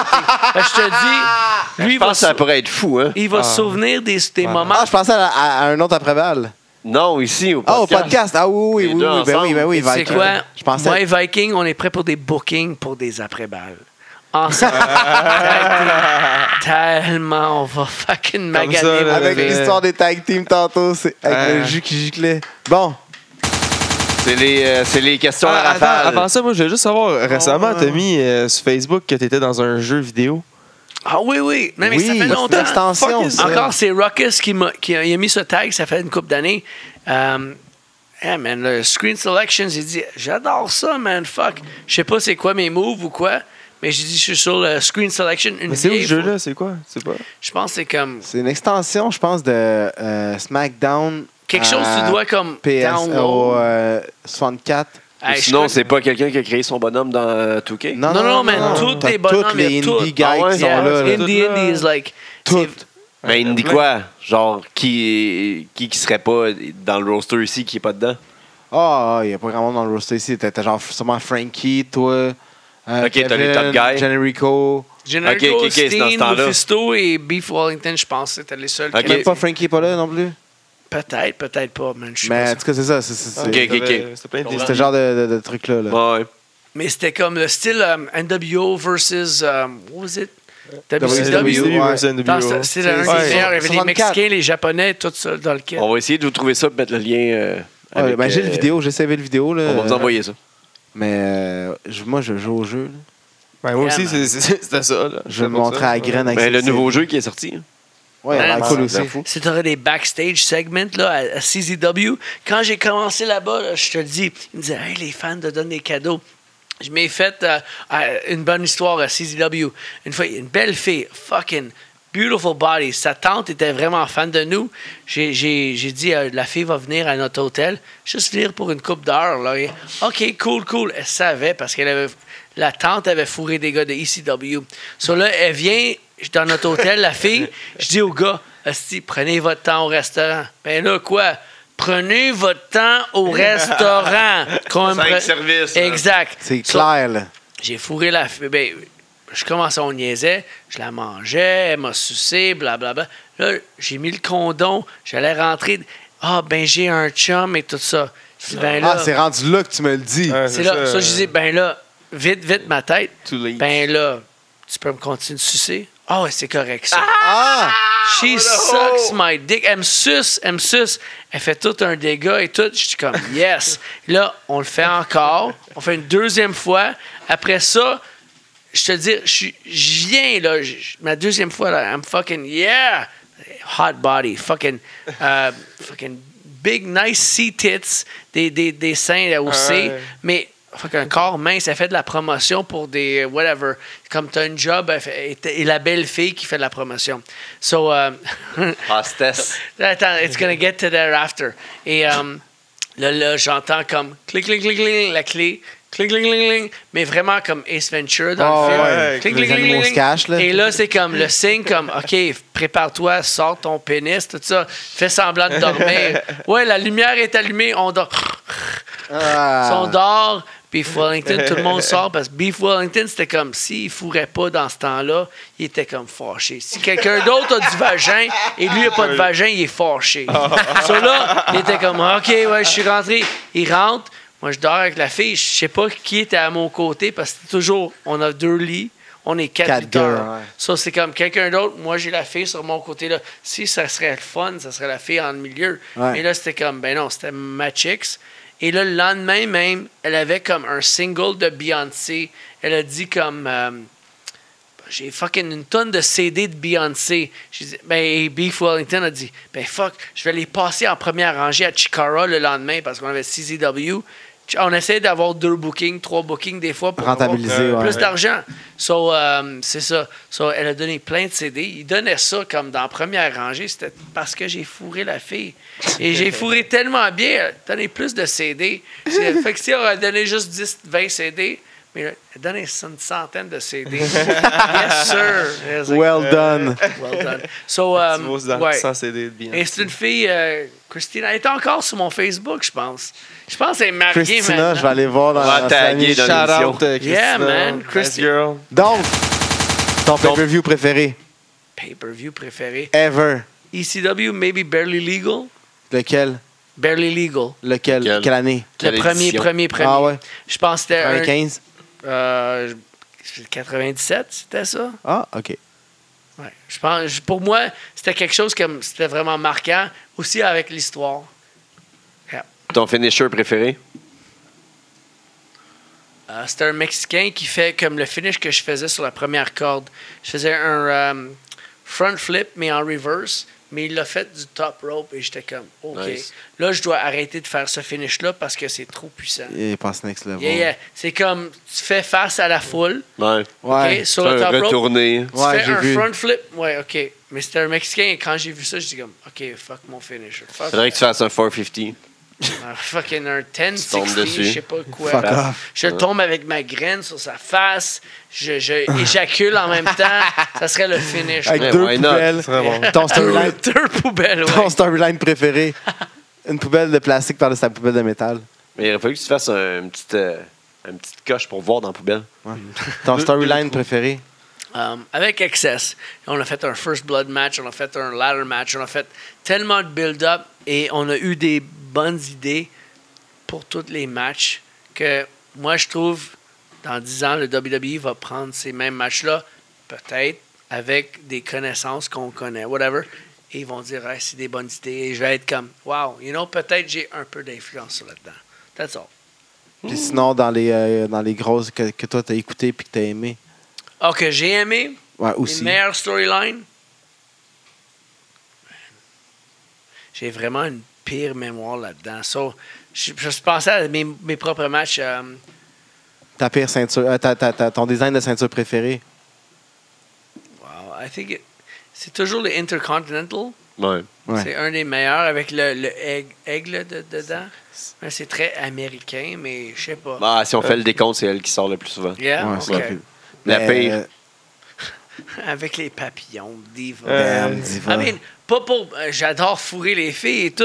Fait que je
Ah!
te dis, lui,
Je
il va,
pense que ça
se-
pourrait être fou, hein.
il va se souvenir des, des moments
Ah, je pensais à, la- à- à un autre après-val.
Non, ici, au
Ah, au
podcast.
podcast. Ah oui, oui,
Les
oui,
deux
oui, ben
ensemble.
oui, ben oui,
C'est
Viking.
quoi?
Je pensais.
Moi et Viking, on est prêt pour des bookings pour des après-balles. Ah, Ensemble. Ça a été tellement on va fucking
ça,
maganer.
là.
mon-
Avec
Euh,
l'histoire des tag teams tantôt, c'est avec le
Euh.
jus qui giclait. Bon,
C'est les, euh, c'est les questions à
Ah,
rafale.
attends, avant ça, moi, je voulais juste savoir, récemment, t'as mis euh, sur Facebook que t'étais dans un jeu vidéo.
Ah oui, oui. Non, mais
oui,
ça fait
c'est
longtemps.
l'extension,
Fuck
ça.
Encore, c'est Ruckus qui, m'a- qui a, il a mis ce tag, ça fait une couple d'années. Euh, yeah, man, le Screen Selections, il dit J'adore ça, man, fuck. Je sais pas c'est quoi mes moves ou quoi, mais j'ai dit Je suis sur le Screen Selection. Une
Mais c'est où le
vieille
jeu,
photo.
là? C'est quoi? C'est pas.
Je pense que c'est comme
C'est une extension, je pense, de euh, SmackDown.
quelque chose
à
tu dois comme.
PS
download.
au, euh, 64.
Ou
Hey, je
Sinon,
crois-
c'est pas quelqu'un qui a créé son bonhomme dans euh, 2K.
Non,
Non, non, mais
non.
tous
Ah, T'as
les bonhommes,
tous les
il y a
indie
tout.
guys
Ah ouais,
qui sont
Yeah,
là. là.
Indie,
Tout là.
indies, like.
Tout.
c'est-
Mais il me dit quoi? Genre, qui, qui qui serait pas dans le roster ici qui est pas dedans?
Ah, il n'y a pas grand monde dans le roster ici. T'as t'as genre sûrement Frankie, toi. euh,
Ok, t'as les
Kevin,
top guys.
Generico.
Generico,
Ok, ok, ok, c'est dans ce
Steen,
temps-là.
Mephisto et Beef Wellington, je pense, c'était les seuls. qui
Ok.
avaient-
Même pas Frankie est pas là non plus.
Peut-être, peut-être pas, man, je suis pas
Mais en
sûr.
tout cas, c'est ça. c'est- c'est- c'est-
Ok, ok,
C'était-
ok.
C'était plein de
C'est ce genre de, de, de truc-là. là.
Ouais.
Mais c'était comme le style euh, NWO versus. euh, what was it? WCW.
WCW.
Dans ce- C'est
C'est-
l'un des
ouais. Oh,
meilleurs. Il y avait les
64.
Mexicains, les Japonais, tout ça dans le kit.
On va essayer de vous trouver ça et mettre le lien. euh,
Ouais,
avec,
ben, j'ai
euh,
le vidéo, euh, j'ai sauvé le vidéo. Là,
On va vous envoyer ça.
Mais euh, je- moi, je joue au jeu. là.
Ouais, moi aussi,
Yeah,
c'est- c'est- c'était ça. Là.
Je vais
C'était
me
pour
montrer
ça.
à la graine avec
Ben, le
ses-
nouveau jeu qui est sorti. hein.
Ouais, il a l'air
Ouais,
cool
c'est
aussi.
fou.
Si t'aurais des backstage segments là, à, à CZW, quand j'ai commencé là-bas, là, je te le dis, ils me disaient Hey, les fans te donnent des cadeaux. Je m'ai fait euh, à- une bonne histoire à CZW. Une fois, une belle fille, fucking beautiful body. Sa tante était vraiment fan de nous. J'ai- J'ai j'ai dit euh, La fille va venir à notre hôtel, juste venir pour une coupe d'heure. là. Et, Ok, cool, cool. Elle savait parce qu'elle avait. La tante avait fourré des gars de ECW. So là, elle vient je suis dans notre hôtel, la fille, je dis au gars, Asti, prenez votre temps au restaurant. Ben là, quoi? Prenez votre temps au restaurant. Comme
Cinq services, là.
Exact.
C'est
So,
clair, là.
J'ai fourré la fille. Ben, je commençais, on niaisait. Je la mangeais, elle m'a sucé, blablabla. Là, j'ai mis le condom. J'allais rentrer. Ah, ben, j'ai un chum et tout ça. Je dis, ben là,
Ah, c'est rendu là que tu me le dis.
Ouais,
c'est là. Ça, je disais, ben là, vite, vite, ma tête.
Too late.
Ben là, tu peux me continuer de sucer? Ah ouais, c'est correct, ça.
Ah!
She sucks my dick. Elle me suce, elle me suce. Elle fait tout un dégât et tout. Je suis comme, yes. Là, on le fait encore. On fait une deuxième fois. Après ça, je te dis, je suis- je viens, là. je- je- ma deuxième fois, là, I'm fucking, yeah. Hot body, fucking, euh, fucking big, nice sea tits, des, des, des seins là, aussi.
Ouais.
Mais fuck, un corps mince, elle fait de la promotion pour des euh, whatever. Comme t'as une job, elle fait- et t'es- et la belle fille qui fait de la promotion. So, euh,
Ah, Hostess.
attends, it's gonna get to there after. Et euh, là, là, j'entends comme clic, clic, clic, clic, la clé. Clic, clic, clic, clic, mais vraiment comme Ace Ventura dans
Oh,
le film.
ouais,
Clic,
que les
clic, clic,
animaux
clic,
se cachent, là.
Et là, c'est comme le signe, comme, OK, prépare-toi, sors ton pénis, tout ça. Fais semblant de dormir. Ouais, la lumière est allumée, on dort.
Ah.
Si on dort, Beef Wellington, tout le monde sort parce que Beef Wellington, c'était comme s'il fourrait pas dans ce temps-là, il était comme fâché. Si quelqu'un d'autre a du vagin et lui a pas de vagin, il est fâché. so là, il était comme OK, ouais, je suis rentré. Il rentre, moi je dors avec la fille, je sais pas qui était à mon côté parce que c'est toujours on a deux lits. On est quatre,
Quatre
lutteurs.
gars, ouais.
Ça, c'est comme quelqu'un d'autre. Moi, j'ai la fille sur mon côté. là. Si ça serait le fun, ça serait la fille en milieu.
Ouais.
Mais là, c'était comme, ben non, c'était ma chicks. Et là, le lendemain même, elle avait comme un single de Beyoncé. Elle a dit comme, euh, j'ai fucking une tonne de CD de Beyoncé. J'ai dit, ben, et Beef Wellington a dit, ben fuck, je vais les passer en première rangée à Chikara le lendemain parce qu'on avait CZW. Ch- On essayait d'avoir deux bookings, trois bookings des fois pour avoir
Rentabiliser, ouais.
plus d'argent. So, euh, c'est ça. So, elle a donné plein de CD. Il donnait ça comme dans la première rangée. C'était parce que j'ai fourré la fille. Et j'ai fourré tellement bien, elle a donné plus de CD. C'est- Fait que si on a donné juste 10, 20 CD, mais elle a donné une centaine de CD. yes, sir. I was like,
Well done.
well done. So,
Tu
um,
vas dans-
ouais.
sans céder de bien.
Et c'est une fille, euh, Christina, elle est encore sur mon Facebook, je pense. Je pense qu'elle est mariée
Christina,
maintenant.
je vais aller voir dans
On va
la famille.
taguer dans
Shout
l'émission.
out, euh,
Yeah,
Christina.
man,
Nice
Christi-
girl.
Donc, ton pay-per-view préféré
Pay-per-view préféré.
ever.
ECW, maybe barely legal.
Lequel
Barely legal.
Lequel
Lequel?
Quelle année
Le
Quelle
premier,
édition?
premier, premier.
Ah ouais.
Je pense que c'était un,
15
euh, 97, c'était ça?
Ah, OK.
Ouais. Je pense, je- pour moi, c'était quelque chose comme c'était vraiment marquant, aussi avec l'histoire.
Ton finisher préféré?
Euh, c'était un Mexicain qui fait comme le finish que je faisais sur la première corde. Je faisais un euh, front flip, mais en reverse, mais il l'a fait du top rope et j'étais comme, OK.
Nice.
Là, je dois arrêter de faire ce finish-là parce que c'est trop puissant.
Il passe next level.
Yeah, yeah. C'est comme, tu fais face à la foule,
Ouais.
Ouais.
OK, sur le
un
top rope.
retourné.
Tu
Ouais,
fais
j'ai
un
vu.
front flip, ouais, ok. Mais c'était un Mexicain et quand j'ai vu ça, j'ai dit comme, ok, fuck mon finisher. Fuck,
Faudrait que tu fasses un 450.
un fucking un
tombes
10-60,
dessus.
je sais pas quoi.
Fuck
là. Je tombe avec ma graine sur sa face, je, je éjacule en même temps, ça serait le finish.
Avec
Ouais,
deux
why not?
poubelles.
C'est vraiment bon.
Ton storyline,
Deux poubelles, ouais.
ton storyline préféré Une poubelle de plastique par de sa poubelle de métal.
Mais il aurait fallu que tu fasses un, une petite, euh, une petite coche pour voir dans la poubelle.
Ton storyline préféré
Um, avec Excess, on a fait un First Blood match, on a fait un Ladder match, on a fait tellement de build-up et on a eu des bonnes idées pour tous les matchs que moi, je trouve, dans 10 ans, le WWE va prendre ces mêmes matchs-là, peut-être, avec des connaissances qu'on connaît, whatever, et ils vont dire, hey, c'est des bonnes idées, et je vais être comme, wow, you know, peut-être j'ai un peu d'influence sur là-dedans. That's all.
Puis sinon, dans les, euh, dans les grosses que, que toi, t'as écouté puis que t'as aimé.
Ok, j'ai aimé,
Ouais,
Les
aussi.
meilleures storylines. J'ai vraiment une pire mémoire là-dedans. So, je, je pensais à mes, mes propres matchs. euh,
Ta pire ceinture, euh, ta- ta- ta- ton design de ceinture préféré.
wow, I think it- c'est toujours le Intercontinental.
Ouais.
Ouais.
C'est un des meilleurs avec le, le aig- aigle de- dedans. Mais C'est très américain, mais je sais pas.
Bah. Ah, si on fait le décompte, c'est elle qui sort le plus souvent.
Yeah,
Ouais,
ok.
c'est plus-
La
Mais,
pire.
euh,
Avec les papillons, diva.
Euh,
Damn, diva.
I mean, pas pour. euh, J'adore fourrer les filles et tout.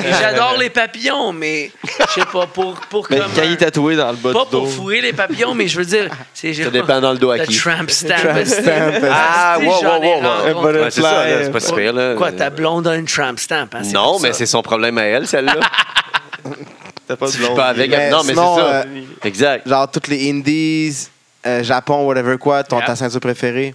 et J'adore les papillons, mais je sais pas, pour, pour
Mais
comme
cahier
un-
tatoué dans le bas
Pas
du dos.
pour fourrer les papillons, mais je veux dire. c'est
Ça dépend dans le dos à
The
qui.
tramp stamp.
Tramp stamp.
Ah,
Si,
wow,
j'en
wow,
ai
wow, wow.
bah,
rencontré.
Ouais, c'est ça, là, c'est pas si pire, là.
Quoi, ta blonde a une tramp stamp, hein,
Non,
pour
mais
ça.
c'est son problème à elle, celle-là.
T'as pas de
tu vis
blonde.
pas avec
Mais
elle. Non, mais
sinon,
c'est ça.
euh,
Exact.
Genre toutes les indies, euh, Japon, whatever quoi, ton,
Yep.
ta ceinture préférée.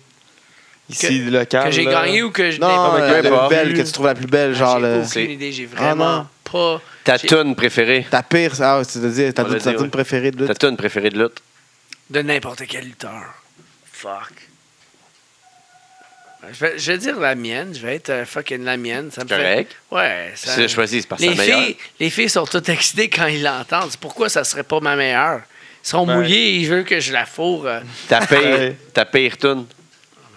Ici, le camp,
Que j'ai
là.
gagné ou que je n'ai
Non,
pas
euh,
peu
la
importe.
belle, que tu trouves la plus belle, genre
Ah, J'ai
le-
aucune
c'est-
idée, j'ai
Ah,
vraiment pas.
Ta
j'ai-
toune préférée.
ta pire, ah, tu veux dire, ta
On
ta
l'a dit, ouais.
tune préférée de
Ta
lutte.
toune préférée de lutte.
De n'importe quel lutteur. Fuck. Je vais, je vais dire la mienne, je vais être euh, fucking la mienne. Ça me
Correct.
Fait... Ouais, ça.
C'est- Je choisis, c'est parce que
les
c'est la meilleure.
filles, les filles sont toutes excitées quand ils l'entendent. C'est Pourquoi ça serait pas ma meilleure? Ils sont
Ouais.
mouillés, ils veulent que je la fourre. euh,
Ta pire,
Ouais.
ta pire toune.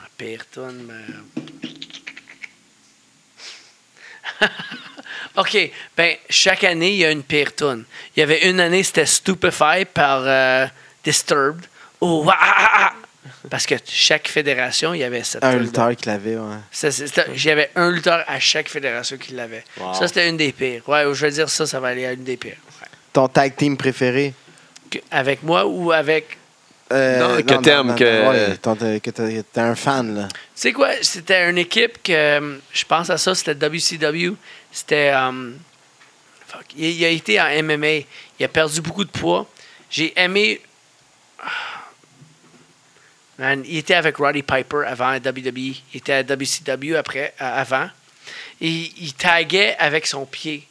Ma pire toune, mais- OK. Ben, chaque année, il y a une pire toune. Il y avait une année, c'était Stupefy par euh, Disturbed. Oh, ah, ah, ah, ah. Parce que chaque fédération, il y avait cette
Un
toune-là.
lutteur qui l'avait, ouais.
Ça, c'est- c'était- J'avais un lutteur à chaque fédération qui l'avait. Ça, c'était une des pires. Ouais, je veux dire, ça, ça va aller à une des pires. Ouais.
Ton tag team préféré.
Que- Avec moi ou avec
Euh,
Non, que t'aimes, que-
ouais, ton- euh, que t'es t'es un fan, là.
Tu sais quoi, c'était une équipe que euh, je pense à ça, c'était WCW. C'était. euh, fuck, il, il a été en MMA. Il a perdu beaucoup de poids. J'ai aimé. Ah. Man, il était avec Roddy Piper avant à WWE. Il était à WCW après, à- avant. Et il taguait avec son pied.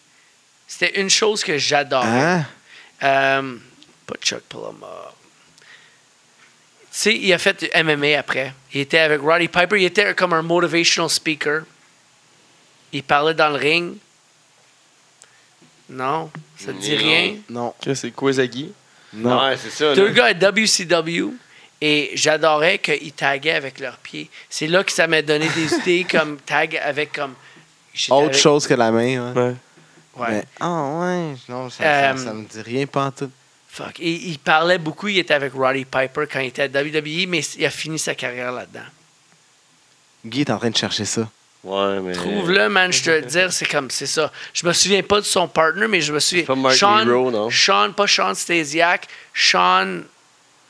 C'était une chose que j'adore.
Hein?
Euh, pas Chuck Paloma. Tu sais, il a fait du MMA après. Il était avec Roddy Piper. Il était comme un motivational speaker. Il parlait dans le ring. Non, ça te dit
Non.
rien.
Non.
Que C'est Kwezagi.
Non.
Ouais, c'est ça.
Deux gars à WCW. Et j'adorais qu'ils taguaient avec leurs pieds. C'est là que ça m'a donné des idées comme tag avec comme. j'étais
Autre
avec-
chose que la main, ouais.
Ouais.
Ouais.
Mais- Ah, ouais. Non, ça, ça-
Euh,
ça me dit rien, pas en tout.
Fuck. Il, il parlait beaucoup, il était avec Roddy Piper quand il était à WWE, mais il a fini sa carrière là-dedans.
Guy est en train de chercher ça.
Ouais, mais.
Trouve-le, man, je te le dire, c'est comme, c'est ça. Je me souviens pas de son partner, mais je me souviens.
C'est pas Mark
Sean,
Nero, non?
Sean, pas Sean Stasiak, Sean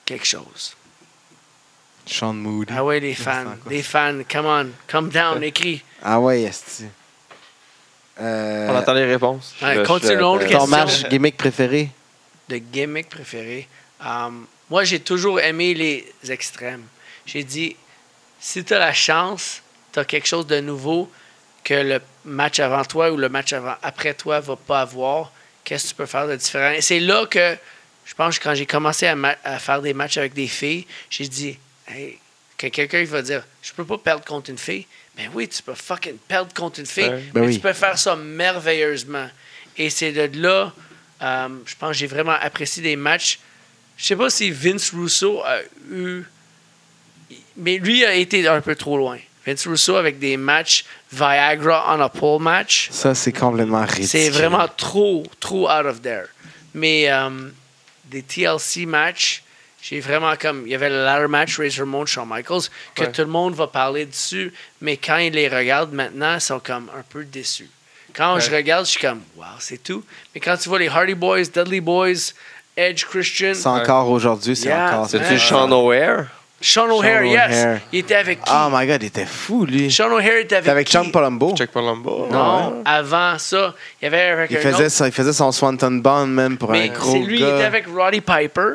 quelque chose.
Sean Moody.
Ah ouais, les fans, les fans, come on, come down, écris.
Ah ouais, esti. Euh,
On entend les réponses.
Ouais,
Je- je-
continuons
je-
les
Ton
ton
questions
match gimmick préféré?
de gimmick préféré. Um, moi, j'ai toujours aimé les extrêmes. J'ai dit, si t'as la chance, t'as quelque chose de nouveau que le match avant toi ou le match avant, après toi va pas avoir, qu'est-ce que tu peux faire de différent? Et c'est là que, je pense, que quand j'ai commencé à, ma- à faire des matchs avec des filles, j'ai dit, hey, que quelqu'un il va dire, je peux pas perdre contre une fille. Ben oui, tu peux fucking perdre contre une fille,
Ouais.
Ben
mais
oui.
tu peux faire ça merveilleusement. Et c'est de là, euh, je pense que j'ai vraiment apprécié des matchs. Je sais pas si Vince Russo a eu mais lui a été un peu trop loin. Vince Russo avec des matchs Viagra on a pole match,
Ça, c'est complètement ridicule.
c'est vraiment trop, trop out of there. Mais euh, des TLC matchs, j'ai vraiment comme. Il y avait le ladder match Razor Ramon Shawn Michaels, que
Ouais.
tout le monde va parler dessus, mais quand ils les regardent maintenant, ils sont comme un peu déçus. Quand je regarde, je suis comme, wow, c'est tout. Mais quand tu vois les Hardy Boys, Dudley Boys, Edge Christian,
C'est encore aujourd'hui, c'est
Yeah,
encore...
c'est-
C'est-tu
Ouais.
Sean O'Hare?
Sean O'Hare, yes,
O'Hare.
il était avec qui?
Oh my God, il était fou, lui.
Sean O'Hare était avec,
T'es avec
qui?
Sean Palumbo. hein?
Check Palumbo.
Non, avant ça, il y avait avec
Il
un
faisait,
autre-
ça, il faisait son Swanton Bond même pour
mais
un gros
c'est lui,
gars.
il était avec Roddy Piper,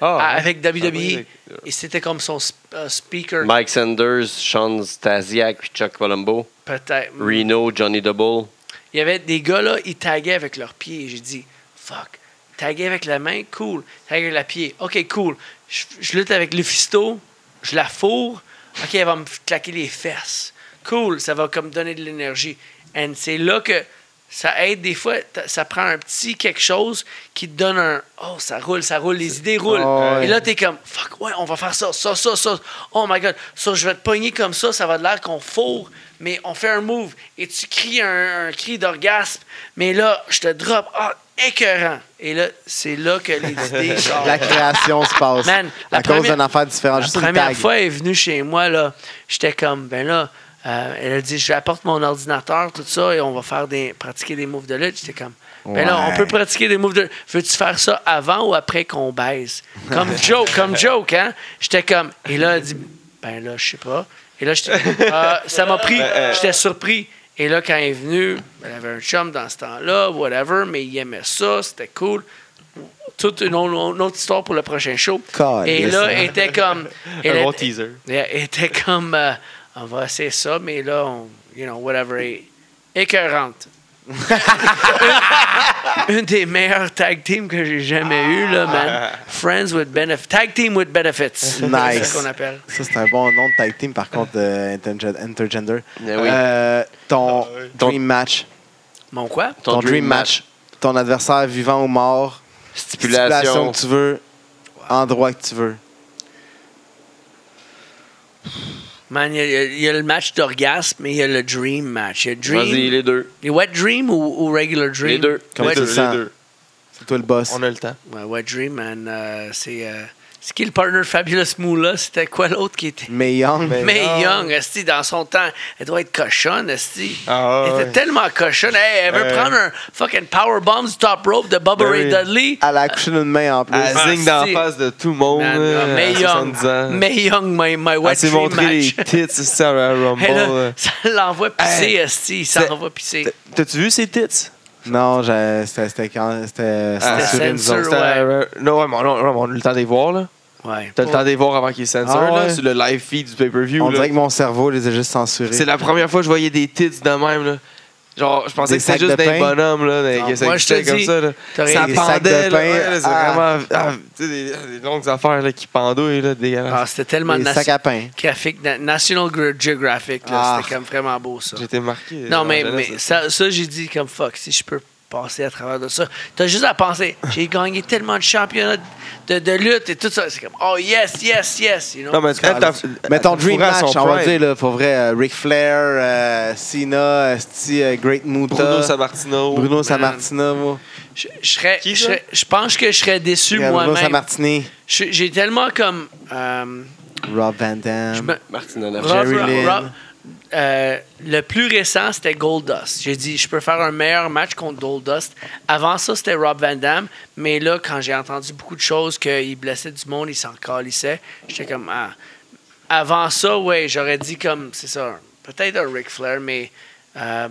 Ah,
à- avec WWE,
oui, euh,
et c'était comme son sp- euh, speaker,
Mike Sanders, Sean Stasiak, puis Chuck Colombo.
Mm. peut-être.
Reno, Johnny Double.
Il y avait des gars là, ils taguaient avec leurs pieds. J'ai dit, fuck, taguer avec la main, cool. Taguer avec la pied, ok, cool. Je, je lutte avec le fisto, je la fourre, ok, elle va me claquer les fesses. Cool, ça va comme donner de l'énergie. And c'est là que ça aide des fois, t- ça prend un petit quelque chose qui te donne un oh, ça roule, ça roule, les idées roulent.
Ah ouais.
Et là, t'es comme fuck, ouais, on va faire ça, ça, ça, ça. Oh my god, ça, je vais te pogner comme ça, ça va de l'air qu'on fourre, mais on fait un move et tu cries un, un cri d'orgasme, mais là, je te drop, ah, écœurant. Et là, c'est là que les idées sortent.
La création se passe.
Man, la
à cause
première-
d'une affaire différente. Juste
la
une
première
tag.
fois, elle est venue chez moi, là, j'étais comme, ben là, euh, elle a dit, j'apporte mon ordinateur, tout ça, et on va faire des, pratiquer des moves de lutte. J'étais comme, ben là, on peut pratiquer des moves de lutte. Veux-tu faire ça avant ou après qu'on baise? Comme joke, comme joke, hein? J'étais comme, et là, elle dit, ben là, je sais pas. Et là, j'étais- euh, ça m'a pris, j'étais surpris. Et là, quand elle est venue, elle avait un chum dans ce temps-là, whatever, mais il aimait ça, c'était cool toute une, au- une autre histoire pour le prochain show.
Calisse.
et là, elle était comme.
Un
elle
bon
était-
teaser.
elle était comme. euh, on va essayer ça, mais là, on, you know, whatever. Et, écœurante. une des meilleures tag teams que j'ai jamais
Ah.
eues, là, man. Friends with Benefits. Tag team with Benefits. C'est
Nice.
ça qu'on appelle.
Ça, c'est un bon nom de tag team, par contre, de interge- intergender.
Eh oui.
Euh, ton dream match.
Mon quoi?
Ton, dream, match. Ton adversaire vivant ou mort.
Stipulation.
que tu veux. Endroit que tu veux.
Man, il y, a- il y a le match d'orgasme, mais il y a le dream match. Il y a
Vas-y,
dream.
les deux.
Les wet dream ou, ou regular dream?
Les deux.
Comment
Wet-
tu le sens? C'est toi le boss.
On a le temps.
Ouais, Wet Dream, man. euh, c'est. euh, c'est qui le partner de Fabulous Moolah? C'était quoi l'autre qui était.
Mais Young.
Mais-
May
Ben non.
Young, esti, dans son temps, elle doit être cochonne, esti.
Ah, ouais,
elle
ouais.
était tellement cochonne. Hey, elle veut
Ouais.
prendre un fucking powerbomb du top rope de Bubba
Ben
Ray
oui.
Dudley.
Elle a accouché d'une main en plus.
Elle
Ah,
zigne dans
si.
la face de tout le monde.
Man,
euh,
euh, May
à
Young,
70 ans.
May Young, my, my Wet
Elle s'est
Dream
montré les
match.
tits c'est à la Rumble.
Hey, là,
euh.
ça l'envoie pisser,
Hey,
esti. Ça
c'est-
l'envoie pisser.
T- T'as-tu vu ses tits?
Non, j'ai- c'était c'était quand c'était
Ah,
censuré, nous autres.
censure,
C'était à la- Non, ouais, mais on a, on a eu le temps de les voir, là.
Ouais.
T'as le temps de les voir avant qu'ils censurent,
Ah,
là,
ouais.
sur le live feed du pay-per-view.
On
là.
dirait que mon cerveau les a juste censurés.
C'est la première fois que je voyais des tits de même, là. Genre, je pensais
Des
que c'était
sacs
juste
de
des
pain.
bonhommes, là, des-
Non,
que ça
moi, je te
existait comme
dis,
ça, là.
t'aurais
Ça
des sacs de
pendait, là.
pain,
ouais, là, c'est
ah.
vraiment... ah, tu sais, des, des longues affaires, là, qui pendouillent, là, dégueulasses.
Ah, c'était tellement
les sacs à pain.
graphique, na- National Ge- Geographic, là,
Ah.
c'était comme vraiment beau ça.
J'étais marqué.
Non,
dans
mais,
la jeunesse,
mais
là.
ça, ça, j'ai dit comme fuck, si je peux passer à travers de ça. T'as juste à penser, j'ai gagné tellement de championnats de, de lutte et tout ça. C'est comme, oh yes, yes, yes. You know?
Non, mais elle t'a-
Mais ton
elle t'a
dream
fourré à son
match, on va
prime.
dire, là, pour vrai, euh, Ric Flair, euh, Cena, euh, Sti, euh, Great Muta,
Bruno Samartino.
Bruno Sammartino, moi. Euh,
je, je serais-
Qui,
je
ça?
serais- je pense que je serais déçu
Bruno
moi-même.
Sammartini,
Je- J'ai tellement comme. euh,
Rob Van
Hum.
je
Damme.
me-
Martina
Rob-
Jerry
Rob-
Lynn.
Rob- euh, le plus récent, c'était Goldust. J'ai dit, je peux faire un meilleur match contre Goldust. Avant ça, c'était Rob Van Damme. Mais là, quand j'ai entendu beaucoup de choses qu'il blessait du monde, il s'en calissait, j'étais comme, ah. Avant ça, ouais, j'aurais dit comme, c'est ça, peut-être un Ric Flair, mais. euh,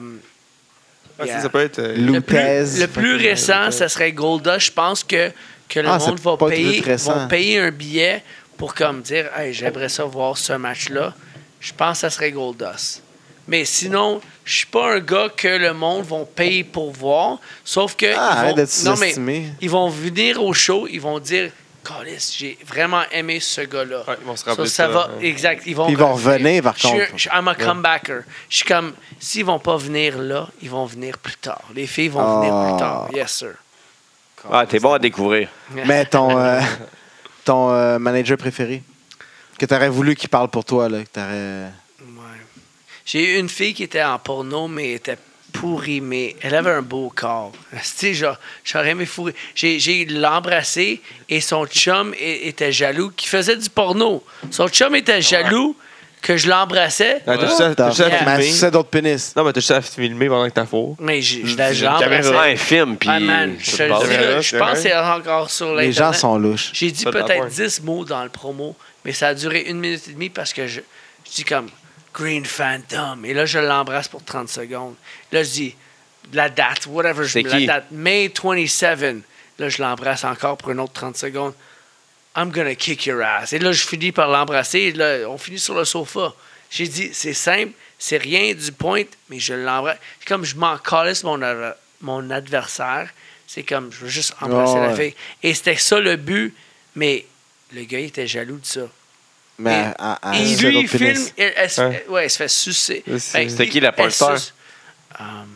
Ah,
yeah.
ça, ça peut être. euh,
Lou-
le plus,
Lutez.
le plus récent, ça serait Goldust. Je pense que, que le
Ah,
monde
c'est
va
pas tout
payer,
récent.
vont payer un billet pour comme dire hey, j'aimerais ça voir ce match-là. Je pense que ça serait Goldust. Mais sinon, je suis pas un gars que le monde va payer pour voir. Sauf que.
Ah,
ils vont,
arrête de te
non, mais
sous-estimer.
ils vont venir au show, ils vont dire Calisse, j'ai vraiment aimé ce gars-là.
Ouais, ils vont se
Ça,
rappeler de
ça
ça,
va,
hein.
exact. Ils vont,
Ils vont revenir, par
Je suis-
contre.
Je suis I'm a comebacker. Je suis comme, s'ils vont pas venir là, ils vont venir plus tard. Les filles vont venir plus tard. Yes, sir.
Ah, t'es bon à découvrir.
Mais ton, euh, ton euh, manager préféré, que t'aurais voulu qu'il parle pour toi, là, que t'aurais...
Ouais. J'ai eu une fille qui était en porno, mais elle était pourrie, mais elle avait un beau corps. Tu genre, j'aurais aimé fourrer. J'ai, j'ai l'embrassé et son chum é- était jaloux, qui faisait du porno. Son chum était jaloux que je l'embrassais,
Ah, T'as juste à- t'as
T'as
juste à
Yeah.
mais
filmer.
c'est d'autres pénis.
Non, mais t'as juste à filmer pendant que t'as faux.
mais j'ai, je la- je
Une caméra.
l'embrassais.
C'est un film, puis.
Ah, man, je te
ça te passe.
le dis, là, je
C'est
pense
vrai.
que c'est encore sur l'internet.
Les gens sont louches.
J'ai dit
Pas de la
peut-être
pointe.
10 mots dans le promo, mais ça a duré une minute et demie parce que je, je dis comme Green Phantom. Et là, je l'embrasse pour 30 secondes. Là, je dis la date, whatever. Je
C'est
la
qui?
date, May 27. Là, je l'embrasse encore pour une autre 30 secondes. I'm gonna kick your ass. Et là, je finis par l'embrasser. Et là, on finit sur le sofa. J'ai dit, c'est simple, c'est rien du point, mais je l'embrasse. C'est Comme je m'en calisse mon, adver- mon adversaire, c'est comme, je veux juste embrasser
Ouais,
la
ouais.
fille. Et c'était ça le but, mais le gars, il était jaloux de ça.
Mais
Et-
à, à-
et
c'est
lui, il
d'autres pénis.
filme, elle, elle se,
Ouais.
ouais, elle se fait sucer.
C'est-
Ben,
c'était
il-
qui la
elle
porteur?
suce- Um,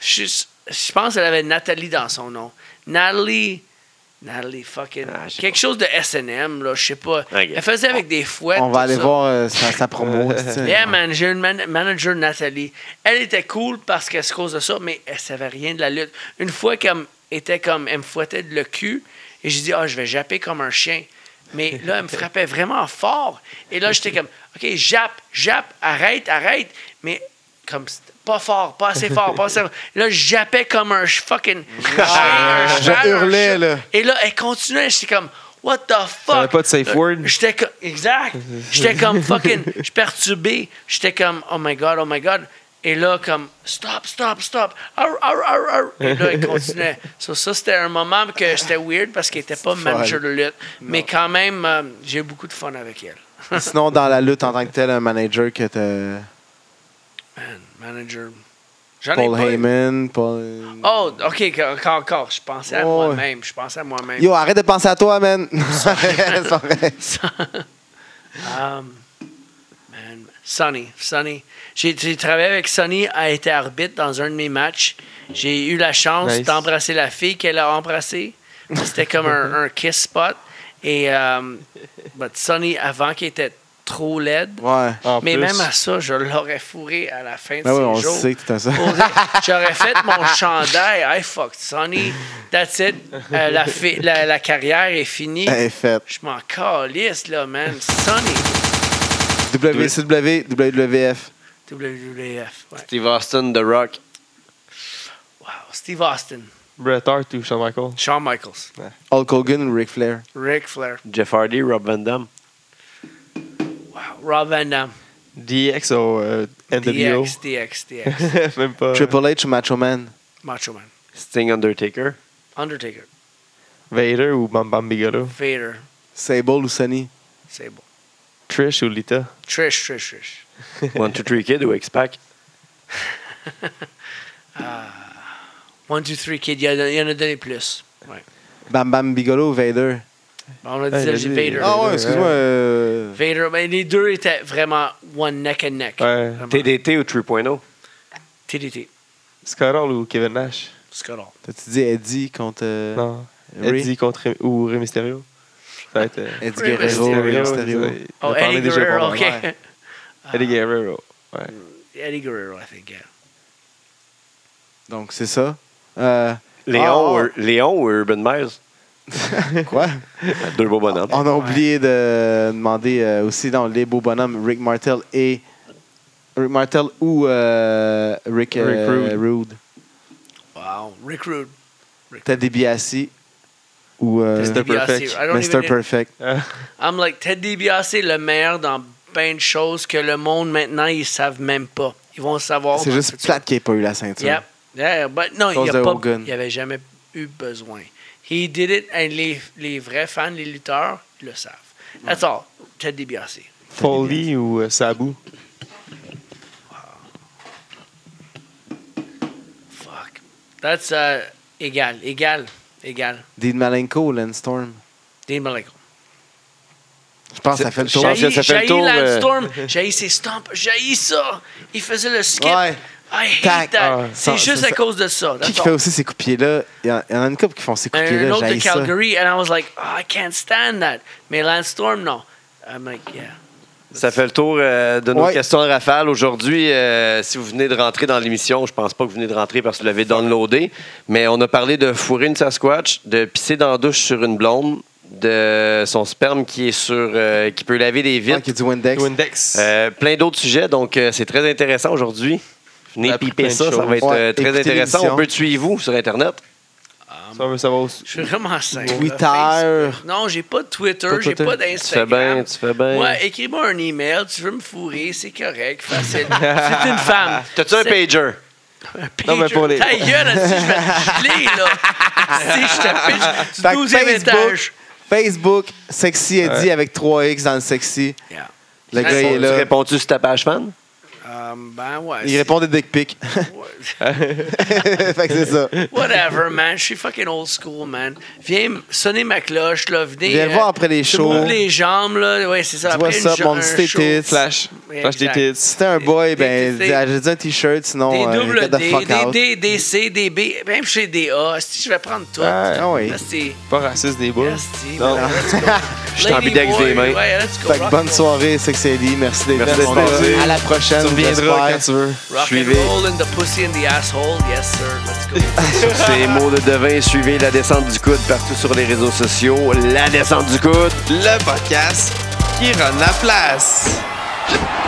je, je pense qu'elle avait Nathalie dans son nom. Nathalie Natalie fucking.
Ah, je sais
quelque chose de SM, là, je sais pas. Elle faisait avec des fouettes.
On
tout
va aller
ça.
voir euh, sa, sa promo. c'est-tu.
Yeah, man, j'ai une man- manager, Nathalie. Elle était cool parce qu'elle se cause de ça, mais elle savait rien de la lutte. Une fois, comme, était comme, elle me fouettait de le cul, et j'ai dit, ah, je vais japper comme un chien. Mais là, elle me frappait vraiment fort. Et là, j'étais comme, OK, jappe, jappe, arrête, arrête. Mais comme, c'était pas fort, pas assez fort, pas assez fort. Là, je jappais comme un ch- fucking chien, un
Ah, je
cheval, un
hurlais,
chat.
là.
Et là, elle continuait, j'étais comme, what the
T'avais
fuck?
pas de safe word?
Euh, J'étais comme. Exact. J'étais comme fucking. Je perturbé. J'étais comme, oh my god, oh my god. Et là, comme, stop, stop, stop. Arr, arr, arr, arr. Et là, il continuait. So, ça, c'était un moment que c'était weird parce qu'il était pas manager de lutte. Mais quand même, euh, j'ai eu beaucoup de fun avec elle.
Sinon, dans la lutte en tant que tel, un manager que t'as.
Man, manager. J'en ai
Paul
pas eu.
Heyman, Paul.
Oh, OK, encore, encore. Je pensais à
Ouais.
moi-même. Je pensais à moi-même.
Yo, arrête de penser à toi, man. C'est pas vrai.
Um, man, Sonny, Sonny. J'ai j'ai travaillé avec Sonny, a été arbitre dans un de mes matchs. J'ai eu la chance
Nice.
d'embrasser la fille qu'elle a embrassée. C'était comme un, un kiss spot. Et um, but Sonny, avant qu'il était trop laide,
Ouais.
En
mais
plus.
même à ça, je l'aurais fourré à la fin de
Ben oui, on
ses jours.
sait que t'as ça.
Posé- J'aurais fait mon chandail. I fucked Sonny. That's it. Euh, la, fi- la- la carrière est finie.
Elle est faite.
Je m'en calisse, là, man. Sonny.
WCW, WWF.
WWF. Ouais.
Steve Austin, The Rock.
Wow. Steve Austin,
Bret Hart ou Shawn Michaels?
Shawn Michaels,
Hulk Hogan ou Ric Flair.
Ric Flair,
Jeff Hardy, Rob Van Damme.
wow. Rob Van Damme,
DX ou euh, NWO?
DX, DX, DX,
Même pas.
Triple H ou Macho Man.
Macho Man,
Sting Undertaker.
Undertaker,
Vader ou Bam Bam Bigelow?
Vader,
Sable ou Sonny.
Sable,
Trish ou Lita?
Trish, Trish, Trish.
One, Two, Three Kid ou X-Pac.
One, two, three, kid, il y en a- il y en a donné plus. Ouais.
Bam Bam Bigelow ou Vader.
On a
Ah,
dit
il a
j'ai
dit-
Vader.
Ah ouais, excuse-moi. euh,
Vader, mais les deux étaient vraiment one neck and neck.
Ouais.
Vraiment.
TDT ou oh. 3.0.
TDT,
Scott Hall ou Kevin Nash?
Scott Hall.
T'as-tu dit Eddie contre. euh,
Non.
Ray?
Eddie contre Rey- ou Rey Mysterio? Ça va être, euh,
Eddie
Rey
Guerrero,
Mysterio,
Rey
Mysterio,
Mysterio.
il- il a
Oh,
parlé
Eddie
déjà pas
Guerrero,
mal.
ok.
ouais.
Eddie Guerrero, ouais.
Eddie Guerrero, I think, yeah.
Donc, c'est ça. Euh,
Léon,
Ah.
ou, Léon ou Urban Myers.
quoi?
Deux beaux bonhommes.
On a oublié de demander euh, aussi dans les beaux bonhommes Rick Martel et. Rick Martel ou euh, Rick, euh,
Rick
Rude.
Wow. Rick Rude.
Ted DiBiase ou euh,
Ted DiBiase,
Perfect.
I don't even
Mr. Perfect.
I'm like, Ted DiBiase est le meilleur dans plein de choses que le monde maintenant, ils savent même pas. Ils vont savoir.
C'est
dans le
juste
futur.
plate qu'il n'ait pas eu la ceinture.
ben, Yep. Yeah, but non,
Cause
il a
de
pas-
Hogan.
il avait jamais eu besoin. He did it, and les, les vrais fans, les lutteurs, ils le savent. That's all. Ted DiBiase.
Foley ou euh, Sabu?
Fuck. That's uh, égal, égal, égal.
Dean Malenko ou Lance Storm.
Dean Malenko.
Je pense que ça fait le tour.
pense que ça fait le
J'ai
tour, euh.
Landstorm, j'ai ses stomps, j'ai ça. Il faisait le skip.
Ouais.
I hate
Tac.
that.
Ah,
C'est
ça-
juste
ça-
à cause de ça.
Qui
that's
qui
all.
fait aussi ces coups de pied-là? Il y, en- il y en a une couple qui font ces coups de
un
pied-là.
autre de
j'haïs ça.
Calgary, and I was like, oh, I can't stand that. Mais Landstorm, non. I'm like, yeah.
Ça fait le tour euh, de nos
Ouais.
questions de rafale. Aujourd'hui, euh, si vous venez de rentrer dans l'émission, je pense pas que vous venez de rentrer parce que vous l'avez downloadé, mais on a parlé de fourrer une Sasquatch, de pisser dans la douche sur une blonde, de son sperme qui est sur euh, qui peut laver des
Ouais,
vitres,
Ah, qui est du Windex.
Windex.
Euh, plein d'autres sujets, donc euh, c'est très intéressant aujourd'hui.
On
Venez
a appris
piper
plein de
ça, ça va
choses.
être euh,
Ouais,
très
écoutez
intéressant.
l'émission.
On peut suivre vous sur Internet.
Si on veut savoir aussi.
Je suis vraiment simple.
Twitter.
Facebook. Non, j'ai pas de Twitter,
Pas
j'ai
Twitter.
pas
Tu fais bien,
d'Instagram.
tu fais bien.
Ouais, écris-moi un email, tu veux me fourrer, c'est correct, facile. c'est une femme.
T'as-tu un
C'est-
pager?
un
Non, mais
pager?
pour les-
Ta gueule, là, si je vais te geler, là. si je te pitche du
Fait que
12e étage.
Facebook, Sexy Eddie avec 3X dans le sexy.
Yeah.
Le
Ah,
gars il est
Tu
Ben, là.
réponds-tu sur ta page fan?
Ah, comme, ben ouais.
Il
c'est-
répond des dick pics. fait que c'est ça.
Whatever, man. Je suis fucking old school, man. Viens me sonner ma cloche, là. Venez. euh,
Viens le voir après les
je te
shows.
mouve les jambes, là. Ouais, c'est ça.
Dis-moi
Après
ça,
une jo-
mon
un
petit
show.
tits.
Flash. Flash des
Exact.
tits.
Si t'es un boy,
Des-
ben,
des-
dis- ah, j'ai dit un t-shirt,
Des
sinon, euh,
doubles
get the
D,
fuck
des
out.
D, des C, des B, même chez des A. Si je vais prendre tout.
Ah,
Ah oui.
Asti,
Pas raciste des boules.
asti,
Non.
voilà, let's go.
Je t'ai envie
Lady
d'ex des
boy,
mains.
Ouais, let's go.
Fait que
rock
bonne
and
soirée, Sexy Ellie. Merci d'être
Merci
venu.
d'être
passé.
À la
Tu
prochaine,
reviendras
j'espère.
quand tu veux.
roll. Rock and
Suivez.
roll in the pussy and the asshole. Yes, sir. Let's go.
Sur ces mots de devin, suivez la descente du coude partout sur les réseaux sociaux. La descente du coude.
Le podcast qui rend la place.
Hey,